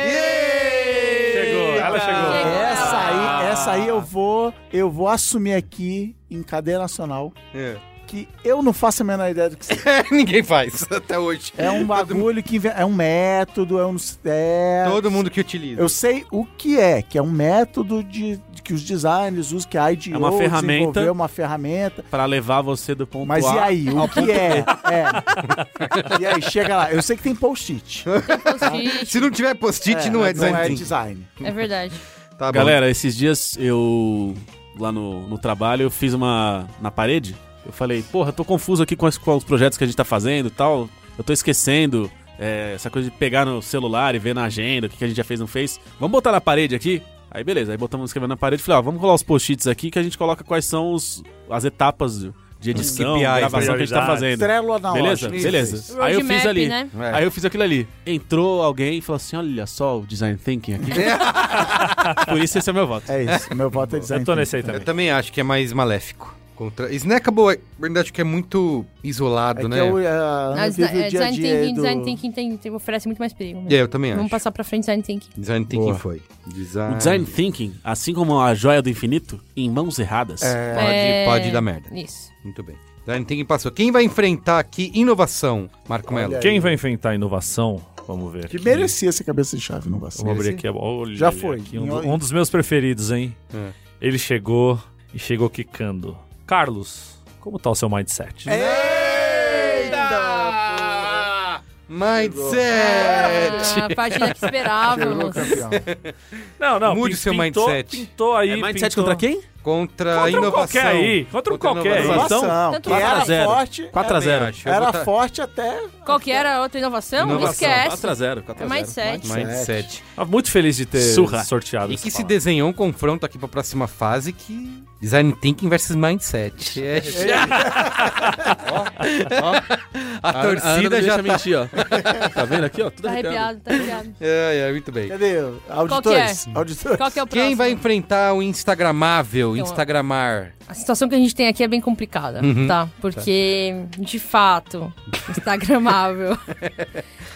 [SPEAKER 6] Chegou, ela chegou.
[SPEAKER 7] Chegou.
[SPEAKER 2] Ah, Essa aí, essa aí eu vou, eu vou assumir aqui em cadeia nacional
[SPEAKER 1] É.
[SPEAKER 2] que eu não faço a menor ideia do que seja.
[SPEAKER 1] Ninguém faz até hoje.
[SPEAKER 2] É um bagulho que inve- é um método, é um é,
[SPEAKER 1] Todo mundo que utiliza.
[SPEAKER 2] Eu sei o que é, que é um método de, de que os designers usam, que a IDO
[SPEAKER 3] É uma ferramenta. Um
[SPEAKER 2] desenvolveu uma ferramenta.
[SPEAKER 3] Pra levar você do ponto
[SPEAKER 2] Mas
[SPEAKER 3] A.
[SPEAKER 2] e aí, o que é? é? E aí, chega lá. Eu sei que tem post-it.
[SPEAKER 1] Se não tiver post-it, não é design
[SPEAKER 2] Não é
[SPEAKER 1] thinking.
[SPEAKER 2] design.
[SPEAKER 7] É verdade.
[SPEAKER 1] Tá bom.
[SPEAKER 3] Galera, esses dias eu. Lá no, no trabalho, eu fiz uma. Na parede. Eu falei, porra, tô confuso aqui com, as- com os projetos que a gente tá fazendo e tal. Eu tô esquecendo. é, essa coisa de pegar no celular e ver na agenda o que, que a gente já fez não fez. Vamos botar na parede aqui? Aí beleza, aí botamos escrevendo na parede e falei, ó, vamos colar os post-its aqui que a gente coloca quais são os, as etapas de edição,
[SPEAKER 1] KPIs,
[SPEAKER 3] gravação que a gente tá
[SPEAKER 6] prioridades.
[SPEAKER 3] fazendo.
[SPEAKER 2] Trello analógico.
[SPEAKER 3] Beleza?
[SPEAKER 1] Isso.
[SPEAKER 3] Beleza. Aí eu fiz
[SPEAKER 7] Roadmap,
[SPEAKER 3] ali.
[SPEAKER 7] né?
[SPEAKER 1] É.
[SPEAKER 3] Aí eu fiz aquilo ali. Entrou alguém e falou assim: olha só o design thinking aqui. Por isso esse é meu voto.
[SPEAKER 2] É isso. Meu voto é design.
[SPEAKER 6] Eu tô
[SPEAKER 2] thinking.
[SPEAKER 6] nesse aí
[SPEAKER 1] Eu
[SPEAKER 6] também.
[SPEAKER 1] também acho que é mais maléfico. Contra... Snackable, é- na verdade, que é muito isolado,
[SPEAKER 2] É
[SPEAKER 1] né?
[SPEAKER 2] que eu,
[SPEAKER 1] É,
[SPEAKER 2] é,
[SPEAKER 7] Não,
[SPEAKER 2] eu vivo o
[SPEAKER 7] é,
[SPEAKER 2] dia a
[SPEAKER 7] Design
[SPEAKER 2] dia
[SPEAKER 7] thinking,
[SPEAKER 2] do...
[SPEAKER 7] design thinking tem- tem- oferece muito mais perigo. né?
[SPEAKER 1] É, eu também acho.
[SPEAKER 7] Vamos passar pra frente design thinking.
[SPEAKER 1] Design thinking
[SPEAKER 2] Boa.
[SPEAKER 1] foi. Design...
[SPEAKER 3] O design thinking, assim como a joia do infinito, em mãos erradas.
[SPEAKER 1] Pode,
[SPEAKER 7] É.
[SPEAKER 1] pode dar merda.
[SPEAKER 7] Isso.
[SPEAKER 1] Muito bem. Design thinking passou. Quem vai enfrentar aqui inovação? Marco Melo.
[SPEAKER 2] aí.
[SPEAKER 6] Quem vai enfrentar a inovação? Vamos ver.
[SPEAKER 2] Que
[SPEAKER 6] aqui.
[SPEAKER 2] merecia essa cabeça de chave, não vacilo.
[SPEAKER 6] Vamos abrir aqui. Olha
[SPEAKER 2] Já foi.
[SPEAKER 6] aqui, um, do-
[SPEAKER 2] Em-
[SPEAKER 6] um dos meus preferidos, hein?
[SPEAKER 1] É.
[SPEAKER 6] Ele chegou e chegou quicando. Carlos, como tá o seu mindset?
[SPEAKER 2] É.
[SPEAKER 1] Eita! Mindset!
[SPEAKER 7] Ah, a página que esperávamos.
[SPEAKER 2] Campeão.
[SPEAKER 6] Não, não.
[SPEAKER 1] Mude
[SPEAKER 6] pin-
[SPEAKER 1] seu
[SPEAKER 6] pintou-
[SPEAKER 1] mindset.
[SPEAKER 6] Pintou aí.
[SPEAKER 3] É mindset
[SPEAKER 6] pintou.
[SPEAKER 3] contra quem?
[SPEAKER 1] Contra, a
[SPEAKER 6] Contra um
[SPEAKER 1] inovação.
[SPEAKER 6] qualquer aí. Contra um
[SPEAKER 1] Contra
[SPEAKER 6] qualquer aí.
[SPEAKER 1] inovação.
[SPEAKER 2] Inovação.
[SPEAKER 7] Tanto
[SPEAKER 2] Que era
[SPEAKER 7] faz.
[SPEAKER 2] forte.
[SPEAKER 3] 4 a 0
[SPEAKER 1] acho. Eu
[SPEAKER 2] Era
[SPEAKER 1] botar-
[SPEAKER 2] forte até.
[SPEAKER 7] Qual que era a outra inovação?
[SPEAKER 1] Inovação.
[SPEAKER 7] Esquece.
[SPEAKER 3] 4x0.
[SPEAKER 7] É mindset.
[SPEAKER 1] Mindset.
[SPEAKER 6] Ah, Muito feliz de ter
[SPEAKER 3] Surra.
[SPEAKER 6] sorteado
[SPEAKER 1] E
[SPEAKER 6] essa
[SPEAKER 1] que se
[SPEAKER 6] palavra.
[SPEAKER 1] desenhou um confronto aqui pra próxima fase que... Design Thinking versus Mindset. É. a torcida já tá...
[SPEAKER 3] mentir, ó. Tá vendo aqui, ó? Tudo
[SPEAKER 7] Tá arrepiado, tá arrepiado.
[SPEAKER 1] É, é, muito bem.
[SPEAKER 2] Cadê? Auditores. Auditores.
[SPEAKER 7] Qual que é o próximo?
[SPEAKER 1] Quem vai enfrentar o Instagramável,
[SPEAKER 7] Então,
[SPEAKER 1] Instagramar?
[SPEAKER 7] A situação que a gente tem aqui é bem complicada, tá? Porque, de fato, Instagramável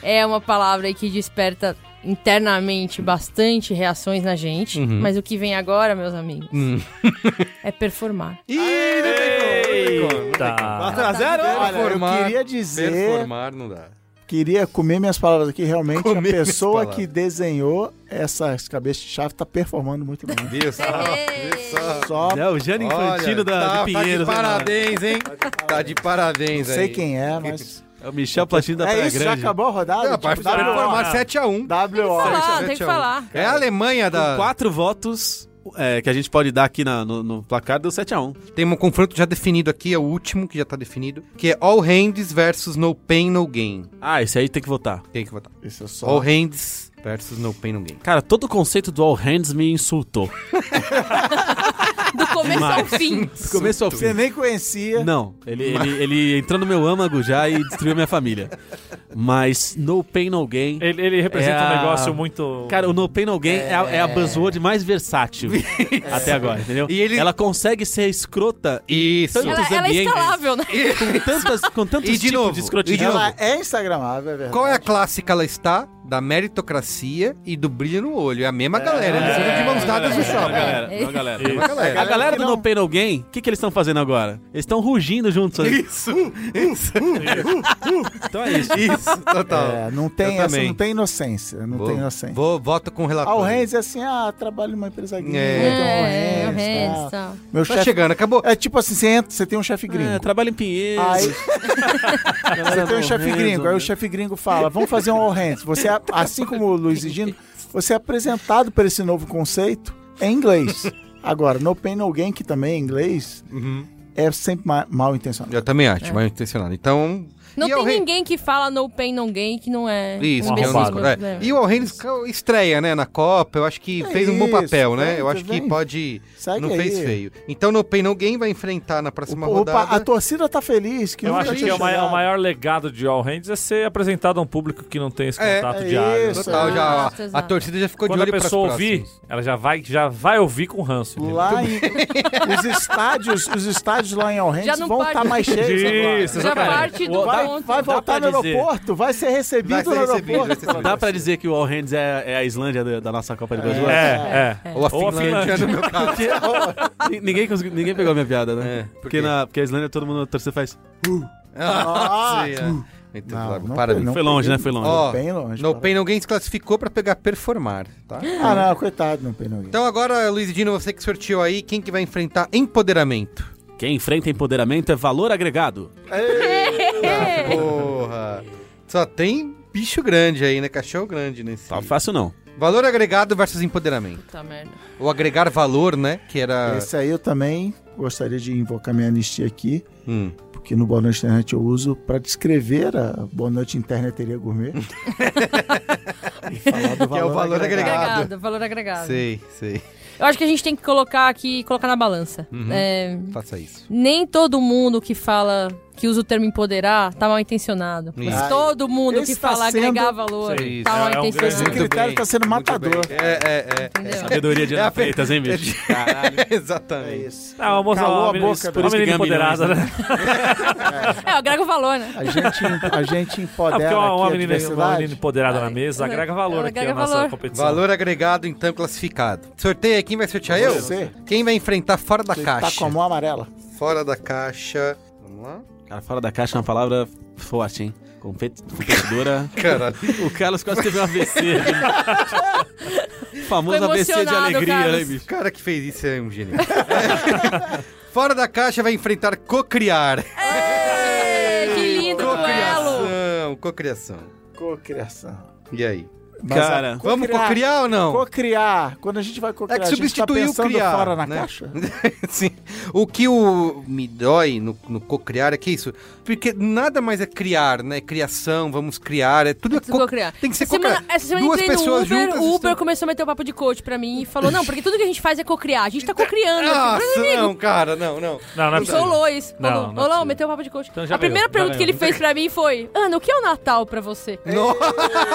[SPEAKER 7] é uma palavra que desperta internamente bastante reações na gente. Mas o que vem agora, meus amigos, é performar.
[SPEAKER 1] Ih, não tem como, não tem como. Tá.
[SPEAKER 6] Eita.
[SPEAKER 2] 4x0?
[SPEAKER 7] é?
[SPEAKER 2] Olha,
[SPEAKER 1] Performar.
[SPEAKER 2] eu queria dizer,
[SPEAKER 1] Performar não dá.
[SPEAKER 2] queria comer minhas palavras aqui. Realmente,
[SPEAKER 1] Comer
[SPEAKER 2] a
[SPEAKER 1] minhas
[SPEAKER 2] pessoa
[SPEAKER 1] palavras.
[SPEAKER 2] que desenhou essas cabeças de chave tá performando muito bem.
[SPEAKER 1] Deus,
[SPEAKER 2] Só
[SPEAKER 3] É o Jânio Infantino da,
[SPEAKER 1] tá,
[SPEAKER 3] de Pinheiros.
[SPEAKER 1] Tá
[SPEAKER 3] né,
[SPEAKER 1] de
[SPEAKER 3] mano?
[SPEAKER 1] parabéns, hein? Tá de
[SPEAKER 2] não
[SPEAKER 1] parabéns aí.
[SPEAKER 2] sei quem é, mas.
[SPEAKER 3] É o Michel Platino da
[SPEAKER 2] É
[SPEAKER 3] Praia
[SPEAKER 2] isso, já
[SPEAKER 3] Grande.
[SPEAKER 2] acabou a rodada?
[SPEAKER 1] Não, vai
[SPEAKER 2] Tipo,
[SPEAKER 6] dá pra
[SPEAKER 1] performar
[SPEAKER 6] falar.
[SPEAKER 1] 7x1.
[SPEAKER 7] Tem que
[SPEAKER 2] WO.
[SPEAKER 7] Ah, falar, tem que falar.
[SPEAKER 1] É a Alemanha
[SPEAKER 3] Com
[SPEAKER 1] da...
[SPEAKER 3] quatro votos, é, que a gente pode dar aqui na- no, no placar deu 7x1.
[SPEAKER 1] Tem um confronto já definido aqui, é o último que já tá definido, que é All Hands versus No Pain No Gain.
[SPEAKER 3] Ah, esse aí tem que votar.
[SPEAKER 1] Tem que votar.
[SPEAKER 2] Esse é só.
[SPEAKER 1] All Hands versus No Pain No Gain.
[SPEAKER 3] Cara, todo o conceito do All Hands me insultou.
[SPEAKER 7] Do começo ao fim.
[SPEAKER 3] Do começo ao
[SPEAKER 2] Você nem conhecia.
[SPEAKER 3] Não, ele, ele, ele entrou no meu âmago já e destruiu minha família. Mas No Pain No Gain.
[SPEAKER 6] Ele, ele representa
[SPEAKER 3] É a-
[SPEAKER 6] um negócio muito.
[SPEAKER 3] Cara, o No Pain No Gain é, a, é a buzzword mais versátil até agora, entendeu?
[SPEAKER 1] E ele-
[SPEAKER 3] Ela consegue ser escrota e
[SPEAKER 1] Isso.
[SPEAKER 3] Tanto-
[SPEAKER 7] Ela, ela é
[SPEAKER 3] ambientes.
[SPEAKER 7] escalável, né?
[SPEAKER 3] com, tantas, com tantos
[SPEAKER 1] E de
[SPEAKER 3] tipos
[SPEAKER 1] novo,
[SPEAKER 3] de
[SPEAKER 1] e de
[SPEAKER 3] escrotismo.
[SPEAKER 1] novo.
[SPEAKER 2] Ela é instagramável, é verdade.
[SPEAKER 1] Qual é a clássica ela está? Da meritocracia e do brilho no olho. É a mesma galera, eles andam de mãos
[SPEAKER 2] É.
[SPEAKER 1] dadas no shopping.
[SPEAKER 3] galera, uma galera.
[SPEAKER 6] Isso.
[SPEAKER 1] Uma galera. É
[SPEAKER 3] A galera do
[SPEAKER 2] Não.
[SPEAKER 1] um.
[SPEAKER 3] No Pain No Gain, o que, que eles estão fazendo agora? Eles estão rugindo juntos.
[SPEAKER 2] É.
[SPEAKER 3] ali.
[SPEAKER 1] Isso, isso,
[SPEAKER 3] Então é isso.
[SPEAKER 1] isso, total.
[SPEAKER 2] É, não tem
[SPEAKER 1] Eu
[SPEAKER 2] essa,
[SPEAKER 1] também.
[SPEAKER 2] não tem inocência. Não assim.
[SPEAKER 1] Vou,
[SPEAKER 2] tem inocência.
[SPEAKER 1] vou, voto com o relator.
[SPEAKER 2] Ah, o Renz é assim, ah, trabalho numa empresa gringa,
[SPEAKER 1] É.
[SPEAKER 2] tem um
[SPEAKER 7] É, é, o
[SPEAKER 2] Renz,
[SPEAKER 7] Renz,
[SPEAKER 2] tá.
[SPEAKER 7] tá.
[SPEAKER 2] Meu
[SPEAKER 1] Tá
[SPEAKER 2] chefe-
[SPEAKER 1] chegando, acabou.
[SPEAKER 2] É tipo assim, você entra, você tem um chefe gringo.
[SPEAKER 1] tá
[SPEAKER 3] É, trabalho em Pinheiros.
[SPEAKER 2] Aí
[SPEAKER 3] galera
[SPEAKER 2] você
[SPEAKER 3] do
[SPEAKER 2] tem um chefe
[SPEAKER 3] Renzo,
[SPEAKER 2] gringo, aí
[SPEAKER 3] né?
[SPEAKER 2] o chefe gringo fala, vamos fazer um all hands. Você, é- assim como o Luiz e Gino, você é apresentado para esse novo conceito em inglês. Agora, no pain no gain, que também é inglês,
[SPEAKER 1] Uhum.
[SPEAKER 2] é sempre ma- mal intencionado.
[SPEAKER 1] Eu também
[SPEAKER 2] É.
[SPEAKER 1] acho, mal intencionado. Então.
[SPEAKER 7] Não
[SPEAKER 1] e
[SPEAKER 7] tem
[SPEAKER 1] All Hands-
[SPEAKER 7] ninguém que fala no pain, no gain, que não é
[SPEAKER 1] Isso,
[SPEAKER 7] um
[SPEAKER 1] que é um dos-
[SPEAKER 7] imbecil.
[SPEAKER 6] arrombado.
[SPEAKER 1] é. E o Alrenes estreia, né, na Copa. Eu acho que
[SPEAKER 2] É
[SPEAKER 1] fez um bom
[SPEAKER 2] isso,
[SPEAKER 1] papel, né?
[SPEAKER 2] vem,
[SPEAKER 1] Eu acho que
[SPEAKER 2] vem.
[SPEAKER 1] pode.
[SPEAKER 2] Segue
[SPEAKER 1] não
[SPEAKER 2] aí.
[SPEAKER 1] fez feio. Então, no Pain Alguém vai enfrentar na próxima
[SPEAKER 2] Opa,
[SPEAKER 1] rodada.
[SPEAKER 2] a torcida tá feliz. Que
[SPEAKER 6] Eu
[SPEAKER 2] nunca
[SPEAKER 6] acho que
[SPEAKER 2] tinha
[SPEAKER 6] é o maior,
[SPEAKER 2] chegado.
[SPEAKER 6] o maior legado de All Hands é ser apresentado a um público que não tem esse
[SPEAKER 1] É,
[SPEAKER 6] contato
[SPEAKER 2] é
[SPEAKER 6] diário.
[SPEAKER 2] isso.
[SPEAKER 1] Total, já, a-
[SPEAKER 7] Exato,
[SPEAKER 1] a
[SPEAKER 7] exato.
[SPEAKER 1] torcida já ficou
[SPEAKER 6] Quando
[SPEAKER 1] de
[SPEAKER 6] a
[SPEAKER 1] olho para
[SPEAKER 6] pessoa ouvir, ela já vai, já vai ouvir com ranço. entendeu?
[SPEAKER 2] Lá em, os estádios, os estádios lá em All
[SPEAKER 7] Já
[SPEAKER 2] Hands
[SPEAKER 7] não
[SPEAKER 2] vão estar
[SPEAKER 7] parte-
[SPEAKER 2] mais cheios agora.
[SPEAKER 6] Isso,
[SPEAKER 7] Já
[SPEAKER 6] exatamente.
[SPEAKER 7] parte do
[SPEAKER 3] O-
[SPEAKER 2] Vai,
[SPEAKER 7] ponto.
[SPEAKER 2] vai
[SPEAKER 3] Dá
[SPEAKER 2] voltar no
[SPEAKER 3] pra dizer.
[SPEAKER 2] aeroporto, vai ser recebido
[SPEAKER 1] Vai ser
[SPEAKER 2] no
[SPEAKER 1] recebido,
[SPEAKER 2] aeroporto.
[SPEAKER 1] vai ser recebido.
[SPEAKER 3] Dá pra dizer que o All Hands é, é a Islândia da, da nossa Copa de Brasil?
[SPEAKER 6] É, é.
[SPEAKER 1] Ou a Finlândia, no meu caso.
[SPEAKER 3] Porque, ó, ni- ninguém, conseguiu- ninguém pegou a minha piada, né?
[SPEAKER 1] É, por
[SPEAKER 3] porque,
[SPEAKER 1] quê?
[SPEAKER 3] na, porque a Islândia todo mundo torcida faz.
[SPEAKER 1] Ah,
[SPEAKER 2] Ah,
[SPEAKER 1] sim, é. Então,
[SPEAKER 2] Não,
[SPEAKER 1] claro,
[SPEAKER 2] não
[SPEAKER 1] parabéns.
[SPEAKER 2] não.
[SPEAKER 3] Foi longe, né? Foi longe.
[SPEAKER 1] Ó,
[SPEAKER 2] Bem longe,
[SPEAKER 1] No
[SPEAKER 2] parabéns.
[SPEAKER 1] Pain Alguém se classificou para pegar performar, tá?
[SPEAKER 2] Ah, não, coitado, não pena.
[SPEAKER 1] Então agora, Luiz e Dino, você que sorteou aí, quem que vai enfrentar empoderamento?
[SPEAKER 3] Quem enfrenta empoderamento é valor agregado.
[SPEAKER 1] Porra! Só tem bicho grande aí, né? Cachorro grande nesse.
[SPEAKER 3] Tá fácil não.
[SPEAKER 1] Valor agregado versus empoderamento.
[SPEAKER 7] Puta merda.
[SPEAKER 1] Ou agregar valor, né? Que era.
[SPEAKER 2] Esse aí eu também gostaria de invocar minha anistia aqui,
[SPEAKER 1] Hum.
[SPEAKER 2] porque no Boa Noite Internet eu uso pra descrever a Boa Noite Interneteria Gourmet. e falar do
[SPEAKER 1] Que é o valor agregado.
[SPEAKER 7] Agregado, valor agregado.
[SPEAKER 1] Sei, sei.
[SPEAKER 7] Eu acho que a gente tem que colocar aqui, colocar na balança.
[SPEAKER 1] Hum.
[SPEAKER 7] É,
[SPEAKER 1] Faça isso.
[SPEAKER 7] nem todo mundo que fala, que usa o termo empoderar, tá mal intencionado.
[SPEAKER 1] Isso.
[SPEAKER 7] Mas todo mundo
[SPEAKER 2] Esse
[SPEAKER 7] que
[SPEAKER 2] tá
[SPEAKER 7] fala
[SPEAKER 2] sendo-
[SPEAKER 7] agregar valor
[SPEAKER 6] Isso.
[SPEAKER 7] tá mal
[SPEAKER 6] É um grande
[SPEAKER 2] Esse
[SPEAKER 7] intencionado.
[SPEAKER 6] Muito
[SPEAKER 2] critério
[SPEAKER 6] bem,
[SPEAKER 2] tá sendo matador.
[SPEAKER 1] É, é, é.
[SPEAKER 7] Entendeu?
[SPEAKER 3] Sabedoria de
[SPEAKER 1] É
[SPEAKER 3] Ana
[SPEAKER 1] a fe-
[SPEAKER 3] Freitas, hein, bicho?
[SPEAKER 2] É
[SPEAKER 1] Exatamente.
[SPEAKER 2] isso.
[SPEAKER 6] Ah, uma moça,
[SPEAKER 2] Calou
[SPEAKER 6] uma
[SPEAKER 2] a
[SPEAKER 6] menina-
[SPEAKER 2] boca
[SPEAKER 6] uma
[SPEAKER 3] por isso que
[SPEAKER 6] menina
[SPEAKER 3] ganha
[SPEAKER 6] empoderada, né?
[SPEAKER 7] É, eu agrego valor, né?
[SPEAKER 2] A gente, a gente
[SPEAKER 6] Não,
[SPEAKER 2] empodera
[SPEAKER 6] porque
[SPEAKER 2] aqui a
[SPEAKER 6] uma, uma menina, uma
[SPEAKER 2] diversidade.
[SPEAKER 6] menina empoderada na mesa
[SPEAKER 7] Ela-
[SPEAKER 6] agrega valor
[SPEAKER 7] ela
[SPEAKER 6] aqui
[SPEAKER 7] agrega
[SPEAKER 6] à nossa
[SPEAKER 7] valor.
[SPEAKER 6] competição.
[SPEAKER 1] valor agregado, então, classificado. Sorteio aí, quem vai sortear? Eu?
[SPEAKER 2] Você.
[SPEAKER 1] Quem vai enfrentar fora da
[SPEAKER 2] Você
[SPEAKER 1] caixa?
[SPEAKER 2] Tá com a mão amarela.
[SPEAKER 1] Fora da caixa. Vamos lá?
[SPEAKER 3] Cara, fora da caixa é uma palavra forte, hein? Compet- Competidora.
[SPEAKER 1] Caralho.
[SPEAKER 3] o Carlos quase teve um AVC.
[SPEAKER 1] né?
[SPEAKER 3] O Famoso
[SPEAKER 7] Ficou
[SPEAKER 3] AVC de
[SPEAKER 7] emocionado,
[SPEAKER 3] alegria,
[SPEAKER 7] Carlos.
[SPEAKER 3] né, bicho?
[SPEAKER 1] O cara que fez isso é um gênio. Fora da caixa vai enfrentar cocriar.
[SPEAKER 7] Ei, que lindo duelo!
[SPEAKER 1] Cocriação, cocriação.
[SPEAKER 2] Cocriação.
[SPEAKER 1] E aí?
[SPEAKER 2] Mas a
[SPEAKER 3] Cara.
[SPEAKER 1] Vamos cocriar ou não?
[SPEAKER 2] Cocriar. Quando a gente vai cocriar,
[SPEAKER 1] É que
[SPEAKER 2] a gente tá
[SPEAKER 1] substituiu o
[SPEAKER 2] pensando
[SPEAKER 1] criar,
[SPEAKER 2] fora na
[SPEAKER 1] né?
[SPEAKER 2] caixa.
[SPEAKER 1] Sim. O que o me dói no, no cocriar é que é isso. Porque nada mais é criar, né? Criação, vamos criar. É tudo é
[SPEAKER 7] Preciso
[SPEAKER 1] co-
[SPEAKER 7] criar.
[SPEAKER 1] Tem que ser
[SPEAKER 7] essa semana,
[SPEAKER 1] cocriar.
[SPEAKER 7] essa semana
[SPEAKER 1] Duas
[SPEAKER 7] entrei no
[SPEAKER 1] pessoas
[SPEAKER 7] Uber,
[SPEAKER 1] juntas
[SPEAKER 7] o Uber
[SPEAKER 1] estão-
[SPEAKER 7] começou a meter o papo de coach pra mim e falou: Não, porque tudo que a gente faz é cocriar. A gente tá cocriando. Eu falei,
[SPEAKER 1] Nossa, Ah, não, cara, não, não.
[SPEAKER 6] Não, não é
[SPEAKER 7] Eu sou o
[SPEAKER 6] possível.
[SPEAKER 7] Lois.
[SPEAKER 6] Não,
[SPEAKER 7] Falou,
[SPEAKER 6] não é
[SPEAKER 7] "Ô, Lão,
[SPEAKER 6] possível.
[SPEAKER 7] meteu o papo de coach.
[SPEAKER 6] Então já
[SPEAKER 7] a primeira
[SPEAKER 6] ganhou, já
[SPEAKER 7] pergunta que ele
[SPEAKER 6] ganhou.
[SPEAKER 7] fez pra mim foi: Ana, o que é o Natal pra você?
[SPEAKER 2] É,
[SPEAKER 1] Nossa.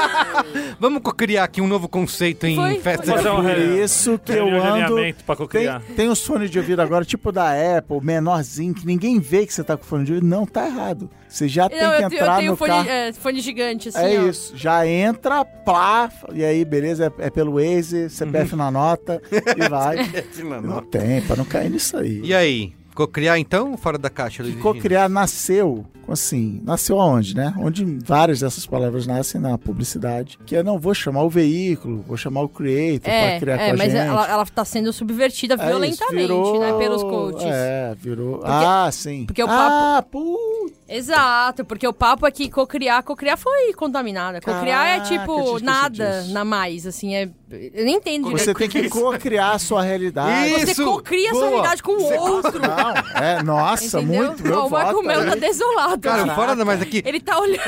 [SPEAKER 1] vamos cocriar aqui um novo conceito em
[SPEAKER 7] Foi,
[SPEAKER 1] festa
[SPEAKER 7] foi.
[SPEAKER 1] de
[SPEAKER 6] Fazer um
[SPEAKER 2] Por
[SPEAKER 6] re-
[SPEAKER 2] isso que eu
[SPEAKER 6] reunião de
[SPEAKER 2] ando.
[SPEAKER 6] alinhamento um pra cocriar.
[SPEAKER 2] Tem, tem uns fones de ouvido agora, tipo da Apple, menorzinho, que ninguém vê que você tá com fone de ouvido. Não, tá errado. Você já tem
[SPEAKER 7] Não,
[SPEAKER 2] que
[SPEAKER 7] eu, te- eu
[SPEAKER 2] entrar
[SPEAKER 7] tenho
[SPEAKER 2] no
[SPEAKER 7] fone,
[SPEAKER 2] carro. É,
[SPEAKER 7] é, fone gigante, assim. ó.
[SPEAKER 2] isso. Já entra, plá, e aí, beleza, é, é pelo Waze,
[SPEAKER 1] Uhum.
[SPEAKER 2] CPF na nota, e vai. Não tem, pra não cair nisso aí.
[SPEAKER 1] E aí? Cocriar então ou fora da caixa, Luiz?
[SPEAKER 2] Que
[SPEAKER 1] Egino?
[SPEAKER 2] cocriar nasceu, assim, nasceu aonde, né? Onde várias dessas palavras nascem na publicidade, que é não vou chamar o veículo, vou chamar o creator
[SPEAKER 7] É,
[SPEAKER 2] pra criar com
[SPEAKER 7] é
[SPEAKER 2] a
[SPEAKER 7] mas
[SPEAKER 2] gente.
[SPEAKER 7] ela, ela tá sendo subvertida
[SPEAKER 2] É isso,
[SPEAKER 7] violentamente,
[SPEAKER 2] virou-
[SPEAKER 7] né? Pelos coaches.
[SPEAKER 2] É, virou. ah, sim.
[SPEAKER 7] porque o
[SPEAKER 2] Ah, putz.
[SPEAKER 7] Exato, porque o papo é que cocriar, cocriar foi contaminada. Cocriar é
[SPEAKER 2] Caraca, eu tinha
[SPEAKER 7] tipo
[SPEAKER 2] esquecido
[SPEAKER 7] nada
[SPEAKER 2] disso.
[SPEAKER 7] na mais, assim, é. Eu nem entendo
[SPEAKER 2] Você
[SPEAKER 7] direito.
[SPEAKER 2] tem que co-criar a sua realidade.
[SPEAKER 1] Isso.
[SPEAKER 7] Você cocria a sua
[SPEAKER 1] Boa.
[SPEAKER 7] realidade com o outro.
[SPEAKER 2] Não, é, nossa,
[SPEAKER 7] Entendeu?
[SPEAKER 2] muito. Eu
[SPEAKER 7] Ó, o Marco
[SPEAKER 2] voto né?
[SPEAKER 7] Melo tá
[SPEAKER 2] aí.
[SPEAKER 7] desolado.
[SPEAKER 1] Cara, fora da mais aqui.
[SPEAKER 7] Ele tá olhando.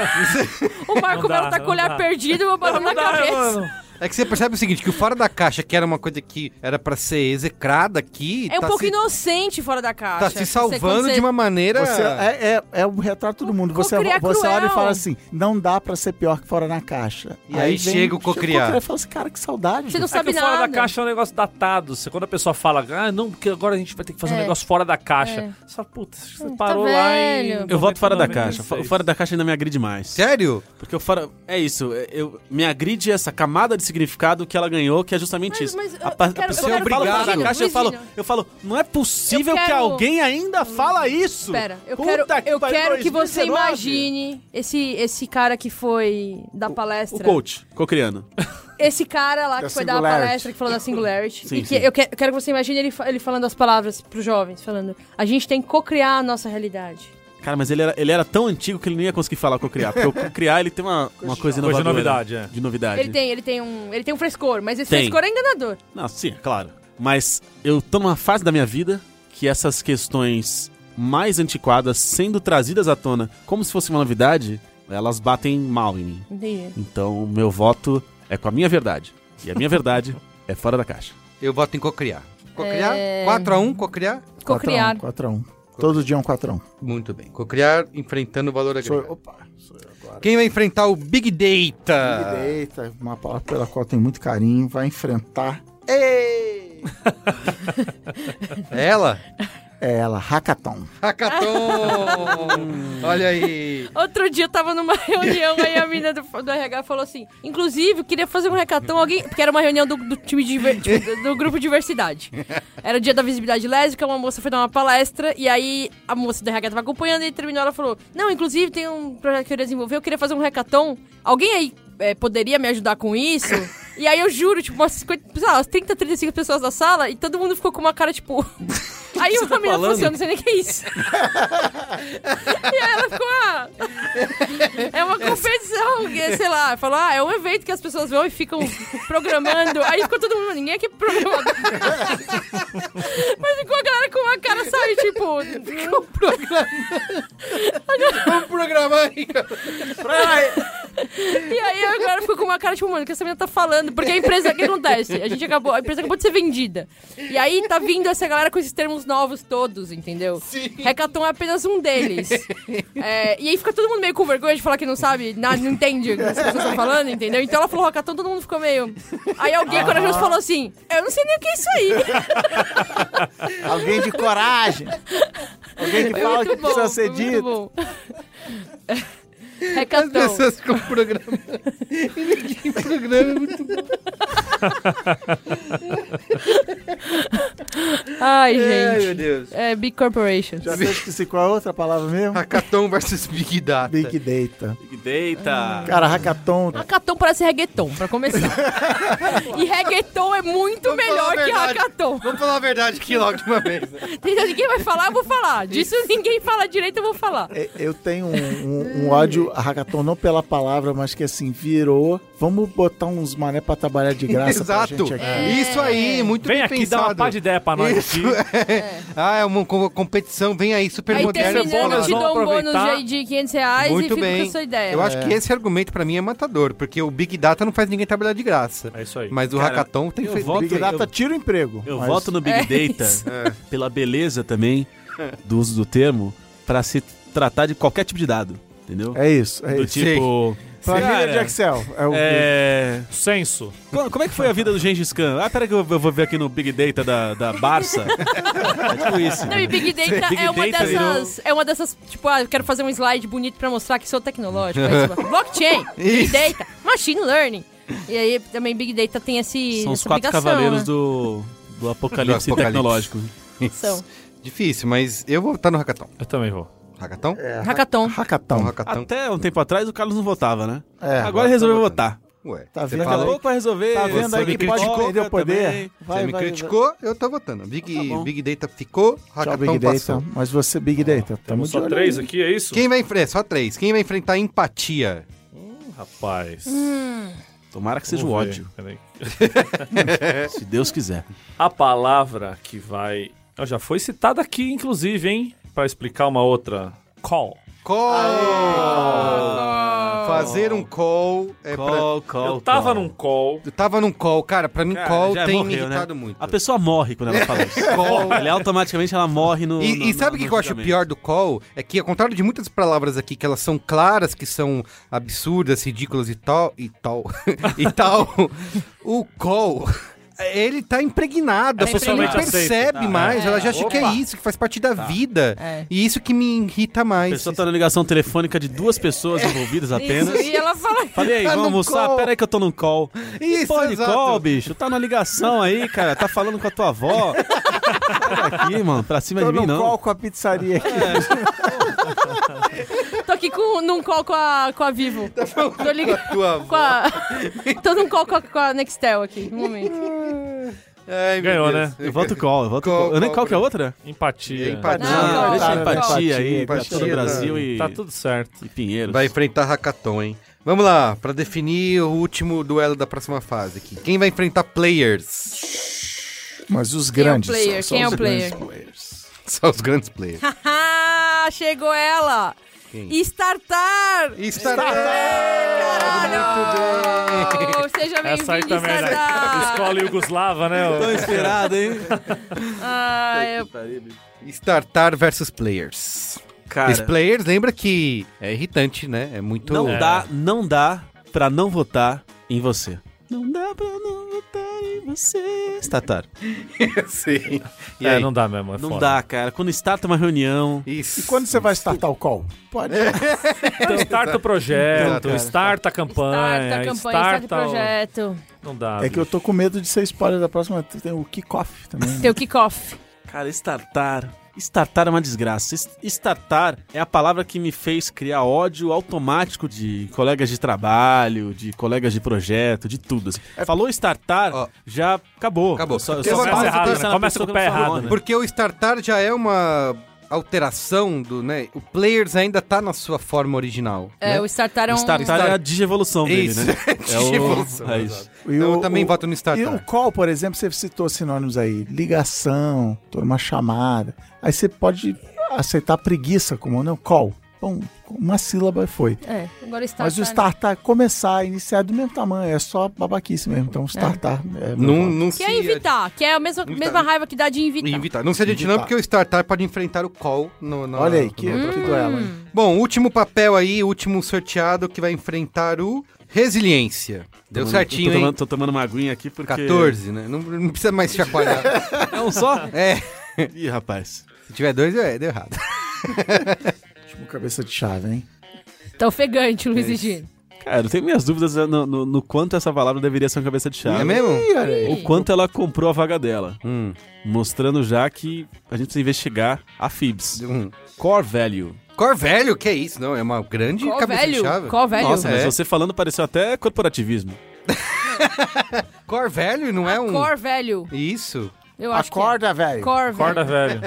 [SPEAKER 7] o Marco
[SPEAKER 6] Não dá,
[SPEAKER 7] Melo tá com
[SPEAKER 6] não
[SPEAKER 7] o olhar
[SPEAKER 6] dá.
[SPEAKER 7] perdido e eu batendo na cabeça.
[SPEAKER 1] É que você percebe o seguinte, que o fora da caixa, que era uma coisa que era pra ser execrada aqui,
[SPEAKER 7] É um
[SPEAKER 1] tá,
[SPEAKER 7] pouco
[SPEAKER 1] se,
[SPEAKER 7] inocente fora da caixa.
[SPEAKER 1] tá se salvando de uma maneira...
[SPEAKER 2] Você, é, é, é o retrato do mundo. Você,
[SPEAKER 7] Cocriar é
[SPEAKER 2] você olha e
[SPEAKER 7] cruel.
[SPEAKER 2] fala assim: não dá pra ser pior que fora na caixa.
[SPEAKER 1] E aí chega o cocriar.
[SPEAKER 2] e fala assim: cara, que saudade.
[SPEAKER 7] Você não
[SPEAKER 6] É que
[SPEAKER 7] sabe
[SPEAKER 6] o fora
[SPEAKER 7] nada.
[SPEAKER 6] da caixa é um negócio datado. Você, quando a pessoa fala, ah, não, porque agora a gente vai ter que fazer um
[SPEAKER 7] É.
[SPEAKER 6] negócio fora da caixa.
[SPEAKER 7] É.
[SPEAKER 6] Você fala, puta, você parou lá em.
[SPEAKER 7] velho.
[SPEAKER 3] Eu voto fora da
[SPEAKER 2] é
[SPEAKER 6] 96.
[SPEAKER 3] caixa. O fora da caixa ainda me agride mais.
[SPEAKER 1] Sério?
[SPEAKER 3] Porque o fora. É isso. é- Eu, me agride essa camada de significado que ela ganhou, que é justamente
[SPEAKER 7] Mas-
[SPEAKER 3] isso.
[SPEAKER 7] mas eu-
[SPEAKER 3] a, pa-
[SPEAKER 7] eu quero-
[SPEAKER 3] a
[SPEAKER 1] eu
[SPEAKER 3] pessoa
[SPEAKER 1] quero
[SPEAKER 3] fala fora
[SPEAKER 1] Luizinho,
[SPEAKER 3] da caixa, eu falo,
[SPEAKER 7] Luizinho.
[SPEAKER 3] eu falo, não é possível
[SPEAKER 7] Eu quero-
[SPEAKER 3] que alguém ainda fala
[SPEAKER 6] é
[SPEAKER 3] isso.
[SPEAKER 7] Espera, eu
[SPEAKER 3] Puta
[SPEAKER 7] quero, eu
[SPEAKER 3] pariu,
[SPEAKER 7] quero que você
[SPEAKER 3] 2019.
[SPEAKER 7] imagine esse, esse cara que foi da palestra.
[SPEAKER 3] O coach, cocriano.
[SPEAKER 7] Esse cara lá
[SPEAKER 2] Da
[SPEAKER 7] que foi dar a
[SPEAKER 2] Singularity.
[SPEAKER 7] palestra, que falou da Singularity.
[SPEAKER 3] Sim,
[SPEAKER 7] e que
[SPEAKER 3] sim.
[SPEAKER 7] Eu, que- eu quero que você imagine ele, fa- ele falando as palavras pros jovens, falando, a gente tem que cocriar a nossa realidade.
[SPEAKER 3] Cara, mas ele era, ele era tão antigo que ele não ia conseguir falar cocriar. Porque o cocriar, ele tem uma, uma coisa
[SPEAKER 6] Coisa de
[SPEAKER 3] inovadora. né?
[SPEAKER 6] novidade, é.
[SPEAKER 3] De novidade.
[SPEAKER 7] Ele tem, ele tem um. Ele tem um frescor, mas esse
[SPEAKER 3] Tem.
[SPEAKER 7] frescor é enganador.
[SPEAKER 3] Não, sim, é claro. Mas eu tô numa fase da minha vida que essas questões mais antiquadas sendo trazidas à tona como se fosse uma novidade, elas batem mal em mim.
[SPEAKER 7] Entendi.
[SPEAKER 3] Então, meu voto é com a minha verdade. E a minha verdade é fora da caixa.
[SPEAKER 1] Eu voto em cocriar. Cocriar?
[SPEAKER 7] É.
[SPEAKER 1] 4x1, cocriar?
[SPEAKER 7] Cocriar.
[SPEAKER 2] 4x1. Todo dia é um 4x1.
[SPEAKER 1] Muito bem. Cocriar enfrentando o valor
[SPEAKER 2] Sou,
[SPEAKER 1] agregado.
[SPEAKER 2] opa, sou eu agora.
[SPEAKER 1] Quem vai enfrentar o Big Data?
[SPEAKER 2] Direita, uma palavra pela qual tem muito carinho, vai enfrentar. Ei!
[SPEAKER 1] Ela?
[SPEAKER 2] É ela, Hackathon.
[SPEAKER 1] Hackathon! Olha aí.
[SPEAKER 7] Outro dia eu tava numa reunião, aí a menina do, do RH falou assim: Inclusive, eu queria fazer um recatão, alguém. Porque era uma reunião do, do time de. diver- tipo, do- do grupo diversidade. Era o dia da visibilidade lésbica, uma moça foi dar uma palestra, e aí a moça do RH tava acompanhando e terminou, ela falou: Não, inclusive tem um projeto que eu queria desenvolver, eu queria fazer um recatão. Alguém aí é, poderia me ajudar com isso? E aí eu juro, tipo, umas, 50, sei lá, umas 30, 35 pessoas na sala, e todo mundo ficou com uma cara, tipo. Aí o menina falou assim, eu não sei nem o que é isso. E aí ela ficou, ah, é uma competição, que, sei lá, falou, ah, é um evento que as pessoas vão e ficam programando. Aí ficou todo mundo, ninguém aqui é programador. Mas ficou a galera com uma cara, sabe, tipo, ficou
[SPEAKER 1] Vamos programar aí.
[SPEAKER 7] E aí a galera ficou com uma cara tipo, mano, o que essa menina tá falando? Porque a empresa, o que acontece? A gente acabou, a empresa acabou de ser vendida. E aí tá vindo essa galera com esses termos novos todos, entendeu? Sim. Hackathon é apenas um deles. É, e aí fica todo mundo meio com vergonha de falar que não sabe, nada, não entende o que as pessoas estão falando, entendeu? Então ela falou hackathon, todo mundo ficou meio. Aí alguém corajoso falou assim: Eu não sei nem o que é isso aí.
[SPEAKER 2] Alguém de coragem. Alguém que fala que
[SPEAKER 7] Muito bom,
[SPEAKER 2] precisa ser
[SPEAKER 7] muito
[SPEAKER 2] dito.
[SPEAKER 7] bom.
[SPEAKER 1] As
[SPEAKER 7] Hackathon.
[SPEAKER 1] pessoas ficam programando. E ninguém programa é muito bom.
[SPEAKER 7] Ai,
[SPEAKER 1] Ai, meu
[SPEAKER 7] gente.
[SPEAKER 1] Deus.
[SPEAKER 7] É Big Corporations.
[SPEAKER 2] Já até esqueci qual é a outra palavra mesmo?
[SPEAKER 1] Hackathon versus Big Data.
[SPEAKER 2] Big Data.
[SPEAKER 3] Deita!
[SPEAKER 2] Cara, Hackathon.
[SPEAKER 7] Hackathon parece reggaeton, pra começar. e reggaeton é muito
[SPEAKER 1] Vamos falar
[SPEAKER 7] melhor
[SPEAKER 1] a
[SPEAKER 7] que
[SPEAKER 1] verdade.
[SPEAKER 7] hackathon.
[SPEAKER 1] Vamos falar a verdade aqui logo de uma vez. né?
[SPEAKER 7] Então, ninguém vai falar, eu vou falar. Disso ninguém fala direito, eu vou falar.
[SPEAKER 2] É, Eu tenho um, um- um ódio a Hackathon, não pela palavra, mas que assim, virou. Vamos botar uns mané pra trabalhar de graça pra
[SPEAKER 1] Exato. É.
[SPEAKER 2] gente aqui.
[SPEAKER 1] Isso aí, muito
[SPEAKER 6] Vem
[SPEAKER 1] bem
[SPEAKER 6] aqui dar uma
[SPEAKER 1] pensado.
[SPEAKER 6] pá de ideia pra nós
[SPEAKER 1] Isso,
[SPEAKER 6] aqui.
[SPEAKER 1] Ah, é uma co- competição, vem aí, super
[SPEAKER 7] Aí
[SPEAKER 1] moderna.
[SPEAKER 7] terminando,
[SPEAKER 6] bola,
[SPEAKER 7] eu
[SPEAKER 6] nós
[SPEAKER 7] te
[SPEAKER 6] vamos
[SPEAKER 7] dou um bônus
[SPEAKER 6] aproveitar.
[SPEAKER 7] aí de 500 reais e
[SPEAKER 1] né? Muito
[SPEAKER 7] fico
[SPEAKER 1] bem.
[SPEAKER 7] com a sua ideia.
[SPEAKER 1] Eu acho que esse argumento pra mim é matador, porque o Big Data não faz ninguém trabalhar de graça.
[SPEAKER 6] É isso aí.
[SPEAKER 1] Mas o
[SPEAKER 3] Cara,
[SPEAKER 1] Hackathon tem
[SPEAKER 3] eu
[SPEAKER 1] fe-
[SPEAKER 3] voto-
[SPEAKER 2] Big Data
[SPEAKER 3] eu-
[SPEAKER 2] tira o emprego.
[SPEAKER 3] Eu
[SPEAKER 2] mas-
[SPEAKER 3] voto no Big
[SPEAKER 7] É
[SPEAKER 3] Data pela beleza também do uso do termo pra se tratar de qualquer tipo de dado, entendeu?
[SPEAKER 2] É isso, é
[SPEAKER 3] do
[SPEAKER 2] isso.
[SPEAKER 3] tipo.
[SPEAKER 2] Planilha
[SPEAKER 3] cara,
[SPEAKER 2] de Excel. É o
[SPEAKER 3] É.
[SPEAKER 6] Senso.
[SPEAKER 3] Co- Como é que foi a vida do Gengis Khan? Ah, pera que eu eu vou ver aqui no Big Data da, da Barça. É tipo isso.
[SPEAKER 7] Não, e Big Data,
[SPEAKER 3] Big
[SPEAKER 7] é, uma
[SPEAKER 3] Data
[SPEAKER 7] dessas, é uma dessas. Tipo, ah, eu quero fazer um slide bonito pra mostrar que sou tecnológico. aí você fala, Blockchain, Big Data, Machine Learning. E aí também Big Data tem esse.
[SPEAKER 3] São os
[SPEAKER 7] essa
[SPEAKER 3] quatro
[SPEAKER 7] obrigação,
[SPEAKER 3] cavaleiros
[SPEAKER 7] né?
[SPEAKER 3] do, do apocalipse
[SPEAKER 1] Do apocalipse.
[SPEAKER 3] tecnológico.
[SPEAKER 7] São.
[SPEAKER 1] Difícil, mas eu vou estar no Hackathon.
[SPEAKER 6] Eu também vou.
[SPEAKER 1] Hackathon? É.
[SPEAKER 7] Hackathon.
[SPEAKER 1] Então,
[SPEAKER 2] Hackathon.
[SPEAKER 1] Hackathon.
[SPEAKER 3] Até um tempo atrás o Carlos não votava, né?
[SPEAKER 2] É,
[SPEAKER 3] Agora resolveu votar.
[SPEAKER 1] Ué,
[SPEAKER 2] Tá
[SPEAKER 1] você
[SPEAKER 2] vendo?
[SPEAKER 3] Daqui a
[SPEAKER 1] fala-
[SPEAKER 3] pouco vai resolver.
[SPEAKER 2] Tá vendo
[SPEAKER 3] Você
[SPEAKER 2] aí
[SPEAKER 3] me
[SPEAKER 2] que pode
[SPEAKER 3] criticou
[SPEAKER 2] perder o poder?
[SPEAKER 3] também.
[SPEAKER 1] Você me criticou, eu tô votando. Big,
[SPEAKER 3] Tá
[SPEAKER 1] Big Data ficou,
[SPEAKER 2] Tchau,
[SPEAKER 1] Hackathon
[SPEAKER 2] Big
[SPEAKER 1] passou.
[SPEAKER 2] Data. Mas você, Big Data, tamo
[SPEAKER 6] Temos
[SPEAKER 2] de
[SPEAKER 6] só
[SPEAKER 2] olho
[SPEAKER 6] três
[SPEAKER 2] aí.
[SPEAKER 6] aqui, é isso?
[SPEAKER 1] Quem vai enfrentar? Só três. Quem vai enfrentar empatia?
[SPEAKER 6] Rapaz.
[SPEAKER 7] Hum.
[SPEAKER 3] Tomara que seja o
[SPEAKER 6] Vamos ver.
[SPEAKER 3] ódio,
[SPEAKER 6] Peraí.
[SPEAKER 3] se Deus quiser.
[SPEAKER 6] A palavra que vai. Ela já foi citada aqui, inclusive, hein? Pra explicar uma outra. Call.
[SPEAKER 1] Call! Fazer um call é pra...
[SPEAKER 3] Call, call,
[SPEAKER 6] Eu tava
[SPEAKER 3] call.
[SPEAKER 6] num call.
[SPEAKER 1] Eu tava num call, cara. Pra mim,
[SPEAKER 3] Cara,
[SPEAKER 1] call
[SPEAKER 3] já
[SPEAKER 1] tem
[SPEAKER 3] morreu,
[SPEAKER 1] me
[SPEAKER 3] né?
[SPEAKER 1] irritado muito.
[SPEAKER 3] A pessoa morre quando ela fala isso.
[SPEAKER 1] Call.
[SPEAKER 3] Ela automaticamente ela morre no.
[SPEAKER 1] E,
[SPEAKER 3] no-
[SPEAKER 1] e sabe o
[SPEAKER 3] no-
[SPEAKER 1] que,
[SPEAKER 3] no
[SPEAKER 1] eu acho
[SPEAKER 3] julgamento.
[SPEAKER 1] pior do call? É que, ao contrário de muitas palavras aqui, que elas são claras, que são absurdas, ridículas e tal, e tal, e tal, o call, ele tá impregnado, a
[SPEAKER 7] Tá
[SPEAKER 1] pessoa nem
[SPEAKER 7] impregnado.
[SPEAKER 1] percebe
[SPEAKER 3] Tá,
[SPEAKER 1] mais,
[SPEAKER 7] é.
[SPEAKER 1] ela já acha que é
[SPEAKER 6] Opa.
[SPEAKER 1] isso, que faz parte da vida.
[SPEAKER 7] É.
[SPEAKER 1] E isso que me irrita
[SPEAKER 3] A
[SPEAKER 1] mais.
[SPEAKER 3] pessoa tá na ligação telefônica de duas pessoas envolvidas apenas.
[SPEAKER 7] Isso, e ela fala.
[SPEAKER 3] Falei aí,
[SPEAKER 1] Tá
[SPEAKER 3] vamos
[SPEAKER 1] num
[SPEAKER 3] almoçar?
[SPEAKER 1] call.
[SPEAKER 3] Pera aí que eu tô num call.
[SPEAKER 1] Isso,
[SPEAKER 3] Pô, de
[SPEAKER 1] exato.
[SPEAKER 3] call, bicho. Tá na ligação aí, cara. Tá falando com a tua avó. Sai daqui, mano. Pra cima
[SPEAKER 2] Tô
[SPEAKER 3] de mim,
[SPEAKER 2] num
[SPEAKER 3] não.
[SPEAKER 2] call com a pizzaria aqui.
[SPEAKER 7] Tô aqui com, num call com a, com a Vivo. Tô ligado.
[SPEAKER 1] Tua
[SPEAKER 7] Com
[SPEAKER 1] avó.
[SPEAKER 7] a... Tô num call com a, com a Nextel aqui, no momento.
[SPEAKER 1] Ai, meu
[SPEAKER 6] Ganhou, né?
[SPEAKER 1] Deus.
[SPEAKER 3] Eu voto call, eu voto call.
[SPEAKER 1] Call,
[SPEAKER 3] Eu nem
[SPEAKER 1] call,
[SPEAKER 3] qual que é a outra?
[SPEAKER 6] Empatia.
[SPEAKER 1] Empatia.
[SPEAKER 7] Não,
[SPEAKER 3] Ah,
[SPEAKER 7] call,
[SPEAKER 3] deixa
[SPEAKER 7] tá,
[SPEAKER 3] a empatia
[SPEAKER 2] empatia,
[SPEAKER 3] aí, pra
[SPEAKER 1] empatia,
[SPEAKER 3] todo o Brasil
[SPEAKER 1] tá.
[SPEAKER 3] e,
[SPEAKER 6] Tá tudo certo.
[SPEAKER 3] e Pinheiros.
[SPEAKER 1] Vai enfrentar Hackathon, hein? Vamos lá, pra definir o último duelo da próxima fase aqui. Quem vai enfrentar players?
[SPEAKER 2] Mas os
[SPEAKER 7] Quem é o
[SPEAKER 2] grandes.
[SPEAKER 7] player?
[SPEAKER 2] só
[SPEAKER 7] Quem é
[SPEAKER 2] os
[SPEAKER 7] o
[SPEAKER 2] grandes
[SPEAKER 7] player?
[SPEAKER 2] players.
[SPEAKER 1] Só os grandes players.
[SPEAKER 7] Haha, chegou ela!
[SPEAKER 1] Quem?
[SPEAKER 7] Startar!
[SPEAKER 1] Startup!
[SPEAKER 7] Caralho! Seja
[SPEAKER 6] Essa aí
[SPEAKER 7] bem-vindo,
[SPEAKER 6] também é era
[SPEAKER 7] Startar!
[SPEAKER 6] escola Yugoslava, né?
[SPEAKER 3] Tão
[SPEAKER 6] ô?
[SPEAKER 3] esperado, hein?
[SPEAKER 7] Ah, eu-
[SPEAKER 1] Startar versus players. Os
[SPEAKER 3] Cara,
[SPEAKER 1] players, lembra que é irritante, né? É muito.
[SPEAKER 3] não
[SPEAKER 6] É.
[SPEAKER 3] dá, não dá pra não votar em você. Não dá pra não votar em você. Statar.
[SPEAKER 1] Sim. E
[SPEAKER 6] É,
[SPEAKER 1] aí?
[SPEAKER 6] não dá mesmo. É
[SPEAKER 3] Não
[SPEAKER 6] foda.
[SPEAKER 3] dá, cara. Quando starta uma reunião,
[SPEAKER 1] Isso.
[SPEAKER 2] E quando você vai startar o call? Pode.
[SPEAKER 6] Então, starta o projeto,
[SPEAKER 1] Exato.
[SPEAKER 6] starta a
[SPEAKER 7] Starta
[SPEAKER 6] campanha,
[SPEAKER 7] a campanha, starta o
[SPEAKER 6] o-
[SPEAKER 7] projeto.
[SPEAKER 6] Não dá.
[SPEAKER 2] É que eu tô com medo de ser spoiler da próxima. Tem o kickoff também. né?
[SPEAKER 7] Teu kickoff.
[SPEAKER 3] Cara, startar. Startar é uma desgraça. Es- Startar é a palavra que me fez criar ódio automático de colegas de trabalho, de colegas de projeto, de tudo. assim. Falou startar,
[SPEAKER 1] Ó.
[SPEAKER 3] já acabou.
[SPEAKER 1] Acabou.
[SPEAKER 3] Eu Só, eu
[SPEAKER 1] Porque
[SPEAKER 3] só
[SPEAKER 1] começa
[SPEAKER 3] posso
[SPEAKER 1] errado,
[SPEAKER 3] pensar
[SPEAKER 6] né?
[SPEAKER 3] na
[SPEAKER 6] Começa
[SPEAKER 3] pessoa
[SPEAKER 6] com o
[SPEAKER 3] que eu
[SPEAKER 6] pé
[SPEAKER 3] não falo
[SPEAKER 6] errado,
[SPEAKER 3] o nome.
[SPEAKER 6] né?
[SPEAKER 1] Porque o startar já é uma alteração do, né? O players ainda tá na sua forma original.
[SPEAKER 7] É,
[SPEAKER 1] né?
[SPEAKER 7] o Startar é um...
[SPEAKER 3] Startar é a digievolução dele,
[SPEAKER 1] Isso.
[SPEAKER 3] né?
[SPEAKER 1] É
[SPEAKER 3] É o-
[SPEAKER 1] digievolução,
[SPEAKER 3] é isso.
[SPEAKER 2] E
[SPEAKER 1] Então eu
[SPEAKER 2] o-
[SPEAKER 1] também
[SPEAKER 2] o-
[SPEAKER 1] voto no
[SPEAKER 2] E o
[SPEAKER 1] startar.
[SPEAKER 2] call, por exemplo, você citou sinônimos aí. Ligação, tô numa chamada. Aí você pode aceitar preguiça como, não, call. Bom, uma sílaba e foi.
[SPEAKER 7] É, agora Startar...
[SPEAKER 2] Mas o startar, começar, iniciar é do mesmo tamanho, é só babaquice mesmo. Então, startar. É, meu
[SPEAKER 1] Não,
[SPEAKER 2] voto.
[SPEAKER 1] não
[SPEAKER 7] Que
[SPEAKER 1] se.
[SPEAKER 7] é invitar, que é a mesma,
[SPEAKER 1] Invitar.
[SPEAKER 7] mesma raiva que dá de invitar.
[SPEAKER 1] Invitar. Não se adiante, não,
[SPEAKER 2] Invitar.
[SPEAKER 1] porque o startar pode enfrentar o call no. na-
[SPEAKER 2] Olha aí, que,
[SPEAKER 1] no-
[SPEAKER 2] que duelo,
[SPEAKER 7] Hum.
[SPEAKER 2] hein?
[SPEAKER 1] Bom, último papel aí, último sorteado que vai enfrentar o Resiliência. Deu
[SPEAKER 3] Tomando-
[SPEAKER 1] certinho,
[SPEAKER 3] tô
[SPEAKER 1] hein?
[SPEAKER 3] tomando, tô tomando uma aguinha aqui porque...
[SPEAKER 1] 14, né? Não, não precisa mais chacoalhar.
[SPEAKER 3] É um só?
[SPEAKER 1] é,
[SPEAKER 3] Ih, rapaz.
[SPEAKER 1] se tiver dois, é, deu errado.
[SPEAKER 2] Último cabeça de chave, hein?
[SPEAKER 7] Tá ofegante,
[SPEAKER 1] É
[SPEAKER 7] Luiz e Gino.
[SPEAKER 3] Cara, eu tenho minhas dúvidas né, no, no- no quanto essa palavra deveria ser uma cabeça de chave.
[SPEAKER 1] É mesmo?
[SPEAKER 2] Ih, olha aí.
[SPEAKER 3] O quanto ela comprou a vaga dela.
[SPEAKER 1] Hum,
[SPEAKER 3] mostrando já que a gente precisa investigar a FIBS.
[SPEAKER 1] hum.
[SPEAKER 3] Core Value.
[SPEAKER 1] Cor velho, que é isso? Não, é uma grande
[SPEAKER 7] Qual
[SPEAKER 1] cabeça de
[SPEAKER 7] velho?
[SPEAKER 1] chave.
[SPEAKER 7] Qual velho?
[SPEAKER 3] Nossa,
[SPEAKER 1] É.
[SPEAKER 3] mas você falando pareceu até corporativismo.
[SPEAKER 1] Cor velho não é um...
[SPEAKER 7] Cor velho.
[SPEAKER 1] Isso.
[SPEAKER 7] Eu acho
[SPEAKER 2] Acorda,
[SPEAKER 7] que é.
[SPEAKER 2] velho.
[SPEAKER 7] Cor velho.
[SPEAKER 6] Acorda, velho.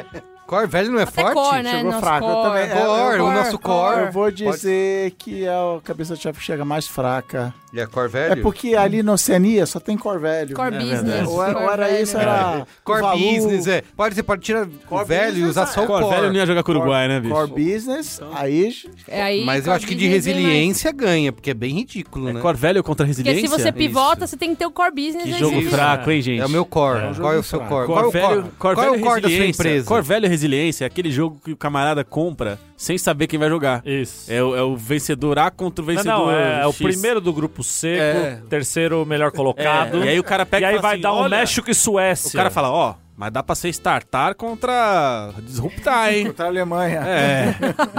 [SPEAKER 1] Cor velho não é
[SPEAKER 7] Até
[SPEAKER 1] forte?
[SPEAKER 7] cor, né?
[SPEAKER 2] Chegou
[SPEAKER 7] Nosso
[SPEAKER 2] fraco, eu
[SPEAKER 7] cor.
[SPEAKER 2] também- é,
[SPEAKER 1] Cor, o nosso cor.
[SPEAKER 2] Eu vou dizer que é a cabeça de chave que chega mais fraca.
[SPEAKER 1] E a cor
[SPEAKER 2] É
[SPEAKER 1] velho?
[SPEAKER 2] porque ali na Oceania só tem cor velho.
[SPEAKER 1] É
[SPEAKER 7] Core
[SPEAKER 2] né?
[SPEAKER 7] business.
[SPEAKER 2] Ou era, ou era
[SPEAKER 7] Core
[SPEAKER 2] isso,
[SPEAKER 7] velho.
[SPEAKER 2] era.
[SPEAKER 1] Cor
[SPEAKER 2] Valu,
[SPEAKER 1] É. business, é. Pode, você pode tirar o velho e
[SPEAKER 2] business,
[SPEAKER 1] usar só o
[SPEAKER 3] Core,
[SPEAKER 1] cor.
[SPEAKER 3] Value não ia jogar com o Uruguai, né, bicho?
[SPEAKER 2] Core business,
[SPEAKER 1] Então.
[SPEAKER 2] aí.
[SPEAKER 7] É aí,
[SPEAKER 1] Mas eu
[SPEAKER 7] core
[SPEAKER 1] acho que de
[SPEAKER 7] business vem mais.
[SPEAKER 1] resiliência ganha, porque é bem ridículo, né?
[SPEAKER 3] É Core Value contra
[SPEAKER 7] Porque
[SPEAKER 3] Resiliência? É
[SPEAKER 7] se você pivota, você tem que ter o core business.
[SPEAKER 3] Que
[SPEAKER 7] aí
[SPEAKER 3] jogo
[SPEAKER 7] você-
[SPEAKER 3] fraco, hein, gente?
[SPEAKER 1] É o meu
[SPEAKER 3] um
[SPEAKER 1] core.
[SPEAKER 6] É.
[SPEAKER 1] Qual é o seu core?
[SPEAKER 3] Core
[SPEAKER 1] Qual é o
[SPEAKER 3] Value,
[SPEAKER 1] core?
[SPEAKER 3] Core
[SPEAKER 1] Qual é
[SPEAKER 3] Value
[SPEAKER 1] o core da sua
[SPEAKER 3] Resiliência.
[SPEAKER 1] empresa?
[SPEAKER 3] Core Value Resiliência é aquele jogo que o camarada compra sem saber quem vai jogar.
[SPEAKER 6] Isso.
[SPEAKER 3] É o, é o vencedor A contra o
[SPEAKER 6] Não,
[SPEAKER 3] vencedor
[SPEAKER 6] não, é, é o
[SPEAKER 3] X.
[SPEAKER 6] primeiro do grupo seco,
[SPEAKER 3] É.
[SPEAKER 6] terceiro melhor colocado.
[SPEAKER 3] É, e aí o cara pega
[SPEAKER 6] E aí
[SPEAKER 3] fala
[SPEAKER 6] vai
[SPEAKER 3] assim,
[SPEAKER 6] dar um
[SPEAKER 3] olha,
[SPEAKER 6] México e Suécia.
[SPEAKER 3] O cara fala, ó, mas dá pra ser startar contra disruptar, hein?
[SPEAKER 2] Contra a Alemanha.
[SPEAKER 3] É.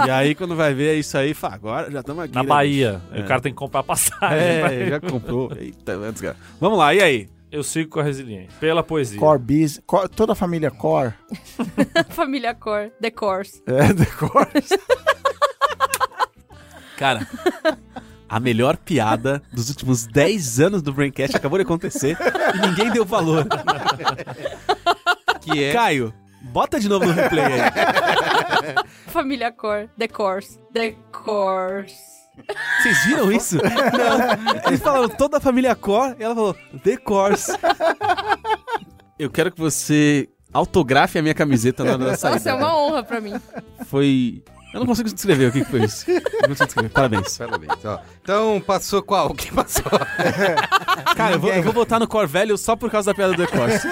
[SPEAKER 3] e aí, quando vai ver isso aí, fala, agora já estamos aqui.
[SPEAKER 6] Na
[SPEAKER 3] né,
[SPEAKER 6] Bahia.
[SPEAKER 3] bicho?
[SPEAKER 6] O cara tá tem que comprar passagem.
[SPEAKER 3] É, já comprou. Eita, é desgraça. Vamos lá, e aí?
[SPEAKER 6] Eu sigo com a resiliência. Pela poesia.
[SPEAKER 2] Core business. core- toda a família core.
[SPEAKER 7] Família cor. The cores.
[SPEAKER 2] É, the core.
[SPEAKER 3] Cara, A melhor piada dos últimos 10 anos do Braincast acabou de acontecer e ninguém deu valor.
[SPEAKER 1] Que é.
[SPEAKER 3] Caio, bota de novo no replay aí.
[SPEAKER 7] Família Cor. The Course. The Course.
[SPEAKER 3] Vocês
[SPEAKER 7] Tá
[SPEAKER 3] viram isso? Não. Eles falaram toda a família Cor e ela falou The Course. Eu quero que você autografe a minha camiseta na hora da saída.
[SPEAKER 7] Nossa, é uma honra pra mim.
[SPEAKER 3] Foi... Eu não consigo descrever o que que foi isso. Eu não consigo descrever. Parabéns.
[SPEAKER 1] Parabéns, ó. Então, passou qual? Quem passou?
[SPEAKER 3] Cara, eu vou, eu vou botar no Cor Velho só por causa da piada do The Course.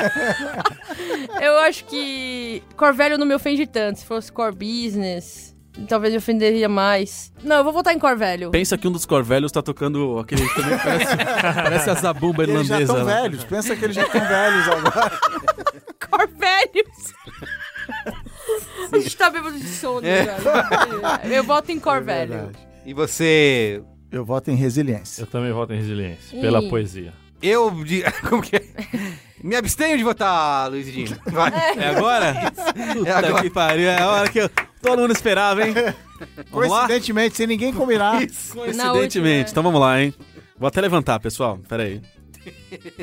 [SPEAKER 7] Eu acho que Cor Velho não me ofende tanto. Se fosse Core Business, talvez me ofenderia mais. Não, eu vou votar em Cor Velho.
[SPEAKER 3] Pensa que um dos corvelhos tá tocando aquele também que parece, parece a zabumba
[SPEAKER 2] Eles já
[SPEAKER 3] irlandesa. né?
[SPEAKER 2] estão
[SPEAKER 3] lá.
[SPEAKER 2] velhos. Pensa que eles já estão velhos agora.
[SPEAKER 7] Cor Velhos. A gente tá bêbado de sono,
[SPEAKER 3] É.
[SPEAKER 7] velho. Eu voto em Cor Velho.
[SPEAKER 1] E você.
[SPEAKER 2] Eu voto em resiliência.
[SPEAKER 6] Eu também voto em resiliência,
[SPEAKER 7] Ih.
[SPEAKER 6] pela poesia.
[SPEAKER 1] Eu. de- Como que é? Me abstenho de votar, Luiz Dino. Vai.
[SPEAKER 3] É agora? Puta
[SPEAKER 1] agora.
[SPEAKER 3] que pariu, é a hora que eu- todo mundo esperava, hein? Vamos lá?
[SPEAKER 2] Coincidentemente, sem ninguém combinar.
[SPEAKER 7] Na última, né?
[SPEAKER 3] Coincidentemente. Então vamos lá, hein? Vou até levantar, pessoal. Pera aí.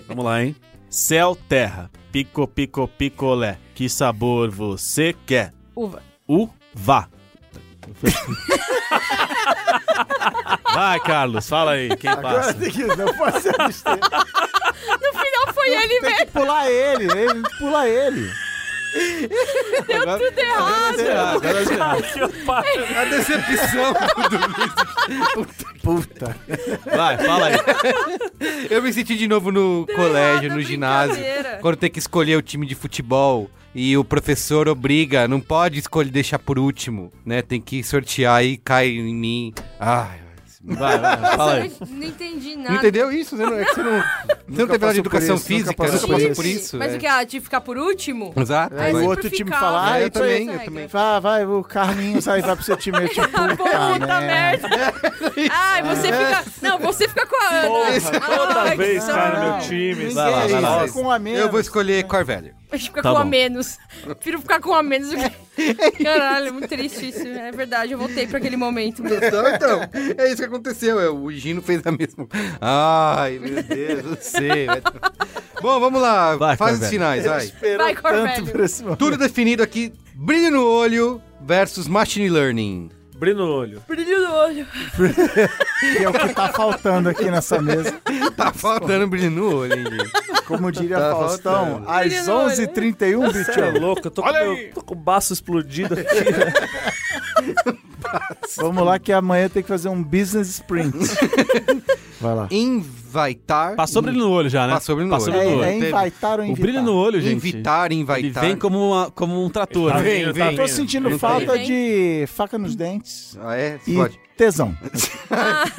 [SPEAKER 3] Vamos lá, hein? Céu, terra. Pico, pico, picolé. Que sabor você quer?
[SPEAKER 7] Uva.
[SPEAKER 3] Uva. Vai, Carlos, fala aí. Quem
[SPEAKER 2] Agora
[SPEAKER 3] passa?
[SPEAKER 2] tem que, não pode ser abster.
[SPEAKER 7] No final Ah, foi ele
[SPEAKER 2] Tem
[SPEAKER 7] mesmo.
[SPEAKER 2] que pular ele, ele pula ele.
[SPEAKER 7] Tudo
[SPEAKER 1] tá
[SPEAKER 7] errado.
[SPEAKER 3] Ah, agora eu-
[SPEAKER 1] A decepção.
[SPEAKER 2] Puta.
[SPEAKER 3] Vai, fala aí.
[SPEAKER 1] Eu me senti de novo no colégio, no ginásio.
[SPEAKER 7] brincadeira.
[SPEAKER 1] Quando tem que escolher o time de futebol e o professor obriga, não pode escolher deixar por último, né? Tem que sortear e cai em mim. Ai,
[SPEAKER 3] Vai, vai, fala aí.
[SPEAKER 7] Não, não entendi nada.
[SPEAKER 1] não entendeu isso? Você não, é que você não, você não
[SPEAKER 2] Nunca
[SPEAKER 1] teve aula de
[SPEAKER 2] passou por
[SPEAKER 1] educação
[SPEAKER 2] isso, nunca
[SPEAKER 1] física, nunca
[SPEAKER 2] passou
[SPEAKER 1] passou,
[SPEAKER 7] Gente,
[SPEAKER 1] por isso.
[SPEAKER 7] Mas
[SPEAKER 1] é.
[SPEAKER 7] o que? Ela tinha que ficar por último? É
[SPEAKER 1] Exato.
[SPEAKER 2] Aí
[SPEAKER 7] Mas
[SPEAKER 2] o
[SPEAKER 1] vai.
[SPEAKER 2] outro
[SPEAKER 7] sempre
[SPEAKER 2] time
[SPEAKER 7] ficava,
[SPEAKER 2] fala, ah,
[SPEAKER 7] né?
[SPEAKER 1] Eu
[SPEAKER 2] eu
[SPEAKER 1] também,
[SPEAKER 2] também,
[SPEAKER 1] eu também.
[SPEAKER 2] Vai, vai, o Carlinhos aí vai pro seu time. Eu, tipo,
[SPEAKER 7] Pô, Ah, puta
[SPEAKER 2] puta merda.
[SPEAKER 7] merda. Ai, você fica. Não, você fica com a Ana.
[SPEAKER 6] toda
[SPEAKER 7] Ai,
[SPEAKER 6] vez,
[SPEAKER 7] que
[SPEAKER 6] cara,
[SPEAKER 7] saco.
[SPEAKER 6] meu time.
[SPEAKER 2] Ninguém
[SPEAKER 3] Vai lá, vai lá.
[SPEAKER 2] fica Com a menos.
[SPEAKER 1] Eu vou escolher cor velho.
[SPEAKER 7] A gente fica
[SPEAKER 3] Tá
[SPEAKER 7] com a
[SPEAKER 3] bom.
[SPEAKER 7] menos. Prefiro ficar com a menos do que. Caralho, é muito triste isso. É verdade, eu voltei pra aquele momento. mesmo.
[SPEAKER 1] Então, é isso que aconteceu. é, O Gino fez a mesma. Ai, meu Deus, não sei. vai- Bom, vamos lá.
[SPEAKER 3] Vai,
[SPEAKER 1] Faz
[SPEAKER 3] cor
[SPEAKER 1] os
[SPEAKER 3] velho.
[SPEAKER 1] sinais, vai.
[SPEAKER 7] Vai, cor
[SPEAKER 2] Tanto por
[SPEAKER 7] velho.
[SPEAKER 2] esse momento.
[SPEAKER 1] Tudo definido aqui. Brilho no olho versus machine learning.
[SPEAKER 6] Brilho no olho.
[SPEAKER 7] Brilho no olho.
[SPEAKER 2] que é o que tá faltando aqui nessa mesa.
[SPEAKER 1] Tá faltando brilho no olho, hein, gente?
[SPEAKER 2] Como diria
[SPEAKER 1] Tá
[SPEAKER 2] Faustão,
[SPEAKER 1] faltando.
[SPEAKER 2] às
[SPEAKER 7] Ele não olha.
[SPEAKER 2] 11h31,
[SPEAKER 6] Você é
[SPEAKER 2] bicho.
[SPEAKER 6] louco, eu tô com, meu, tô com o baço explodido aqui.
[SPEAKER 2] Vamos lá que amanhã tem que fazer um business sprint. Vai lá.
[SPEAKER 1] Invitar.
[SPEAKER 3] Passou brilho no olho já, né?
[SPEAKER 1] Hum. Passou brilho no olho.
[SPEAKER 3] brilho
[SPEAKER 1] É,
[SPEAKER 2] É, é
[SPEAKER 1] teve.
[SPEAKER 2] invitar ou
[SPEAKER 3] O
[SPEAKER 2] invitar?
[SPEAKER 3] brilho no olho, gente.
[SPEAKER 1] Invitar,
[SPEAKER 3] Ele
[SPEAKER 1] invitar.
[SPEAKER 3] vem como, uma- como um trator.
[SPEAKER 6] Tá
[SPEAKER 3] né?
[SPEAKER 1] Vem,
[SPEAKER 6] vindo, tá
[SPEAKER 1] vem.
[SPEAKER 2] Tô
[SPEAKER 6] vindo.
[SPEAKER 2] sentindo
[SPEAKER 1] Ele
[SPEAKER 2] falta
[SPEAKER 7] vem.
[SPEAKER 2] de faca nos dentes
[SPEAKER 1] Ah, é?
[SPEAKER 2] e
[SPEAKER 1] Pode.
[SPEAKER 2] tesão.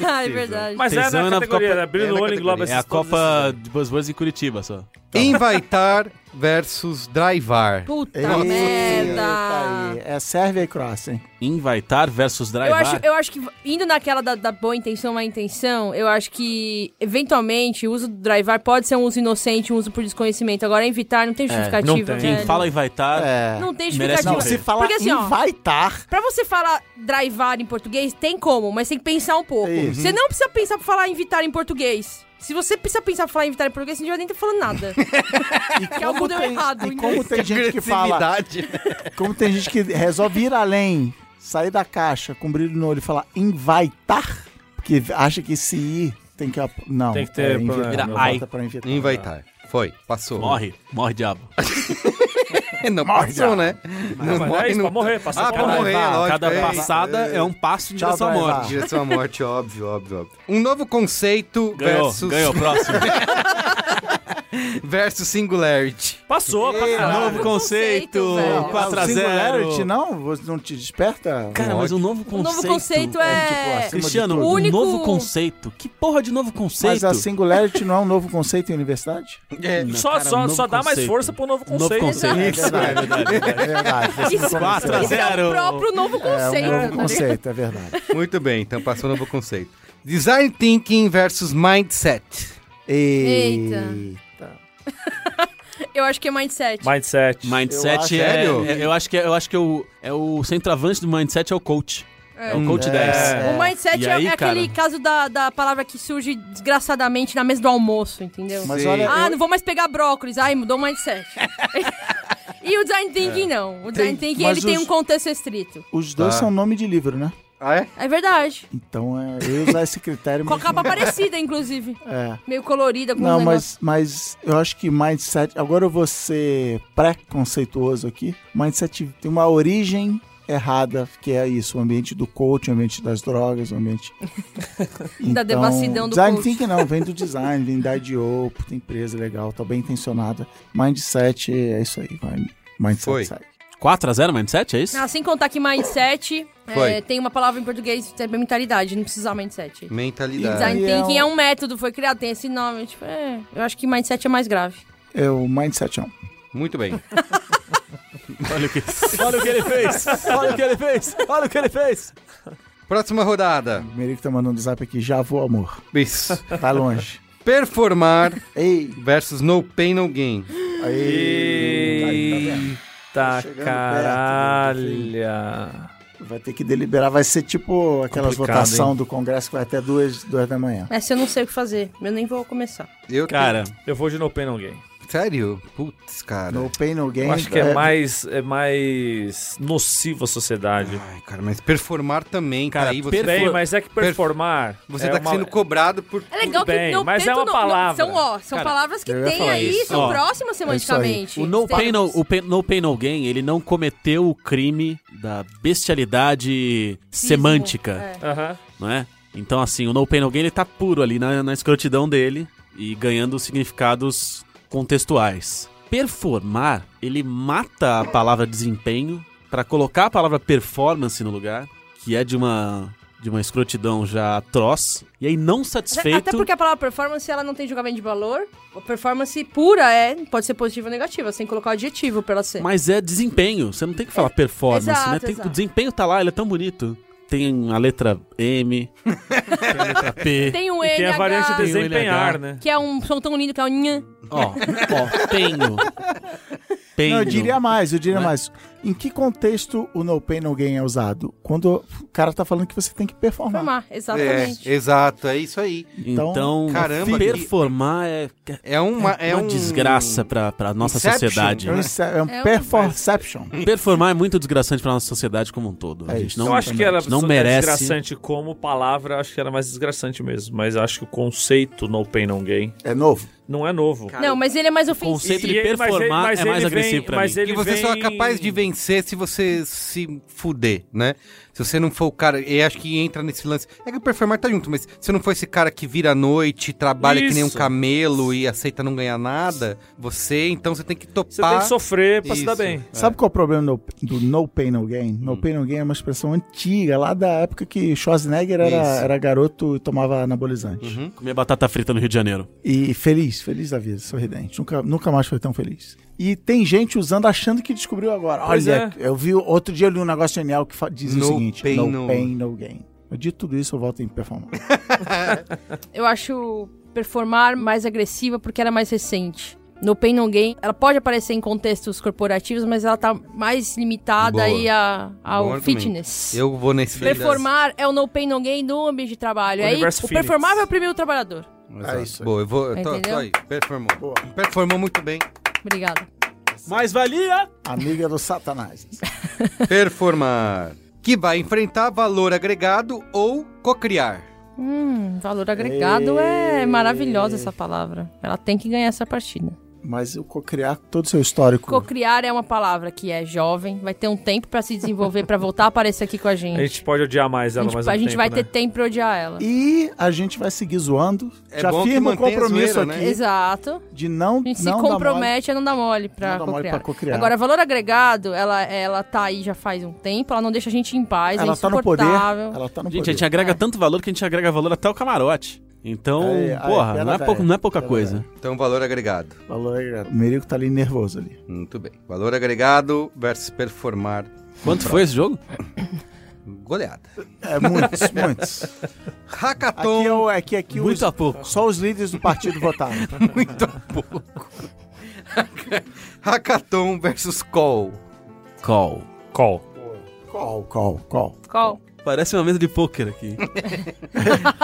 [SPEAKER 7] Ah, é verdade.
[SPEAKER 6] Mas é
[SPEAKER 3] Tesão
[SPEAKER 6] na
[SPEAKER 3] na
[SPEAKER 6] categoria,
[SPEAKER 3] Copa-
[SPEAKER 6] né? Brilho
[SPEAKER 1] é
[SPEAKER 6] no
[SPEAKER 1] na
[SPEAKER 6] olho engloba
[SPEAKER 1] categoria.
[SPEAKER 3] É a
[SPEAKER 6] esses- todos
[SPEAKER 3] Copa de Buzzwords em Curitiba só.
[SPEAKER 1] Invitar versus drivar.
[SPEAKER 7] Puta
[SPEAKER 2] Eita, aí.
[SPEAKER 7] Tá merda.
[SPEAKER 2] É Sérvia e Croácia, hein?
[SPEAKER 3] Invitar versus Drive.
[SPEAKER 7] Eu acho, eu acho que, indo naquela da, da boa intenção, má intenção, eu acho que, eventualmente, o uso do drivar pode ser um uso inocente, um uso por desconhecimento. Agora, invitar É, não tem justificativa.
[SPEAKER 6] não tem.
[SPEAKER 3] Quem
[SPEAKER 7] velho.
[SPEAKER 3] fala invitar.
[SPEAKER 2] É.
[SPEAKER 7] Não tem
[SPEAKER 3] merece
[SPEAKER 7] justificativa.
[SPEAKER 2] Não,
[SPEAKER 3] não
[SPEAKER 2] se
[SPEAKER 3] ver.
[SPEAKER 2] falar
[SPEAKER 7] Porque assim, ó,
[SPEAKER 2] invitar,
[SPEAKER 7] Pra você falar drivar em português, tem como, mas tem que pensar um pouco.
[SPEAKER 2] Isso.
[SPEAKER 7] Você não precisa pensar pra falar invitar em português. Se você precisa pensar pra falar invitar em português, você não vai nem estar falando nada. que algo deu errado.
[SPEAKER 2] e
[SPEAKER 7] em
[SPEAKER 2] como
[SPEAKER 7] inglês.
[SPEAKER 2] tem gente que fala, como tem gente que resolve ir além, sair da caixa com brilho no olho e falar invitar, porque acha que se ir tem que... ap- Não,
[SPEAKER 6] Tem que ter
[SPEAKER 2] é, invitar,
[SPEAKER 6] problema.
[SPEAKER 2] volta
[SPEAKER 3] Ai.
[SPEAKER 2] pra invitar.
[SPEAKER 1] Invitar. Foi, passou.
[SPEAKER 3] Morre, morre, diabo.
[SPEAKER 1] Não
[SPEAKER 2] Morre,
[SPEAKER 1] passou,
[SPEAKER 2] já.
[SPEAKER 1] né?
[SPEAKER 6] Mas é isso, pra morrer, passou
[SPEAKER 1] passou. Ah,
[SPEAKER 6] pra
[SPEAKER 1] pra
[SPEAKER 6] morrer.
[SPEAKER 1] morrer,
[SPEAKER 3] Cada-
[SPEAKER 1] lógico.
[SPEAKER 3] Cada
[SPEAKER 1] é,
[SPEAKER 3] passada é, um passo em direção à
[SPEAKER 2] Tchau, vai,
[SPEAKER 3] morte.
[SPEAKER 1] Direção à morte, óbvio, óbvio, óbvio. Um novo conceito
[SPEAKER 3] Ganhou,
[SPEAKER 1] versus,
[SPEAKER 3] ganhou, próximo.
[SPEAKER 1] versus singularity.
[SPEAKER 6] Passou pra caralho.
[SPEAKER 3] novo conceito,
[SPEAKER 7] conceito, velho.
[SPEAKER 2] Não,
[SPEAKER 3] 4 a
[SPEAKER 2] É, o Singularity
[SPEAKER 3] 0
[SPEAKER 2] não? Você não te desperta?
[SPEAKER 3] Cara, mas um novo
[SPEAKER 7] O
[SPEAKER 3] conceito.
[SPEAKER 7] novo conceito é...
[SPEAKER 2] tipo, acima
[SPEAKER 3] Cristiano,
[SPEAKER 2] de
[SPEAKER 7] tudo.
[SPEAKER 3] um
[SPEAKER 7] Único-
[SPEAKER 3] novo conceito. Que porra de novo conceito?
[SPEAKER 2] Mas a Singularity não é um novo conceito em universidade?
[SPEAKER 1] É.
[SPEAKER 3] Não,
[SPEAKER 6] Só,
[SPEAKER 3] cara,
[SPEAKER 6] só,
[SPEAKER 3] novo
[SPEAKER 6] só dá mais
[SPEAKER 3] conceito.
[SPEAKER 6] força pro novo
[SPEAKER 3] Novo
[SPEAKER 6] conceito.
[SPEAKER 3] conceito.
[SPEAKER 6] né?
[SPEAKER 3] Isso, é verdade.
[SPEAKER 2] É verdade. Esse
[SPEAKER 7] Isso,
[SPEAKER 3] Quatro a
[SPEAKER 7] isso é
[SPEAKER 3] zero.
[SPEAKER 7] o próprio novo
[SPEAKER 2] É
[SPEAKER 7] conceito.
[SPEAKER 2] um novo
[SPEAKER 7] tá ligado?
[SPEAKER 2] conceito, é verdade.
[SPEAKER 1] Muito bem, então passou no novo conceito. Design thinking versus mindset.
[SPEAKER 2] Eita.
[SPEAKER 7] Eu acho que é mindset.
[SPEAKER 6] Mindset.
[SPEAKER 3] Mindset
[SPEAKER 2] Eu acho-
[SPEAKER 3] é,
[SPEAKER 1] Sério?
[SPEAKER 3] é- Eu acho que, é- eu acho que é o, é o centroavante do mindset é o coach.
[SPEAKER 6] É, o coach 10.
[SPEAKER 7] O mindset
[SPEAKER 6] E
[SPEAKER 7] Hum, é,
[SPEAKER 6] aí,
[SPEAKER 7] é aquele caso da, da palavra que surge desgraçadamente na mesa do almoço, entendeu?
[SPEAKER 2] Mas olha,
[SPEAKER 7] ah,
[SPEAKER 2] eu-
[SPEAKER 7] não vou mais pegar brócolis. Ai, mudou o mindset. e o design thinking não. O design thinking,
[SPEAKER 2] mas
[SPEAKER 7] ele tem
[SPEAKER 2] os-
[SPEAKER 7] um contexto restrito.
[SPEAKER 2] os dois
[SPEAKER 1] Tá.
[SPEAKER 2] são nome de livro, né?
[SPEAKER 1] Ah, é?
[SPEAKER 7] É verdade.
[SPEAKER 2] Então é, eu ia usar esse critério.
[SPEAKER 7] Com é a
[SPEAKER 2] mas não-
[SPEAKER 7] capa parecida, inclusive.
[SPEAKER 2] É.
[SPEAKER 7] Meio colorida, com
[SPEAKER 2] Não,
[SPEAKER 7] um
[SPEAKER 2] mas, mas eu acho que mindset. Agora eu vou ser preconceituoso aqui. Mindset tem uma origem errada, que é isso: o ambiente do coach, o ambiente das drogas, o ambiente. Então,
[SPEAKER 7] Da devassidão do
[SPEAKER 2] design
[SPEAKER 7] coach.
[SPEAKER 2] thinking não, vem do design, vem da IDO, puta empresa legal, tá bem intencionada. Mindset é isso aí, vai. Mindset
[SPEAKER 1] Foi.
[SPEAKER 2] sai.
[SPEAKER 3] 4x0 mindset, é isso?
[SPEAKER 7] Ah, sem contar que mindset é,
[SPEAKER 1] Foi.
[SPEAKER 7] tem uma palavra em português que é mentalidade, não precisa mindset.
[SPEAKER 1] Mentalidade.
[SPEAKER 7] Design
[SPEAKER 2] E é
[SPEAKER 7] thinking
[SPEAKER 2] um-
[SPEAKER 7] é um método, foi criado, tem esse nome. Tipo, é, eu acho que mindset é mais grave.
[SPEAKER 2] É o mindset não.
[SPEAKER 1] Muito bem.
[SPEAKER 3] Olha o que, olha o que ele fez! Olha o que ele fez! Olha o que ele fez!
[SPEAKER 1] Próxima rodada.
[SPEAKER 2] O Merico tá mandando zap aqui, já vou, amor.
[SPEAKER 1] Isso.
[SPEAKER 2] Tá longe.
[SPEAKER 1] Performar
[SPEAKER 2] Ei,
[SPEAKER 1] versus No Pain No Gain.
[SPEAKER 2] tá aí.
[SPEAKER 6] Eita,
[SPEAKER 2] Chegando perto do-
[SPEAKER 6] caralho.
[SPEAKER 2] Vai ter que deliberar, vai ser tipo aquelas
[SPEAKER 6] Complicado,
[SPEAKER 2] votações do Congresso que vai até duas, duas da manhã.
[SPEAKER 7] Essa eu não sei o que fazer, eu nem vou começar.
[SPEAKER 1] Eu
[SPEAKER 3] Cara,
[SPEAKER 6] Eu vou de No Pain No Gain.
[SPEAKER 1] tenho- Sério? Putz, cara.
[SPEAKER 2] No pain, no gain.
[SPEAKER 6] Eu acho que é mais, é mais nocivo à sociedade.
[SPEAKER 1] Ai, cara, mas performar também,
[SPEAKER 3] Cara,
[SPEAKER 1] cara. Aí você,
[SPEAKER 6] Bem,
[SPEAKER 3] perfor-
[SPEAKER 6] mas é que performar.
[SPEAKER 1] você
[SPEAKER 6] é
[SPEAKER 1] tá
[SPEAKER 6] uma-
[SPEAKER 1] sendo cobrado por.
[SPEAKER 7] É legal
[SPEAKER 6] Tudo bem,
[SPEAKER 7] que no,
[SPEAKER 6] mas
[SPEAKER 7] tanto
[SPEAKER 6] é uma
[SPEAKER 7] no- no-
[SPEAKER 6] palavra.
[SPEAKER 7] são, ó, são palavras que
[SPEAKER 2] eu ia
[SPEAKER 7] tem
[SPEAKER 2] falar
[SPEAKER 7] aí,
[SPEAKER 2] isso.
[SPEAKER 7] são
[SPEAKER 3] Ó,
[SPEAKER 7] próximas semanticamente.
[SPEAKER 3] o no
[SPEAKER 7] Tem-
[SPEAKER 3] pain no, o pain, no pain No Gain, ele não cometeu o crime da bestialidade semântica,
[SPEAKER 6] Aham.
[SPEAKER 3] não é? Então, assim, o No Pain No Gain, ele tá puro ali na, na escrotidão dele e ganhando significados contextuais. Performar, ele mata a palavra desempenho pra colocar a palavra performance no lugar, que é de uma, de uma escrotidão já atroz, e aí não satisfeito...
[SPEAKER 7] Até porque a palavra performance ela não tem julgamento de valor. A performance pura é, pode ser positiva ou negativa, sem colocar o adjetivo pra ela ser.
[SPEAKER 3] Mas é desempenho, você não tem que falar performance,
[SPEAKER 7] É, Exato,
[SPEAKER 3] né? Tem-
[SPEAKER 7] exato.
[SPEAKER 3] O desempenho tá lá, ele é tão bonito. Tem a letra M, tem a letra P.
[SPEAKER 7] Tem o
[SPEAKER 6] E
[SPEAKER 7] NH,
[SPEAKER 6] tem a variante de
[SPEAKER 3] Tem o
[SPEAKER 6] é desempenhar,
[SPEAKER 3] LH.
[SPEAKER 6] né?
[SPEAKER 7] que é um som tão lindo que é o nhan.
[SPEAKER 3] Ó, ó, tenho. Tenho.
[SPEAKER 2] Não, eu diria mais, eu diria
[SPEAKER 3] Né?
[SPEAKER 2] mais. Em que contexto o no pain, no gain é usado? Quando o cara tá falando que você tem que performar.
[SPEAKER 7] Formar,
[SPEAKER 1] É,
[SPEAKER 7] exatamente.
[SPEAKER 1] exato, é isso aí.
[SPEAKER 3] Então,
[SPEAKER 2] Então,
[SPEAKER 1] caramba,
[SPEAKER 3] performar é,
[SPEAKER 1] É uma.
[SPEAKER 3] é
[SPEAKER 1] É,
[SPEAKER 3] uma
[SPEAKER 1] um-
[SPEAKER 3] desgraça pra, pra nossa
[SPEAKER 1] Inception.
[SPEAKER 3] sociedade.
[SPEAKER 2] É um, inse- é um
[SPEAKER 7] É um-
[SPEAKER 2] perforception.
[SPEAKER 3] Performar é muito desgraçante pra nossa sociedade como um todo. a
[SPEAKER 2] É
[SPEAKER 3] gente
[SPEAKER 2] isso.
[SPEAKER 3] não,
[SPEAKER 6] eu acho que ela
[SPEAKER 3] não
[SPEAKER 6] é
[SPEAKER 3] merece.
[SPEAKER 6] desgraçante como palavra, acho que era mais desgraçante mesmo. Mas acho que o conceito no pain no gain
[SPEAKER 2] É novo.
[SPEAKER 6] não é novo.
[SPEAKER 7] Não, mas ele é mais
[SPEAKER 3] O
[SPEAKER 7] ofensivo.
[SPEAKER 3] conceito de
[SPEAKER 6] E ele- mas ele-
[SPEAKER 3] performar
[SPEAKER 6] mas
[SPEAKER 3] é mais
[SPEAKER 6] ele vem-
[SPEAKER 3] agressivo pra
[SPEAKER 6] mas
[SPEAKER 3] mim.
[SPEAKER 6] ele
[SPEAKER 1] E você só é
[SPEAKER 6] vem-
[SPEAKER 1] capaz de vencer se você se fuder, né? Se você não for o cara. E acho que entra nesse lance. É que o performar tá junto, mas se você não for esse cara que vira à noite, trabalha que nem um
[SPEAKER 6] Isso.
[SPEAKER 1] camelo e aceita não ganhar nada, você, então você tem que topar.
[SPEAKER 6] Você tem que sofrer pra se dar
[SPEAKER 1] Isso.
[SPEAKER 6] bem.
[SPEAKER 2] Sabe qual é o problema no- do no pain, no gain? No pain, no gain é uma expressão antiga, lá da época que Schwarzenegger era,
[SPEAKER 1] Isso.
[SPEAKER 2] era garoto e tomava anabolizante.
[SPEAKER 3] Comer batata frita no Rio de Janeiro.
[SPEAKER 2] E feliz, feliz da vida, sorridente. Nunca, nunca mais foi tão feliz. E tem gente usando, achando que descobriu agora.
[SPEAKER 6] Pois
[SPEAKER 2] Olha, eu vi outro dia eu li um negócio genial que fa- diz
[SPEAKER 1] é. No
[SPEAKER 2] o seguinte:
[SPEAKER 1] pain,
[SPEAKER 2] no,
[SPEAKER 1] no-
[SPEAKER 2] pain, no gain. Eu dito tudo isso, eu volto em performar.
[SPEAKER 7] Eu acho performar mais agressiva porque ela é mais recente. No Pain No Gain, ela pode aparecer em contextos corporativos, mas ela tá mais limitada
[SPEAKER 1] Boa.
[SPEAKER 7] aí a,
[SPEAKER 1] Bom
[SPEAKER 7] ao
[SPEAKER 1] argumento.
[SPEAKER 7] fitness.
[SPEAKER 1] Eu vou nesse daí das-
[SPEAKER 7] Performar é o no pain no gain no ambiente de trabalho. É Aí,
[SPEAKER 6] Universo
[SPEAKER 7] o
[SPEAKER 6] Phoenix.
[SPEAKER 7] performar vai oprimir o trabalhador.
[SPEAKER 1] Exato.
[SPEAKER 2] É isso aí.
[SPEAKER 1] Boa, eu vou. Eu tô,
[SPEAKER 7] Entendeu?
[SPEAKER 1] tô aí. Performou.
[SPEAKER 2] Boa.
[SPEAKER 1] Performou muito bem.
[SPEAKER 7] Obrigada.
[SPEAKER 3] Mais valia!
[SPEAKER 2] Amiga do Satanás.
[SPEAKER 1] Performar. Que vai enfrentar valor agregado ou cocriar.
[SPEAKER 7] Hum, valor agregado é maravilhosa essa palavra. Ela tem que ganhar essa partida.
[SPEAKER 2] Mas eu cocriar todo o seu histórico.
[SPEAKER 7] Cocriar é uma palavra que é jovem, vai ter um tempo pra se desenvolver, pra voltar a aparecer aqui com a gente.
[SPEAKER 6] A gente pode odiar mais
[SPEAKER 7] A
[SPEAKER 6] ela,
[SPEAKER 7] gente-
[SPEAKER 6] mas
[SPEAKER 7] a gente vai ter um tempo né? pra odiar ela.
[SPEAKER 2] E a gente vai seguir zoando.
[SPEAKER 1] É
[SPEAKER 2] Já
[SPEAKER 1] bom que
[SPEAKER 2] firma um
[SPEAKER 1] mantém a
[SPEAKER 2] compromisso
[SPEAKER 1] zoeira,
[SPEAKER 2] aqui
[SPEAKER 1] né?
[SPEAKER 7] Exato.
[SPEAKER 2] de não,
[SPEAKER 7] A gente
[SPEAKER 2] não
[SPEAKER 7] se
[SPEAKER 2] dar
[SPEAKER 7] compromete a não dar mole pra,
[SPEAKER 2] Não dar mole
[SPEAKER 7] cocriar.
[SPEAKER 2] pra cocriar.
[SPEAKER 7] Agora, valor agregado, ela, ela tá aí já faz um tempo, ela não deixa a gente em paz,
[SPEAKER 2] mole. Ela
[SPEAKER 7] é
[SPEAKER 2] tá no poder.
[SPEAKER 7] insuportável.
[SPEAKER 2] Ela tá no
[SPEAKER 3] Gente, a
[SPEAKER 2] poder.
[SPEAKER 3] gente agrega
[SPEAKER 7] É.
[SPEAKER 3] tanto valor que a gente agrega valor até o camarote. Então,
[SPEAKER 2] Aí, aí,
[SPEAKER 3] porra,
[SPEAKER 2] pera
[SPEAKER 3] não, é
[SPEAKER 2] daí,
[SPEAKER 3] pouco, não é pouca
[SPEAKER 2] pera
[SPEAKER 3] coisa.
[SPEAKER 1] Então, valor agregado.
[SPEAKER 2] Valor agregado. O Merico tá ali nervoso ali.
[SPEAKER 1] Muito bem. Valor agregado versus performar.
[SPEAKER 3] Quanto foi esse jogo?
[SPEAKER 1] Goleada.
[SPEAKER 2] É, muitos, muitos.
[SPEAKER 1] Hackathon.
[SPEAKER 2] Aqui, é o- aqui, aqui os,
[SPEAKER 3] Muito a pouco.
[SPEAKER 2] Só os líderes do partido votaram. tá?
[SPEAKER 1] Muito a pouco. Hackathon versus call.
[SPEAKER 3] Call.
[SPEAKER 6] Call.
[SPEAKER 2] Qual, qual, qual?
[SPEAKER 7] Qual?
[SPEAKER 8] Parece uma mesa de pôquer aqui.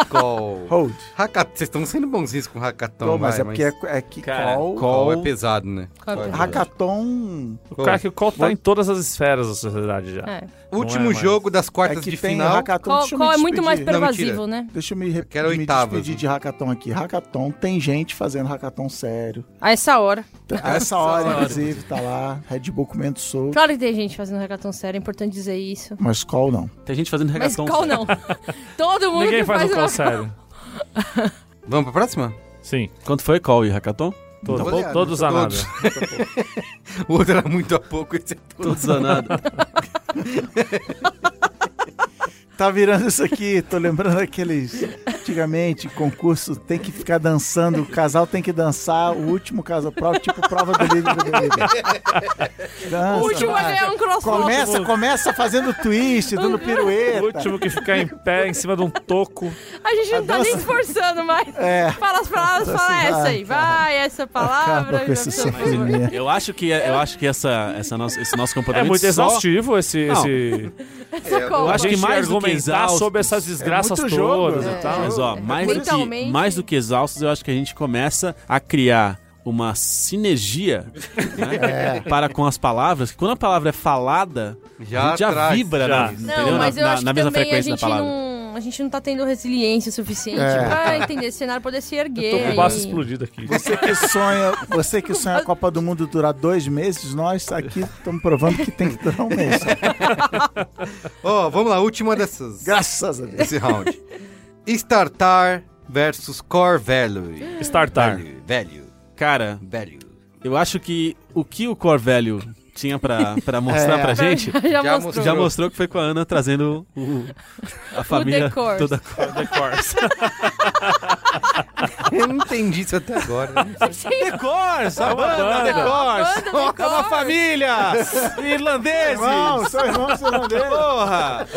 [SPEAKER 1] Call.
[SPEAKER 2] Hold.
[SPEAKER 1] Hackathon. Vocês estão sendo bonzinhos com hackathon,
[SPEAKER 2] Não, mas
[SPEAKER 1] Então vai,
[SPEAKER 2] é porque é, é que
[SPEAKER 6] Cara,
[SPEAKER 2] call,
[SPEAKER 1] Call é pesado, né?
[SPEAKER 2] Então,
[SPEAKER 7] Qual é o problema?
[SPEAKER 2] Hackathon
[SPEAKER 6] O cara que o Call tá em todas as esferas da sociedade já.
[SPEAKER 7] É.
[SPEAKER 1] Último
[SPEAKER 6] Não é mais.
[SPEAKER 1] jogo das
[SPEAKER 2] é
[SPEAKER 1] quartas
[SPEAKER 2] que
[SPEAKER 1] de
[SPEAKER 2] tem
[SPEAKER 1] final.
[SPEAKER 2] Hackathon.
[SPEAKER 7] Qual,
[SPEAKER 2] Deixa eu
[SPEAKER 7] qual
[SPEAKER 2] me
[SPEAKER 7] é muito mais
[SPEAKER 2] despedir.
[SPEAKER 1] Não,
[SPEAKER 7] pervasivo, né?
[SPEAKER 2] Deixa eu me, re-
[SPEAKER 1] Quero
[SPEAKER 2] me
[SPEAKER 1] oitavas,
[SPEAKER 2] despedir
[SPEAKER 1] né?
[SPEAKER 2] de hackathon aqui. Hackathon, tem gente fazendo hackathon sério.
[SPEAKER 7] A essa hora.
[SPEAKER 2] A essa hora, inclusive, tá lá. Red Bull comendo soco.
[SPEAKER 7] Claro que tem gente fazendo hackathon sério, é importante dizer isso.
[SPEAKER 2] Mas call não.
[SPEAKER 3] Tem gente fazendo
[SPEAKER 7] Mas
[SPEAKER 3] regatão.
[SPEAKER 7] qual não? Todo mundo
[SPEAKER 6] Ninguém
[SPEAKER 7] que
[SPEAKER 6] faz um
[SPEAKER 7] faz
[SPEAKER 6] o Call
[SPEAKER 7] uma-
[SPEAKER 6] sério.
[SPEAKER 1] Vamos pra próxima? Então
[SPEAKER 6] Sim.
[SPEAKER 3] Quanto foi call e hackathon?
[SPEAKER 6] Todo,
[SPEAKER 1] Olha,
[SPEAKER 6] to- todos a nada.
[SPEAKER 1] todos. O outro era muito a pouco. Esse é todo.
[SPEAKER 8] Tudo zanado.
[SPEAKER 2] Tá virando isso aqui, tô lembrando aqueles. Antigamente, concurso tem que ficar dançando, o casal tem que dançar, o último casal, prova, tipo prova do livro do livro.
[SPEAKER 7] O
[SPEAKER 2] Dança,
[SPEAKER 7] último a
[SPEAKER 2] vai.
[SPEAKER 7] ganhar um crossfit.
[SPEAKER 2] Começa, começa fazendo twist, dando
[SPEAKER 6] O
[SPEAKER 2] pirueta.
[SPEAKER 6] último que ficar em pé, em cima de um toco.
[SPEAKER 7] A gente não tá
[SPEAKER 2] dança-
[SPEAKER 7] nem esforçando mais.
[SPEAKER 2] É.
[SPEAKER 7] Fala as palavras, fala
[SPEAKER 2] Vai,
[SPEAKER 7] essa aí.
[SPEAKER 2] cara.
[SPEAKER 7] Vai, essa palavra.
[SPEAKER 2] Acaba com esse
[SPEAKER 7] já viu? É.
[SPEAKER 2] sofrimento.
[SPEAKER 3] Eu acho que, é, eu acho que essa, essa nossa, esse nosso
[SPEAKER 6] É
[SPEAKER 3] comportamento
[SPEAKER 6] muito
[SPEAKER 3] só-
[SPEAKER 6] exaustivo esse.
[SPEAKER 3] Não.
[SPEAKER 6] esse... é,
[SPEAKER 7] Socorro.
[SPEAKER 3] acho
[SPEAKER 6] a
[SPEAKER 3] que
[SPEAKER 6] gente
[SPEAKER 3] mais do que
[SPEAKER 6] argumentar
[SPEAKER 3] exausto-
[SPEAKER 6] sobre essas desgraças
[SPEAKER 2] muito jogo,
[SPEAKER 6] todas
[SPEAKER 2] né?
[SPEAKER 6] e tal.
[SPEAKER 3] É. Mas ó, mais do, que,
[SPEAKER 7] Mentalmente.
[SPEAKER 3] mais do que exaustos, eu acho que a gente começa a criar uma sinergia né, para com as palavras. que Quando a palavra é falada,
[SPEAKER 1] Já
[SPEAKER 3] a gente já
[SPEAKER 1] traz,
[SPEAKER 3] vibra
[SPEAKER 6] já.
[SPEAKER 3] Na,
[SPEAKER 7] Não,
[SPEAKER 3] entendeu?
[SPEAKER 7] mas
[SPEAKER 3] na,
[SPEAKER 7] eu
[SPEAKER 3] na-
[SPEAKER 7] acho
[SPEAKER 3] na
[SPEAKER 7] que
[SPEAKER 3] mesma
[SPEAKER 7] também a
[SPEAKER 3] frequência da
[SPEAKER 7] gente
[SPEAKER 3] palavra.
[SPEAKER 7] não. A gente não tá tendo resiliência suficiente
[SPEAKER 2] É.
[SPEAKER 7] pra entender esse cenário poder se erguer.
[SPEAKER 6] Tô com o baço
[SPEAKER 7] e-
[SPEAKER 6] explodido aqui.
[SPEAKER 2] Você que sonha, você que sonha a Copa do Mundo durar dois meses, nós aqui estamos provando que tem que durar um mês.
[SPEAKER 1] Ó, vamos lá. Última dessas.
[SPEAKER 2] Graças a Deus.
[SPEAKER 1] Esse round. Startar versus Core Value.
[SPEAKER 6] Startar.
[SPEAKER 1] Value. Value.
[SPEAKER 3] Cara,
[SPEAKER 1] Value.
[SPEAKER 3] eu acho que o que o Core Velho tinha pra, pra mostrar
[SPEAKER 2] É.
[SPEAKER 3] pra gente
[SPEAKER 7] Já,
[SPEAKER 1] Já
[SPEAKER 7] mostrou.
[SPEAKER 1] mostrou.
[SPEAKER 3] já mostrou que foi com a Ana trazendo o, a família
[SPEAKER 7] decor.
[SPEAKER 3] toda.
[SPEAKER 1] Eu não entendi isso até agora. né?
[SPEAKER 3] Decor, sabe?
[SPEAKER 6] banda.
[SPEAKER 7] Banda Decor.
[SPEAKER 3] É uma família! Irlandeses!
[SPEAKER 2] Irmão, seu irmão, seu irmão dele.
[SPEAKER 3] Porra!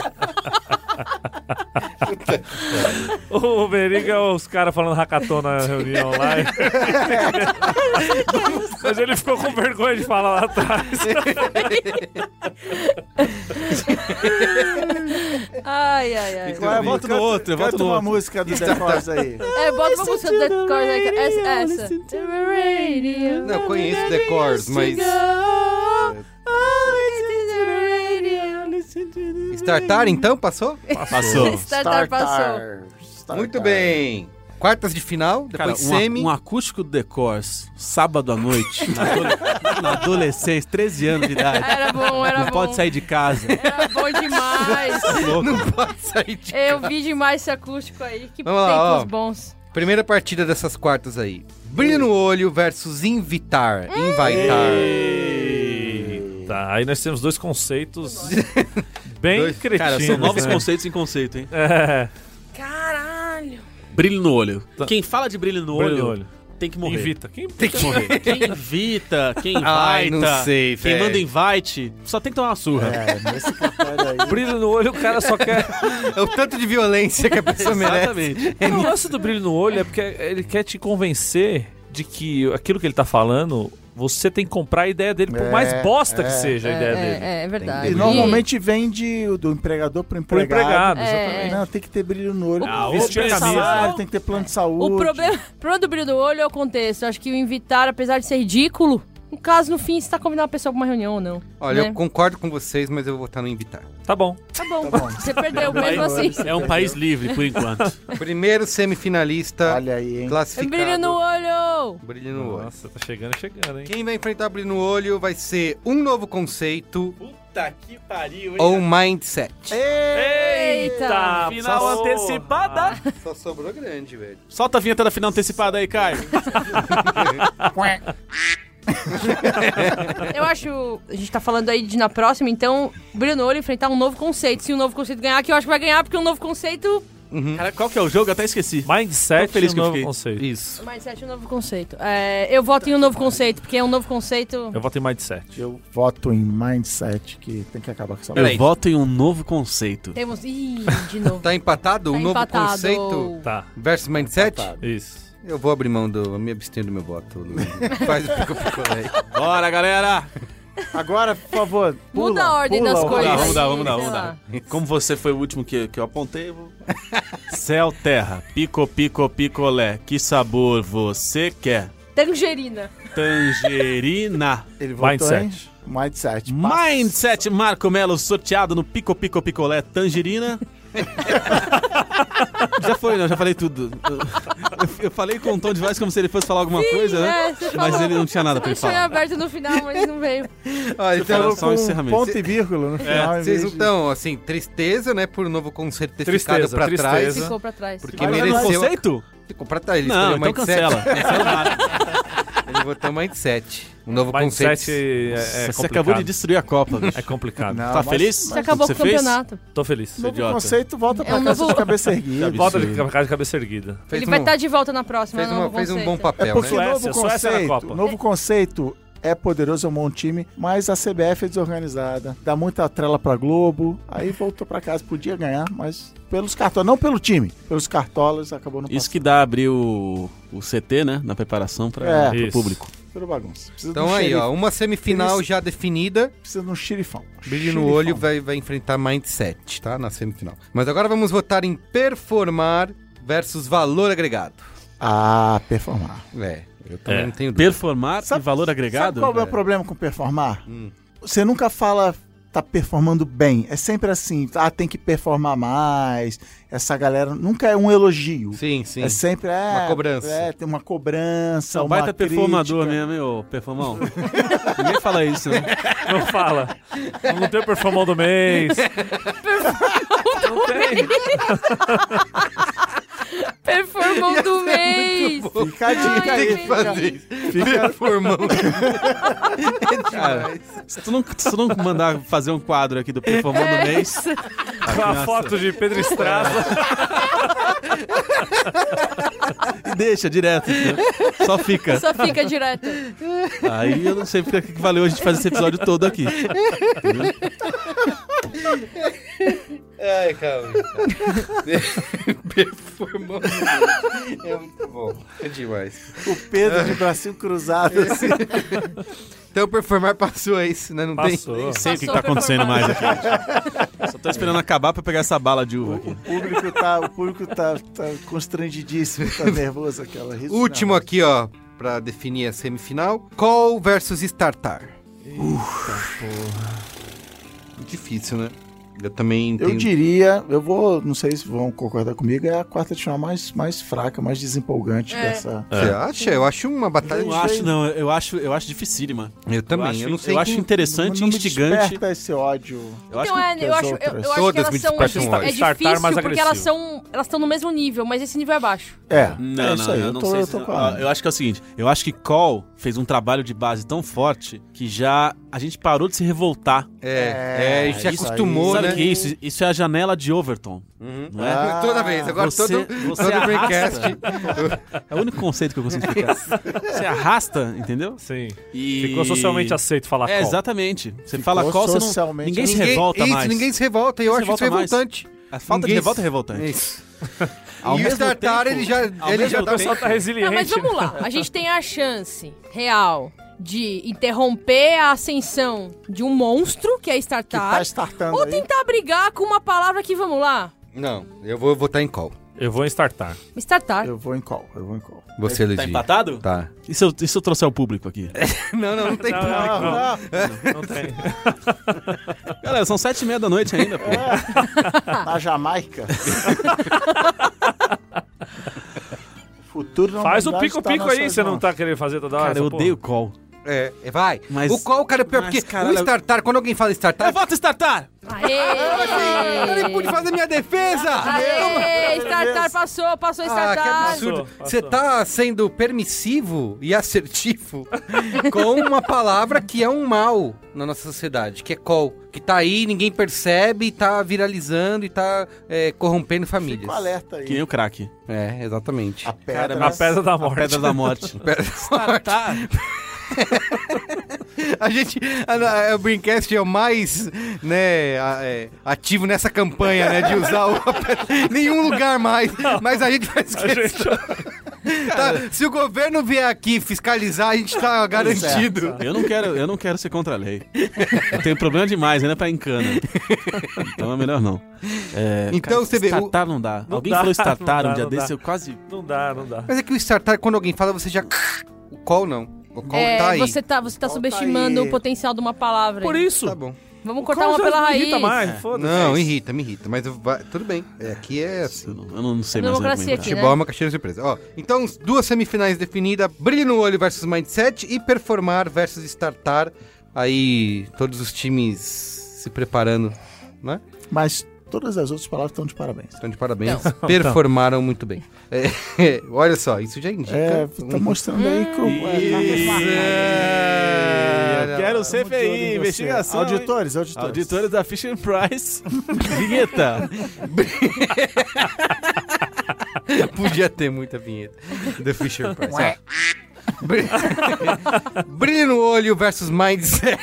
[SPEAKER 6] O Beriga, os caras falando hackathon na reunião lá. Mas ele ficou com vergonha de falar lá atrás.
[SPEAKER 7] Ai, ai, ai.
[SPEAKER 2] Vai, volta
[SPEAKER 3] Volta no outro,
[SPEAKER 2] canta,
[SPEAKER 3] volta
[SPEAKER 2] canta
[SPEAKER 3] no
[SPEAKER 2] uma
[SPEAKER 3] outro.
[SPEAKER 2] música do Decors aí.
[SPEAKER 7] É, bota uma música do Dead Corps aí. que- é Essa. essa.
[SPEAKER 1] Não, eu conheço The Corrs, mas. Startar então? Passou?
[SPEAKER 3] Passou.
[SPEAKER 7] Startar passou.
[SPEAKER 2] Startar.
[SPEAKER 1] Muito bem. Quartas de final,
[SPEAKER 3] Cara,
[SPEAKER 1] depois
[SPEAKER 3] um,
[SPEAKER 1] semi.
[SPEAKER 3] um acústico do Decors, sábado à noite, na, adole- na adolescência, 13 anos de idade.
[SPEAKER 7] Era bom, era
[SPEAKER 3] não
[SPEAKER 7] bom.
[SPEAKER 3] pode sair de casa.
[SPEAKER 7] Era bom demais.
[SPEAKER 1] Não pode sair de.
[SPEAKER 7] Eu vi demais esse acústico aí. Que
[SPEAKER 1] Vamos lá,
[SPEAKER 7] tempos
[SPEAKER 1] ó.
[SPEAKER 7] bons.
[SPEAKER 1] Primeira partida dessas quartas aí. Brilho no olho versus invitar. Invitar.
[SPEAKER 6] Eita, Tá, aí nós temos dois conceitos bem
[SPEAKER 1] Dois-
[SPEAKER 6] cretinos.
[SPEAKER 3] Cara, são novos
[SPEAKER 6] né?
[SPEAKER 3] conceitos em conceito, hein?
[SPEAKER 6] É,
[SPEAKER 7] Caralho.
[SPEAKER 3] Brilho no olho. Quem fala de Tá. brilho no,
[SPEAKER 6] olho
[SPEAKER 3] olho,
[SPEAKER 6] no olho.
[SPEAKER 3] tem que morrer.
[SPEAKER 6] Invita. Quem
[SPEAKER 3] Tem que morrer. Quem invita, quem invita,
[SPEAKER 1] Ai, não sei,
[SPEAKER 3] quem
[SPEAKER 1] velho.
[SPEAKER 3] manda invite, só tem que tomar uma surra.
[SPEAKER 2] É, nesse critério aí.
[SPEAKER 6] brilho no olho, o cara só quer.
[SPEAKER 1] É o tanto de violência que a pessoa merece.
[SPEAKER 3] Exatamente.
[SPEAKER 6] o lance do brilho no olho é porque ele quer te convencer de que aquilo que ele tá falando, você tem que comprar a ideia dele, por
[SPEAKER 2] É,
[SPEAKER 6] mais bosta
[SPEAKER 2] é,
[SPEAKER 6] que seja
[SPEAKER 7] É,
[SPEAKER 6] a ideia
[SPEAKER 7] é,
[SPEAKER 6] dele.
[SPEAKER 7] é, é verdade.
[SPEAKER 2] E normalmente vem de, do empregador para o
[SPEAKER 6] Pro
[SPEAKER 2] empregado.
[SPEAKER 6] empregado,
[SPEAKER 7] É.
[SPEAKER 6] exatamente.
[SPEAKER 2] Não, tem que ter brilho no olho.
[SPEAKER 6] Ah,
[SPEAKER 2] tem que
[SPEAKER 6] vestir
[SPEAKER 2] ter
[SPEAKER 6] a camisa.
[SPEAKER 2] salário, tem que ter plano de saúde.
[SPEAKER 7] O problema, o problema do brilho do olho é o contexto. Eu acho que o invitar, apesar de ser ridículo, no caso, no fim, você tá convidando uma pessoa pra uma reunião ou não.
[SPEAKER 1] Olha,
[SPEAKER 7] né?
[SPEAKER 1] eu concordo com vocês, mas eu vou votar no invitar.
[SPEAKER 6] Tá bom.
[SPEAKER 7] Tá bom.
[SPEAKER 2] Tá bom.
[SPEAKER 7] Você perdeu, mesmo assim.
[SPEAKER 3] É um país livre, por enquanto.
[SPEAKER 1] Primeiro semifinalista
[SPEAKER 2] Olha aí, hein?
[SPEAKER 1] classificado.
[SPEAKER 7] Brilho no olho!
[SPEAKER 1] Brilho no olho.
[SPEAKER 6] Nossa, tá chegando, chegando, hein?
[SPEAKER 1] Quem vai enfrentar Brilho no Olho vai ser um novo conceito
[SPEAKER 3] Puta que pariu, hein?
[SPEAKER 1] ou mindset.
[SPEAKER 3] Tá,
[SPEAKER 7] Eita,
[SPEAKER 6] Final
[SPEAKER 3] porra.
[SPEAKER 6] antecipada!
[SPEAKER 1] Só sobrou grande, velho.
[SPEAKER 3] Solta a vinheta da final antecipada aí, Caio.
[SPEAKER 7] Eu acho. A gente tá falando aí de na próxima, então, brilho no olho enfrentar um novo conceito. Se um novo conceito ganhar, que eu acho que vai ganhar, porque um novo conceito.
[SPEAKER 3] Cara, qual que é o jogo? Eu até esqueci.
[SPEAKER 6] Mindset
[SPEAKER 3] Tô feliz
[SPEAKER 6] é um
[SPEAKER 3] que eu
[SPEAKER 6] novo
[SPEAKER 3] fiquei.
[SPEAKER 6] conceito.
[SPEAKER 1] Isso.
[SPEAKER 7] Mindset é um novo conceito. É, eu voto em um novo conceito, porque é um novo conceito.
[SPEAKER 6] Eu voto em Mindset.
[SPEAKER 2] Eu voto em mindset que tem que acabar com essa
[SPEAKER 3] Eu
[SPEAKER 1] Peraí.
[SPEAKER 3] voto em um novo conceito.
[SPEAKER 7] Temos. Ih, de novo.
[SPEAKER 1] Tá empatado?
[SPEAKER 7] Tá
[SPEAKER 1] um novo
[SPEAKER 7] empatado.
[SPEAKER 1] conceito
[SPEAKER 6] Tá,
[SPEAKER 1] versus mindset?
[SPEAKER 6] isso.
[SPEAKER 1] Eu vou abrir mão do. Me abstenho do meu voto. Luiz. Faz o pico picolé.
[SPEAKER 3] Bora, galera!
[SPEAKER 2] Agora, por favor, pula,
[SPEAKER 7] Muda a ordem
[SPEAKER 2] pula
[SPEAKER 7] das
[SPEAKER 2] o-
[SPEAKER 7] coisas.
[SPEAKER 3] Vamos dar,
[SPEAKER 7] aí,
[SPEAKER 3] vamos dar,
[SPEAKER 7] sei
[SPEAKER 3] vamos
[SPEAKER 7] lá.
[SPEAKER 3] dar. é. Como você foi o último que, que eu apontei, eu vou... Céu, terra, pico, pico, picolé, que sabor você quer?
[SPEAKER 7] Ah, Tangerina.
[SPEAKER 3] Tangerina.
[SPEAKER 2] Ele voltou,
[SPEAKER 6] Mindset.
[SPEAKER 2] hein? Mindset. Passa.
[SPEAKER 3] Mindset Marco Melo sorteado no Pico Pico Picolé Tangerina. já foi, não, já falei tudo. Eu- Eu falei com um tom de voz como se ele fosse falar alguma coisa, né?
[SPEAKER 7] É, você
[SPEAKER 3] Mas
[SPEAKER 7] falou.
[SPEAKER 3] ele não tinha nada pra ele
[SPEAKER 7] Deixou
[SPEAKER 3] falar.
[SPEAKER 7] aberto no final, mas não veio.
[SPEAKER 1] Ó,
[SPEAKER 3] falou
[SPEAKER 1] então,
[SPEAKER 3] só um
[SPEAKER 2] Com
[SPEAKER 3] encerramento.
[SPEAKER 2] Ponto e vírgula no final. em
[SPEAKER 1] É, vocês
[SPEAKER 2] vez de-
[SPEAKER 1] então, assim, tristeza, né, por um novo conceito ter
[SPEAKER 6] Tristeza,
[SPEAKER 1] ficado pra trás.
[SPEAKER 6] tristeza.
[SPEAKER 7] Ficou pra trás.
[SPEAKER 1] Porque
[SPEAKER 2] Mas não é
[SPEAKER 1] mereceu.
[SPEAKER 3] um Conceito?
[SPEAKER 1] Ficou pra trás. tá, Ele
[SPEAKER 3] Não,
[SPEAKER 1] escolheu
[SPEAKER 3] então
[SPEAKER 1] mindset.
[SPEAKER 3] cancela. Cancela nada.
[SPEAKER 1] Ele botou mindset. Um novo
[SPEAKER 6] Mindset
[SPEAKER 1] conceito.
[SPEAKER 6] é, é
[SPEAKER 3] Você
[SPEAKER 6] complicado.
[SPEAKER 3] acabou de destruir a Copa, bicho.
[SPEAKER 6] É complicado.
[SPEAKER 2] Não,
[SPEAKER 3] Tá
[SPEAKER 2] mas-
[SPEAKER 3] feliz?
[SPEAKER 7] Você acabou
[SPEAKER 3] com
[SPEAKER 7] o
[SPEAKER 3] que fez?
[SPEAKER 7] campeonato.
[SPEAKER 6] Tô feliz.
[SPEAKER 1] é
[SPEAKER 2] Novo
[SPEAKER 3] idiota.
[SPEAKER 2] conceito, volta pra
[SPEAKER 7] um
[SPEAKER 2] casa de
[SPEAKER 7] novo-
[SPEAKER 2] cabeça erguida. É
[SPEAKER 3] Que
[SPEAKER 6] Volta
[SPEAKER 3] absurdo.
[SPEAKER 6] pra casa de cabeça erguida.
[SPEAKER 1] Fez
[SPEAKER 7] ele vai
[SPEAKER 1] um-
[SPEAKER 7] estar de volta na próxima. né,
[SPEAKER 1] fez,
[SPEAKER 7] no
[SPEAKER 1] uma,
[SPEAKER 7] novo
[SPEAKER 1] fez um bom
[SPEAKER 7] conceito.
[SPEAKER 1] papel,
[SPEAKER 2] É porque
[SPEAKER 1] né?
[SPEAKER 6] Suécia,
[SPEAKER 2] novo
[SPEAKER 6] Suécia na
[SPEAKER 2] conceito,
[SPEAKER 6] Copa.
[SPEAKER 2] novo conceito é poderoso, é um bom time, mas a CBF é desorganizada. Dá muita trela pra Globo, aí voltou pra casa, podia ganhar, mas pelos cartolas, não pelo time, pelos cartolas acabou não
[SPEAKER 3] Isso
[SPEAKER 2] passando.
[SPEAKER 3] que dá abrir o, o CT, né? Na preparação
[SPEAKER 2] É.
[SPEAKER 3] pra, Tá pro
[SPEAKER 6] Isso.
[SPEAKER 3] público.
[SPEAKER 2] Pelo bagunça. Precisa de
[SPEAKER 1] Então
[SPEAKER 2] um
[SPEAKER 1] aí,
[SPEAKER 2] xerife,
[SPEAKER 1] ó, uma semifinal
[SPEAKER 2] Feliz-
[SPEAKER 1] já definida.
[SPEAKER 2] Precisa de um xerifão.
[SPEAKER 1] Brilho no
[SPEAKER 2] Xerifão.
[SPEAKER 1] olho vai, vai enfrentar Mindset, tá? Na semifinal. Mas agora vamos votar em performar versus valor agregado.
[SPEAKER 2] Ah, performar.
[SPEAKER 1] É, eu também
[SPEAKER 6] É.
[SPEAKER 1] não tenho dúvida.
[SPEAKER 3] Performar e valor
[SPEAKER 2] Sabe
[SPEAKER 3] agregado?
[SPEAKER 2] qual é o
[SPEAKER 1] É.
[SPEAKER 2] problema com performar?
[SPEAKER 1] Hum.
[SPEAKER 2] Você nunca fala tá performando bem. É sempre assim, ah, tem que performar mais. Essa galera nunca é um elogio.
[SPEAKER 1] Sim, sim.
[SPEAKER 2] É sempre é,
[SPEAKER 1] Uma cobrança.
[SPEAKER 2] É, tem uma cobrança.
[SPEAKER 3] Você é um
[SPEAKER 2] uma
[SPEAKER 3] baita
[SPEAKER 2] crítica.
[SPEAKER 3] performador mesmo, hein, ô performão? Ninguém fala isso, né?
[SPEAKER 6] Não fala. Não tem o performão do mês. Não tem.
[SPEAKER 7] Performão do mês.
[SPEAKER 2] Fica a dica
[SPEAKER 7] Ai,
[SPEAKER 2] aí.
[SPEAKER 1] Tem que fazer isso. Performão. é demais.
[SPEAKER 3] Se tu, não, se tu não mandar fazer um quadro aqui do performão do
[SPEAKER 7] É.
[SPEAKER 3] mês,
[SPEAKER 6] Com a foto de Pedro Estrada.
[SPEAKER 3] deixa direto. né? Só fica.
[SPEAKER 7] Só fica direto.
[SPEAKER 3] Aí eu não sei porque é que valeu a gente fazer esse episódio todo aqui.
[SPEAKER 1] Ai, calma. Performão. É muito bom. É demais.
[SPEAKER 2] O Pedro de bracinho cruzado. Assim.
[SPEAKER 1] Então, performar passou é isso, né? Não
[SPEAKER 6] Passou.
[SPEAKER 3] Não sei o que, que tá
[SPEAKER 7] Passou
[SPEAKER 3] acontecendo mais
[SPEAKER 7] performado.
[SPEAKER 3] aqui. gente. Só tô esperando acabar pra pegar essa bala de uva aqui.
[SPEAKER 2] O público tá, o público tá, tá constrangidíssimo, tá nervoso aquela
[SPEAKER 3] é
[SPEAKER 1] tem.
[SPEAKER 2] riso.
[SPEAKER 1] Último aqui, ó, pra definir a semifinal: Call versus Startar. Uf. Difícil, né? Eu também
[SPEAKER 2] Eu
[SPEAKER 1] entendo.
[SPEAKER 2] diria, eu vou, não sei se vão concordar comigo, é a quarta de final mais, mais fraca, mais desempolgante
[SPEAKER 7] É.
[SPEAKER 2] dessa.
[SPEAKER 1] Você acha? Eu acho uma batalha
[SPEAKER 3] Eu não acho, não. Eu acho, eu acho dificílima.
[SPEAKER 1] Eu também. Eu,
[SPEAKER 3] acho,
[SPEAKER 1] não sei.
[SPEAKER 3] eu
[SPEAKER 1] quem-
[SPEAKER 3] acho interessante e
[SPEAKER 2] Não me
[SPEAKER 3] instigante.
[SPEAKER 2] desperta esse ódio.
[SPEAKER 3] Eu acho
[SPEAKER 7] então
[SPEAKER 3] que-
[SPEAKER 7] é, eu
[SPEAKER 2] as
[SPEAKER 7] acho, eu- eu,
[SPEAKER 2] outras-
[SPEAKER 7] acho que
[SPEAKER 1] Todas me
[SPEAKER 7] elas são.
[SPEAKER 1] despertam um
[SPEAKER 7] é
[SPEAKER 1] ódio.
[SPEAKER 6] Startar
[SPEAKER 7] difícil
[SPEAKER 6] mais
[SPEAKER 7] porque elas
[SPEAKER 6] agressivo.
[SPEAKER 7] são. Elas estão no mesmo nível, mas esse nível é baixo.
[SPEAKER 2] É.
[SPEAKER 3] Não,
[SPEAKER 2] é
[SPEAKER 3] não,
[SPEAKER 2] isso aí,
[SPEAKER 3] eu
[SPEAKER 2] eu
[SPEAKER 3] não
[SPEAKER 2] tô-
[SPEAKER 3] sei
[SPEAKER 2] eu
[SPEAKER 3] se-
[SPEAKER 2] tô com
[SPEAKER 3] ó,
[SPEAKER 2] a-
[SPEAKER 3] Eu acho que é o seguinte, eu acho que Call fez um trabalho de base tão forte que já a gente parou de se revoltar.
[SPEAKER 1] É, é, a gente se
[SPEAKER 2] isso aí.
[SPEAKER 1] acostumou,
[SPEAKER 3] Sabe
[SPEAKER 1] né?
[SPEAKER 3] o que é isso? Isso é a janela de Overton, não é?
[SPEAKER 2] Ah,
[SPEAKER 1] Toda vez, agora
[SPEAKER 3] você-
[SPEAKER 1] todo,
[SPEAKER 3] você
[SPEAKER 1] todo
[SPEAKER 3] arrasta.
[SPEAKER 1] breakcast.
[SPEAKER 3] É o único conceito que eu consigo explicar. Você arrasta, entendeu?
[SPEAKER 6] Sim.
[SPEAKER 3] E...
[SPEAKER 6] Ficou socialmente aceito falar
[SPEAKER 3] É,
[SPEAKER 6] call.
[SPEAKER 3] exatamente. Você fala call, você não...
[SPEAKER 2] socialmente
[SPEAKER 3] ninguém se
[SPEAKER 1] Ninguém-
[SPEAKER 3] revolta
[SPEAKER 1] isso,
[SPEAKER 3] mais.
[SPEAKER 1] ninguém se revolta. E eu
[SPEAKER 3] Ninguém se
[SPEAKER 1] acho isso é
[SPEAKER 3] revolta mais.
[SPEAKER 1] revoltante.
[SPEAKER 3] A falta de
[SPEAKER 1] Ninguém-
[SPEAKER 3] revolta é revoltante.
[SPEAKER 1] Isso.
[SPEAKER 3] Ao
[SPEAKER 1] e o
[SPEAKER 3] mesmo
[SPEAKER 1] Startar,
[SPEAKER 3] tempo-
[SPEAKER 1] ele já,
[SPEAKER 3] ao
[SPEAKER 1] ele
[SPEAKER 3] mesmo
[SPEAKER 1] já
[SPEAKER 6] O
[SPEAKER 1] tá bem.
[SPEAKER 6] pessoal tá resiliente.
[SPEAKER 7] Não, mas vamos lá. A gente tem a chance real de interromper a ascensão de um monstro, que é
[SPEAKER 2] que tá
[SPEAKER 7] startar,
[SPEAKER 2] startando
[SPEAKER 7] ou
[SPEAKER 2] aí.
[SPEAKER 7] tentar brigar com uma palavra que, vamos lá,
[SPEAKER 1] Não, eu vou votar em call.
[SPEAKER 6] Eu vou em startar.
[SPEAKER 7] startar.
[SPEAKER 2] Eu vou em call, eu vou em call.
[SPEAKER 1] Você,
[SPEAKER 3] Tá
[SPEAKER 1] Luizinho.
[SPEAKER 3] empatado?
[SPEAKER 1] Tá.
[SPEAKER 3] E se eu, e se eu trouxer o público aqui?
[SPEAKER 1] Não, não, não tem como.
[SPEAKER 6] não,
[SPEAKER 2] Ah,
[SPEAKER 6] não tem.
[SPEAKER 3] Galera, são sete e meia da noite ainda, pô.
[SPEAKER 7] Tá.
[SPEAKER 2] na Jamaica. Futuro não
[SPEAKER 6] Faz o pico-pico aí, você não tá querendo fazer toda hora.
[SPEAKER 3] Cara, eu
[SPEAKER 6] essa porra?
[SPEAKER 3] odeio call.
[SPEAKER 1] É, é, vai.
[SPEAKER 3] Mas-
[SPEAKER 1] o call, cara, é pior,
[SPEAKER 3] mas,
[SPEAKER 1] porque
[SPEAKER 3] caralho,
[SPEAKER 1] o Startar, quando alguém fala Startar...
[SPEAKER 3] Eu voto startar!
[SPEAKER 1] assim, Eu nem pude
[SPEAKER 7] Aê!
[SPEAKER 1] fazer minha
[SPEAKER 7] Ah,
[SPEAKER 1] defesa!
[SPEAKER 7] Aê! Startar passou, passou
[SPEAKER 1] Ah, que
[SPEAKER 7] startar.
[SPEAKER 1] absurdo.
[SPEAKER 6] Passou,
[SPEAKER 1] Você
[SPEAKER 6] passou.
[SPEAKER 1] tá sendo permissivo e assertivo com uma palavra que é um mal na nossa sociedade, que é call. Que tá aí, ninguém percebe, e tá viralizando e tá é, corrompendo famílias.
[SPEAKER 2] Fico alerta aí.
[SPEAKER 3] Que nem o craque.
[SPEAKER 1] É, exatamente.
[SPEAKER 2] A pedra.
[SPEAKER 6] A pedra da morte.
[SPEAKER 3] Pedra da morte. Startar.
[SPEAKER 1] A gente. a- a- o Brincast é o mais né, a- é, ativo nessa campanha, né? De usar o. Nenhum lugar mais. Mas a gente faz
[SPEAKER 6] A
[SPEAKER 1] questão.
[SPEAKER 6] gente,
[SPEAKER 1] Tá, se o governo vier aqui fiscalizar, a gente tá garantido.
[SPEAKER 3] Eu não quero, eu não quero ser contra a lei. Eu tenho problema demais, ainda pra encana. Então é melhor não. É,
[SPEAKER 1] Então você vê, o-
[SPEAKER 3] Estatar não dá. Alguém
[SPEAKER 6] dá,
[SPEAKER 3] falou
[SPEAKER 6] não
[SPEAKER 3] estatar
[SPEAKER 6] dá,
[SPEAKER 3] um dia
[SPEAKER 6] não
[SPEAKER 3] desse,
[SPEAKER 6] dá.
[SPEAKER 3] eu quase.
[SPEAKER 6] Não dá, não
[SPEAKER 7] Tá
[SPEAKER 6] dá.
[SPEAKER 1] Mas é que o startar, quando alguém fala, você já. O call não. O call
[SPEAKER 7] É,
[SPEAKER 1] tá aí.
[SPEAKER 7] você tá, você tá
[SPEAKER 2] Volta
[SPEAKER 7] subestimando
[SPEAKER 2] aí.
[SPEAKER 7] o potencial de uma palavra.
[SPEAKER 6] Por isso.
[SPEAKER 1] Tá bom.
[SPEAKER 7] Vamos cortar uma pela raiz.
[SPEAKER 6] Irrita
[SPEAKER 3] É.
[SPEAKER 6] mais, foda-se.
[SPEAKER 1] Não, irrita, me irrita. Mas eu va- tudo bem. É, aqui é assim.
[SPEAKER 3] Eu não, eu não sei
[SPEAKER 7] É
[SPEAKER 3] mais
[SPEAKER 7] democracia
[SPEAKER 3] argumentar.
[SPEAKER 7] aqui, né?
[SPEAKER 1] Futebol é uma caixinha de surpresa. Ó, então, duas semifinais definidas. Brilho no olho versus Mindset e Performar versus Startar. Aí, todos os times se preparando, né?
[SPEAKER 2] Mas todas as outras palavras estão de parabéns.
[SPEAKER 1] Então, de parabéns. Performaram muito bem. É, olha só, isso já indica.
[SPEAKER 2] É,
[SPEAKER 1] um-
[SPEAKER 2] tá mostrando aí
[SPEAKER 7] Hum.
[SPEAKER 2] que é,
[SPEAKER 1] Isso.
[SPEAKER 3] Quero
[SPEAKER 2] Tamo de olho em
[SPEAKER 3] CPI,
[SPEAKER 2] você.
[SPEAKER 3] investigação. hein?
[SPEAKER 2] Auditores, auditores.
[SPEAKER 3] Auditores da Fisher Price. Vinheta.
[SPEAKER 1] Podia ter muita vinheta. The Fisher Price.
[SPEAKER 2] é?
[SPEAKER 1] ó. Bri- Brilho no olho versus Mindset.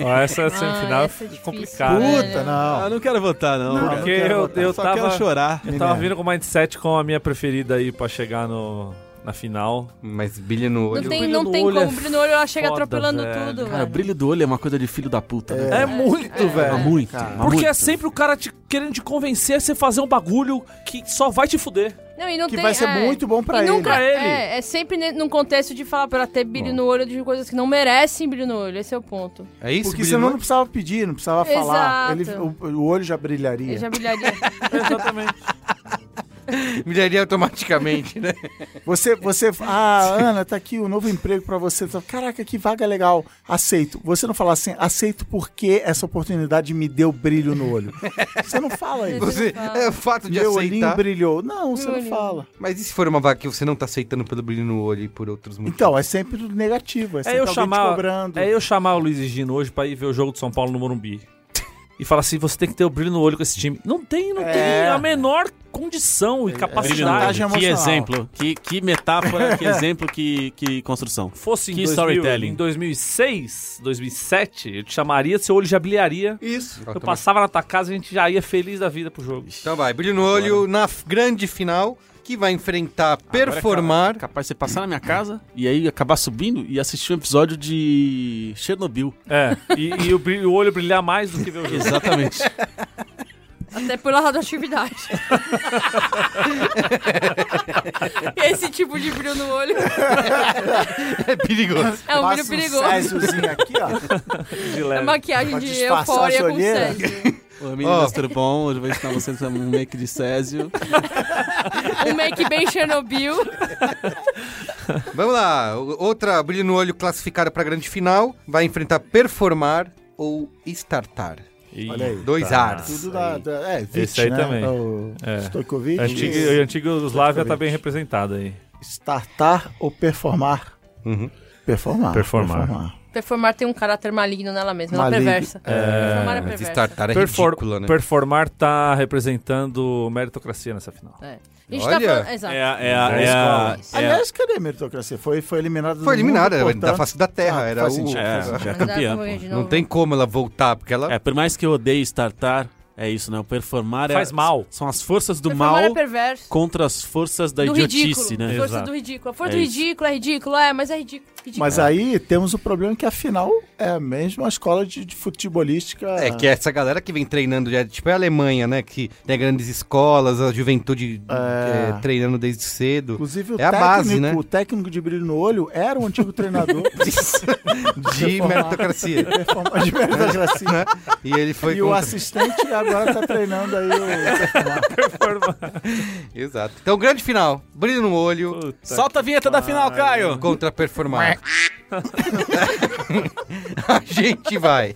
[SPEAKER 6] Ó, essa semifinal
[SPEAKER 7] essa é
[SPEAKER 6] é
[SPEAKER 7] difícil,
[SPEAKER 6] complicada.
[SPEAKER 7] né?
[SPEAKER 2] Puta, não.
[SPEAKER 3] Ah, não quero votar, não.
[SPEAKER 2] Não.
[SPEAKER 3] cara.
[SPEAKER 6] Porque
[SPEAKER 2] quero
[SPEAKER 6] eu,
[SPEAKER 2] votar.
[SPEAKER 6] eu
[SPEAKER 3] Só
[SPEAKER 6] tava.
[SPEAKER 3] quero chorar.
[SPEAKER 6] Eu tava
[SPEAKER 2] Minerva.
[SPEAKER 6] vindo com o mindset com a minha preferida aí pra chegar no, na final.
[SPEAKER 1] Mas brilho no olho.
[SPEAKER 7] Não tem,
[SPEAKER 6] brilho
[SPEAKER 7] não
[SPEAKER 6] no
[SPEAKER 7] tem
[SPEAKER 6] olho
[SPEAKER 7] como.
[SPEAKER 6] é
[SPEAKER 7] O brilho no olho ela chega
[SPEAKER 6] foda,
[SPEAKER 7] atropelando
[SPEAKER 6] velho.
[SPEAKER 7] tudo.
[SPEAKER 3] Cara, o
[SPEAKER 7] velho.
[SPEAKER 3] brilho do olho é uma coisa de filho da puta. né?
[SPEAKER 6] É muito, velho.
[SPEAKER 3] Mas muito. mas
[SPEAKER 6] Porque é
[SPEAKER 3] muito.
[SPEAKER 6] sempre o cara te- querendo te convencer a você fazer um bagulho que só vai te fuder.
[SPEAKER 7] Não, e não
[SPEAKER 2] Que
[SPEAKER 7] tem-
[SPEAKER 2] vai ser
[SPEAKER 7] é.
[SPEAKER 2] muito bom pra
[SPEAKER 7] e
[SPEAKER 2] ele.
[SPEAKER 7] nunca,
[SPEAKER 6] Pra ele.
[SPEAKER 7] É, é sempre ne- num contexto de falar pra ela ter brilho no olho de coisas que não merecem brilho no olho. Esse é o ponto.
[SPEAKER 1] É isso?
[SPEAKER 2] Porque
[SPEAKER 1] brilho
[SPEAKER 2] senão
[SPEAKER 1] no
[SPEAKER 2] não
[SPEAKER 1] olho?
[SPEAKER 2] precisava pedir, não precisava
[SPEAKER 7] Exato.
[SPEAKER 2] falar. Ele, o, o olho já brilharia.
[SPEAKER 7] Ele já brilharia.
[SPEAKER 6] Exatamente.
[SPEAKER 1] Brilharia automaticamente, né?
[SPEAKER 2] Você, você, ah, Ana, tá aqui o novo emprego pra você. Tá- Caraca, que vaga legal. Aceito. Você não fala assim, aceito porque essa oportunidade me deu brilho no olho. Você não fala isso.
[SPEAKER 1] Você,
[SPEAKER 7] fala.
[SPEAKER 1] é o fato de
[SPEAKER 2] Meu olhinho
[SPEAKER 1] aceitar.
[SPEAKER 2] brilhou. Não, você não
[SPEAKER 7] olhinho.
[SPEAKER 2] fala.
[SPEAKER 1] Mas e se for uma vaga que você não tá aceitando pelo brilho no olho e por outros motivos?
[SPEAKER 2] Então, é sempre do negativo. É
[SPEAKER 6] É
[SPEAKER 2] sempre
[SPEAKER 6] eu,
[SPEAKER 2] alguém te
[SPEAKER 6] chamar,
[SPEAKER 2] cobrando.
[SPEAKER 6] é eu chamar o Luiz e Gino hoje pra ir ver o jogo do São Paulo no Morumbi. E falar assim: você tem que ter o brilho no olho com esse time. Não tem, não tem a menor condição e
[SPEAKER 3] é Brilho no
[SPEAKER 6] capacidade.
[SPEAKER 2] Vantagem
[SPEAKER 3] olho. Que
[SPEAKER 2] emocional.
[SPEAKER 3] exemplo. Que, que metáfora, que exemplo, que, que construção.
[SPEAKER 6] Fosse em,
[SPEAKER 3] Que
[SPEAKER 6] 2000,
[SPEAKER 3] storytelling.
[SPEAKER 6] em 2006, 2007, eu te chamaria, seu olho já brilharia.
[SPEAKER 1] Isso.
[SPEAKER 6] Eu passava na tua casa e a gente já ia feliz da vida pro jogo.
[SPEAKER 1] Então vai, brilho no olho na f- grande final, que vai enfrentar Performar.
[SPEAKER 3] Capaz de você passar na minha casa e aí acabar subindo e assistir um episódio de Chernobyl.
[SPEAKER 6] É, e, e o, brilho- o olho brilhar mais do que ver o jogo.
[SPEAKER 3] Exatamente.
[SPEAKER 7] Até pela radioatividade. Esse tipo de brilho no olho
[SPEAKER 1] É perigoso.
[SPEAKER 7] é um
[SPEAKER 2] Passa
[SPEAKER 7] brilho perigoso.
[SPEAKER 2] Césiozinho aqui, ó.
[SPEAKER 6] de
[SPEAKER 7] É
[SPEAKER 6] leve.
[SPEAKER 7] maquiagem
[SPEAKER 2] Pra
[SPEAKER 7] de
[SPEAKER 2] disfarçar a
[SPEAKER 7] euforia com
[SPEAKER 2] olheira.
[SPEAKER 7] Césio.
[SPEAKER 3] Oi,
[SPEAKER 1] Ó.
[SPEAKER 3] meninas, tudo bom? Hoje eu vou ensinar vocês a fazer um make de Césio.
[SPEAKER 7] Um make bem Chernobyl.
[SPEAKER 1] Vamos lá, o- outra brilho no olho classificada pra grande final, vai enfrentar Performar ou Startar.
[SPEAKER 2] Olha aí.
[SPEAKER 1] Dois ares.
[SPEAKER 2] Tudo da, da- é, Vit,
[SPEAKER 6] Esse aí
[SPEAKER 2] né?
[SPEAKER 6] também.
[SPEAKER 2] O
[SPEAKER 6] É.
[SPEAKER 2] Stojkovic.
[SPEAKER 6] Antigo,
[SPEAKER 2] Isso.
[SPEAKER 6] antigo Yugoslávia tá bem representada aí.
[SPEAKER 2] Startar ou performar?
[SPEAKER 1] Uhum.
[SPEAKER 2] Performar.
[SPEAKER 6] Performar.
[SPEAKER 7] Performar tem um caráter maligno nela mesma. Ela é
[SPEAKER 2] Maligno.
[SPEAKER 7] perversa. Performar é
[SPEAKER 1] Mas
[SPEAKER 7] perversa.
[SPEAKER 1] Startar é
[SPEAKER 6] Perfor-
[SPEAKER 1] ridícula, né?
[SPEAKER 6] Performar tá representando meritocracia nessa final.
[SPEAKER 7] É. A gente
[SPEAKER 1] Olha.
[SPEAKER 7] tá falando... Exato.
[SPEAKER 3] a. É a,
[SPEAKER 6] é a-
[SPEAKER 2] Aliás, cadê a meritocracia? Foi, foi eliminada do
[SPEAKER 1] Foi eliminada,
[SPEAKER 2] mundo,
[SPEAKER 1] era da
[SPEAKER 2] portanto-
[SPEAKER 1] face da terra.
[SPEAKER 2] Ah,
[SPEAKER 1] era
[SPEAKER 2] faz
[SPEAKER 1] o...
[SPEAKER 2] sentido.
[SPEAKER 3] é, já é
[SPEAKER 7] Mas dá
[SPEAKER 3] campeã.
[SPEAKER 7] pra
[SPEAKER 3] pô.
[SPEAKER 7] ver de
[SPEAKER 1] Não
[SPEAKER 7] novo.
[SPEAKER 1] tem como ela voltar, porque ela...
[SPEAKER 3] É, por mais que eu odeie startar, é isso, né? O performar é-
[SPEAKER 6] Faz mal.
[SPEAKER 3] São as forças do
[SPEAKER 7] Performar
[SPEAKER 3] mal
[SPEAKER 7] é perverso.
[SPEAKER 3] contra as forças da
[SPEAKER 7] do
[SPEAKER 3] idiotice,
[SPEAKER 7] ridículo.
[SPEAKER 3] né?
[SPEAKER 7] Força
[SPEAKER 6] Exato.
[SPEAKER 7] do ridículo. A força
[SPEAKER 3] É
[SPEAKER 7] do
[SPEAKER 3] isso.
[SPEAKER 7] ridículo é ridículo, é, mas é ridículo. ridículo.
[SPEAKER 2] Mas aí temos o problema que afinal é a mesma escola de, de futebolística.
[SPEAKER 1] É que essa galera que vem treinando, já, tipo é a Alemanha, né? Que tem grandes escolas, a juventude
[SPEAKER 2] É.
[SPEAKER 1] eh, treinando desde cedo.
[SPEAKER 2] Inclusive, o,
[SPEAKER 1] é a
[SPEAKER 2] técnico,
[SPEAKER 1] base, né?
[SPEAKER 2] o técnico de brilho no olho era um antigo treinador
[SPEAKER 1] De
[SPEAKER 2] Reformar.
[SPEAKER 1] meritocracia.
[SPEAKER 2] Performar de meritocracia.
[SPEAKER 1] né? E ele foi.
[SPEAKER 2] E o
[SPEAKER 1] contra-
[SPEAKER 2] assistente agora está treinando aí o.
[SPEAKER 1] Exato. Então, grande final. Brilho no olho.
[SPEAKER 3] Solta a vinheta da final, Caio!
[SPEAKER 1] Contra performar. a gente vai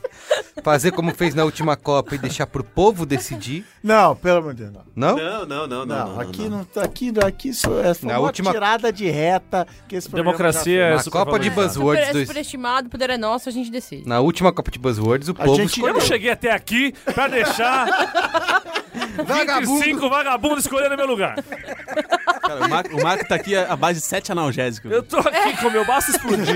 [SPEAKER 1] fazer como fez na última Copa e deixar pro povo decidir.
[SPEAKER 2] Não, pelo amor de Deus, não.
[SPEAKER 1] Não?
[SPEAKER 3] Não, não, não, não.
[SPEAKER 2] Não,
[SPEAKER 3] não,
[SPEAKER 2] aqui
[SPEAKER 3] não.
[SPEAKER 2] não tá aqui, aqui isso é foi
[SPEAKER 1] Na
[SPEAKER 2] uma
[SPEAKER 1] última-
[SPEAKER 2] tirada de reta que esse programa
[SPEAKER 6] Democracia
[SPEAKER 2] já
[SPEAKER 6] é
[SPEAKER 1] Na
[SPEAKER 6] super
[SPEAKER 1] Copa de
[SPEAKER 6] valorizada.
[SPEAKER 1] Buzz- Buzzwords
[SPEAKER 7] super, é
[SPEAKER 1] dois.
[SPEAKER 7] superestimado, o poder é nosso, a gente decide.
[SPEAKER 1] Na última Copa de Buzzwords, o
[SPEAKER 2] A
[SPEAKER 1] povo
[SPEAKER 2] gente-
[SPEAKER 6] Eu
[SPEAKER 1] escolheu.
[SPEAKER 6] não cheguei até aqui pra deixar
[SPEAKER 2] é
[SPEAKER 1] Vagabundo!
[SPEAKER 6] 25 vagabundos escolhendo meu lugar.
[SPEAKER 3] Cara, o, Marco, o Marco tá aqui à base de sete analgésicos.
[SPEAKER 6] Eu tô aqui com meu baço explodido,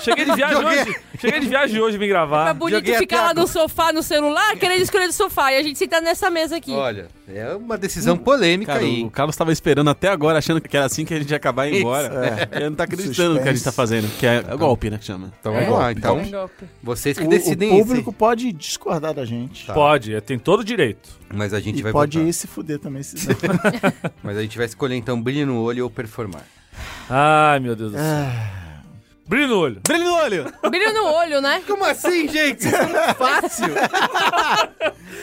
[SPEAKER 6] Cheguei de viagem
[SPEAKER 1] Joguei.
[SPEAKER 6] hoje. Cheguei de viagem hoje, vim
[SPEAKER 7] É
[SPEAKER 6] gravar.
[SPEAKER 7] bonito
[SPEAKER 1] joguei a
[SPEAKER 7] ficar lá
[SPEAKER 1] piada.
[SPEAKER 7] no sofá, no celular, querendo escolher do sofá. E a gente senta nessa mesa aqui.
[SPEAKER 1] Olha, é uma decisão polêmica
[SPEAKER 3] Cara,
[SPEAKER 1] aí.
[SPEAKER 3] o Carlos tava esperando até agora, achando que era assim que a gente ia acabar e ir
[SPEAKER 1] Isso,
[SPEAKER 3] embora. Ele não tá acreditando no que a gente tá fazendo, que é golpe, né, que chama.
[SPEAKER 1] Então vamos lá, então.
[SPEAKER 7] Golpe.
[SPEAKER 1] Vocês que
[SPEAKER 2] É. O,
[SPEAKER 1] decidem
[SPEAKER 2] o
[SPEAKER 1] isso.
[SPEAKER 2] público pode discordar da gente.
[SPEAKER 1] Tá.
[SPEAKER 6] Pode, é, tem todo o direito.
[SPEAKER 1] Mas a gente
[SPEAKER 2] E
[SPEAKER 1] vai
[SPEAKER 2] pode
[SPEAKER 1] votar.
[SPEAKER 2] ir se fuder também. Se não.
[SPEAKER 1] Mas a gente vai escolher então brilho no olho ou performar.
[SPEAKER 6] Ai, meu Deus do céu. Brilho no olho.
[SPEAKER 3] Brilho no olho!
[SPEAKER 7] Brilho no olho, né?
[SPEAKER 1] Como assim, gente? Isso é muito fácil.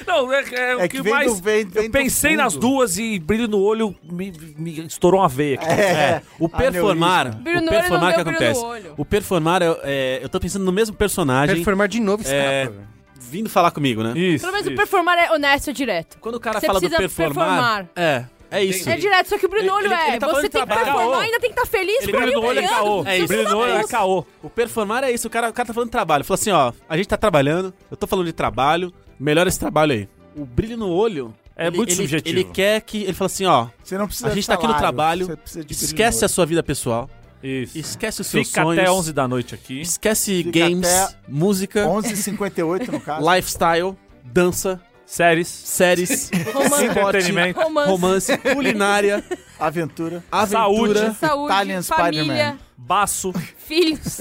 [SPEAKER 6] Não, é, é o
[SPEAKER 2] É
[SPEAKER 6] que,
[SPEAKER 2] que vem
[SPEAKER 6] mais.
[SPEAKER 2] do- vem- vem
[SPEAKER 6] eu
[SPEAKER 2] do
[SPEAKER 6] pensei nas
[SPEAKER 2] fundo.
[SPEAKER 6] duas e brilho no olho me, me estourou uma veia aqui.
[SPEAKER 3] É, o performar.
[SPEAKER 7] Brilho
[SPEAKER 3] o
[SPEAKER 7] no olho
[SPEAKER 3] performar
[SPEAKER 7] não
[SPEAKER 3] que
[SPEAKER 7] deu brilho
[SPEAKER 3] acontece.
[SPEAKER 7] no olho.
[SPEAKER 3] O performar, é, é, eu tô pensando no mesmo personagem
[SPEAKER 1] performar de novo escapa.
[SPEAKER 3] É.
[SPEAKER 1] velho.
[SPEAKER 3] vindo falar comigo, né?
[SPEAKER 6] Isso.
[SPEAKER 7] Pelo menos o
[SPEAKER 6] isso.
[SPEAKER 7] performar é honesto e direto.
[SPEAKER 3] Quando o cara
[SPEAKER 7] Você
[SPEAKER 3] fala do
[SPEAKER 7] precisa
[SPEAKER 3] performar,
[SPEAKER 7] performar.
[SPEAKER 3] É, é isso.
[SPEAKER 7] É direto, só que o brilho no
[SPEAKER 3] Ele-
[SPEAKER 7] olho
[SPEAKER 3] ele-
[SPEAKER 7] é.
[SPEAKER 3] ele tá falando
[SPEAKER 7] você
[SPEAKER 3] de
[SPEAKER 7] tem que
[SPEAKER 3] trabalho.
[SPEAKER 7] performar,
[SPEAKER 3] Caô.
[SPEAKER 7] ainda tem que estar feliz
[SPEAKER 6] Ele
[SPEAKER 7] com
[SPEAKER 6] brilho no olho é caô.
[SPEAKER 3] É isso.
[SPEAKER 6] Brilho no olho é caô.
[SPEAKER 3] O performar é isso, o cara, o cara tá falando de trabalho. Fala assim, ó, a gente tá trabalhando, eu tô falando de trabalho, melhora esse trabalho aí. O brilho no olho...
[SPEAKER 6] É muito
[SPEAKER 3] ele,
[SPEAKER 6] subjetivo.
[SPEAKER 3] Ele quer que... Ele fala assim, ó,
[SPEAKER 2] Você não precisa
[SPEAKER 3] a gente
[SPEAKER 2] de
[SPEAKER 3] tá aqui no
[SPEAKER 2] salário,
[SPEAKER 3] trabalho,
[SPEAKER 2] você precisa de brilho
[SPEAKER 3] esquece
[SPEAKER 2] no
[SPEAKER 3] a sua vida pessoal,
[SPEAKER 6] Isso.
[SPEAKER 3] esquece os seus
[SPEAKER 6] Fica
[SPEAKER 3] sonhos,
[SPEAKER 6] até 11 da noite aqui.
[SPEAKER 3] esquece
[SPEAKER 2] Fica
[SPEAKER 3] games,
[SPEAKER 2] até
[SPEAKER 3] música,
[SPEAKER 2] olho. 11h58 no caso.
[SPEAKER 3] lifestyle, dança,
[SPEAKER 6] Séries.
[SPEAKER 3] séries,
[SPEAKER 7] Romance.
[SPEAKER 3] esporte,
[SPEAKER 6] Entretenimento.
[SPEAKER 7] Romance,
[SPEAKER 3] romance, culinária,
[SPEAKER 2] aventura.
[SPEAKER 3] aventura,
[SPEAKER 6] Saúde.
[SPEAKER 7] saúde,
[SPEAKER 2] Italian
[SPEAKER 7] família,
[SPEAKER 6] Baço.
[SPEAKER 7] filhos,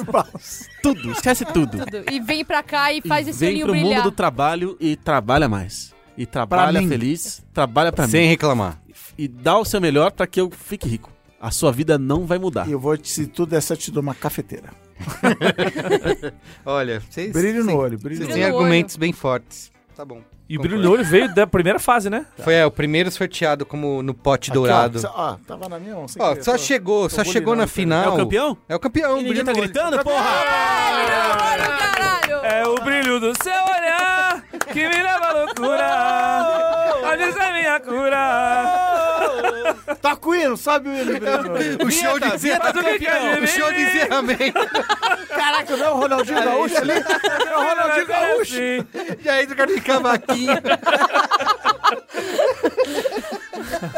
[SPEAKER 3] tudo. Esquece tudo.
[SPEAKER 7] tudo. E vem pra cá e faz
[SPEAKER 3] e
[SPEAKER 7] esse
[SPEAKER 3] vem
[SPEAKER 7] olhinho
[SPEAKER 3] pro
[SPEAKER 7] brilhar.
[SPEAKER 3] mundo do trabalho e trabalha mais. E trabalha
[SPEAKER 2] mim.
[SPEAKER 3] feliz, trabalha pra
[SPEAKER 1] Sem
[SPEAKER 3] mim.
[SPEAKER 1] reclamar.
[SPEAKER 3] E dá o seu melhor pra que eu fique rico. A sua vida não vai mudar.
[SPEAKER 2] E eu vou, te- se tudo é só, te dou uma cafeteira.
[SPEAKER 1] Olha, vocês.
[SPEAKER 2] Brilho no
[SPEAKER 1] vocês-
[SPEAKER 2] olho, brilho
[SPEAKER 1] Vocês
[SPEAKER 2] no olho.
[SPEAKER 7] Brilho
[SPEAKER 1] têm
[SPEAKER 7] no olho.
[SPEAKER 1] argumentos bem fortes. Tá bom.
[SPEAKER 6] E o brilho no olho veio da primeira fase, né?
[SPEAKER 1] Foi é, o primeiro sorteado como no pote dourado.
[SPEAKER 2] Aqui, ó, ó, tava na minha mão. sem
[SPEAKER 1] Ó,
[SPEAKER 2] querer,
[SPEAKER 1] só
[SPEAKER 2] tô-
[SPEAKER 1] chegou, só
[SPEAKER 2] tô
[SPEAKER 1] chegou na
[SPEAKER 2] bulinando,
[SPEAKER 3] É
[SPEAKER 1] final.
[SPEAKER 3] o campeão?
[SPEAKER 1] É o campeão,
[SPEAKER 3] E
[SPEAKER 1] brilho
[SPEAKER 3] ninguém tá
[SPEAKER 1] no olho.
[SPEAKER 3] gritando, porra!
[SPEAKER 7] Olha, caralho!
[SPEAKER 6] É o brilho do seu olhar que me leva à loucura. Às vezes é minha cura.
[SPEAKER 2] Toca Tá o hino, sobe o hino, brilho no olho.
[SPEAKER 1] O show de encerramento.
[SPEAKER 6] vinheta, campeão.
[SPEAKER 1] O show de encerramento.
[SPEAKER 2] Caraca, não é o Ronaldinho Gaúcho ali? É o Ronaldinho Gaúcho.
[SPEAKER 6] assim.
[SPEAKER 1] E aí, do cara de cavaquinho.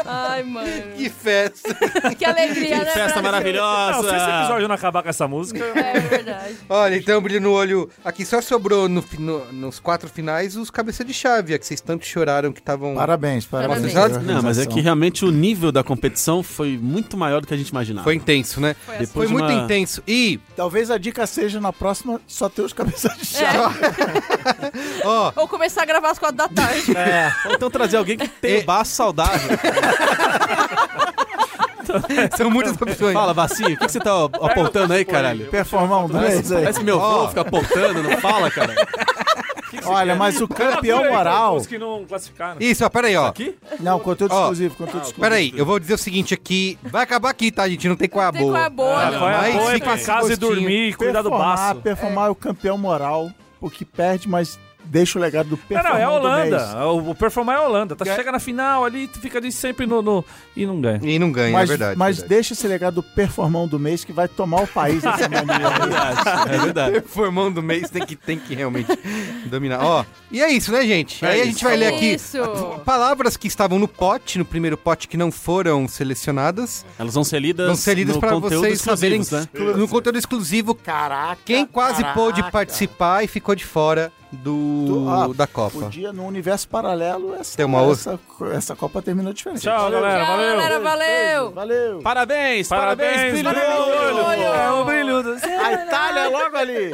[SPEAKER 7] Ai, mano.
[SPEAKER 1] Que festa.
[SPEAKER 7] Que alegria, né?
[SPEAKER 3] Festa
[SPEAKER 7] Brasil?
[SPEAKER 6] Não, se esse
[SPEAKER 3] maravilhosa!
[SPEAKER 6] episódio não acabar com essa música,
[SPEAKER 7] É verdade.
[SPEAKER 1] Olha, então, brilho no olho. Aqui só sobrou no fi- no- nos quatro finais os cabeça de chave, é que vocês tanto choraram que estavam.
[SPEAKER 2] Parabéns, parabéns.
[SPEAKER 7] Parabéns.
[SPEAKER 2] pela
[SPEAKER 3] Não, mas é que
[SPEAKER 2] organização.
[SPEAKER 3] realmente o nível da competição foi muito maior do que a gente imaginava.
[SPEAKER 1] Foi intenso, né?
[SPEAKER 7] Foi
[SPEAKER 3] Depois
[SPEAKER 7] assim.
[SPEAKER 1] Foi
[SPEAKER 3] de
[SPEAKER 1] muito
[SPEAKER 3] uma-
[SPEAKER 1] intenso. E,
[SPEAKER 2] Talvez a dica seja na próxima só ter os cabeças de chave.
[SPEAKER 1] ó,
[SPEAKER 7] Ou começar a gravar às quatro da tarde.
[SPEAKER 3] É, ou então trazer alguém que tem
[SPEAKER 1] E-
[SPEAKER 3] baço saudável.
[SPEAKER 1] são muitas opções.
[SPEAKER 3] Fala, bacinho, o que, que você tá apontando aí, caralho?
[SPEAKER 2] Performar um dois aí.
[SPEAKER 3] Parece meu avô
[SPEAKER 1] é. Ó.
[SPEAKER 3] fica apontando, não fala, cara.
[SPEAKER 2] Olha, mas o campeão
[SPEAKER 6] Procura aí,
[SPEAKER 2] moral.
[SPEAKER 6] Os que não né? classificaram.
[SPEAKER 1] Isso, ó, peraí, ó.
[SPEAKER 3] Aqui?
[SPEAKER 2] Não, conteúdo
[SPEAKER 1] Ó,
[SPEAKER 2] exclusivo, conteúdo exclusivo.
[SPEAKER 1] Peraí, eu vou dizer o seguinte aqui. Vai acabar aqui, tá, gente? Não tem qual é a
[SPEAKER 7] Tem qual é a
[SPEAKER 1] boa.
[SPEAKER 7] boa,
[SPEAKER 6] Ah,
[SPEAKER 7] né?
[SPEAKER 6] Qual é
[SPEAKER 1] Mas
[SPEAKER 6] a boa? É
[SPEAKER 1] fica
[SPEAKER 6] pra
[SPEAKER 1] esse
[SPEAKER 6] casa e
[SPEAKER 1] gostinho.
[SPEAKER 6] dormir e cuidar do baço.
[SPEAKER 2] Performar é o campeão moral, o que perde, mas deixa o legado do
[SPEAKER 6] Não,
[SPEAKER 2] performar.
[SPEAKER 6] não, é a
[SPEAKER 2] do
[SPEAKER 6] Holanda.
[SPEAKER 2] mês.
[SPEAKER 6] O, o performar é a Holanda. Tá, chega na final ali, tu fica ali sempre no, no- e não ganha.
[SPEAKER 1] E não ganha,
[SPEAKER 2] Mas,
[SPEAKER 1] é verdade.
[SPEAKER 2] mas
[SPEAKER 1] verdade.
[SPEAKER 2] deixa esse legado do performão do mês que vai tomar o país essa mania.
[SPEAKER 3] É verdade.
[SPEAKER 1] Formão do mês tem que, tem que realmente dominar. Ó, e é isso, né, gente? aí a gente vai ler aqui
[SPEAKER 7] É Isso.
[SPEAKER 1] palavras que estavam no pote, no primeiro pote, que não foram selecionadas.
[SPEAKER 3] Elas vão ser lidas,
[SPEAKER 1] Vão ser lidas
[SPEAKER 3] no
[SPEAKER 1] para
[SPEAKER 3] conteúdo
[SPEAKER 1] vocês saberem
[SPEAKER 3] exclusivos, né?
[SPEAKER 1] no conteúdo exclusivo
[SPEAKER 2] Caraca.
[SPEAKER 1] quem quase
[SPEAKER 2] caraca.
[SPEAKER 1] pôde participar e ficou de fora do,
[SPEAKER 2] Tu- ah,
[SPEAKER 1] da Copa.
[SPEAKER 2] Podia, num universo paralelo, essa,
[SPEAKER 1] Tem uma
[SPEAKER 2] essa, essa Copa terminou diferente.
[SPEAKER 6] Tchau, galera.
[SPEAKER 7] Tchau,
[SPEAKER 6] Valeu.
[SPEAKER 7] galera. Valeu.
[SPEAKER 2] Valeu.
[SPEAKER 3] Parabéns, parabéns,
[SPEAKER 6] Parabéns, brilho no olho. É o brilho do céu.
[SPEAKER 2] A Itália logo ali.